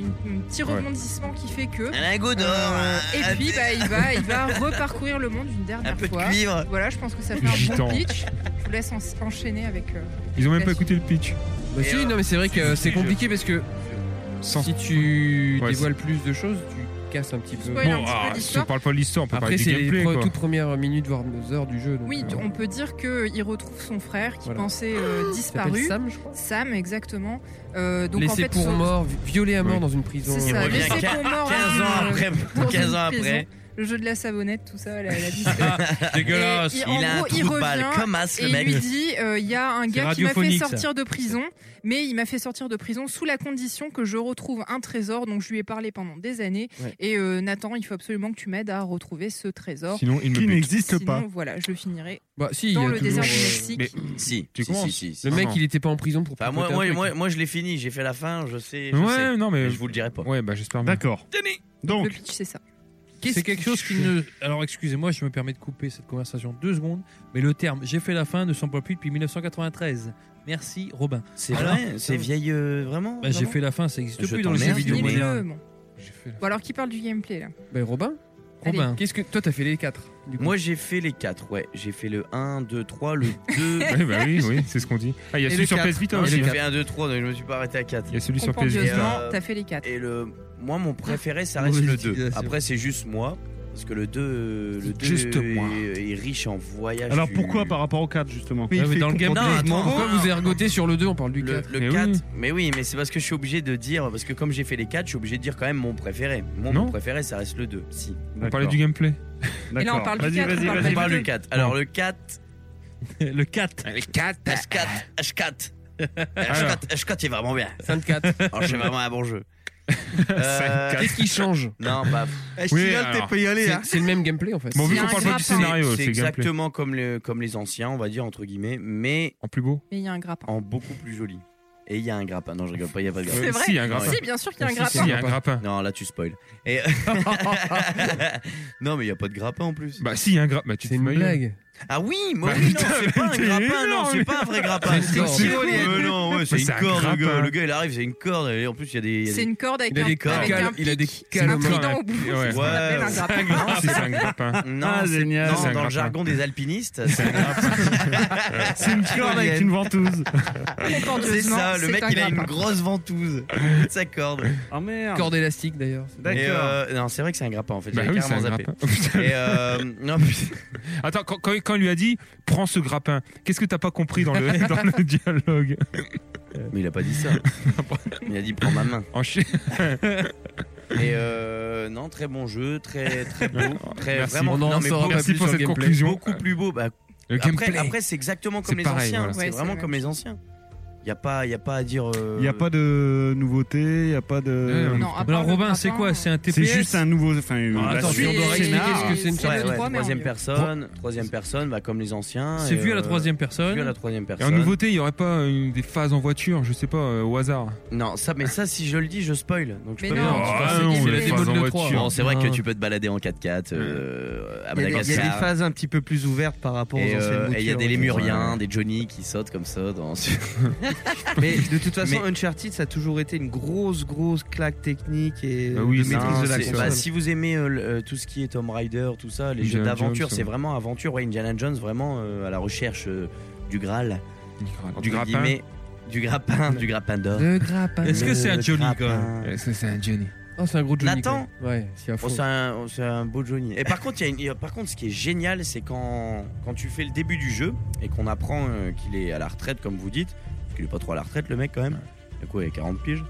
S4: une- un petit
S9: Ouais.
S4: rebondissement qui fait que.
S5: Un lingot d'or.
S4: Euh,
S5: un-
S4: et
S5: un-
S4: puis bah, il, va,
S5: *laughs*
S4: il va reparcourir le monde une dernière
S5: Un peu de
S4: fois.
S5: cuivre.
S4: Voilà, je pense que ça fait un
S9: Gitan.
S4: bon pitch. Je vous laisse en- enchaîner avec. euh,
S9: Ils ont même pas
S4: l'explication.
S9: écouté le pitch.
S3: Bah, si,
S5: euh,
S3: non, mais c'est vrai que euh, c'est
S9: je-
S3: compliqué parce que
S9: Sans-
S3: si tu
S9: Ouais,
S3: dévoiles plus de choses, tu casses un petit peu.
S4: Spoil un
S9: Bon,
S4: petit peu
S9: ah, si on
S4: l'histoire.
S9: parle pas de l'histoire, on peut
S3: Après,
S9: parler du
S3: c'est les
S9: gameplay
S3: pre-
S9: quoi.
S3: toutes premières minutes, voire heures du jeu. donc,
S4: Oui,
S3: euh,
S4: on peut dire qu'il retrouve son frère qui
S3: Voilà.
S4: pensait euh,
S3: il s'appelle
S4: disparu.
S3: Sam, je crois.
S4: Sam, exactement. Euh, donc en
S3: Laissé
S4: fait,
S3: pour
S4: son-
S3: mort, vi- violé à mort
S9: Oui.
S3: dans une prison.
S4: C'est
S3: euh,
S4: ça,
S5: revient
S4: laissé
S5: quin-
S4: pour mort.
S5: 15
S4: dans
S5: ans
S4: une-
S5: après.
S4: hein. dans une
S5: 15 ans après.
S4: prison. Le jeu de la savonnette, tout ça, la, la disco.
S2: Dégueulasse.
S4: Et il- en
S5: Il a un
S4: gros, il
S5: trou de balle
S4: revient
S5: comme as
S4: Et
S5: le
S4: il
S5: mec.
S4: lui dit, euh, il y a un
S2: C'est
S4: gars qui m'a fait
S2: radiophonique, ça.
S4: sortir de prison, mais il m'a fait sortir de prison sous la condition que je retrouve un trésor dont je lui ai parlé pendant des années.
S5: Ouais.
S4: Et euh, Nathan, il faut absolument que tu m'aides à retrouver ce trésor.
S9: Sinon, il me
S17: Qui
S9: bute.
S17: n'existe
S4: Sinon,
S17: pas.
S4: voilà, je finirai
S3: Bah, si, il y
S4: dans
S3: a
S4: le
S3: toujours,
S4: désert du
S3: euh,
S4: Mexique.
S9: Mais
S5: Si,
S9: Tu
S5: si,
S9: commences
S5: si, si, si.
S3: Le mec,
S9: non.
S3: il était pas en prison pour.
S4: Bah,
S5: Enfin,
S3: picoter
S5: moi,
S3: un
S5: moi, moi,
S3: truc.
S5: moi, je l'ai fini, j'ai fait la fin, je sais. Je sais.
S9: Ouais, non mais.
S5: Mais je vous le dirai pas.
S9: Ouais, bah j'espère bien.
S17: D'accord. Donc,
S4: Le pitch, c'est ça.
S2: C'est quelque chose qui ne. Alors excusez-moi, je me permets de couper cette conversation deux secondes, mais le terme j'ai fait la fin ne s'emploie plus depuis 1993. Merci Robin.
S5: C'est
S2: Alors,
S5: vrai, c'est vieille euh, vraiment.
S2: Bah, j'ai
S5: vraiment
S2: fait la fin, ça n'existe
S5: Je
S2: plus dans les jeux
S5: t'emmerde,
S2: vidéo
S4: Il est
S5: mais-
S2: modernes.
S4: mieux, bon.
S9: J'ai fait la-
S4: Bon, alors qui parle du gameplay là
S3: Bah, Robin,
S4: Allez.
S2: Robin.
S3: qu'est-ce que toi t'as fait les quatre du coup
S5: Moi j'ai fait les 4, ouais. J'ai fait le 1, 2, 3, le 2.
S9: Ouais, bah oui, oui, c'est ce qu'on dit. Ah, il y a
S3: Et
S9: celui
S3: le
S9: sur
S3: quatre.
S9: PS Vita
S5: Non,
S9: aussi.
S5: j'ai
S9: Il
S5: fait 1, 2, 3, donc je me suis pas arrêté à 4.
S9: y a celui sur PS Vita.
S5: euh,
S4: Compendieusement, t'as fait les 4.
S5: Et le, moi, mon préféré, ça reste le
S6: Mauvaise
S5: 2.
S6: utilisation.
S5: Après, c'est juste moi. Parce que le 2, le 2
S17: Juste
S5: est,
S17: moi.
S5: est riche en voyage.
S17: alors
S5: du-
S17: pourquoi par rapport au 4 justement
S6: Mais il
S2: Ouais, mais
S6: fait
S2: dans le game,
S6: comprendre-
S5: Non,
S2: non,
S5: attends.
S3: Pourquoi vous ergotez sur le 2 On parle du
S5: le,
S3: 4.
S5: le
S9: Mais
S5: 4
S9: oui.
S5: Mais oui, mais c'est parce que je suis obligé de dire. Parce que comme j'ai fait les 4, je suis obligé de dire quand même mon préféré. Moi,
S9: Non.
S5: mon préféré, ça reste le 2. Si.
S9: On
S17: D'accord.
S9: parlait du gameplay.
S4: Et là, on parle du
S17: Vas-y,
S4: 4.
S17: vas-y,
S4: on parle
S5: On
S4: pas
S5: parle
S4: du
S5: le
S4: deux.
S5: 4. Alors le 4.
S2: le 4.
S4: Ah
S5: Le 4. H4. H4.
S9: Alors.
S5: H4, H4, il est vraiment bien.
S3: 54.
S5: Alors, c'est vraiment un bon jeu. Euh,
S9: Cinq, quatre.
S3: Qu'est-ce qui
S9: *laughs*
S3: change
S5: Non, bah.
S6: Eh,
S9: Oui,
S6: Chigol, t'es
S9: alors.
S6: pas y aller,
S3: C'est
S6: hein.
S3: c'est le même gameplay en fait.
S9: Bon, vu
S4: C'est
S9: qu'on
S4: un hein.
S9: parle pas
S4: grappin.
S9: du scénario,
S5: C'est
S9: c'est gameplay.
S5: exactement comme, le- comme les anciens, on va dire, entre guillemets, mais
S9: En plus beau.
S4: Mais il y a un grappin.
S5: en beaucoup plus joli. Et il y a un grappin. Non, je rigole pas, il y a pas de grappin.
S4: C'est
S9: Euh,
S4: vrai
S9: Si, il y a un grappin.
S4: Si, bien sûr qu'il y a un
S9: Si, si,
S4: grappin.
S9: il y a un grappin.
S5: Non, là, tu spoil. Et... *laughs* non, mais il y a pas de grappin en plus.
S9: Bah, si, il y a un grappin. Bah, tu te
S3: C'est une
S9: fous de ma gueule.
S3: blague.
S5: Ah oui, moi, oui, non, c'est pas un
S9: t'es
S5: grappin,
S9: énorme.
S5: non, c'est pas un vrai grappin.
S3: C'est une
S5: C'est
S3: corde.
S5: Euh, non, ouais, c'est
S9: Mais
S5: une
S9: c'est un
S5: corde, le gars,
S9: grappin.
S5: le gars, il arrive, c'est une corde. Et en plus, il y a des. il y a
S4: C'est
S5: des-
S4: une corde avec
S3: Il a
S4: un
S3: des
S5: cordes.
S4: avec un
S3: cales, il a des
S4: pic,
S3: cales
S4: un
S3: aux mains.
S4: trident au bout.
S9: Ouais.
S4: C'est ce qu'on appelle un grappin.
S9: Non, Ah, si, c'est un grappin.
S5: Non,
S17: Ah,
S5: c'est-
S17: génial.
S5: non,
S9: C'est un
S5: dans
S9: grappin.
S5: le jargon des alpinistes, *laughs* c'est un grappin.
S17: C'est une corde avec une ventouse.
S5: C'est
S4: Compendieusement,
S5: ça, le
S4: c'est
S5: mec,
S4: un
S5: il a une
S4: grappin.
S5: grosse
S9: *laughs*
S5: ventouse. de Sa corde.
S17: Ah merde.
S3: Corde élastique d'ailleurs.
S5: Et,
S17: D'accord.
S5: euh, non, c'est vrai que c'est un grappin en fait.
S9: Bah
S5: J'avais
S9: oui, c'est un
S5: carrément zappé.
S9: grappin. Oh, putain.
S5: Et
S9: *laughs*
S5: euh, non, putain.
S9: Attends, quand, quand, quand il lui a dit prends ce grappin, qu'est-ce que t'as pas compris dans le, dans le dialogue
S5: Mais il a pas dit
S9: *laughs*
S5: ça. il a dit prends ma main.
S9: En chi-
S5: Et euh, non, très bon jeu, très très beau, très
S9: Merci.
S5: vraiment.
S3: On en
S5: non, mais
S3: saura
S5: beau-
S3: pas
S9: Merci
S3: plus
S9: pour
S3: sur
S9: cette
S3: le gameplay.
S9: conclusion.
S5: beaucoup plus beau. Bah,
S9: Le
S5: après,
S9: gameplay.
S5: après c'est exactement
S9: C'est
S5: comme les
S9: pareil,
S5: anciens.
S9: voilà.
S5: C'est
S4: Ouais, c'est
S5: vraiment
S4: vrai.
S5: comme les anciens. Il n'y a, pas- y a pas à dire. euh,
S17: Il n'y a pas de nouveauté, il n'y a pas de.
S5: Ouais, non, à part Alors, le Robin, c'est quoi C'est un
S17: C'est
S5: TPS?
S17: juste un nouveau. Enfin,
S5: Non,
S17: la
S5: attends,
S17: suite
S5: on
S17: du
S5: doit
S17: scénar.
S5: expliquer ce que c'est une
S17: Ouais,
S5: série de
S17: ouais.
S5: trois, mais troisième personne, troisième personne, va comme les anciens.
S9: C'est
S5: et,
S9: vu à la
S5: euh,
S9: troisième personne.
S5: Vu à la troisième
S9: Et en
S5: personne.
S9: nouveauté, il n'y aurait pas une- des phases en voiture, je sais pas, euh, au hasard.
S5: Non, ça, mais ça, si je le dis, je spoil. Donc je
S9: Mais
S5: peux
S9: non,
S5: pas-
S9: Oh,
S5: Enfin,
S9: ah
S5: c'est-
S9: non,
S5: c'est
S9: les
S5: la
S9: phases
S5: démo
S9: en
S5: de
S9: voiture.
S5: Bon, Oh, c'est vrai que
S9: Non.
S5: tu peux te balader en 4x4 euh, à
S6: Il y a des- il y a des
S5: Madagascar.
S6: phases un petit peu plus ouvertes par rapport aux
S5: Et,
S6: anciennes
S5: euh, Et il y a
S6: moutures,
S5: des
S6: ouais.
S5: lémuriens, des Johnny qui sautent comme ça dans.
S6: Mais de
S5: *laughs*
S6: toute façon,
S5: Mais-
S6: Uncharted, ça a toujours été une grosse, grosse claque technique et euh,
S5: Ah
S6: de maîtrise
S5: non,
S6: de la
S5: c'est-
S6: console.
S5: bah, si vous aimez euh, le- euh, tout ce qui est Tomb Raider, tout ça, les jeux
S6: Indiana
S5: d'aventure,
S6: Jones,
S5: c'est
S6: ouais.
S5: vraiment aventure. Ouais, Indiana Jones, vraiment euh, à la recherche euh, du Graal. Entre
S9: Du grappin.
S5: guillemets, Du grappin, du grappin d'or.
S6: *laughs*
S3: Le grappin.
S9: Est-ce que
S5: Le
S9: c'est un Johnny quand
S5: grappin. euh,
S9: même Est-ce que c'est un Johnny
S3: Oh, c'est un gros Johnny.
S5: Nathan
S3: quand même. Ouais, c'est à fond.
S5: Oh, c'est un, oh, c'est un beau Johnny. Et par contre, il y a une- il y a- par contre, ce qui est génial, c'est quand, quand tu fais le début du jeu et qu'on apprend euh, qu'il est à la retraite, comme vous dites, parce qu'il est pas trop à la retraite, le mec quand même. Du coup, il a 40 piges.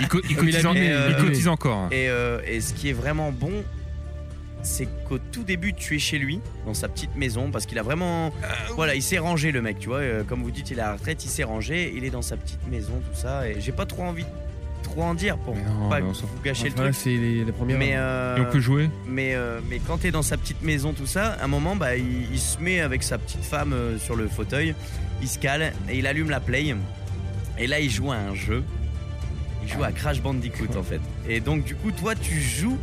S9: Il co- il cotise en- il cotise encore.
S5: Et, euh, et ce qui est vraiment bon, c'est qu'au tout début, tu es chez lui, dans sa petite maison, parce qu'il a
S9: Euh,
S5: vraiment. voilà, il s'est rangé, le mec, tu vois. euh, comme vous dites, il est à la retraite, il s'est rangé, il est dans sa petite maison, tout ça. Et j'ai pas trop envie de trop en dire pour
S9: non,
S5: pas
S9: mais on s'en
S5: vous
S9: fout.
S5: gâcher
S3: Enfin,
S5: le truc.
S3: c'est les, les premières.
S5: Mais euh,
S9: hein. Et on peut jouer
S5: Mais, euh, mais quand t'es dans sa petite maison, tout ça, à un moment, bah, il, il se met avec sa petite femme euh, sur le fauteuil, il se cale et il allume la play. Et là, il joue à un jeu. Il joue à Crash Bandicoot en fait. Et donc, du coup, toi, tu joues.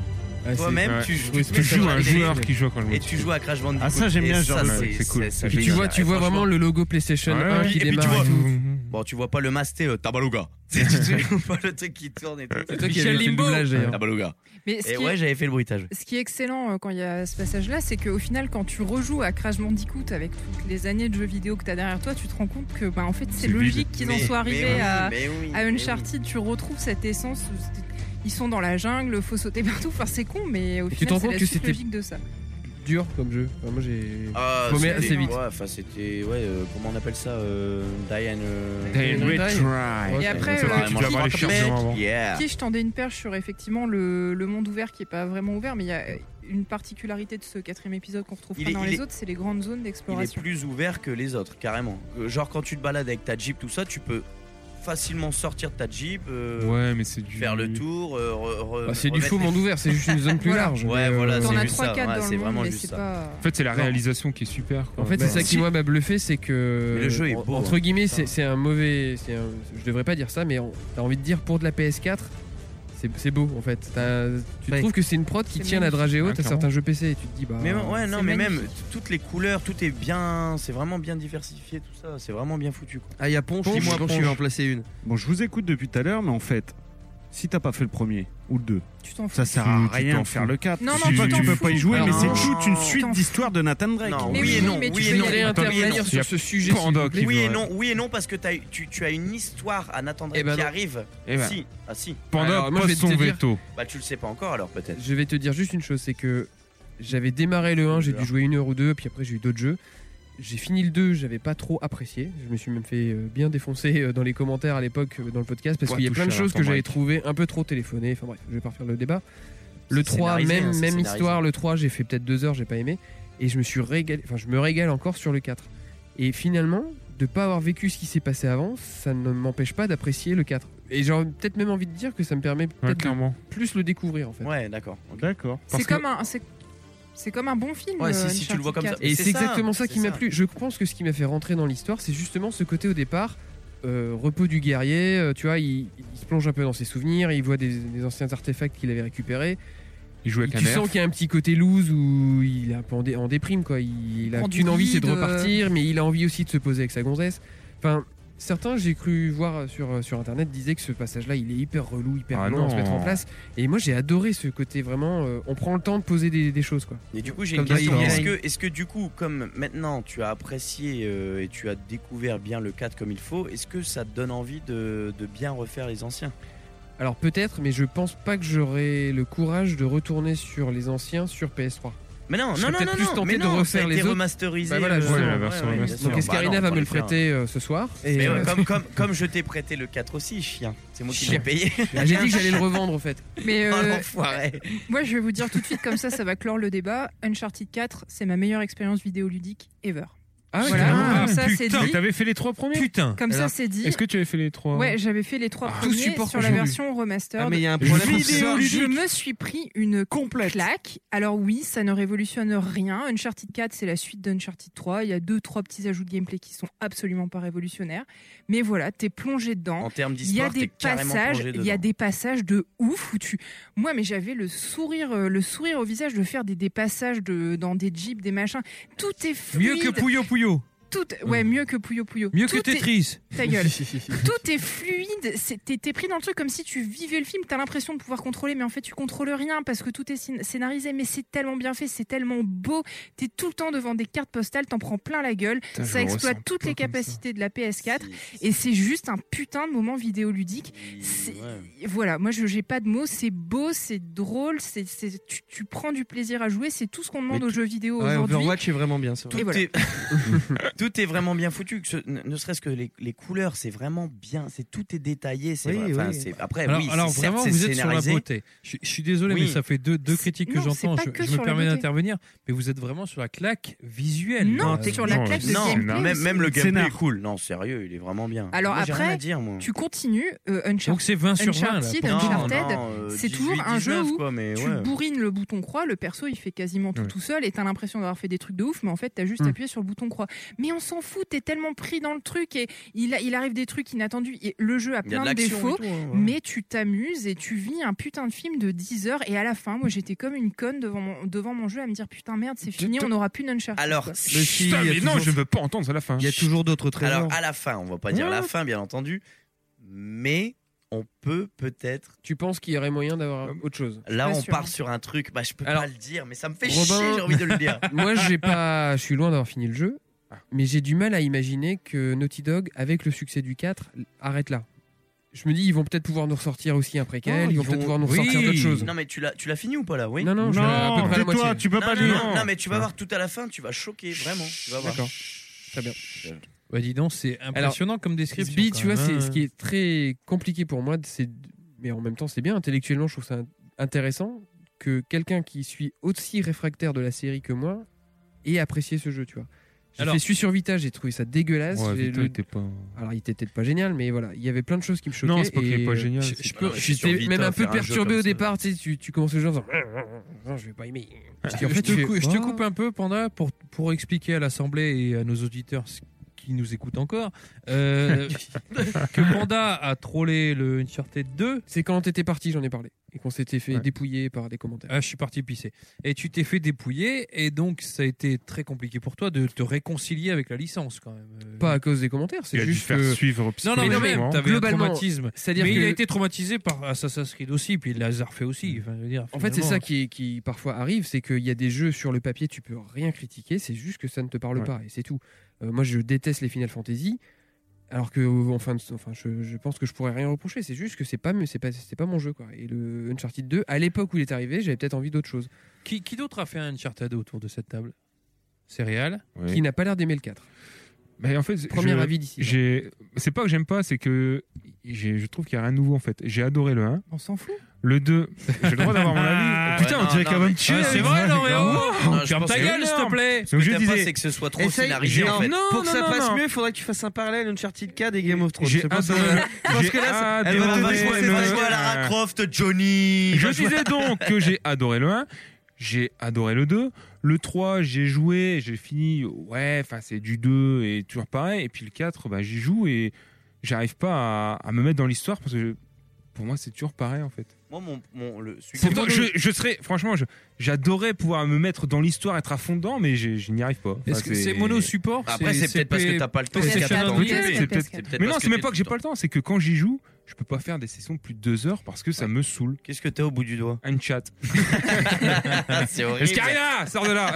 S9: Ouais,
S5: Toi-même,
S9: Ah, c'est-
S5: tu
S9: ouais.
S5: joues,
S9: Oui,
S5: te
S9: tu
S5: mets
S9: joues
S5: sur
S9: à un
S5: la télé
S9: joueur qui joue à Crash
S5: Et
S9: Bandicoot.
S5: tu joues à Crash Bandicoot.
S9: Ah, ça, j'aime
S5: Et
S9: bien ce genre
S5: ça,
S9: de-
S5: c'est-
S9: c'est cool.
S5: c'est- c'est
S9: Et puis
S3: tu
S5: génial.
S3: vois, tu
S5: Et
S3: vois
S5: franchement-
S3: vraiment le logo PlayStation 1 qui
S5: et puis tu
S3: démarre.
S5: vois,
S3: et tout.
S5: bon, tu vois pas le masté euh,
S9: *laughs*
S5: Tabaluga. Tu *laughs* vois le truc qui tourne et tout.
S3: C'est toi qui avais fait le doublage,
S5: euh,
S3: d'ailleurs.
S5: Tabaluga.
S4: Mais ce
S5: Et
S4: qui
S5: ouais,
S4: est-
S5: j'avais fait le bruitage.
S4: Ce qui est excellent euh, quand il y a ce passage-là, c'est qu'au final, quand tu rejoues à Crash Bandicoot avec toutes les années de jeux vidéo que tu as derrière toi, tu te rends compte que bah, en fait,
S5: C'est
S4: c'est
S5: vide.
S4: logique qu'ils en
S5: Mais-
S4: soient
S5: mais
S4: arrivés
S5: oui,
S4: à,
S5: mais oui,
S4: à
S5: mais
S4: Uncharted. Tu retrouves cette essence où c'est- ils sont dans la jungle, faut sauter *laughs* partout. Enfin, c'est con, mais au
S3: tu te
S4: final,
S3: rends
S4: c'est
S3: compte
S4: la
S3: que
S4: suite
S3: c'était-
S4: logique de ça.
S3: Dur comme jeu. Enfin, moi, j'ai.
S5: Ah,
S3: paumé
S5: c'était-
S3: assez vite.
S5: Ouais, enfin, c'était. Ouais, euh, comment on appelle ça euh, Diane. euh,
S3: Die and Die. retry.
S4: Et après,
S5: C'est
S4: euh,
S5: vraiment
S4: tu
S5: le
S4: dois avoir les
S5: mec.
S4: charges vraiment
S9: avant.
S5: Yeah.
S4: Qui je tendais une perche sur effectivement le, le monde ouvert qui est pas vraiment ouvert, mais il y a une particularité de ce quatrième épisode qu'on retrouve
S5: Il
S4: pas
S5: est-
S4: dans
S5: il
S4: les
S5: est-
S4: autres, c'est les grandes zones
S5: Il est
S4: d'exploration.
S5: plus ouvert que les autres, carrément. Euh, Genre, quand tu te balades avec ta Jeep, tout ça, tu peux facilement sortir de ta Jeep, euh,
S9: Ouais, mais c'est du.
S5: faire le tour. euh, re- re-
S3: Bah, c'est du
S5: remettre
S3: faux
S5: les-
S3: monde ouvert, c'est juste une zone plus
S5: Voilà.
S3: large.
S5: Ouais,
S3: mais,
S5: voilà,
S3: euh,
S5: c'est juste ça. ouais, c'est vraiment juste ça.
S9: En fait, c'est la
S3: Non.
S9: réalisation qui est super. quoi.
S3: En fait, c'est ça qui moi m'a bluffé, c'est que
S9: Mais le jeu est beau,
S3: entre
S9: hein.
S3: guillemets, c'est c'est un mauvais. c'est un- je devrais pas dire ça, mais on- t'as envie de dire pour de la PS4, c'est c'est beau en fait. T'as- Tu
S5: Ouais.
S3: trouves que c'est une prod qui
S5: Bah, C'est
S3: tient la
S5: magnifique.
S3: dragée haute
S5: Ah,
S3: à
S5: clairement.
S3: certains jeux PC et tu te dis bah.
S5: Mais ouais, non,
S3: c'est
S5: mais même
S3: magnifique.
S5: t- toutes les couleurs, tout est bien. C'est vraiment bien diversifié, tout ça. C'est vraiment bien foutu. quoi.
S6: Ah, il y a Ponche,
S5: Ponche,
S6: dis-moi,
S5: Ponche.
S6: Ponche, il va en placer une.
S17: Bon, je vous écoute depuis tout à l'heure, mais en fait, si t'as pas fait le premier ou le deux,
S4: t'en fous.
S17: ça sert
S4: Tu-
S17: à
S4: tu
S17: rien
S4: t'en
S17: de faire
S4: fous.
S17: le 4.
S4: Non, non,
S17: tu,
S4: tu t'en
S17: peux
S4: fous.
S17: pas y jouer,
S4: Alors,
S17: mais c'est
S4: non,
S17: toute une
S4: tu
S17: suite
S4: t'en fous.
S17: d'histoires de Nathan Drake.
S5: Non,
S4: Mais
S5: oui,
S4: oui,
S5: et non,
S4: mais tu
S5: oui
S4: peux
S5: et
S4: y
S5: non.
S4: aller
S5: Attends,
S4: intervenir
S5: oui et non.
S4: sur ce sujet, s'il vous plaît.
S5: Oui et non, oui et non, parce que t'as- tu, tu as une histoire à Nathan Drake
S3: Eh ben
S5: qui
S3: non.
S5: arrive.
S3: Eh ben.
S5: Si, ah si.
S3: Panda Alors, moi, je pose vais te son dire- veto.
S5: Bah tu le sais pas encore alors peut-être.
S3: Je vais te dire juste une chose, c'est que j'avais démarré le 1, j'ai dû jouer une heure ou deux, puis après j'ai eu d'autres jeux. J'ai fini le 2, j'avais pas trop apprécié. Je me suis même fait euh, bien défoncer euh, dans les commentaires à l'époque euh, dans le podcast parce
S6: Toi,
S3: qu'il y a
S6: touche
S3: plein de
S6: à
S3: choses
S6: ton
S3: que j'avais
S6: mic.
S3: trouvé un peu trop téléphonées. Enfin bref, je vais pas refaire le débat. Le
S6: C'est
S3: 3,
S6: scénarisé,
S3: même,
S6: hein, c'est
S3: même
S6: scénarisé.
S3: histoire. Le 3, j'ai fait peut-être deux heures, j'ai pas aimé. Et je me suis régalé, enfin je me régale encore sur le 4. Et finalement, de pas avoir vécu ce qui s'est passé avant, ça ne m'empêche pas d'apprécier le 4. Et j'aurais peut-être même envie de dire que ça me permet peut-être de
S9: clairement.
S3: plus le découvrir en fait.
S5: Ouais, d'accord.
S17: D'accord.
S4: C'est comme un. c'est- C'est comme un bon film.
S5: Ouais, si-
S4: euh,
S5: si tu le vois
S4: Uncharted
S5: comme ça.
S4: 4.
S3: Et c'est
S5: ça,
S3: exactement ça
S5: c'est
S3: qui m'a
S5: ça.
S3: plu. Je pense que ce qui m'a fait rentrer dans l'histoire, c'est justement ce côté au départ, euh, repos du guerrier. euh, tu vois, il, il se plonge un peu dans ses souvenirs, il voit des, des anciens artefacts qu'il avait récupérés.
S9: Il joue avec
S3: tu
S9: un
S3: sens
S9: nerf.
S3: qu'il y a un petit côté loose où il est un peu en, dé- en déprime, quoi. Il, il a
S4: Prend du
S3: qu'une envie, c'est de
S4: lead, euh.
S3: repartir, mais il a envie aussi de se poser avec sa gonzesse. Enfin, certains, j'ai cru voir sur, sur internet, disaient que ce passage-là, il est hyper relou, hyper
S9: Ah
S3: long à se
S9: non.
S3: mettre en place. Et moi, j'ai adoré ce côté vraiment, euh, on prend le temps de poser des, des choses, quoi.
S5: Et du coup, j'ai
S3: Comme
S5: une question.
S3: dans Heroes.
S5: Est-ce que, est-ce que du coup, comme maintenant tu as apprécié euh, et tu as découvert bien le 4 comme il faut, est-ce que ça te donne envie de, de bien refaire les anciens
S3: Alors peut-être, mais je pense pas que j'aurai le courage de retourner sur les anciens sur PS3.
S5: Mais non,
S3: Je
S5: non,
S3: serais
S5: non,
S3: peut-être
S5: non,
S3: plus
S5: non,
S3: tenté
S5: mais
S3: de
S5: non, ça a
S3: refaire
S5: été
S3: les autres.
S5: remasterisé,
S3: Bah voilà,
S5: euh,
S3: justement.
S5: ouais, la version
S3: Donc
S5: remasterisée.
S3: Escarina
S5: Bah non,
S3: va
S5: faut
S3: me le
S5: les faire.
S3: prêter euh, ce soir.
S5: Mais
S2: *laughs*
S3: Et
S5: ouais,
S3: euh,
S5: comme, comme, comme je t'ai prêté le 4 aussi, chien. C'est moi qui l'ai
S3: Chien.
S5: payé. *laughs*
S3: Ah, j'ai dit que j'allais le revendre, en fait.
S4: Mais,
S5: Oh,
S4: euh,
S5: l'enfoiré.
S4: Moi, je vais vous dire tout de suite, comme ça, ça va clore le débat. Uncharted 4, c'est ma meilleure expérience vidéoludique ever.
S9: Ah, ouais,
S4: Voilà,
S9: carrément.
S4: comme
S9: Ah,
S4: ça, c'est
S9: putain,
S4: dit.
S9: t'avais fait les trois premiers Putain.
S4: Comme ça, c'est dit.
S9: Est-ce que tu avais fait les trois
S4: Ouais, j'avais fait les trois
S9: Ah, tout
S4: premiers
S9: support
S4: sur la
S9: confondu.
S4: version remaster.
S9: Ah, mais il y a un problème
S4: je,
S9: vidéoludique.
S4: je me suis pris une complète claque. Alors oui, ça ne révolutionne rien. Uncharted 4, c'est la suite d'Uncharted 3. Il y a deux, trois petits ajouts de gameplay qui sont absolument pas révolutionnaires. Mais voilà, t'es plongé dedans.
S5: En termes
S4: Il y a
S5: d'histoire,
S4: des
S5: t'es carrément
S4: passages,
S5: plongé
S4: il y a
S5: dedans.
S4: des passages de ouf où tu. Moi, mais j'avais le sourire, euh, le sourire au visage de faire des, des passages de, dans des jeeps, des machins. Tout est
S2: Ah,
S4: fluide.
S6: Mieux que Pouyo Pouyo.
S4: Tout,
S5: Mmh.
S4: ouais, mieux que Puyo Puyo.
S6: Mieux que
S4: Tout est-
S6: Tetris.
S20: *laughs*
S4: Ta gueule. Tout est fluide. c'est- t'es- T'es pris dans le truc comme si tu vivais le film. T'as l'impression de pouvoir contrôler, mais en fait, tu contrôles rien parce que tout est scén- scénarisé. Mais c'est tellement bien fait, c'est tellement beau. T'es tout le temps devant des cartes postales, t'en prends plein la gueule.
S20: Putain, je
S4: ça
S20: le
S4: exploite
S20: ressens
S4: toutes les capacités de la PS4. Et c'est juste un putain de moment vidéoludique. C'est- Voilà, moi, je j'ai pas de mots. C'est beau, c'est drôle, c'est c'est- tu, tu prends du plaisir à jouer. C'est tout ce qu'on demande
S6: Mais
S4: aux
S6: tu-
S4: jeux vidéo
S6: Ouais,
S4: aujourd'hui.
S6: Overwatch est vraiment bien, c'est
S5: Tout,
S6: vrai.
S4: Et voilà.
S5: est... tout est *laughs* vraiment bien foutu, que ce- ne, ne serait-ce que les, les couleurs, c'est vraiment bien, c'est tout est détaillé, c'est
S2: Oui,
S5: vrai, enfin,
S2: oui.
S5: c'est- après
S2: alors,
S5: Eh oui,
S2: alors
S5: c'est- certes,
S2: vraiment,
S5: c'est
S2: vous êtes sur la
S5: scénarisé.
S2: beauté. Je, je suis désolé,
S5: Oui.
S2: mais ça fait deux, deux critiques que
S5: non,
S2: j'entends.
S5: c'est
S2: Je,
S5: pas que
S2: je
S5: sur
S2: me
S5: la
S2: permets
S5: beauté.
S2: d'intervenir, mais vous êtes vraiment sur la claque visuelle. Euh,
S4: Non, t'es sur la claque de
S5: Non,
S4: gameplay
S5: même,
S4: aussi.
S5: même le gameplay
S2: Scénar.
S5: est cool. Non, sérieux, il est vraiment bien.
S4: Alors
S5: Moi, j'ai rien
S4: après,
S5: à dire, moi.
S4: tu continues euh, Unchar-
S5: Donc c'est 20 sur 20, là,
S4: Uncharted,
S5: pour le coup.
S4: Uncharted,
S5: Non, non, euh,
S4: c'est toujours
S5: 18,
S4: un jeu
S5: 19,
S4: où
S5: quoi, mais
S4: tu
S5: ouais.
S4: bourrines le bouton croix, le perso il fait quasiment tout
S5: Ouais.
S4: tout seul et t'as l'impression d'avoir fait des trucs de ouf, mais en fait t'as juste
S5: Mm.
S4: appuyé sur le bouton croix. Mais on s'en fout, t'es tellement pris dans le truc et il, a- il arrive des trucs inattendus. Et le jeu a
S5: Il y a
S4: plein
S5: de
S4: de
S5: l'action et
S4: défauts,
S5: tout, hein, ouais.
S4: mais tu t'amuses et tu vis un putain de film de 10 heures. Et à la fin, moi j'étais comme une conne devant mon, devant mon jeu à me dire putain merde, c'est fini, on n'aura plus d'Uncharted.
S5: Alors,
S4: quoi.
S9: Putain, mais non, je veux pas entendre ça à la fin.
S6: Il y a toujours d'autres trailers.
S5: Alors, à la fin, on va pas dire
S6: Ouais.
S5: la fin, bien entendu, mais on peut peut-être.
S3: Tu penses qu'il y aurait moyen d'avoir autre chose
S5: Là, on
S9: hein.
S5: part sur un truc, bah, je peux pas le dire, mais ça me fait
S3: Robin,
S5: chier, j'ai envie de le
S9: *laughs*
S5: dire.
S3: Moi, j'ai pas, je suis loin d'avoir fini le jeu, mais j'ai du mal à imaginer que Naughty Dog, avec le succès du 4, l- arrête là. Je me dis, ils vont peut-être pouvoir nous ressortir aussi un préquel, ils vont peut-être pouvoir nous ressortir d'autres choses.
S5: Non, mais tu l'as, tu l'as fini ou pas là Oui.
S3: Non, non, je l'ai à peu près à
S5: Non, non,
S3: la moitié.
S5: Non, non, mais
S9: Ah.
S5: tu vas voir tout à la fin, tu vas choquer, vraiment. Tu vas voir.
S3: D'accord. Très bien.
S2: Bah, dis donc, c'est impressionnant comme description.
S3: Sbi,
S2: quand
S3: tu vois,
S2: même,
S3: c'est
S2: hein.
S3: ce qui est très compliqué pour moi, c'est mais en même temps, c'est bien intellectuellement, je trouve ça intéressant que quelqu'un qui suis aussi réfractaire de la série que moi ait apprécié ce jeu, tu vois. J'ai
S2: Alors-
S3: fait celui sur Vita, j'ai trouvé ça dégueulasse.
S9: Ouais,
S3: j'ai
S9: Vita
S3: le-
S9: était pas-
S3: Alors, il était peut-être pas génial, mais voilà, il y avait plein de choses qui me choquaient.
S9: Non, c'est pas qu'il est
S3: et-
S9: pas génial,
S3: Je-
S9: c'est
S3: je
S9: pas-
S3: peux-
S9: Ouais,
S3: J'étais
S9: sur Vita,
S3: même un peu
S9: faire un jeu
S3: perturbé
S9: comme
S3: au
S9: ça.
S3: départ, tu, sais, tu, tu commences le jeu en faisant, *laughs* Non, je vais pas aimer.
S9: Ah,
S3: Parce qu'en
S2: Je
S3: fait,
S2: te
S3: tu fais,
S2: cou- je te
S3: Ouah.
S2: coupe un peu, Panda, pour, pour expliquer à l'Assemblée et à nos auditeurs ce qui nous écoutent encore
S3: *laughs*
S2: euh, que Panda a trollé le Uncharted 2.
S3: C'est quand t'étais parti, j'en ai parlé. Et qu'on s'était fait dépouiller par des commentaires.
S9: Euh,
S2: Ah, je suis parti pisser. Et tu t'es fait dépouiller, et donc ça a été très compliqué pour toi de te réconcilier avec la licence quand même.
S3: Pas à cause des commentaires, c'est
S2: Il a dû
S3: juste
S2: faire
S3: que-
S2: suivre Non, non, mais même, t'avais un traumatisme.
S3: C'est-à-dire
S2: mais
S3: que
S2: il a été traumatisé par Assassin's Creed aussi, puis il l'a zarfé aussi. Enfin, je veux dire,
S3: En fait, c'est
S2: finalement.
S3: ça qui, est- qui parfois arrive, c'est qu'il y a des jeux sur le papier, tu peux rien critiquer, c'est juste que ça ne te parle
S2: Ouais.
S3: pas, et c'est tout. Euh, moi, je déteste les Final Fantasy, alors que, euh, enfin, de- enfin je, je pense que je pourrais rien reprocher, c'est juste que c'est pas, me- c'est pas, c'est pas mon jeu, quoi. Et le Uncharted 2, à l'époque où il est arrivé, j'avais peut-être envie d'autre chose.
S2: Qui, qui d'autre a fait un Uncharted autour de cette table Céréal
S3: Qui n'a pas l'air d'aimer le 4.
S9: Mais Bah, en fait,
S3: Premier
S9: je-
S3: avis d'ici.
S2: *laughs*
S9: j'ai- C'est pas que j'aime pas, c'est que j'ai- je trouve qu'il y a rien de nouveau en fait. J'ai adoré le 1.
S4: On s'en fout.
S9: Le 2, j'ai le droit d'avoir
S6: *laughs*
S9: mon avis. Putain, on dirait qu'elle va me tuer.
S2: Ah, c'est
S9: avec
S2: vrai,
S9: ça.
S2: non, mais oh
S9: Non, je
S2: Ferme
S9: pense
S2: ta
S9: que-
S2: gueule, s'il te plaît
S9: Donc je
S5: t'aimes pas,
S9: disais-
S5: c'est que ce soit trop
S6: Essaye-
S5: scénarisé,
S6: j'ai-
S5: en fait.
S6: non, Pour que
S5: non,
S6: ça
S5: non,
S6: passe
S5: non.
S6: mieux, il faudrait que tu fasses un parallèle Uncharted 4 et Game of Thrones.
S9: J'ai
S6: Je pense
S9: hâte de-
S6: que- *laughs* Parce que là, ça-
S9: j'ai
S5: Eh,
S6: elle va
S9: hâte de
S6: passer-
S9: voir
S6: c'est
S9: le-
S6: parce que
S5: Lara Croft, Johnny.
S9: Je disais donc que j'ai adoré le 1, j'ai adoré le 2, le 3, j'ai joué, j'ai fini, ouais, enfin c'est du 2 et toujours pareil, et puis le 4, bah, j'y joue et j'arrive pas à, à me mettre dans l'histoire parce que je- pour moi c'est toujours pareil en fait.
S5: Moi, mon, mon, le, celui
S9: Pour
S5: que-
S9: moi, je, je serais, franchement, je- j'adorerais pouvoir me mettre dans l'histoire, être à fond dedans, mais j'ai- je n'y arrive pas. Enfin,
S2: Est-ce que c'est mono-support
S5: Après, c'est peut-être parce que t'as pas le temps.
S9: C'est
S5: c'est
S9: peut-être-
S5: qu'attends.
S9: c'est peut-être-
S5: C'est peut-être
S9: Mais
S5: parce
S9: non, c'est même
S5: t'es
S9: pas que j'ai pas le temps, c'est que quand j'y joue, je peux pas faire des sessions de plus de deux heures parce que ça me saoule.
S5: Qu'est-ce que t'as au bout du doigt
S9: Un chat.
S5: Ah, C'est horrible.
S9: Escarina, ah, sors de là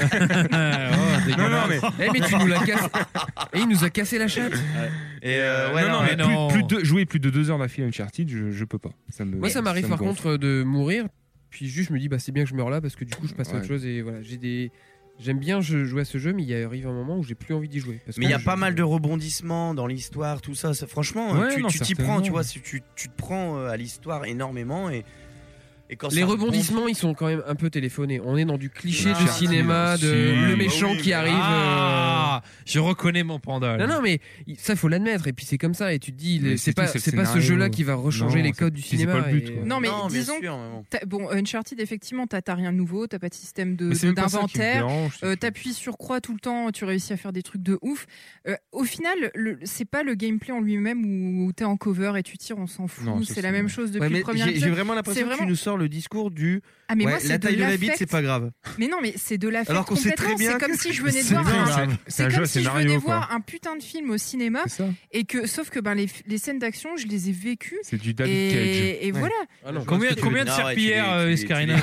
S2: Ah,
S9: Non, non, mais.
S3: Eh, mais tu nous l'as cassé. Et il nous a cassé la chatte.
S5: Et euh, ouais,
S9: non, non,
S5: non,
S9: mais
S5: mais
S9: plus- Plus, de, jouer plus de deux heures d'affilée à Uncharted, je, je peux pas. Ça me,
S3: Moi, ça m'arrive
S9: me
S3: par
S9: gonfle.
S3: contre de mourir, puis juste je me dis, bah, c'est bien que je meurs là parce que du coup, je passe à
S9: Ouais.
S3: autre chose et voilà, j'ai des. J'aime bien je- jouer à ce jeu, mais il y arrive un moment où j'ai plus envie d'y jouer. parce
S5: Mais
S3: que
S5: il y a
S3: je-
S5: pas mal de rebondissements dans l'histoire, tout ça. ça- franchement,
S3: Ouais,
S5: tu
S3: non,
S5: tu t'y
S3: certainement.
S5: prends, tu vois, si tu, tu te prends euh, à l'histoire énormément et Et quand
S3: Les
S5: ça
S3: rebondissements, ils sont quand même un peu téléphonés. On est dans du cliché de cinéma, de
S2: euh,
S3: le méchant qui
S5: Ah,
S3: arrive.
S2: Ah,
S3: euh,
S2: je reconnais mon panda. là.
S3: Non, non, mais il- ça, faut l'admettre. Et puis, c'est comme ça. Et tu te dis,
S2: Mais
S3: les- c'est
S2: c'est
S3: pas,
S2: tout, c'est le
S3: c'est pas ce
S2: scénario.
S3: jeu-là qui va rechanger
S2: Non,
S3: les
S2: c'est-
S3: codes du
S2: c'est pas
S3: cinéma.
S2: le but,
S3: et-
S2: quoi.
S4: Non, mais
S5: Non, bien
S4: disons,
S5: sûr, mais bon.
S4: t'as- bon, Uncharted, effectivement, t'as t'as rien de nouveau, t'as pas de système de-
S5: Mais c'est
S4: de-
S5: même pas ça qui me
S4: d'inventaire,
S5: dérange, c'est
S4: euh, t'appuies sur croix tout le temps, tu réussis à faire des trucs de ouf. Euh, au final, le- c'est pas le gameplay en lui-même où t'es en cover et tu tires, on s'en
S6: Non,
S4: fout,
S6: ça,
S4: c'est la
S6: c'est-
S4: même chose depuis
S6: Ouais,
S4: le
S6: mais
S4: premier
S6: j'ai- J'ai
S4: Uncharted.
S6: vraiment l'impression
S4: C'est
S6: que tu nous sors le discours du.
S4: Ah, mais
S6: Ouais,
S4: moi, c'est
S6: la
S4: de
S6: taille de, la
S4: l'affect.
S6: bite, c'est pas grave.
S4: Mais non, mais c'est de l'affect
S6: Alors qu'on sait
S4: complètement.
S6: très bien
S4: C'est comme
S6: que-
S4: si je venais de
S6: C'est
S4: voir
S6: grave.
S4: un,
S6: C'est un
S4: c'est
S6: jeu
S4: comme
S6: à
S4: si je
S6: scénario,
S4: venais
S6: quoi.
S4: voir un putain de film au cinéma et que sauf que ben les, les scènes d'action, je les ai vécues.
S9: C'est du David
S4: et,
S9: Cage.
S4: Et
S9: Ouais.
S4: voilà.
S2: Combien, combien de serpillères, euh, Escarina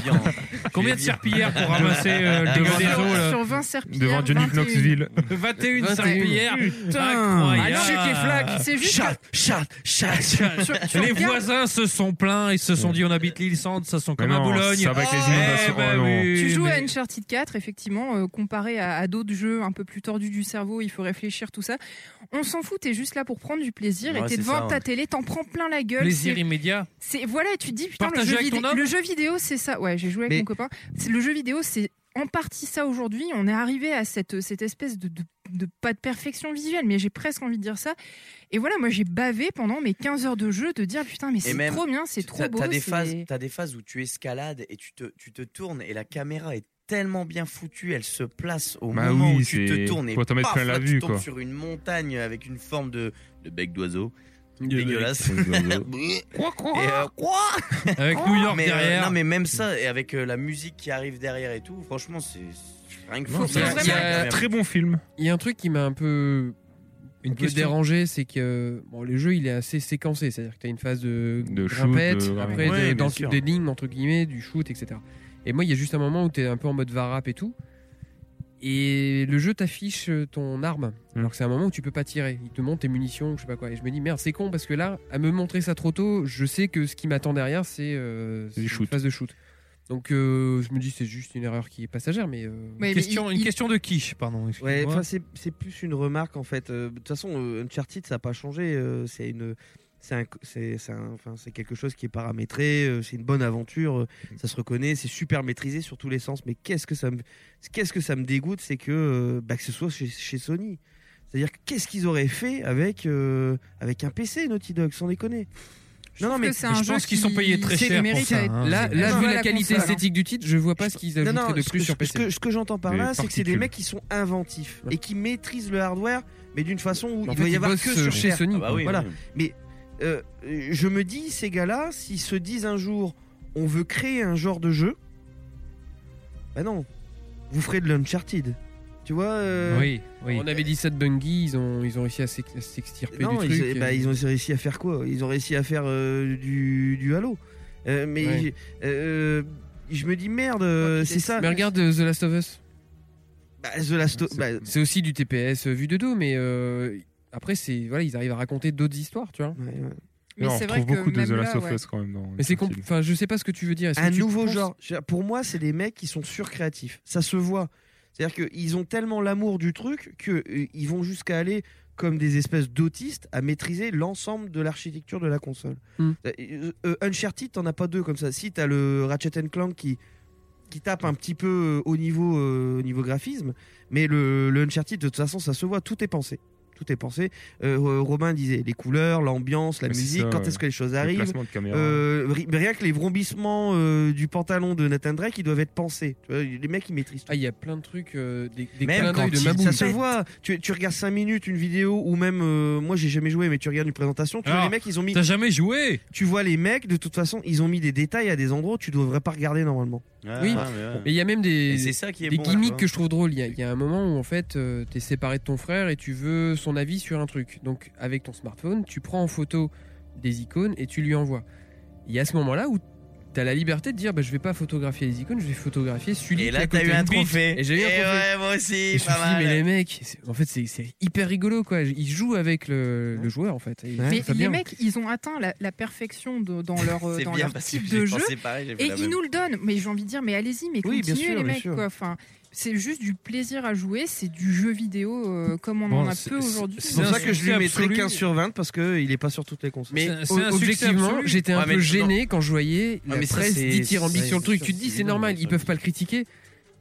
S2: Combien de serpillères pour ramasser euh,
S9: *laughs*
S2: le dégueu
S4: Devant-
S2: des eaux, là
S4: sur 20 serpillères,
S9: Devant Johnny
S4: 21.
S9: Knoxville.
S2: 21 serpillères
S4: Ah,
S2: Incroyable
S4: chic et flac. C'est juste
S2: Chat, chat, chat, chat.
S4: Sur- sur
S2: Les
S4: regardes-
S2: voisins se sont plaints, ils se sont dit on habite l'île Sante, ça sent
S9: Mais
S2: comme à
S9: non,
S2: Boulogne.
S9: ça va avec les
S2: Eh
S9: inondations,
S2: ben
S9: oh non.
S2: oui,
S4: Tu joues
S2: mais-
S4: à Uncharted 4, effectivement, euh, comparé à, à d'autres jeux un peu plus tordus du cerveau, il faut réfléchir, tout ça. On s'en fout, t'es juste là pour prendre du plaisir
S2: Ouais,
S4: et t'es
S2: c'est
S4: devant
S2: ça,
S4: ta
S2: ouais.
S4: télé, t'en prends plein la gueule.
S2: Plaisir
S4: c'est-
S2: immédiat.
S4: c'est voilà, et tu te dis putain le
S2: Partager
S4: jeu,
S2: avec
S4: vidé-
S2: ton homme
S4: le jeu vidéo c'est ça. Ouais, j'ai joué avec
S2: Mais-
S4: mon copain. C'est le jeu vidéo c'est en partie ça aujourd'hui. On est arrivé à cette cette espèce de, de, de- pas de perfection visuelle, mais j'ai presque envie de dire ça. Et voilà, moi j'ai bavé pendant mes 15 heures de jeu de dire putain mais
S5: Et
S4: c'est
S5: même,
S4: trop bien, *laughs* c'est
S5: tu-
S4: trop
S5: t'as-
S4: beau.
S5: T'as des,
S4: c'est-
S5: phases- t'as des phases où tu escalades et tu te, tu te tournes et la caméra est tellement bien foutue, elle se place au
S9: Bah
S5: moment
S9: oui,
S5: où tu
S9: c'est-
S5: te tournes et
S9: faut t'en mettre
S5: paf,
S9: plein la
S5: là,
S9: vue,
S5: tu tombes
S9: quoi.
S5: sur une montagne avec une forme de, de bec d'oiseau. Dégueulasse. quoi, quoi, quoi
S2: Avec New York
S5: mais, euh,
S2: derrière.
S5: non, mais même ça, et avec euh, la musique qui arrive derrière et tout, franchement, c'est c'est rien que
S3: Non, c'est-
S5: ça,
S3: il y a-
S5: quand même.
S9: Très bon film.
S3: Il y a un truc qui m'a un peu,
S2: Une
S3: un peu
S2: question.
S3: dérangé, c'est que bon, le jeu il est assez séquencé, c'est-à-dire que tu as une phase de,
S9: De shoot,
S3: grimpette,
S9: de-
S3: après
S9: Ouais,
S3: de-
S9: bien
S3: dans-
S9: sûr.
S3: des lignes entre guillemets, du shoot, etc. Et moi il y a juste un moment où tu es un peu en mode varap et tout, et le jeu t'affiche euh, ton arme,
S9: Mm.
S3: alors que c'est un moment où tu peux pas tirer, il te montre tes munitions, ou je sais pas quoi, et je me dis merde c'est con parce que là, à me montrer ça trop tôt, je sais que ce qui m'attend derrière c'est euh, c'est une phase de shoot. Donc euh, je me dis c'est juste une erreur qui est passagère, mais... euh,
S2: Une question, une question de quiche, pardon.
S6: Ouais,
S2: excuse-moi.
S6: enfin, c'est c'est plus une remarque en fait. Euh, De toute façon, euh, Uncharted, ça n'a pas changé. Euh, C'est une. C'est un- c'est- c'est un- enfin, c'est quelque chose qui est paramétré, euh, c'est une bonne aventure, euh,
S3: Mm.
S6: ça se reconnaît, c'est super maîtrisé sur tous les sens. Mais qu'est-ce que ça me, qu'est-ce que ça me dégoûte, c'est que, euh, bah, que ce soit chez, chez Sony. C'est-à-dire que qu'est-ce qu'ils auraient fait avec, euh, avec un PC Naughty Dog, sans déconner. non, non,
S4: trouve
S6: mais
S4: que c'est un
S6: je
S4: jeu
S6: pense qu'ils
S4: qui-
S6: sont payés très
S4: c'est
S6: cher pour
S4: mérite
S6: ça.
S4: à être-
S6: hein.
S3: Là,
S6: C'est-
S3: là,
S6: Non,
S3: vu
S6: non,
S3: la,
S6: la
S3: qualité
S6: console, hein.
S3: esthétique du titre, je vois pas ce qu'ils
S6: Non,
S3: ajouteraient
S6: non,
S3: de
S6: ce
S3: plus
S6: que-
S3: sur
S6: ce
S3: PC.
S6: que- ce que j'entends par
S3: Des
S6: là, c'est que c'est des
S3: particules.
S6: mecs qui sont inventifs et qui maîtrisent le hardware, mais d'une façon où
S3: Mais en
S6: il
S3: fait,
S6: doit y
S3: ils
S6: avoir que
S3: bossent, euh,
S6: sur
S3: chez
S6: Terre.
S3: Sony, Ah bah quoi. oui,
S6: voilà.
S3: oui.
S6: Mais euh, euh, je me dis, ces gars-là, s'ils se disent un jour, on veut créer un genre de jeu, bah non, vous ferez de l'Uncharted. Tu vois euh,
S3: On avait dit ça de Bungie, ils ont, ils ont réussi à s'ex- à s'extirper du
S6: non,
S3: truc. euh.
S6: ils, eh ben, ils ont réussi à faire quoi Ils ont réussi à faire euh, du, du Halo. Euh, mais
S3: Ouais.
S6: je- euh, je me dis merde, euh, c'est ça. Bah,
S3: Mais regarde euh, The Last of Us.
S6: C'est
S3: c'est aussi du TPS euh, vu de dos, mais euh, après, c'est voilà, ils arrivent à raconter d'autres histoires, tu vois.
S6: bah,
S9: Mais Non, on c'est vrai retrouve que beaucoup de même The Last là, of ouais. Us quand même dans
S3: Mais c'est compl- enfin, je sais pas ce que tu veux dire. Est-ce que
S6: un
S3: tu
S6: nouveau
S3: penses-
S6: genre. Je veux dire, Pour moi, c'est des mecs qui sont surcréatifs. Ça se voit. C'est-à-dire qu'ils ont tellement l'amour du truc que euh, ils vont jusqu'à aller comme des espèces d'autistes à maîtriser l'ensemble de l'architecture de la console.
S3: Hmm.
S6: Euh, euh, Uncharted, t'en as pas deux comme ça. Si t'as le Ratchet and Clank qui qui tape un petit peu euh, au niveau euh, au niveau graphisme, mais le, le Uncharted de toute façon ça se voit, tout est pensé. Tout est pensé. Euh, euh, Romain disait les couleurs, l'ambiance, la
S9: Mais c'est
S6: musique,
S9: ça,
S6: quand
S9: ouais.
S6: est-ce que les choses
S9: Le
S6: arrivent.
S9: placement de caméra.
S6: Euh, euh, ri- mais rien que les vrombissements euh, du pantalon de Nathan Drake, ils doivent être pensés. Tu vois, les mecs, ils maîtrisent tout.
S3: Ah, il y a plein de trucs, euh, des, des
S6: Même
S3: clins
S6: quand
S3: d'œil de
S6: ils-
S3: Mabou.
S6: ça se voit. Tu, tu regardes 5 minutes une vidéo ou même, euh, moi j'ai jamais joué, mais tu regardes une présentation. Tu vois
S2: Ah,
S6: les mecs, ils ont mis.
S2: t'as jamais joué
S6: Tu vois les mecs, de toute façon, ils ont mis des détails à des endroits où tu devrais pas regarder normalement.
S3: oui, mais il y a même des,
S6: Et c'est ça qui est
S3: des
S6: bon, tu
S3: gimmicks
S6: vois.
S3: que je trouve drôles. Il y a- il y, a un moment où en fait, euh, t'es séparé de ton frère et tu veux son avis sur un truc. Donc avec ton smartphone, tu prends en photo des icônes et tu lui envoies. Il y a ce moment-là où t'as la liberté de dire, bah, je vais pas photographier les icônes, je vais photographier celui.
S5: Et
S3: qui est
S5: là,
S3: à
S5: t'as
S3: côté.
S5: eu un trophée.
S3: Et j'ai eu un
S5: Et
S3: trophée.
S5: ouais, moi aussi,
S3: Et je me
S5: pas
S3: suis dit,
S5: mal.
S3: mais les mecs, c'est- en fait, c'est- c'est hyper rigolo quoi. Ils jouent avec le, le joueur en fait. Et ils font
S4: Mais
S3: ça
S4: les
S3: bien.
S4: mecs, ils ont atteint la, la perfection de- dans leur,
S5: *laughs*
S4: euh,
S5: C'est
S4: dans
S5: bien
S4: leur
S5: parce que
S4: type
S5: j'ai
S4: de jeu.
S5: pensé pareil, j'ai fait
S4: et
S5: la
S4: ils
S5: même.
S4: nous le donnent. Mais j'ai envie de dire, mais allez-y, mais
S6: Oui, bien
S4: continuez
S6: sûr,
S4: les
S6: bien
S4: mecs.
S6: sûr.
S4: Quoi. Enfin, C'est juste du plaisir à jouer, c'est du jeu vidéo euh, comme on
S6: Bon,
S4: en a
S6: c'est-
S4: peu
S6: c'est-
S4: aujourd'hui.
S6: C'est pour ça que je lui mettrais
S3: absolu.
S6: 15 sur 20 parce qu'il n'est pas sur toutes les consoles.
S3: Mais o- objectivement, j'étais un peu gêné quand je voyais la
S6: Ah, mais ça,
S3: presse
S6: c'est-
S3: dithyrambique
S6: c'est-
S3: sur le truc.
S6: c'est
S3: Tu te dis,
S6: évident,
S3: c'est normal, ils peuvent pas le critiquer.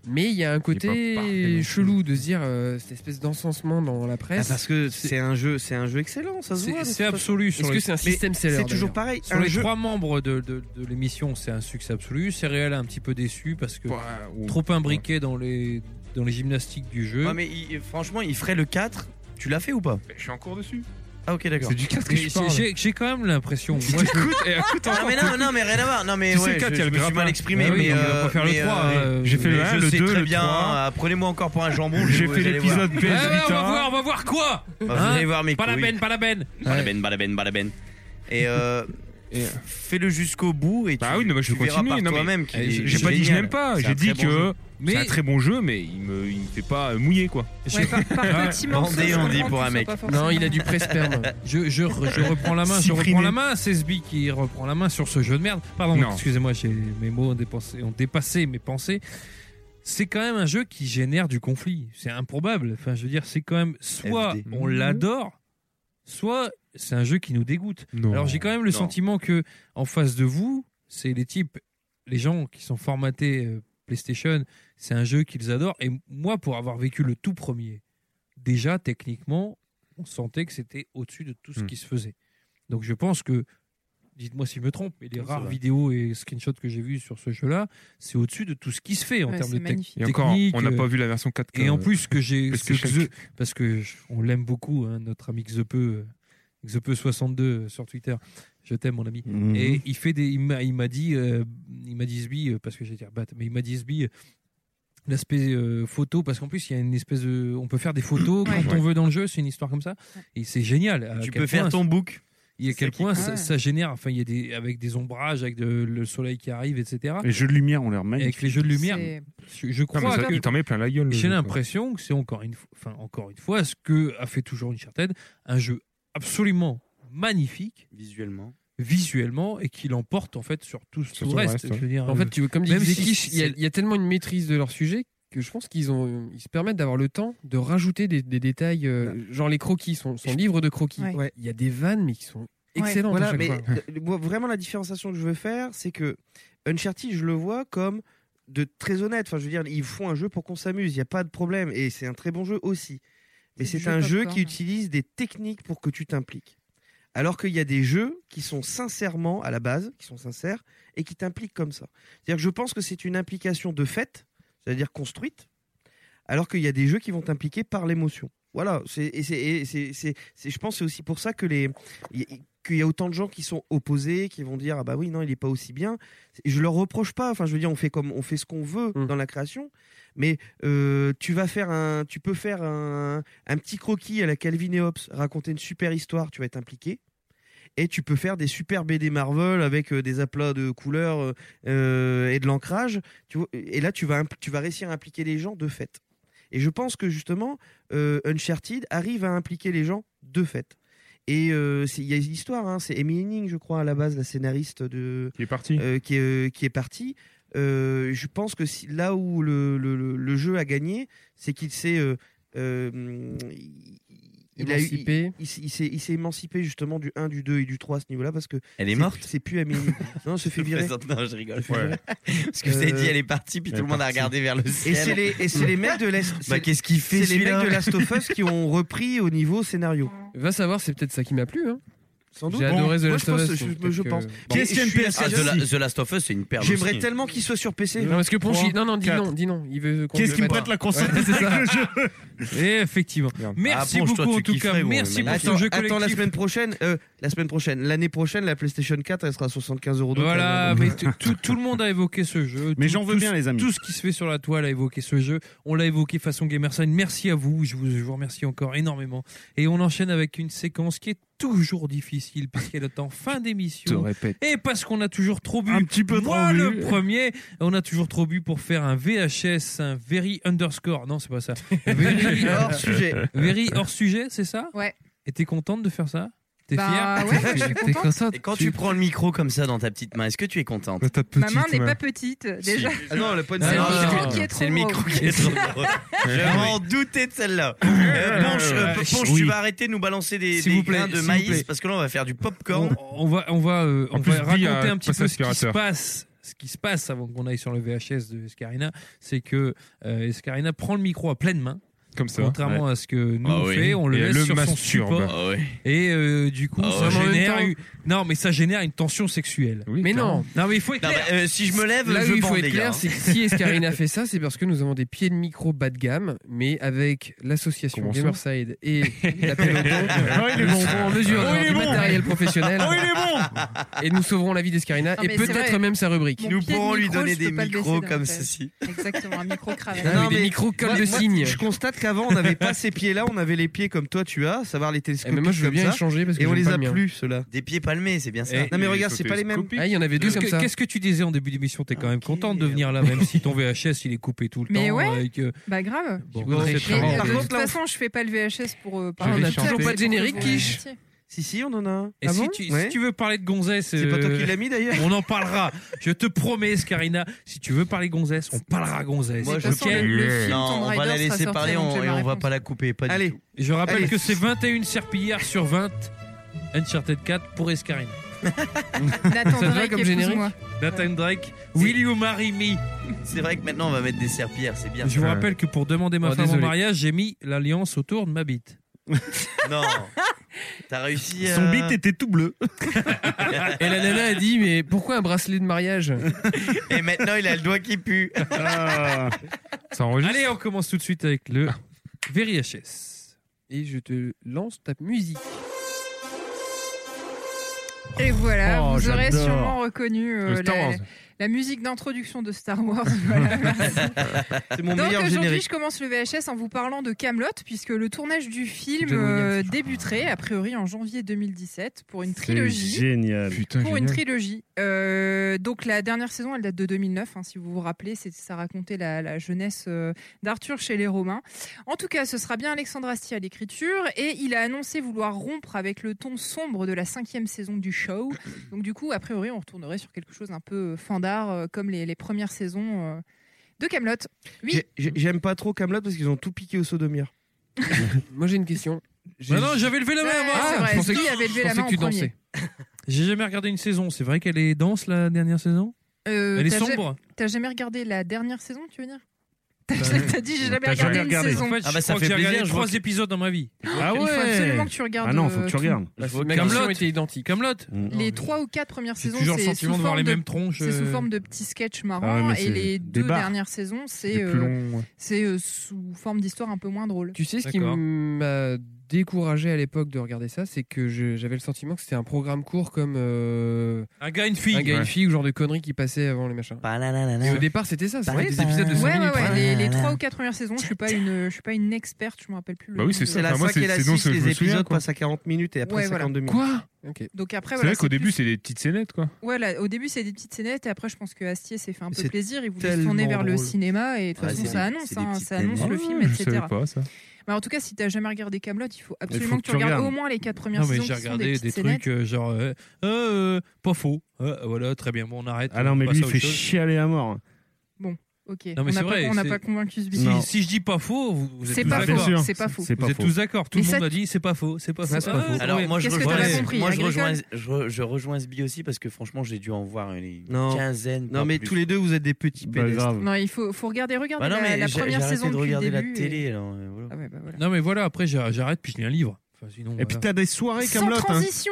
S3: Mais il y a un côté chelou de se dire euh, cette espèce d'encensement dans la
S6: Ah,
S3: presse.
S2: bah,
S6: parce que c'est un jeu, c'est un jeu excellent, ça se
S3: C'est-
S6: voit. de
S3: c'est
S6: toute façon.
S3: absolu sur Est-ce les- que c'est un
S6: Mais
S3: système seller,
S6: C'est toujours
S3: d'ailleurs
S6: pareil.
S2: Sur
S6: un
S2: les
S6: jeu-
S2: trois membres de, de- de l'émission, c'est un succès absolu. Céréal est un petit peu déçu parce que trop imbriqué dans les dans les gymnastiques du jeu.
S5: Ouais, mais il- franchement, il ferait le 4. Tu l'as fait ou pas Je suis en cours dessus. Ah, ok, d'accord.
S2: C'est du 4 que je parle. J'ai- j'ai quand même l'impression. Moi, je-
S5: non, Ah, mais non, non, mais rien à voir. Non, mais
S2: Tu sais,
S5: ouais,
S2: le quatre,
S5: je,
S2: il y a
S5: je
S2: le
S5: me suis
S2: grappin.
S5: mal exprimé,
S2: Bah oui,
S5: mais.
S2: on va
S5: euh,
S2: pas faire le
S5: mais,
S2: trois,
S5: euh,
S2: hein. J'ai fait le
S5: mais
S2: un,
S5: je
S2: le
S5: sais
S2: deux,
S5: très
S2: le
S5: bien,
S2: trois.
S5: euh, prenez-moi encore pour un jambon.
S2: J'ai
S5: vous
S2: fait
S5: allez voir.
S2: l'épisode PS Ouais, ouais, on va Vita. voir, on va voir quoi
S5: Vous
S2: Hein
S5: allez voir mes
S2: Pas la
S5: couilles.
S2: peine, pas la peine.
S5: Pas la peine, pas la peine, pas la peine. Et euh, fais-le jusqu'au bout et tu,
S9: Ah oui, non, mais
S5: tu
S9: je
S5: verras
S9: continue.
S5: par
S9: Non, mais
S5: toi-même qu'il
S9: eh,
S5: est
S9: J'ai pas dit que je
S5: génial.
S9: n'aime pas.
S5: C'est un
S9: J'ai dit
S5: très bon jeu.
S9: que c'est un très bon jeu, mais il me, il me fait pas mouiller quoi.
S5: Bandé, on dit pour un mec.
S2: Je, je, re- je reprends la main, je reprends la main. C'est Sbi qui reprend la main sur ce jeu de merde. Pardon,
S9: Non.
S2: excusez-moi, j'ai- mes mots ont dépassé, ont dépassé mes pensées. C'est quand même un jeu qui génère du conflit. C'est improbable. Enfin, je veux dire, c'est quand même soit
S9: FD.
S2: on l'adore, soit c'est un jeu qui nous dégoûte.
S9: Non.
S2: Alors j'ai quand même le
S9: Non.
S2: sentiment que en face de vous, c'est les types, les gens qui sont formatés euh, PlayStation, c'est un jeu qu'ils adorent. Et moi, pour avoir vécu le tout premier, déjà techniquement, on sentait que c'était au-dessus de tout ce
S9: Mm.
S2: qui se faisait. Donc je pense que, dites-moi si je me trompe, mais les
S9: Non, ça
S2: rares
S9: va.
S2: vidéos et screenshots que j'ai vus sur ce jeu-là, c'est au-dessus de tout ce qui se fait en
S9: Ouais,
S2: termes
S9: c'est
S2: de tec-
S9: magnifique. Et
S2: technique.
S9: encore, on n'a pas
S2: euh,
S9: vu la version 4K,
S2: Et en
S9: euh,
S2: plus que j'ai,
S9: parce
S2: ce
S9: que chaque-
S2: Xe- parce que je- on l'aime beaucoup, hein, notre ami Xepe, euh, Xepe62 euh, sur Twitter. Je t'aime mon ami.
S16: Mhm.
S2: Et il fait des, il m'a il m'a dit, euh, il m'a dit Zbi, euh, parce que j'allais dire bat, mais il m'a dit Zbi, euh, l'aspect euh, photo parce qu'en plus il y a une espèce de on peut faire des photos quand
S5: Ouais.
S2: on veut dans le jeu c'est une histoire comme ça et c'est génial à
S5: Tu
S2: quel
S5: peux faire
S2: point-
S5: ton book.
S2: il y a
S5: C'est
S2: quel
S5: ça qui-
S2: point ça,
S5: Ouais.
S2: ça génère enfin il y a des avec des ombrages avec de- le soleil qui arrive etc
S17: Les jeux de lumière, on les remet.
S2: avec les jeux de lumière
S17: C'est-
S2: je, je
S17: Non, mais
S2: crois
S17: ça,
S2: que
S17: il t'en met plein la gueule, le
S6: Mm,
S2: j'ai
S17: jeu, quoi.
S2: l'impression que c'est encore une fois enfin encore une fois ce que a fait toujours Uncharted un jeu absolument magnifique
S5: Visuellement.
S2: visuellement et qui l'emporte en fait sur tout, tout le reste, je veux dire,
S3: *laughs*
S2: euh,
S3: en fait, tu, comme
S2: même
S3: disait
S2: si
S3: Kish, il y, a-
S2: c'est-
S3: il y a tellement une maîtrise de leur sujet que je pense qu'ils ont, ils se permettent d'avoir le temps de rajouter des, des détails,
S6: Bah,
S3: euh, genre les croquis, son, son livre de croquis.
S6: Ouais.
S3: Ouais, Il y a des vannes, mais qui sont excellentes
S6: Voilà,
S3: à chaque
S6: mais
S3: fois.
S6: euh, moi, vraiment la différenciation que je veux faire, c'est que Uncharted, je le vois comme de très honnête. Enfin, je veux dire, ils font un jeu pour qu'on s'amuse. Il n'y a pas de problème, et c'est un très bon jeu aussi. Mais
S16: C'est du
S6: c'est
S16: jeu
S6: un jeu
S16: popcorn.
S6: qui utilise des techniques pour que tu t'impliques. Alors qu'il y a des jeux qui sont sincèrement à la base, qui sont sincères et qui t'impliquent comme ça. C'est-à-dire que je pense que c'est une implication de fait, c'est-à-dire construite, alors qu'il y a des jeux qui vont t'impliquer par l'émotion. Voilà, c'est, et c'est, et c'est- c'est- c'est- je pense que c'est aussi pour ça que les, y- y- qu'il y a autant de gens qui sont opposés, qui vont dire ah bah oui non il est pas aussi bien. C'est- Je leur reproche pas, enfin je veux dire on fait comme on fait ce qu'on veut dans la création, mais euh, tu vas faire un, tu peux faire un, un petit croquis à la Calvin et Hobbes, raconter une super histoire, tu vas être impliqué et tu peux faire des super BD Marvel avec euh, des aplats de couleurs euh, euh, et de l'ancrage. Tu vois, et là, tu vas, impl- tu vas réussir à impliquer les gens de fait. Et je pense que justement, euh, Uncharted arrive à impliquer les gens de fait. Et euh, c'est- il y a une histoire, hein, c'est Amy Henning, je crois, à la base, la scénariste de.
S9: Qui est partie.
S6: qui, est, euh, qui est partie. Euh, je pense que si- là où le, le- le- le jeu a gagné, c'est qu'il s'est. euh, euh, il- il, a eu-
S3: Émancipé.
S6: il, il s'est il s'est émancipé justement du 1, du 2 et du 3 à ce niveau-là parce que.
S5: Elle est
S6: c'est-
S5: morte
S6: C'est plus Amélie. non, elle se fait
S5: Je
S6: virer.
S5: plaisante, non, je rigole.
S6: Elle se fait
S5: Ouais.
S6: virer.
S5: Parce que vous avez dit, elle est partie, puis
S6: elle
S5: tout le
S6: est
S5: monde a
S6: partie.
S5: regardé vers le ciel.
S6: Et c'est les, et c'est les mecs de Last.
S5: Bah,
S6: c'est-
S5: qu'est-ce qu'il fait,
S6: C'est les mecs
S5: celui-là
S6: de Last of Us qui ont repris au niveau scénario.
S3: Va savoir, c'est peut-être ça qui m'a plu. Hein.
S6: Sans doute.
S3: J'ai
S6: Bon,
S3: adoré The
S6: moi,
S3: Last
S6: je
S3: of
S6: pense-
S3: Us.
S6: je-
S3: donc euh,
S6: je- je
S3: peut-être
S6: pense.
S3: que-
S6: Qui est-ce qui aime PS
S5: Ah, The, La- The Last of Us, c'est une perle.
S6: J'aimerais
S5: aussi.
S6: tellement qu'il soit sur PC.
S3: Non, parce que Ponchi.
S6: Trois,
S3: Non, non, dis
S6: quatre.
S3: non, dis non. Il veut qu'on
S6: Qu'est-ce
S3: le
S6: qui me
S3: mette.
S6: prête la console
S3: Ouais, c'est
S6: avec
S3: ça.
S6: le jeu
S2: Et effectivement. Merci
S6: Ah, Ponche, toi,
S2: beaucoup en
S6: tu
S2: tout cas.
S6: kifferais, gros,
S2: Merci
S6: mais
S2: pour ce
S6: Bah, attends,
S2: jeu
S6: Attends la
S2: collectif.
S6: semaine prochaine, euh, la semaine prochaine, l'année prochaine, la PlayStation 4 elle sera à 75 euros.
S2: Voilà, mais tout, tout- tout le monde a évoqué ce jeu.
S6: euh, *laughs* Mais
S2: Tout-
S6: j'en veux
S2: tout-
S6: bien, les amis.
S2: Tout ce qui se fait sur la toile a évoqué ce jeu. On l'a évoqué façon Gamerside. Merci à vous. Je vous, je vous remercie encore énormément. Et on enchaîne avec une séquence qui est toujours difficile parce qu'elle est en fin d'émission.
S16: Je te répète.
S2: Et parce qu'on a toujours trop bu.
S16: Un petit peu trop
S2: Moi,
S16: bu.
S2: le premier, on a toujours trop bu pour faire un VHS, un very underscore. Non, c'est pas ça. Very
S6: Hors sujet.
S2: Very hors sujet, c'est ça
S4: Ouais.
S2: Et t'es contente de faire ça T'es
S4: Bah
S2: fier
S4: ouais, moi, je suis
S5: T'es
S4: contente.
S5: contente Et quand tu prends le micro comme ça dans ta petite main, est-ce que tu es contente
S4: Ma main
S9: hein.
S4: n'est pas petite, déjà.
S5: Ah non, elle a pas une
S4: C'est
S5: main.
S4: le micro qui est trop
S5: C'est le
S4: gros.
S5: micro qui est
S4: *laughs*
S5: trop gros. Je m'en doutais de celle-là.
S2: Ah,
S5: Euh, Ponche, euh, Ponche,
S2: Oui.
S5: tu vas arrêter de nous balancer des,
S2: S'il
S5: des
S2: vous plaît,
S5: grains de
S2: s'il vous
S5: maïs
S2: plaît.
S5: parce que là, on va faire du
S2: on,
S5: pop-corn.
S2: on va, on va, euh,
S5: En
S2: on
S5: plus,
S2: va
S5: Guy
S2: raconter
S5: a
S2: un petit
S5: passé
S2: peu ce qui se
S5: aspirateur.
S2: passe. Ce qui se passe avant qu'on aille sur le VHS de Escarina, c'est que euh, Escarina prend le micro à pleine main.
S9: Comme ça,
S2: Contrairement
S9: ouais.
S2: à ce que nous
S9: Ah
S2: on
S9: oui.
S2: fait, on le
S9: Et
S2: laisse
S9: le
S2: sur son
S9: masturbe.
S2: support.
S9: Ah oui.
S2: Et euh, du coup,
S9: Ah
S2: ça
S9: ouais.
S2: génère
S9: En même
S2: une... Non, mais ça génère une tension sexuelle.
S3: Mais
S9: *laughs*
S3: non.
S2: Non, mais il faut être
S5: Non,
S2: clair.
S5: bah, euh, si je me lève,
S3: Là
S5: je
S3: où il
S5: bande,
S3: faut être
S5: les gars, hein.
S3: clair, c'est que si Escarina fait ça, c'est parce que nous avons des pieds de micro bas de gamme, mais avec l'association
S5: Comment ça
S3: Gamerside et
S6: *laughs*
S3: la Peloton,
S5: Ah, il est
S3: nous
S5: bon.
S3: serons en mesure
S5: Oh,
S3: d'avoir
S5: il est
S3: du
S5: bon.
S3: matériel professionnel.
S5: Oh, il est
S7: *laughs*
S3: Et nous sauverons la vie d'Escarina
S4: Non,
S3: et
S4: mais c'est
S3: peut-être
S4: vrai.
S3: même sa rubrique.
S4: Mon Nous pied de pourrons lui micro, donner je peux des pas le micros baisser dans comme la tête.
S5: ceci.
S4: Exactement, un micro cravate.
S6: Non, mais
S3: des micro-cols
S6: moi-
S3: de
S6: moi,
S3: cygne.
S6: Je constate qu'avant, on n'avait pas ces pieds-là, on avait les pieds comme toi, tu as, savoir les télescopiques.
S3: Eh, mais moi, je veux
S6: comme
S3: bien
S6: ça,
S3: les changer parce que
S6: Et on
S3: j'aime
S6: les
S3: pas
S6: a
S3: le mien.
S6: plus, ceux-là.
S5: Des pieds palmés, c'est bien ça.
S4: Ah,
S6: Eh, non, mais regarde, c'est pas les mêmes.
S3: Ah, il y en avait deux
S2: Qu'est-ce
S3: comme
S2: que-
S3: ça.
S2: Qu'est-ce que tu disais en début d'émission T'es quand même content de venir là, même si
S4: *laughs*
S2: ton VHS il est coupé tout le
S4: Mais
S2: temps.
S4: ouais.
S2: et que-
S4: Bah grave.
S2: Bon,
S4: Mais,
S2: c'est très
S4: mais
S2: bien.
S4: de toute façon, je fais pas le VHS pour. euh, par
S2: Je vais
S4: ordinateur,
S2: chanter.
S4: c'est
S2: Toujours pas de générique,
S4: pour vous
S2: Quiche
S4: remercier.
S6: Si, si, on en a un. Ah
S4: Ah
S2: Et si, tu, si tu veux parler de gonzesse, euh,
S6: C'est pas toi qui l'as mis, d'ailleurs.
S2: On en parlera. Je te promets, Scarina, si tu veux parler gonzesse, on parlera gonzesse.
S5: Moi, je
S2: Ok
S5: veux- Non, on va la laisser parler on- et on va *laughs* pas la couper. Pas
S6: Allez.
S5: du tout.
S2: Je rappelle
S5: Allez.
S2: que c'est 21 serpillères sur 20 Uncharted 4 pour Escarina.
S4: Nathan
S2: Ça te va
S4: Drake,
S2: comme générique
S4: épouse-moi.
S2: Nathan Drake, Will you marry me
S5: C'est vrai que maintenant, on va mettre des serpillères, c'est bien.
S2: Je vous rappelle que pour demander ma
S5: Oh,
S2: femme en
S5: désolé.
S2: mariage, j'ai mis l'alliance autour de ma bite. *laughs*
S5: Non. T'as réussi euh, à.
S2: Son bite
S6: était tout bleu.
S3: Et la nana a dit mais pourquoi un bracelet de mariage
S5: Et maintenant, il a le doigt
S2: *laughs*
S5: qui pue.
S7: Ah,
S2: Allez, on commence tout de suite avec le VRHS.
S3: Et je te lance ta musique.
S4: Et voilà,
S3: Oh,
S4: vous aurez
S3: j'adore.
S4: sûrement reconnu euh,
S3: Le Star
S4: la,
S9: hein.
S3: Wars.
S4: la musique d'introduction de Star Wars. *laughs* Voilà, merci.
S6: C'est mon
S4: Donc
S6: meilleur
S4: aujourd'hui,
S6: générique.
S4: je commence le VHS en vous parlant de Camelot, puisque le tournage du film
S6: John Williams,
S4: euh, débuterait a priori en janvier 2017 pour une trilogie.
S17: Génial.
S4: pour une trilogie. Euh, donc la dernière saison, elle date de 2009, hein, si vous vous rappelez, c'est, ça racontait la, la jeunesse euh, d'Arthur chez les Romains. En tout cas, ce sera bien Alexandre Astier à l'écriture, et il a annoncé vouloir rompre avec le ton sombre de la cinquième saison du *clears throat* show. Donc du coup, a priori, on retournerait sur quelque chose un peu fandard, euh, comme les, les premières saisons euh, de Camelot. Oui,
S6: J'ai- j'ai- J'aime pas trop Camelot parce qu'ils ont tout piqué au sodomir.
S3: Moi j'ai une question.
S2: Bah non, j'avais levé la main
S4: Ouais,
S2: avant.
S4: c'est vrai, Guy avait levé
S2: je
S4: la
S2: pensais
S4: main
S2: que tu
S4: en premier.
S2: dansais. J'ai jamais regardé une saison. C'est vrai qu'elle est dense la dernière saison
S4: Euh,
S2: Elle est
S4: t'as ja-
S2: sombre.
S4: T'as jamais regardé la dernière saison, tu veux dire *laughs* T'as dit, j'ai jamais regardé une saison.
S2: En fait,
S4: Ah
S2: je
S4: bah, ça
S2: crois
S4: fait
S2: que j'ai regardé
S4: plaisir, je
S2: trois
S4: vois que-
S2: épisodes dans ma vie.
S4: Ah Il faut ouais. absolument que tu regardes, Ah non, faut que tu euh, regardes. tout.
S3: Bah,
S2: Faut-
S3: ma question
S2: Camelot.
S3: était identique.
S2: Camelot.
S7: Mm.
S4: les trois ou quatre premières
S2: J'ai
S4: saisons,
S2: toujours le
S4: c'est
S2: sentiment
S4: sous
S2: de voir
S4: forme
S2: les mêmes tronches,
S4: C'est sous
S2: euh.
S4: forme de petits sketchs
S2: Ah ouais,
S4: marrants,
S2: mais
S4: et
S2: c'est
S4: les
S2: des
S4: deux
S2: bars.
S4: dernières saisons, c'est
S2: des plus
S4: euh,
S2: longs, ouais.
S4: c'est euh, sous forme d'histoire un peu moins drôle.
S3: Tu sais ce qui m'a découragé à l'époque de regarder ça, c'est que je- j'avais le sentiment que c'était un programme court comme euh,
S2: Un gars, une fille.
S3: un gars
S2: Ouais.
S3: une fille ou genre de conneries qui passaient avant les machins. Et au départ c'était ça, c'était des épisodes de 5
S4: Ah, Ouais, ouais,
S3: minutes.
S4: ouais, les, les trois ou quatre premières saisons, je suis pas une, je suis pas une experte, je me rappelle plus. Le
S9: Bah oui,
S4: nom
S9: c'est
S4: de-
S9: ça.
S6: La
S9: Enfin, moi,
S6: 5 et
S9: c'est-
S6: la
S9: c'est dont
S6: 6,
S9: je me
S6: les
S9: souviens,
S6: épisodes
S9: quoi.
S6: passent à 40 minutes et après
S4: Ouais, voilà.
S6: 52 minutes.
S3: Quoi
S4: Donc après,
S9: C'est
S4: voilà,
S9: vrai qu'au
S4: c'est
S9: début, c'est des petites scénettes, quoi.
S4: Ouais, là, au début, c'est des petites scénettes, et après, je pense que Astier s'est fait un peu
S9: C'est
S4: plaisir. Il voulait se
S9: tellement
S4: tourner vers le
S9: drôle.
S4: cinéma, et de toute
S9: Ouais,
S4: façon,
S9: c'est
S4: ça
S9: des-
S4: annonce,
S9: c'est des
S4: hein,
S9: petites
S4: ça annonce le
S9: scénettes.
S4: film,
S9: Ah,
S4: etc.
S9: je savais pas, ça.
S4: Mais en tout cas, si t'as jamais regardé Camelot, il faut
S2: faut
S4: absolument
S2: que
S4: que tu
S2: tu
S4: regardes au
S2: regardes.
S4: moins les quatre premières
S2: Non, mais
S4: saisons.
S2: j'ai
S4: qui sont des
S2: regardé des,
S4: petites scénettes.
S2: trucs euh, genre. euh, euh, euh, pas faux. Euh, voilà, très bien. Bon, on arrête.
S17: Ah non,
S2: on
S17: mais
S2: passe
S17: lui,
S2: à
S17: il
S2: autre
S17: fait
S2: chose.
S17: chialer à mort.
S4: Bon, ok.
S2: Non, mais
S4: on n'a
S2: c'est
S4: pas-
S2: vrai,
S4: on n'a
S2: c'est-
S4: pas convaincu ce
S2: Si, si je dis pas faux, vous, vous êtes
S4: C'est
S2: tous
S4: pas
S2: d'accord.
S4: faux, Bien sûr. c'est pas faux.
S2: Vous
S4: C'est pas
S2: êtes
S4: faux.
S2: tous d'accord. Tout
S4: Mais
S2: le
S4: ça-
S2: monde a dit c'est pas faux, c'est pas faux.
S4: Ça, c'est pas faux.
S5: Alors, moi, je rejoins, moi, je
S4: Agricole
S5: rejoins, je, re- je rejoins SB aussi parce que franchement, j'ai dû en voir une
S6: Non.
S5: quinzaine.
S6: Non,
S5: pas
S6: mais
S5: plus.
S6: tous les deux, vous êtes des petits pédestres.
S4: Non, il faut, faut regarder, regarde
S5: Bah non,
S4: la,
S5: mais
S4: la
S5: j'ai-
S4: première
S5: j'ai arrêté
S4: saison
S5: de
S4: depuis le
S5: regarder la
S4: début et-
S5: télé, alors, euh, voilà.
S4: Ah ouais, bah voilà.
S2: Non, mais voilà, après, j'a- j'arrête, puis je lis un livre. Enfin, sinon,
S17: Et
S2: voilà.
S17: puis t'as des soirées
S4: Sans
S17: Camelot.
S2: hein.
S4: transition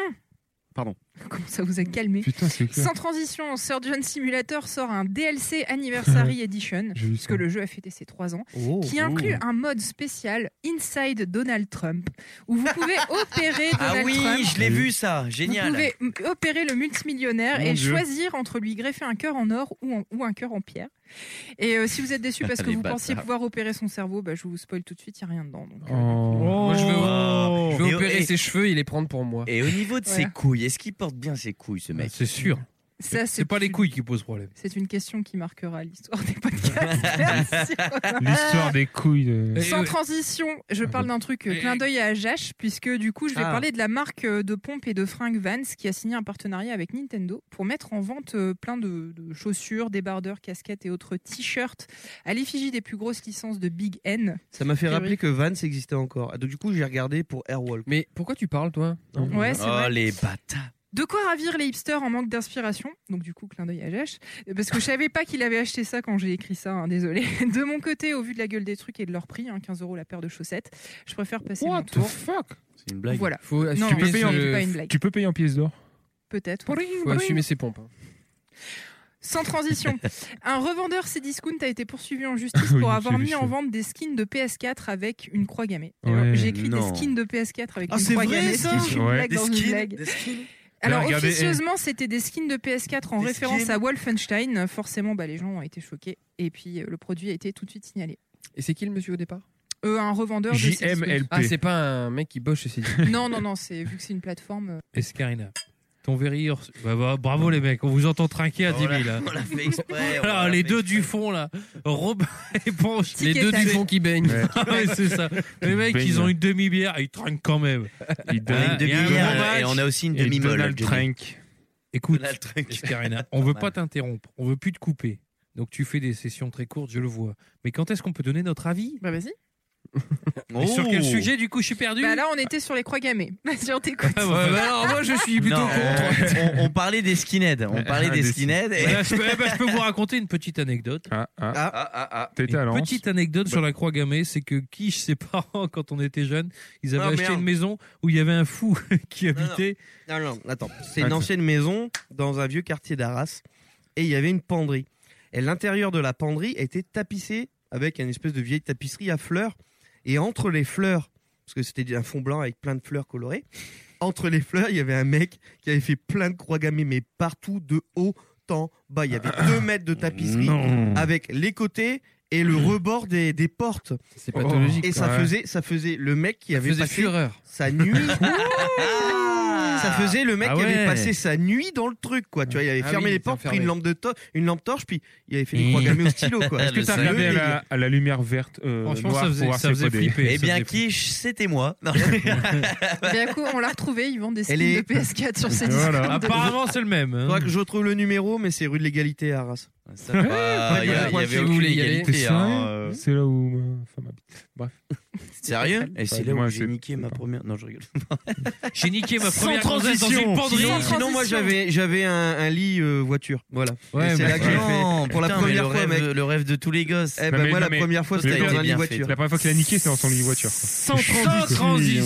S17: Pardon.
S4: *laughs* Comment ça vous a calmé Sans transition, Surgeon Simulator sort un DLC
S5: *laughs*
S4: Anniversary Edition,
S17: J'ai vu
S4: puisque
S17: ça.
S4: le jeu a fêté ses 3 ans,
S17: Oh,
S4: qui
S17: oh.
S4: inclut un mode spécial Inside Donald Trump, où vous
S5: *laughs*
S4: pouvez opérer
S5: Ah
S4: Donald
S5: oui,
S4: Trump.
S5: je l'ai vu ça, génial.
S4: Vous pouvez m- opérer le multimillionnaire
S5: Mon
S4: et
S5: Dieu.
S4: choisir entre lui greffer un cœur en or ou, en- ou un cœur en pierre. Et euh, si vous êtes déçu
S5: *laughs*
S4: parce que
S5: Les
S4: vous pensiez
S5: bâtards.
S4: pouvoir opérer son cerveau, bah, je vous spoil tout de suite, il n'y a rien dedans. donc. euh,
S3: Moi je veux,
S5: Oh.
S3: je veux
S5: Et-
S3: opérer
S5: et-
S3: ses cheveux et les prendre pour moi.
S5: Et au niveau de ses
S4: Ouais.
S5: couilles, est-ce qu'il porte bien ses couilles, ce mec
S2: C'est sûr.
S4: Ça,
S2: C'est pas les couilles qui posent problème.
S4: C'est une question qui marquera l'histoire des
S5: *laughs*
S4: podcasts.
S9: L'histoire des couilles. De...
S4: Sans transition, je parle d'un truc euh, clin d'œil à Ajax, puisque du coup, je vais
S9: Ah.
S4: parler de la marque euh, de pompes et de fringues Vans qui a signé un partenariat avec Nintendo pour mettre en vente euh, plein de, de chaussures, débardeurs, casquettes et autres t-shirts à l'effigie des plus grosses licences de Big N.
S6: Ça m'a fait
S4: Oui.
S6: rappeler que Vans existait encore. Ah, donc, du coup, j'ai regardé pour Airwalk.
S3: Mais pourquoi tu parles, toi
S4: Ouais, c'est
S3: Ah.
S4: vrai.
S6: les bâtards.
S4: De quoi ravir les hipsters en manque d'inspiration Donc du coup, clin d'œil à Jèche. Parce que je savais pas qu'il avait acheté ça quand j'ai écrit ça, hein, désolé. *laughs* De mon côté, au vu de la gueule des trucs et de leur prix, hein, 15 euros la paire de chaussettes, je préfère passer mon tour.
S5: C'est
S4: une blague. Voilà.
S3: Faut
S4: Non,
S3: assumer
S4: tu peux
S3: ce-
S4: payer en- c'est pas une blague.
S9: Tu peux payer en pièces d'or.
S4: Peut-être.
S3: Faut assumer ses pompes. hein.
S4: Sans
S3: *laughs*
S4: transition. Un revendeur Cdiscount a été poursuivi en justice
S3: Oui,
S4: pour
S3: j'ai
S4: avoir
S3: vu
S4: mis
S3: ça.
S4: en vente des skins de PS4 avec une croix gammée. D'ailleurs,
S9: Ouais,
S4: J'ai écrit
S9: non.
S4: des skins de PS4 avec
S16: Ah,
S4: une
S16: c'est
S4: croix
S16: vrai,
S4: gammée.
S16: ça
S4: ce qui est une
S9: Ouais.
S4: blague
S9: Des
S4: dans une
S9: skins,
S4: blague.
S9: Là,
S4: Alors
S9: regardez,
S4: officieusement, c'était des skins de PS4 en
S16: Des
S4: référence
S16: skins.
S4: à Wolfenstein. Forcément, bah, les gens ont été choqués. Et puis, euh, le produit a été tout de suite signalé.
S3: Et c'est qui le monsieur au départ
S4: Euh, Un revendeur de
S3: JMLP.
S4: Cdiscount.
S3: Ah, c'est pas un mec qui bosse chez ses
S2: *laughs*
S4: Non, non, non, c'est vu que c'est une plateforme. euh,
S2: Escarina. Ton verri hors- bah, bah, bravo les mecs, on vous entend trinquer à
S5: On
S2: 10 000.
S5: l'a-
S2: hein.
S5: on l'a fait exprès, on
S2: Alors,
S5: l'a
S2: les
S5: fait
S2: deux du fond là, Rob *laughs* et Ponche.
S3: Les deux du fond qui baignent.
S2: *laughs* Ah ouais, c'est ça. Les mecs,
S5: baignent.
S2: ils ont une demi-bière et ils trinquent quand même.
S9: Ils
S5: donnent une demi-bière, et on a aussi une demi-molle, Johnny.
S2: Écoute,
S5: Donald Trump.
S2: Escarina, on veut
S5: Pas
S2: pas
S5: mal.
S2: t'interrompre, on veut plus te couper. Donc tu fais des sessions très courtes, je le vois. Mais quand est-ce qu'on peut donner notre avis
S4: Bah vas-y.
S2: Et Sur quel
S5: Oh.
S2: sujet du coup je suis perdu
S4: Bah là, on était sur les croix gammées. *laughs* Vas-y, on t'écoute.
S2: Ah, bah, bah, alors, moi, je suis plutôt
S5: Non, *laughs*
S2: contre.
S5: euh, on, on parlait des skinheads. On parlait des skinheads. et-
S2: Voilà, je, peux, eh ben, je peux vous raconter une petite anecdote.
S9: Ah,
S4: Ah,
S9: T'étais
S2: Une
S9: à Lens.
S2: petite anecdote sur la croix gammée, c'est que Quiche, ses parents, *laughs* quand on était jeunes, ils avaient
S6: Ah,
S2: acheté
S6: merde.
S2: une maison où il y avait un fou *laughs* qui habitait.
S6: Non, non, attends. C'est une
S2: Attends.
S6: ancienne maison dans un vieux quartier d'Arras et il y avait une penderie. Et l'intérieur de la penderie était tapissé avec une espèce de vieille tapisserie à fleurs. Et entre les fleurs, parce que c'était un fond blanc avec plein de fleurs colorées, entre les fleurs, il y avait un mec qui avait fait plein de croix gammées, mais partout, de haut en bas. Il y avait deux mètres de tapisserie
S16: Non.
S6: avec les côtés et le rebord des, des portes.
S3: C'est pathologique,
S6: Et ça
S3: quoi.
S6: faisait, ça faisait le mec qui avait
S3: faisait
S6: passé
S3: fureur.
S6: sa *laughs* nuit. Ça faisait le mec
S2: Ah
S6: qui
S2: ouais.
S6: avait passé sa nuit dans le truc, quoi. Tu vois, il avait
S2: Ah
S6: fermé
S2: oui,
S6: les portes,
S2: fermé.
S6: pris une lampe, de to- une lampe torche, puis il avait fait des croix *laughs* gammées au stylo, quoi.
S9: Est-ce que t'as
S6: Le
S9: regardé à la,
S6: délire.
S9: à la lumière verte euh,
S6: Franchement,
S9: noire
S6: ça faisait-
S9: pour voir
S6: ça
S9: si
S6: faisait
S9: c'était-
S6: flipper,
S5: Eh bien, Quiche, c'était moi. Non.
S4: D'un coup, on l'a retrouvé. Ils vendent des skins
S6: Elle est-
S4: de PS4 sur ces disques.
S2: Apparemment, c'est le même. hein.
S6: Faudra que je retrouve le numéro, mais c'est rue de l'égalité à Arras.
S5: *laughs* Ça va, il y a- il y avait aucune égalité. hein, euh,
S9: C'est là où ma femme habite. Bref.
S5: Sérieux Et c'est
S9: Ouais,
S5: là
S9: moi,
S5: où j'ai
S9: c'est-
S5: niqué ma première. Non, je rigole.
S2: J'ai niqué ma
S6: Sans
S2: première grossesse dans une penderie.
S6: Sinon, sinon, moi j'avais j'avais un, un lit euh, voiture, voilà.
S2: Ouais,
S6: Et c'est
S2: mais-
S6: là que j'ai
S5: Non,
S6: fait pour la
S5: putain, mais
S6: première
S5: le
S6: fois,
S5: rêve-
S6: mec.
S5: Le rêve de tous les gosses.
S6: Eh ben, moi, la première fois, c'était
S9: la
S6: dans un
S9: première-
S6: lit voiture.
S9: La première fois qu'il a niqué, c'est dans son lit voiture.
S2: Sans
S4: transition.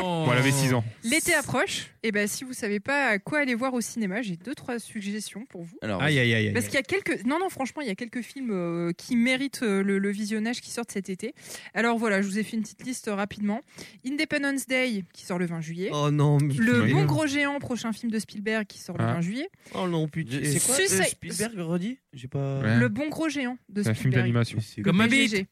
S9: Bon, elle avait 6 ans.
S4: L'été approche. Et ben, si vous savez pas à quoi aller voir au cinéma, j'ai deux trois suggestions pour vous.
S5: Alors,
S2: Aïe, aïe, aïe, aïe.
S4: Parce qu'il y a quelques. Non, non, franchement, il y a quelques films euh, qui méritent euh, le, le visionnage qui sortent cet été. Alors voilà, je vous ai fait une petite liste euh, rapidement. Independence Day, qui sort le 20 juillet.
S6: Oh non,
S4: Le Bon Gros Géant, prochain film de Spielberg, qui sort le
S6: Ah.
S4: 20 juillet.
S6: Oh non, putain. C'est quoi euh,
S4: Suicide-
S6: Spielberg redit J'ai pas.
S4: Le Bon Gros Géant de
S9: C'est un
S4: Spielberg.
S9: film d'animation.
S4: Le
S2: Comme ma
S4: BGG.
S2: bite.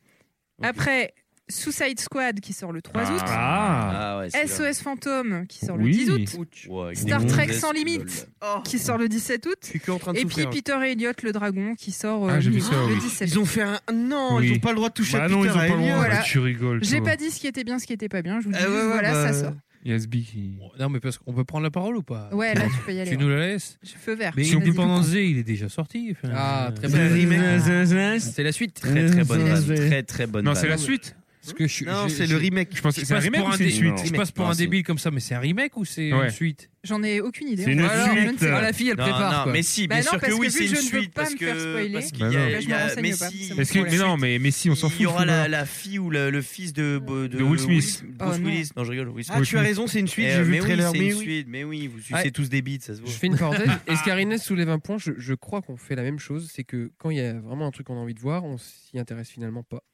S4: Après, Suicide Squad, qui sort le 3 août.
S5: Ah, ouais, c'est là.
S4: SOS Fantôme, qui sort le
S5: Oui.
S4: 10 août.
S5: Ouais, avec
S4: Eh, Star
S5: des
S4: Trek
S5: gonzesses,
S4: sans
S5: lol.
S4: limite, qui sort le 17 août.
S6: suis que en train de
S4: Et puis
S6: souffrir.
S4: Peter Elliot, le dragon, qui sort euh,
S9: Ah, j'ai vu
S4: mi-août,
S9: ça,
S4: le
S9: oui.
S4: 17.
S6: Ils ont fait un. Non,
S9: Oui.
S6: ils ont pas le droit de toucher
S9: Bah
S6: à
S9: non, ils
S6: Peter
S9: ont pas le
S6: Elliott.
S9: droit.
S4: Voilà.
S9: Tu rigoles. toi.
S4: J'ai pas dit ce qui était bien, ce qui était pas bien. Je vous dis
S6: Eh ouais,
S4: juste,
S6: ouais,
S4: voilà,
S6: bah,
S4: ça sort.
S9: Yasby qui.
S2: Non, mais parce qu'on peut prendre la parole ou pas
S4: Ouais, là, tu peux y aller.
S2: Tu nous la laisses
S4: Je feu vert.
S2: Mais
S4: Vas-y, du
S2: Independence Day, il est déjà sorti. enfin,
S3: Ah, très
S2: euh,
S3: bonne
S2: le
S3: idée.
S2: remake.
S3: C'est la suite.
S5: Très très bonne
S2: Non,
S5: vanne.
S2: c'est-
S5: Très très bonne
S9: Non,
S5: vanne.
S9: c'est la suite.
S2: Parce que je- je-
S6: Non, c'est
S2: je-
S6: le remake.
S9: Je pense que c'est un
S2: passe
S9: remake
S2: pour
S9: ou
S2: un
S9: c'est une
S2: dé-
S9: suite
S2: Je passe pour
S5: Non,
S2: un
S5: c'est-
S2: débile comme ça, mais c'est un remake ou c'est
S9: Ouais.
S2: une suite
S4: coup. J'en ai aucune idée.
S9: C'est une
S4: Alors, je ne
S9: suite.
S4: sais pas.
S3: Ah, la fille, elle
S5: Non,
S3: prépare.
S5: non,
S3: quoi.
S5: mais si,
S4: Bah
S5: bien
S4: non,
S5: sûr que
S4: parce
S5: oui,
S4: que
S5: c'est
S4: vu
S5: une
S4: que je ne veux
S5: suite.
S4: pas
S5: Parce
S4: me faire
S5: que.
S4: spoiler,
S5: Parce qu'il
S9: Bah
S5: y a-
S9: non.
S4: Là, je
S5: il y
S4: me
S5: a-
S4: renseigne
S5: mais
S4: pas,
S5: si,
S4: c'est
S5: il
S4: mon
S5: y a-
S9: Est-ce que... Mais non, mais Messi, on s'en fout.
S5: Il y aura
S9: je
S5: la, la fille ou le, le fils de, de,
S9: De Will Smith.
S4: Oh,
S5: Bruce
S4: non.
S5: Willis. Non, je rigole. Will
S6: Ah,
S5: Smith.
S6: tu as raison, c'est une suite.
S5: Eh,
S6: J'ai vu
S5: mais
S6: le
S5: oui,
S6: trailer.
S5: c'est
S6: mais
S5: une
S6: oui.
S5: suite, mais oui, vous sucez
S3: Ouais.
S5: tous des bites, ça se voit.
S3: Je fais
S2: *laughs*
S3: une parenthèse. Escarinès soulève un point. Je, je crois qu'on fait la même chose. C'est que quand il y a vraiment un truc qu'on a envie de voir, on s'y intéresse finalement pas.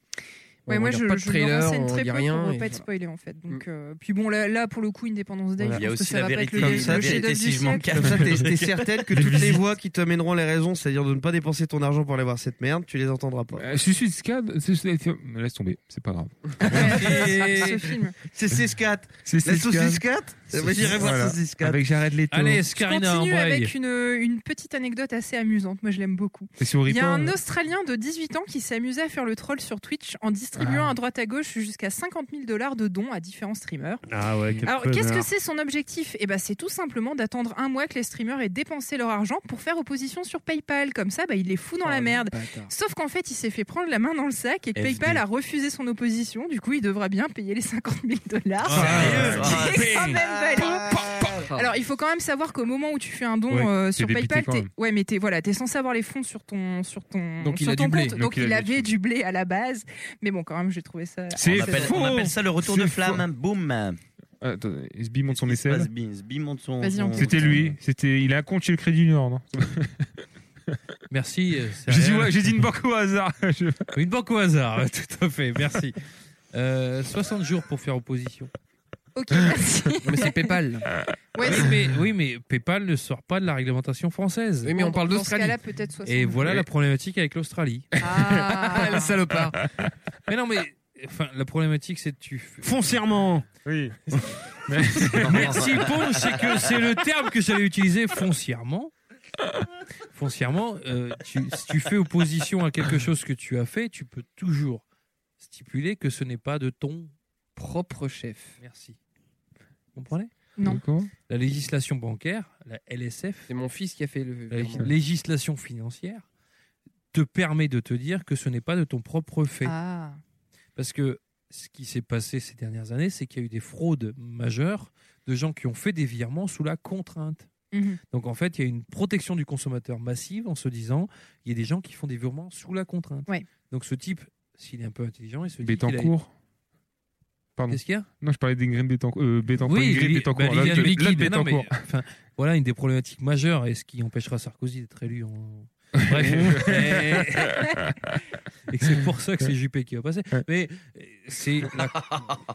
S3: On
S4: Ouais, moi,
S3: regarde
S4: je,
S3: pas de
S4: je
S3: trailer,
S4: me renseigne
S3: on
S4: très
S3: dit
S4: peu
S3: rien,
S4: pour ne
S3: et
S4: pas être
S3: voilà.
S4: spoilé en fait. Donc, euh, puis bon, là, là, pour le coup, une dépendance d'âge,
S5: Voilà.
S4: je
S5: Il y a
S4: pense que
S5: aussi
S4: ça
S5: la
S4: va
S5: vérité.
S4: pas être le,
S5: Comme ça,
S4: le
S5: la vérité,
S4: chef-d'œuvre
S5: si
S4: du
S5: je m'en
S4: siècle.
S5: cache.
S6: Comme ça, t'es t'es
S9: *laughs*
S6: certaine que toutes les
S9: visites.
S6: voix qui te mèneront les raisons, c'est-à-dire de ne pas dépenser ton argent pour aller voir cette merde, tu les entendras pas.
S9: Euh, Suicide Squad, c'est- c'est- laisse tomber, c'est pas grave.
S6: Et- C'est C4.
S9: C'est
S6: La
S9: C4.
S6: saucisse 4 Moi j'irai voir
S9: Voilà.
S6: saucisse 4.
S9: Avec Jared Leto. Allez,
S4: Je continue avec une, une petite anecdote assez amusante. Moi, je l'aime beaucoup.
S9: C'est sur euh,
S4: Il y a
S9: Ripon,
S4: un
S9: là.
S4: Australien de 18 ans qui s'est amusé à faire le troll sur Twitch en distribuant à droite à gauche jusqu'à 50 000 dollars de dons à différents streamers.
S17: Ah ouais, quel
S4: Alors, qu'est-ce que
S17: connard.
S4: c'est son objectif Eh ben, c'est tout simplement d'attendre un mois que les streamers aient dépensé leur argent pour faire opposition sur PayPal. Comme ça, bah, il les fout dans la merde. Sauf qu'en fait, il s'est fait prendre la main dans le sac et que
S5: FD.
S4: PayPal a refusé son opposition. Du coup, il devra bien payer les 50 000 dollars.
S5: Sérieux
S6: Ah,
S4: C'est quand
S5: Ping.
S4: même valide. Alors, il faut quand même savoir qu'au moment où tu fais un don
S5: Ouais,
S4: euh,
S5: t'es
S4: sur
S5: débité
S4: PayPal,
S5: quand
S4: t'es-
S5: même.
S4: ouais, mais t'es voilà, t'es censé avoir les fonds sur ton sur ton
S5: Donc il
S4: sur
S5: a
S4: ton
S5: dublé.
S4: compte.
S5: Donc
S4: Donc
S5: il
S4: il,
S5: a
S4: avait dublé à la base, mais bon, quand même, j'ai trouvé ça.
S5: on appelle, on appelle ça le retour de flamme. hein. Boum.
S9: Attends, Sbi monte son message.
S5: Sbi monte son.
S4: Vas-y, on-
S9: C'était lui. C'était. Il a un compte chez le Crédit du Nord. non
S2: Merci. euh, c'est
S9: J'ai dit,
S2: rien.
S9: ouais, j'ai dit une banque au hasard. Je-
S2: Une banque au hasard, *laughs* ouais, tout à fait, merci. Euh, 60 jours pour faire opposition.
S4: Ok,
S5: *laughs*
S4: merci.
S2: mais c'est PayPal.
S4: *laughs* Ouais,
S2: oui, mais, oui, mais PayPal ne sort pas de la réglementation française.
S4: Bon, dans- dans ce cas-là, peut-être 60
S2: Et voilà
S4: Ouais.
S2: la problématique avec
S4: *laughs*
S2: l'Australie.
S4: Ah.
S5: *laughs*
S2: le salopard. Mais non, mais enfin, la problématique, c'est que tu. fais-
S16: Foncièrement
S9: Oui.
S2: Merci, Pong, c'est que c'est le terme que j'allais utiliser foncièrement. Foncièrement, euh, tu- si tu fais opposition à quelque chose que tu as fait, tu peux toujours stipuler que ce n'est pas de ton propre chef. Merci. Vous comprenez
S4: Non.
S9: D'accord.
S2: La législation bancaire, la LSF.
S3: C'est mon fils qui a fait le.
S2: La lég- législation financière te permet de te dire que ce n'est pas de ton propre fait.
S4: Ah.
S2: Parce que ce qui s'est passé ces dernières années, c'est qu'il y a eu des fraudes majeures de gens qui ont fait des virements sous la contrainte.
S4: Mhm.
S2: Donc en fait, il y a une protection du consommateur massive en se disant il y a des gens qui font des virements sous la contrainte.
S4: Ouais.
S2: Donc ce type, s'il est un peu intelligent, il se dit. qu'il a-
S9: Bétancourt. Pardon.
S2: Qu'est-ce qu'il y a
S9: Non, je parlais d'Ingrid Bétancourt. Euh, Bétancourt.
S2: Oui,
S9: Ingrid
S2: Lili-
S9: Bétancourt.
S2: bah,
S9: l'autre-
S2: Liliane
S9: l'autre
S2: Liquide, mais non, mais,
S9: Bétancourt.
S2: enfin, voilà une des problématiques majeures et ce qui empêchera Sarkozy d'être élu
S4: *laughs*
S2: en. Bref. *laughs* et et que c'est pour ça que c'est Juppé qui va passer. Mais euh, c'est.
S4: *laughs*
S2: la-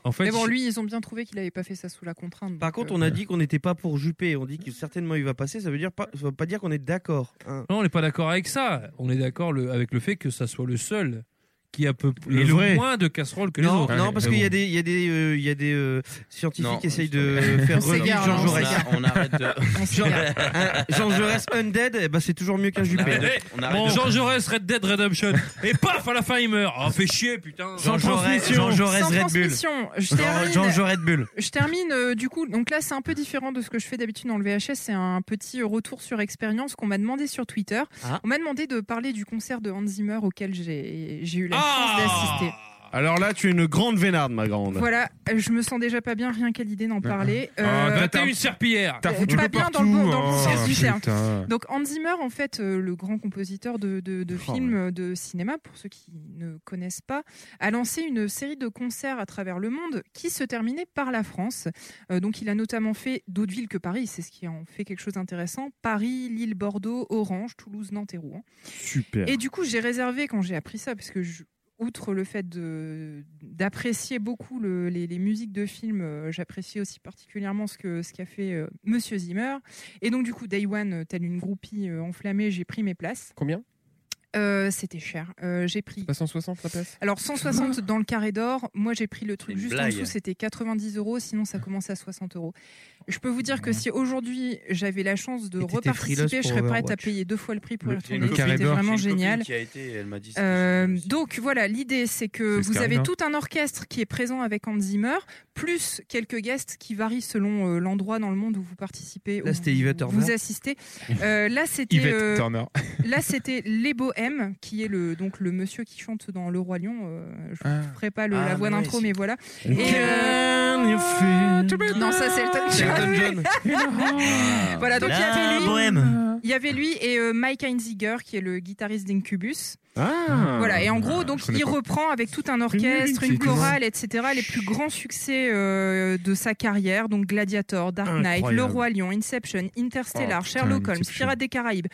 S2: En fait,
S4: mais bon,
S2: je-
S4: lui, ils ont bien trouvé qu'il n'avait pas fait ça sous la contrainte. euh,
S6: Par contre, on a dit qu'on n'était pas pour Juppé. On dit que certainement il va passer. Ça veut dire pas, ça veut pas dire qu'on est d'accord. hein.
S2: Non, on n'est pas d'accord avec ça. On est d'accord le- avec le fait que ça soit le seul qui a peu
S6: Le
S2: et le
S6: vrai.
S2: moins de casseroles que les
S6: Non,
S2: autres.
S6: non, parce qu'il y a des, il y a des, euh, il y a des euh, scientifiques
S2: Non,
S6: qui essayent
S2: on
S6: de
S2: s'égare.
S6: faire
S2: On
S6: revivre
S2: s'égare,
S6: Jean
S2: on
S6: Jaurès.
S2: s'égare, on arrête de- On
S6: Jean,
S2: s'égare.
S6: hein, Jean Jaurès undead, eh ben, c'est toujours mieux qu'un Juppé.
S2: Mais, eh,
S6: *laughs*
S2: Bon, Jean Jaurès, Red Dead Redemption. Et paf, à la fin, il meurt. Oh, fait chier, putain.
S6: Jean Jaurès, Jean Jaurès
S4: Sans
S6: Red Bull.
S4: transmission, je
S6: Jean,
S4: termine.
S6: Jean Jaurès Red Bull.
S4: Je termine euh, du coup. Donc là, c'est un peu différent de ce que je fais d'habitude dans le VHS. C'est un petit retour sur expérience qu'on m'a demandé sur Twitter.
S9: Ah.
S4: On m'a demandé de parler du concert de Hans Zimmer auquel j'ai j'ai eu la chance d'assister.
S16: Alors là, tu es une grande vénarde, ma grande.
S4: Voilà, euh, je me sens déjà pas bien rien qu'à l'idée d'en parler.
S16: Ah,
S4: Euh,
S16: t'as-
S2: T'as une serpillière.
S4: Euh, pas bien dans le bon, dans le bon
S9: hein.
S4: sens du terme.
S9: putain.
S4: Donc Hans Zimmer, en fait, euh, le grand compositeur de, de- de films, euh, de cinéma, pour ceux qui ne connaissent pas, a lancé une série de concerts à travers le monde qui se terminait par la France. Euh, donc il a notamment fait d'autres villes que Paris, c'est ce qui en fait quelque chose d'intéressant. Paris, Lille, Bordeaux, Orange, Toulouse, Nantes et Rouen.
S16: Super.
S4: Et du coup, j'ai réservé quand j'ai appris ça, parce que je- outre le fait de- d'apprécier beaucoup le- les, les musiques de films, euh, j'appréciais aussi particulièrement ce qu'a ce qu'a fait euh, Monsieur Zimmer. Et donc, du coup, Day One, euh, telle une groupie euh, enflammée, j'ai pris mes places.
S3: Combien
S4: C'était cher. Euh, j'ai pris.
S3: Pas 160 la place
S4: Alors 160 dans le carré d'or, moi j'ai pris le truc
S3: Une
S4: juste en
S3: blague.
S4: dessous, c'était 90 euros, sinon ça commençait à 60 euros. Je peux vous dire que si aujourd'hui j'avais la chance de
S5: t'étais frileuse
S4: reparticiper,
S5: pour
S4: je serais prête à
S5: Overwatch.
S4: payer deux fois le prix pour y
S5: Le-
S4: retourner.
S5: le carré
S4: C'était
S5: d'or. J'ai
S4: vraiment
S5: une copine
S4: génial.
S5: qui a été, elle m'a dit ça.
S4: Euh, donc voilà, l'idée c'est que
S5: C'est
S4: vous
S5: Scarina.
S4: avez tout un orchestre qui est présent avec Hans Zimmer, plus quelques guests qui varient selon euh, l'endroit dans le monde où vous participez.
S6: Là,
S4: où
S6: c'était Yvette
S4: vous-
S6: Horner.
S4: Vous assistez. Euh, là c'était
S9: Yvette
S4: euh,
S9: Turner.
S4: Là, c'était Les Bohèmes, qui est le, donc, le monsieur qui chante dans Le Roi Lion. euh, je
S9: Ah.
S4: ne ferai pas le-
S9: Ah,
S4: la voix
S9: mais ouais,
S4: d'intro,
S9: c'est-
S4: mais voilà.
S9: Can you
S4: Non, ça, c'est Elton John. *laughs*
S9: Elton John.
S4: voilà, donc il y
S5: La
S4: avait lui.
S5: bohème.
S2: là
S4: Il y avait lui et euh, Mike Einziger, qui est le guitariste d'Incubus.
S2: Ah.
S4: voilà, et en
S9: bah,
S2: Ah,
S4: gros, donc
S2: je connais
S4: il
S2: pas.
S4: reprend avec tout un orchestre,
S2: C'est
S4: une
S2: étonnant.
S4: chorale, etc., les plus grands succès euh, de sa carrière, donc Gladiator, Dark Knight,
S20: Incroyable.
S4: Le Roi Lion, Inception, Interstellar,
S20: Oh, putain,
S4: Sherlock Holmes,
S20: Inception.
S4: Pirates des Caraïbes.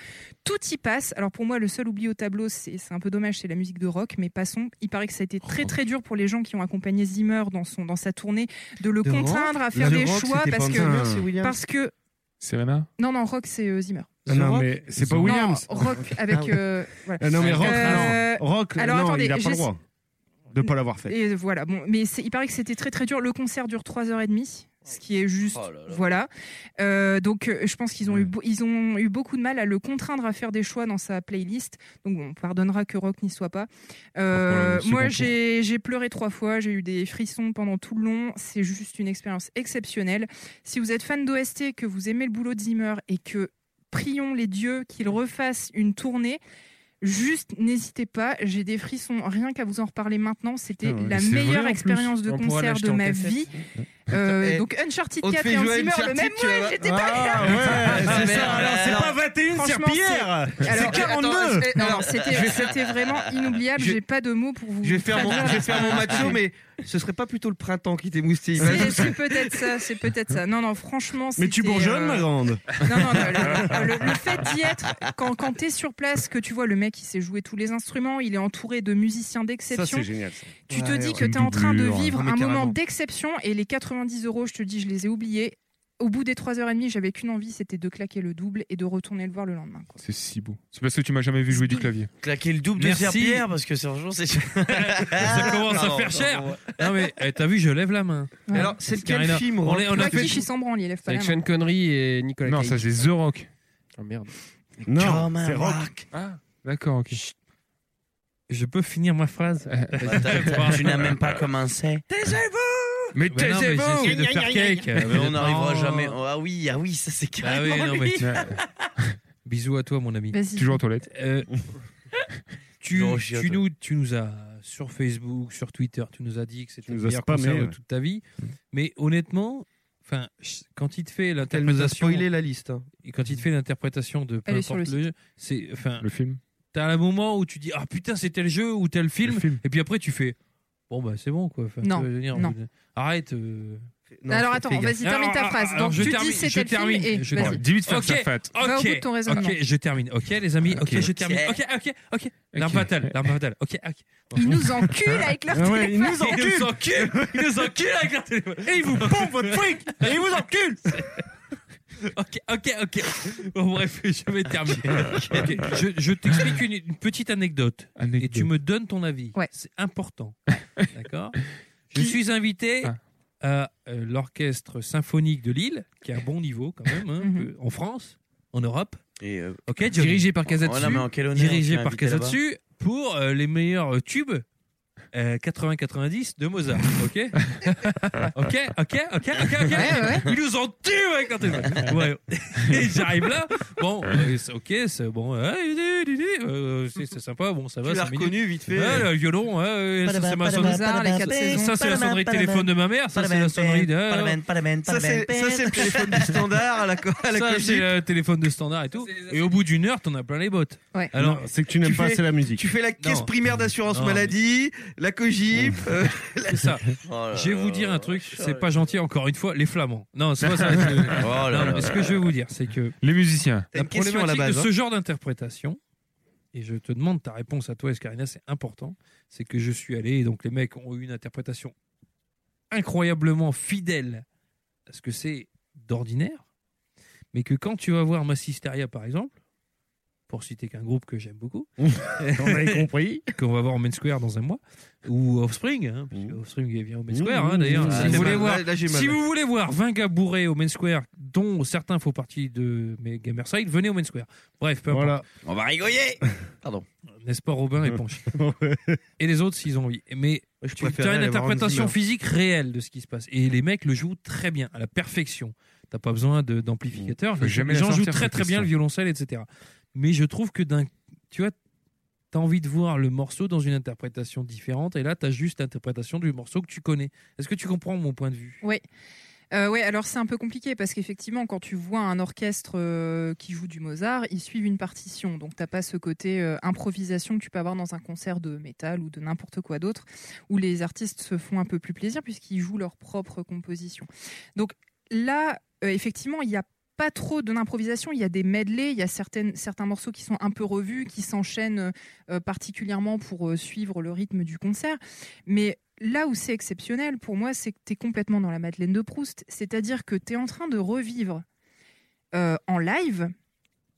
S4: Tout y passe. Alors pour moi, le seul oubli au tableau, c'est c'est un peu dommage, c'est la musique de rock, mais passons. Il paraît que ça a été très très dur pour les gens qui ont accompagné Zimmer dans, son, dans sa tournée de le
S9: De rock
S4: contraindre à faire
S9: De
S4: des
S9: rock,
S4: choix
S9: c'était
S4: parce
S9: pas
S4: que,
S9: Zimmer, c'est Williams.
S4: parce que
S9: Serena
S4: non, non, rock, c'est euh, Zimmer.
S9: Ah non, mais c'est pas
S4: Non,
S9: Williams. *laughs*
S4: rock avec.
S9: Ah oui.
S4: euh, voilà.
S16: Euh, non, mais rock,
S4: Euh,
S16: non. Rock,
S4: alors,
S16: non,
S4: attendez, Euh,
S16: il n'a pas
S4: j'ai-
S16: le droit de ne pas l'avoir
S7: *laughs*
S16: fait.
S4: Et voilà, bon, mais c'est- il paraît que c'était très très dur. Le concert dure 3h30, ce qui est juste. Voilà. Euh, donc euh, je pense qu'ils ont, eu beau- ils ont eu beaucoup de mal à le contraindre à faire des choix dans sa playlist. Donc bon, on pardonnera que rock n'y soit pas.
S20: Pas
S4: Euh,
S20: pour le
S4: moi
S20: second
S4: j'ai j'ai pleuré trois fois, j'ai eu des frissons pendant tout le long. C'est juste une expérience exceptionnelle. Si vous êtes fan d'OST, que vous aimez le boulot de Zimmer et que prions les dieux qu'il refasse une tournée. Juste, n'hésitez pas, j'ai des frissons rien qu'à vous en reparler maintenant. C'était
S20: Ah ouais.
S4: la
S20: C'est vrai,
S4: meilleure
S20: en plus.
S4: expérience de
S20: On pourrait
S4: concert
S20: l'acheter
S4: de
S20: en
S4: ma
S20: cassette.
S4: vie.
S20: *laughs*
S4: Euh,
S20: Eh,
S4: donc Uncharted
S20: on te
S4: 4
S20: fait
S4: et Hans
S20: jouer
S4: Zimmer le
S20: Uncharted, Ah.
S4: même
S20: tu vas
S4: mois,
S20: voir.
S4: j'étais pas là.
S16: ouais, c'est
S4: Mais euh,
S16: ça. Alors, c'est
S4: alors,
S16: pas 21
S4: franchement,
S16: serpillères,
S4: c'est-
S16: c'est
S4: alors,
S16: 42.
S4: attends, est- non,
S16: Alors,
S4: c'était-
S16: je vais-
S4: C'était vraiment inoubliable,
S6: Je-
S4: j'ai pas de mots pour vous.
S6: Je vais faire mon,
S4: traduire
S6: je vais faire mon
S4: l'expérience.
S6: macho, mais ce serait pas plutôt le printemps qui t'émoustille.
S4: C'est- C'est peut-être ça, c'est peut-être ça. Non, non, franchement,
S6: Mais tu
S4: c'était, euh,
S6: bourgeonnes, ma grande.
S4: Non, non, non, le, le- le fait d'y être, quand, quand t'es sur place, que tu vois le mec, il sait jouer tous les instruments, il est entouré de musiciens
S16: Ça,
S4: d'exception.
S16: c'est génial. ça.
S4: Tu te
S16: Ouais,
S4: dis
S16: ouais.
S4: que tu es en train de vivre
S16: Non, mais
S4: un moment
S16: carrément.
S4: d'exception et les 90 euros, je te dis, je les ai oubliés. Au bout des 3h30, j'avais qu'une envie, c'était de claquer le double et de retourner le voir le lendemain. quoi.
S9: C'est si beau. C'est parce que tu m'as jamais vu jouer du clavier.
S5: Claquer le double
S9: Merci.
S5: de serpillère parce que franchement *laughs* c'est. ça
S9: commence à faire
S2: cher. Non mais eh, t'as vu, je lève la main.
S4: Ouais.
S2: Alors,
S5: c'est
S2: lequel Karina. film, On est- on a
S4: Moi,
S2: fait-
S4: qui, je suis sans branle, il lève pas la main.
S3: Connery et Nicolas
S9: Non,
S3: Cage.
S9: ça c'est The Rock.
S3: Ah merde.
S9: Non,
S2: c'est
S5: *laughs*
S2: rock.
S9: Ah, d'accord, ok.
S2: Je peux finir ma phrase Bah
S5: *laughs* tu n'as même pas commencé.
S2: Taisez-vous
S5: Mais
S2: non,
S5: taisez-vous
S2: mais j'essaie de faire cake.
S5: Ah, Mais on n'arrivera
S2: Non.
S5: jamais. Oh, ah oui, ah oui, ça c'est
S2: Ah
S5: carrément.
S2: oui, non, mais
S5: lui.
S2: tu- Bisous à toi, mon ami.
S5: Vas-y. Toujours aux
S9: toilettes.
S2: Euh, tu,
S5: Toujours aux
S2: tu,
S5: chiottes.
S2: nous, tu nous as, sur Facebook, sur Twitter, tu nous as dit que c'était
S16: nous
S2: le
S16: as
S2: meilleur
S16: spammé,
S2: concert de
S16: ouais.
S2: toute ta vie. Mais honnêtement, enfin, je- quand il te fait
S6: Elle nous a
S2: l'interprétation.
S6: spoilé la liste. hein.
S2: Et quand il te fait l'interprétation de peu
S6: Elle est sur
S2: importe
S6: le
S2: le jeu, c'est enfin
S9: le film.
S2: T'as un moment où tu dis ah putain c'est tel jeu ou tel film, et puis après tu fais bon bah c'est bon quoi. Enfin,
S4: Non,
S2: tu vois, je veux dire,
S4: non.
S2: arrête. euh,
S4: Non, Alors, fais- attends, fais gaffe. vas-y, termine ta
S2: Alors,
S4: phrase.
S2: alors,
S4: Donc,
S2: je
S4: tu dis,
S2: termine,
S4: c'est
S2: je
S4: tel film
S2: termine,
S4: et
S2: je
S4: vas-y.
S2: termine.
S9: Oh, Dis vite, fais
S2: Ok,
S9: ça, fat.
S4: Va au
S2: ok,
S4: bout de ton raisonnement.
S2: ok, je termine. Ok les amis, ok, je termine. Ok ok ok. L'arme fatale, l'arme fatale. Ok ok.
S4: Ils nous enculent avec leur
S2: Ah ouais,
S4: téléphone.
S2: Ils nous enculent. Ils nous enculent. Ils nous enculent avec leur téléphone. Et ils vous pompent votre fric. Et ils vous enculent. Ok, ok, ok. Bon, bref, je vais terminer. Ok, Je, je t'explique une, une petite anecdote, Et tu me donnes ton avis. C'est *laughs* important. D'accord Je suis invité à euh, l'Orchestre Symphonique de Lille, qui est un bon niveau quand même, hein, un peu, en France, en Europe.
S5: Et, euh,
S2: Ok, dirigé par
S5: Oh,
S2: Casatsu.
S5: non, mais en quel honneur tu
S2: dirigé
S5: m'as
S2: par
S5: invité
S2: Casatsu pour euh, les meilleurs euh, tubes euh, 80-90 de
S6: *laughs*
S2: Mozart. Ok Ok, ok, ok, ok, ok. Ils nous ont tués ouais, quand ils
S6: *laughs*
S2: ouais. Et j'arrive là. Bon, euh, c'est- ok, c'est bon. euh, euh, c'est c'est sympa. Bon, ça va.
S6: Tu l'as
S2: cinq minutes.
S6: reconnu vite fait.
S2: Ouais, le violon. ouais, ouais, ça, c'est ma sonnerie.
S6: Mozart, les quatre saisons.
S2: Ça, c'est la sonnerie de
S6: Padamen,
S2: téléphone de ma mère. Ça, c'est la sonnerie de.
S6: Padamen, Padamen, Ça, c'est- Padamen. ça, c'est le téléphone du standard à la co- à la
S2: Ça,
S6: clochette.
S2: c'est euh, le téléphone de standard et tout. Et au bout d'une heure, t'en as plein les bottes.
S4: Ouais.
S2: Alors,
S6: Non,
S2: c'est que
S6: tu n'aimes pas, c'est la musique. Tu fais la caisse primaire d'assurance maladie, euh,
S2: la cogip. C'est
S9: *laughs*
S2: ça.
S9: Oh
S6: là
S2: je vais vous dire un truc, c'est pas gentil encore une fois, les flamands. Non, c'est pas
S9: *laughs*
S2: ça. c'est-
S9: Oh là
S2: Non,
S9: là
S2: mais ce
S9: là
S2: que
S9: là.
S2: je vais vous dire, c'est que.
S9: Les musiciens.
S2: La problématique
S9: hein.
S6: hein.
S2: de ce genre d'interprétation, et je te demande ta réponse à toi, Escarina, c'est important, c'est que je suis allé, et donc les mecs ont eu une interprétation incroyablement fidèle à ce que c'est d'ordinaire, mais que quand tu vas voir Massisteria, par exemple, pour citer qu'un groupe que j'aime beaucoup,
S6: On a
S9: *laughs*
S6: compris.
S2: qu'on va voir au Main Square dans un mois, ou Offspring, hein, parce que Offspring vient au Main Square, hein,
S6: Mmh.
S2: d'ailleurs. si
S6: Ah, j'ai
S2: vous
S6: mal.
S2: voulez voir,
S6: Là, là, j'ai mal.
S2: si vous voulez voir 20 gars bourrés au Main Square, dont certains font partie de mes Gamerside, venez au Main Square. Bref, peu importe.
S5: On va rigoler. Pardon.
S2: N'est-ce pas
S6: *laughs*
S2: Robin et Panche Et les autres s'ils ont envie. Mais tu
S6: préférais
S2: as une
S6: aller voir Hans
S2: interprétation
S6: Zimmer.
S2: physique réelle de ce qui se passe. Et les mecs le jouent très bien, à la perfection. T'as pas besoin de- d'amplificateur.
S9: Faut
S2: Les
S9: jamais
S2: les
S9: la
S2: gens jouent
S9: sortir,
S2: très
S9: cette
S2: très bien
S9: question.
S2: le violoncelle, etc. Mais je trouve que d'un... Tu vois, t'as envie de voir le morceau dans une interprétation différente. Et là, t'as juste l'interprétation du morceau que tu connais. Est-ce que tu comprends mon point de vue
S4: Oui. Euh, ouais, alors c'est un peu compliqué parce qu'effectivement, quand tu vois un orchestre euh, qui joue du Mozart, ils suivent une partition. Donc, t'as pas ce côté euh, improvisation que tu peux avoir dans un concert de métal ou de n'importe quoi d'autre, où les artistes se font un peu plus plaisir puisqu'ils jouent leur propre composition. Donc là, euh, effectivement, il n'y a pas trop de l'improvisation, il y a des medley, il y a certaines, certains morceaux qui sont un peu revus, qui s'enchaînent euh, particulièrement pour euh, suivre le rythme du concert. Mais là où c'est exceptionnel pour moi, c'est que tu es complètement dans la Madeleine de Proust, c'est-à-dire que tu es en train de revivre euh, en live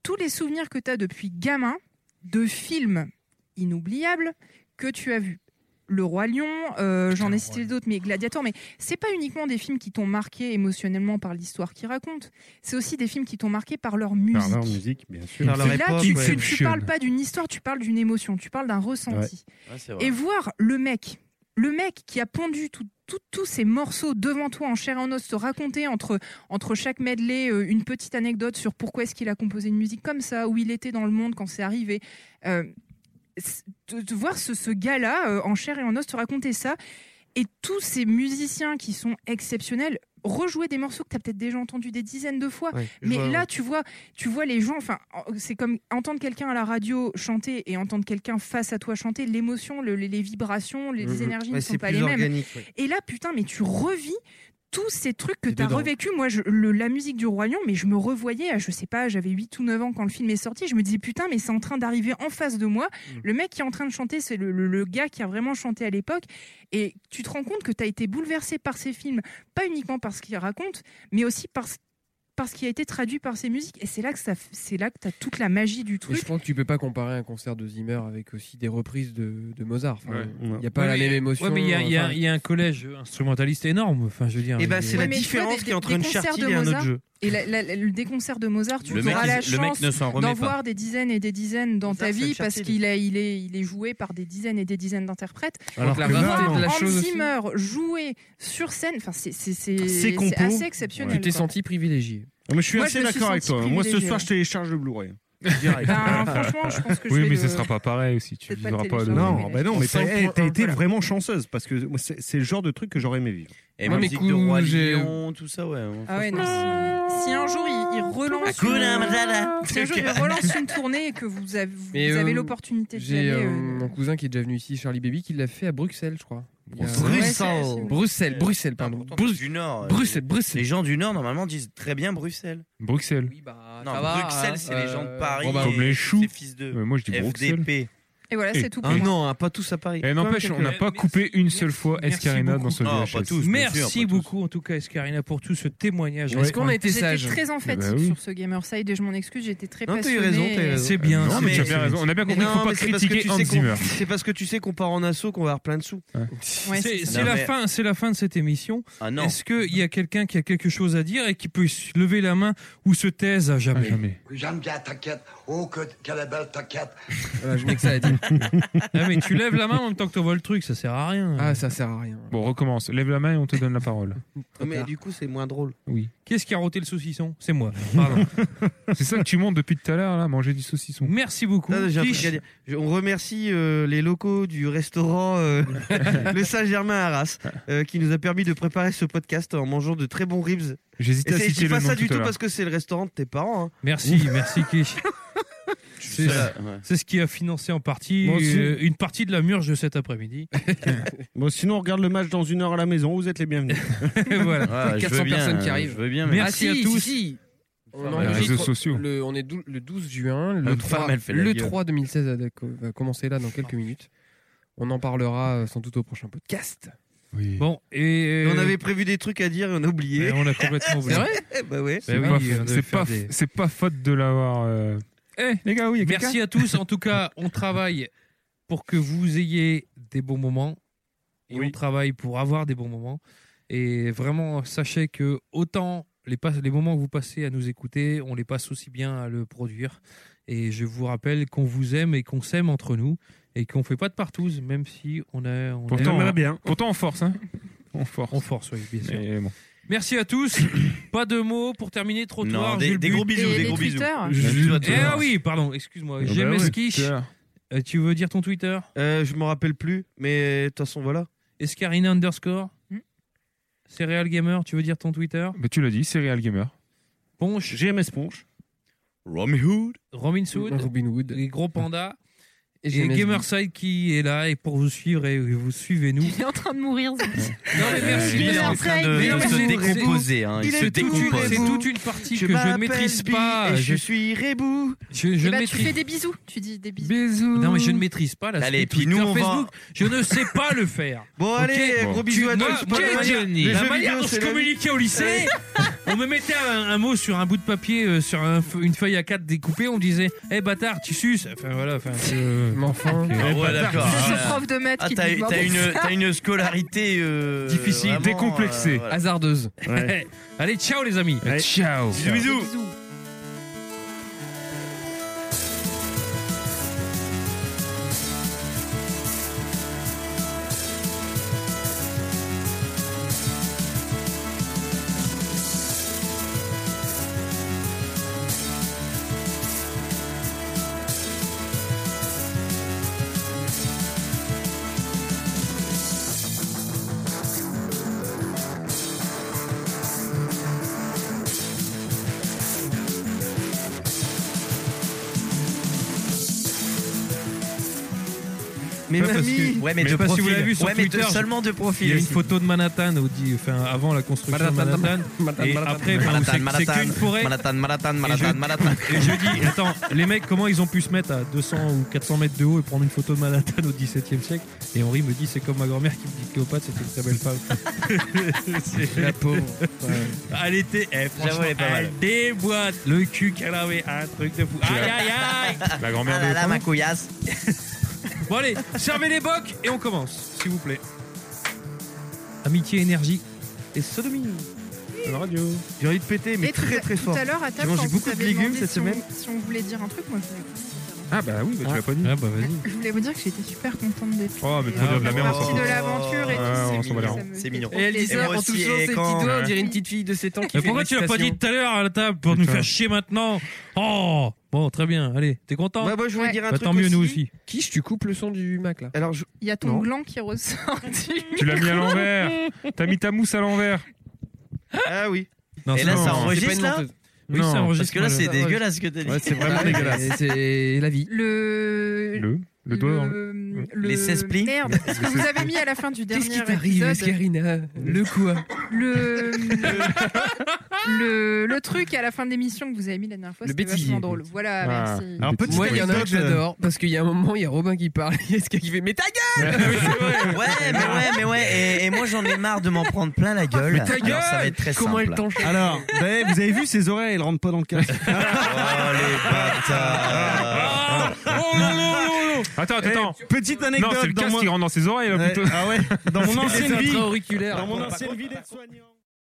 S4: tous les souvenirs que tu as depuis gamin de films inoubliables que tu as vus. Le Roi Lion, euh, j'en ai cité d'autres, mais Gladiator. Mais c'est pas uniquement des films qui t'ont marqué émotionnellement par l'histoire qu'ils racontent. C'est aussi des films qui t'ont marqué par leur musique.
S7: Par leur musique, bien sûr.
S4: Là, tu, tu- tu parles pas d'une histoire, tu parles d'une émotion, tu parles d'un ressenti.
S5: Ouais. Ouais, c'est vrai.
S4: Et voir le mec, le mec qui a pondu tout- tout- tous ces morceaux devant toi en chair et en os, te raconter entre, entre chaque medley euh, une petite anecdote sur pourquoi est-ce qu'il a composé une musique comme ça, où il était dans le monde quand c'est arrivé. Euh, c'est- de, de voir ce, ce gars-là euh, en chair et en os te raconter ça, et tous ces musiciens qui sont exceptionnels rejouer des morceaux que tu as peut-être déjà entendu des dizaines de fois
S20: Ouais, je
S4: mais
S20: vois,
S4: là
S20: ouais.
S4: tu vois tu vois les gens enfin en- c'est comme entendre quelqu'un à la radio chanter et entendre quelqu'un face à toi chanter l'émotion le- les, les vibrations les,
S6: Mhm.
S4: énergies
S6: Ouais,
S4: ne
S6: c'est
S4: sont pas
S6: plus
S4: les mêmes
S6: organique, ouais.
S4: et là putain mais tu revis tous ces trucs que
S6: T'es
S4: tu as
S6: dedans.
S4: revécu moi je- le- la musique du roi lion mais je me revoyais à, je sais pas j'avais 8 ou 9 ans quand le film est sorti je me disais putain mais c'est en train d'arriver en face de moi
S6: Mm.
S4: le mec qui est en train de chanter c'est le, le- le gars qui a vraiment chanté à l'époque et tu te rends compte que tu as été bouleversé par ces films pas uniquement par ce qu'il raconte mais aussi par ce- parce qu'il a été traduit par ces musiques et c'est là que ça f- c'est là que tu as toute la magie du
S3: Mais
S4: truc
S3: je pense que tu peux pas comparer un concert de Zimmer avec aussi des reprises de, de Mozart. Il
S2: Ouais.
S3: n'y a pas
S2: Ouais,
S3: la
S2: mais-
S3: même émotion.
S2: ouais, mais il y a- il y, a-
S3: enfin-
S2: il y a un collège instrumentaliste énorme. Enfin, je veux dire.
S6: Eh ben,
S2: il-
S6: c'est la
S4: Ouais, mais tu vois,
S6: différence
S4: des-
S6: qu'il y a entre
S4: des
S6: une
S4: concerts
S6: chartille
S4: de
S6: et un autre
S4: Mozart-
S6: jeu.
S4: Et la- la- la- le des concerts de Mozart, tu
S6: Le mec,
S4: auras
S6: il-
S4: la
S6: le mec
S4: chance
S6: ne s'en remet
S4: d'en
S6: pas.
S4: voir des dizaines et des dizaines dans
S6: Mozart,
S4: ta
S6: c'est le
S4: vie parce
S6: Churchill.
S4: qu'il a- il est, il est joué par des dizaines et des dizaines d'interprètes.
S6: Alors que la
S2: Ah bah,
S4: Voir
S3: rareté de la
S4: Hans
S3: chose aussi.
S4: Zimmer jouer sur scène, enfin, c'est c'est- c'est-
S3: Ses
S4: c'est
S3: compos,
S4: assez exceptionnel.
S3: Tu t'es
S4: quoi.
S3: senti privilégié.
S17: Ah, mais je suis
S4: Moi,
S17: assez
S4: je me suis
S17: d'accord avec
S4: sentie
S17: toi. Moi, ce
S4: privilégiée,
S17: soir,
S4: ouais.
S17: je télécharge le Blu-ray.
S4: Ben, franchement, je pense que je
S9: oui,
S4: vais
S9: mais
S4: le-
S9: ce sera pas pareil aussi. Tu
S4: Peut-être pas
S9: vivras
S4: le
S9: pas le.
S4: télécharger,
S17: Non, bah non, mais t'as eh, t'as été vraiment chanceuse parce que moi, c'est c'est le genre de truc que j'aurais aimé vivre.
S5: Et Ouais, musique mais de Roi j'ai- Lion, tout ça, ouais.
S4: Ah ouais, non, si- Si un jour il, il relance,
S5: Hakuna Matata.
S4: une... si un jour il relance une tournée et que vous avez, vous
S3: Mais,
S4: avez
S3: euh,
S4: l'opportunité d'y
S3: J'ai
S4: aller,
S3: euh,
S4: euh,
S3: mon cousin qui est déjà venu ici, Charlie Baby, qui l'a fait à Bruxelles, je crois. Il y a-
S5: Bruxelles.
S3: Ouais, c'est- c'est- Bruxelles,
S2: Ah,
S3: Bruxelles, pardon.
S5: Bruxelles du Nord.
S3: Bruxelles,
S5: Bruxelles. Les gens du Nord normalement disent très bien Bruxelles.
S9: Bruxelles.
S5: non,
S2: bah,
S3: ça va,
S5: Bruxelles,
S3: hein.
S5: c'est les gens de
S3: Euh,
S5: Paris.
S9: bon, bah,
S5: et
S9: Comme les choux.
S5: ces fils de
S9: Mais Euh, moi, je dis Bruxelles.
S5: FDP.
S4: Et voilà, c'est tout pour
S9: Ah
S4: moi.
S9: non,
S6: hein, pas tous à Paris.
S9: Et Eh, n'empêche, on n'a pas coupé une seule fois Escarina dans ce VHS.
S2: Merci beaucoup, en tout cas, Escarina, pour tout ce témoignage.
S9: Est-ce qu'on a été
S4: J'étais
S9: sage
S4: très emphatique
S9: Eh ben oui.
S4: sur ce Gamerside et je m'en excuse, j'étais très
S6: Non, t'as eu
S4: passionnée.
S6: raison, t'as eu raison.
S2: C'est bien,
S9: Non,
S2: c'est
S9: mais
S2: bien,
S9: tu as
S2: c'est
S9: bien raison.
S2: bien.
S9: On a bien compris
S6: Mais
S9: qu'il faut
S6: non,
S9: pas
S6: mais c'est parce que
S9: critiquer
S6: tu
S9: Hans
S6: sais qu'on-
S9: Zimmer.
S6: *laughs* C'est parce que tu sais qu'on part en assaut qu'on va avoir plein de sous.
S4: Ouais,
S2: C'est
S4: c'est ça.
S2: c'est
S6: Non,
S2: la
S6: mais-
S2: fin, c'est la fin de cette émission.
S5: Ah non.
S2: Est-ce qu'il y a quelqu'un qui a quelque chose à dire et qui peut se lever la main ou se taise à
S9: Ah,
S2: jamais,
S21: J'aime bien, t'inquiète. Oh, que, quelle est belle, t'inquiète.
S3: je mets que ça
S2: *laughs*
S3: à dire.
S2: Ah, mais tu lèves la main en même temps que tu vois le truc, ça sert à rien.
S3: Ah, ça sert à rien.
S9: Bon, recommence. Lève la main et on te donne la parole.
S6: Non, mais du coup, c'est moins drôle.
S9: Oui.
S2: Qu'est-ce qui a roté le saucisson C'est moi. Pardon.
S9: *laughs* C'est ça que tu montes depuis tout à l'heure, là, manger du saucisson.
S2: Merci beaucoup.
S6: Ah, j'ai un truc à dire. Je- on remercie euh, les locaux du restaurant
S2: *laughs*
S6: euh, Le Saint-Germain à Arras euh, qui nous a permis de préparer ce podcast en mangeant de très bons ribs.
S9: J'hésitais à
S6: Et c'est-
S9: citer
S6: Je dis
S9: le
S6: pas
S9: nom
S6: ça
S9: tout
S6: du
S9: à
S6: tout
S9: l'heure.
S6: parce que c'est le restaurant de tes parents. hein.
S2: Merci, merci Kish. C'est
S6: Ça, ouais.
S2: c'est ce qui a financé en partie
S17: Moi aussi.
S2: euh, une partie de la murge de cet après-midi.
S17: Bon, sinon, on regarde le match dans une heure à la maison. Vous êtes les bienvenus.
S2: Et *laughs* voilà.
S5: Ouais, je veux bien, euh, je veux bien, mais-
S2: Merci
S3: Ah, si,
S2: à tous.
S3: si, si. On
S5: les
S3: enregistre
S5: réseaux sociaux.
S3: le- on est dou- le 12 juin, le
S5: Femme,
S3: 3,
S5: elle fait la
S3: le
S5: gueule.
S3: 3 2016 a- va commencer là dans quelques minutes. On en parlera euh, sans doute au prochain podcast.
S2: Bon, et. euh, bah
S6: On avait prévu des trucs à dire et on a oublié.
S2: Mais on a complètement oublié.
S6: *laughs* C'est vrai Bah ouais.
S9: C'est pas, c'est pas- c'est pas faute de l'avoir. euh,
S2: Eh,
S9: les gars, oui, il y a
S2: Merci
S9: quelqu'un
S2: à tous. En tout cas, on travaille pour que vous ayez des bons moments. Et on travaille pour avoir des bons moments. Et vraiment, sachez que autant les, pas- les moments que vous passez à nous écouter, on les passe aussi bien à le produire. Et je vous rappelle qu'on vous aime et qu'on s'aime entre nous. Et qu'on fait pas de partouze, même si on a. On
S9: Pourtant,
S2: a-
S9: Pourtant, on force, hein. On force.
S2: On force, oui, bien sûr.
S9: hein. Mais bon.
S2: Merci à tous. *coughs* Pas de mots pour terminer trottoir.
S9: Non, des-
S2: Jules
S9: des
S2: But.
S9: gros bisous, Et des les gros bisous. Twitter
S2: Jules-
S9: Toi, toi.
S2: Eh ah oui, pardon, excuse-moi.
S9: Ah bah
S2: J'aime
S9: oui,
S2: Esquiche.
S9: Twitter.
S2: Euh, tu veux dire ton Twitter
S6: Euh, Je m'en rappelle plus, mais de toute façon, voilà.
S2: Escarina underscore Serial Gamer, tu veux dire ton Twitter
S9: Mais ben, tu l'as dit, Serial Gamer.
S2: Ponche.
S6: GMS Ponche. Robin Hood.
S2: Robin Hood.
S3: Robin Hood.
S2: Les gros pandas.
S3: Et
S2: Et,
S3: GMSB.
S2: Gamerside qui est là et pour vous suivre et vous Euh, suivez
S4: *laughs*
S2: nous.
S20: Il est en train de mourir.
S2: Non, mais merci.
S5: Il est en train de- de se
S2: c'est-
S5: décomposer, hein, il
S2: c'est
S5: se
S2: toute une-
S5: décompose.
S2: C'est toute une partie
S5: Je
S2: que je ne
S5: m'appelle
S2: maîtrise
S5: Bi
S2: pas.
S5: et je suis Rebou.
S2: Je,
S4: Eh
S2: je
S4: bah,
S2: ne
S4: tu fais
S2: maîtrise.
S4: des bisous. Tu dis des bisous.
S2: Bisous. Non, mais je ne maîtrise pas la
S5: Allez,
S2: suite
S5: puis
S2: Twitter,
S5: nous, on va-
S2: Facebook. Je ne sais pas le faire.
S6: Bon,
S2: Ok
S6: allez, gros
S2: Tu-
S6: bisous à
S2: moi,
S6: tous.
S2: quelle
S6: Les
S2: manière-
S6: jeux
S2: La
S6: vidéo,
S2: manière dont
S6: c'est
S2: je
S6: la vie.
S2: communiquais au lycée, on me mettait un, un mot sur un bout de papier, euh, sur un fe- une feuille à 4 découpée, on me disait Eh bâtard, tu suces Enfin voilà, enfin.
S3: Mais enfin.
S5: Ah ouais, d'accord.
S4: C'est
S5: Ah,
S4: ce prof de maths
S5: Ah,
S4: qui
S5: t'as
S4: dit,
S5: t'as une, t'as une scolarité euh, vraiment, euh, voilà.
S2: Hasardeuse.
S5: Ouais.
S2: *laughs* Allez, ciao les amis.
S9: Ciao.
S2: Bisous, bisous.
S6: Mais
S2: Pas parce
S6: mamie.
S2: que-
S5: Ouais, mais
S2: je
S5: de
S2: sais pas si vous
S5: profil.
S2: l'avez vu sur
S5: Ouais, mais de-
S2: Twitter.
S5: seulement de profil
S2: Il y a une
S5: aussi.
S2: photo de Manhattan au dit- enfin, avant la construction de
S5: Manhattan,
S2: Manhattan.
S5: Manhattan,
S2: Et
S5: Manhattan,
S2: après,
S5: Manhattan,
S2: enfin, c'est- c'est
S5: Manhattan,
S2: qu'une forêt.
S5: Manhattan, Manhattan,
S2: Et je-
S5: Manhattan, Manhattan.
S2: Et je dis, attends, les mecs, comment ils ont pu se mettre à 200 ou 400 mètres de haut et prendre une photo de Manhattan au 17 e siècle Et Henri me dit, c'est comme ma grand-mère qui me dit que Cléopâtre, c'était une très belle femme. C'est-
S3: La pauvre.
S2: Elle était, eh, franchement,
S5: J'avoue, elle est pas mal.
S2: elle déboîte le cul qu'elle avait, un truc de fou. Aïe, aïe, aïe
S9: La
S5: Ah
S9: grand-mère
S5: là
S9: de
S5: là, ma couillasse.
S2: Bon allez, servez les bocs et on commence, s'il vous plaît. Amitié, énergie et sodomie.
S9: La radio.
S6: J'ai envie de péter, mais
S4: Et
S6: très
S4: tout,
S6: très
S4: à-
S6: fort.
S4: Tout à l'heure, à
S6: J'ai
S4: table,
S6: mangé
S4: quand
S6: beaucoup de
S4: vous avez
S6: légumes
S4: demandé
S6: cette
S4: si
S6: semaine.
S4: on- Si on voulait dire un truc, moi, je
S9: Ah bah oui, bah, tu l'as pas dit.
S2: Ah bah vas-y.
S4: je voulais vous dire que j'étais super contente d'être
S9: Oh, mais trop
S4: Ah,
S9: bien de la
S4: bon,
S9: merde.
S4: partie
S9: ça.
S4: de l'aventure et tout,
S9: Ah,
S4: c'est
S9: on s'en bat les
S4: mignon,
S9: reins.
S4: ça me
S5: C'est mignon.
S3: Et elle dit
S5: Et
S3: ça
S5: moi
S3: en
S5: aussi,
S3: touchant
S5: et
S3: ses petits
S5: quand-
S3: doigts, on dirait une petite fille de 7 ans qui
S2: Mais
S3: fait
S2: Euh, pourquoi
S3: une
S2: tu l'as pas dit
S3: excitation.
S2: tout à l'heure à la table pour nous
S9: Putain.
S2: faire chier maintenant Oh Bon, très bien, allez, t'es content
S6: Bah, moi, je voulais
S4: Ouais.
S6: dire un
S2: Bah,
S6: truc.
S2: Tant mieux, nous aussi.
S3: Quiche, tu coupes le son du Mac là.
S6: Alors, je-
S4: Il y a ton
S9: Non.
S4: gland qui ressort du-
S9: Tu l'as mis à l'envers. T'as mis ta mousse à l'envers.
S6: Ah oui.
S2: Non,
S5: Et
S2: c'est
S5: là,
S2: bon.
S5: ça
S3: C'est pas
S5: enregistre
S3: une
S5: là
S3: menteuse.
S2: Oui,
S9: Non,
S2: ça enregistre.
S5: Parce que là, c'est
S3: Ça
S5: dégueulasse ce que t'as dit.
S17: Ouais, c'est vraiment
S3: Ah,
S17: dégueulasse.
S3: mais C'est la vie.
S4: Le.
S9: Le, le doigt hein.
S17: *laughs*
S9: dans le... *laughs*
S4: le-
S5: Les 16 plis.
S4: Merde, ce que vous avez mis à la fin du
S3: Qu'est-ce
S4: dernier
S3: qui t'arrive,
S4: épisode,
S3: Escarina Le quoi
S4: le, le, le truc à la fin de l'émission que vous avez mis la dernière fois,
S3: Le
S4: c'était
S3: bétillé.
S4: vachement drôle. Voilà,
S9: Ah.
S4: merci.
S17: Alors, petite
S3: Moi, il y en a un que
S17: anecdote, euh,
S3: j'adore parce qu'il y a un moment, il y a Robin qui parle. *laughs* Il y a ce qui fait Mais ta gueule
S5: Ouais, mais ouais, mais ouais. Et, et moi, j'en ai marre de m'en prendre plein la gueule.
S3: ta
S5: Alors, ça va être très
S3: Comment elle
S5: simple.
S3: t'enchaîne
S17: Alors, ben, vous avez vu ses oreilles, elles rentrent pas dans le casque.
S5: Oh, les
S4: Ah,
S5: bâtards.
S9: Oh non, non, non, non. Attends, attends, attends.
S17: Eh, Petite
S9: Non,
S17: anecdote.
S9: c'est le
S17: dans
S9: casque
S17: mon-
S9: qui rentre dans ses oreilles là
S17: Ouais,
S9: plutôt.
S17: Ah ouais, dans mon
S3: C'est
S17: ancienne vie.
S3: auriculaire.
S17: Dans mon ancienne vie d'aide-soignant.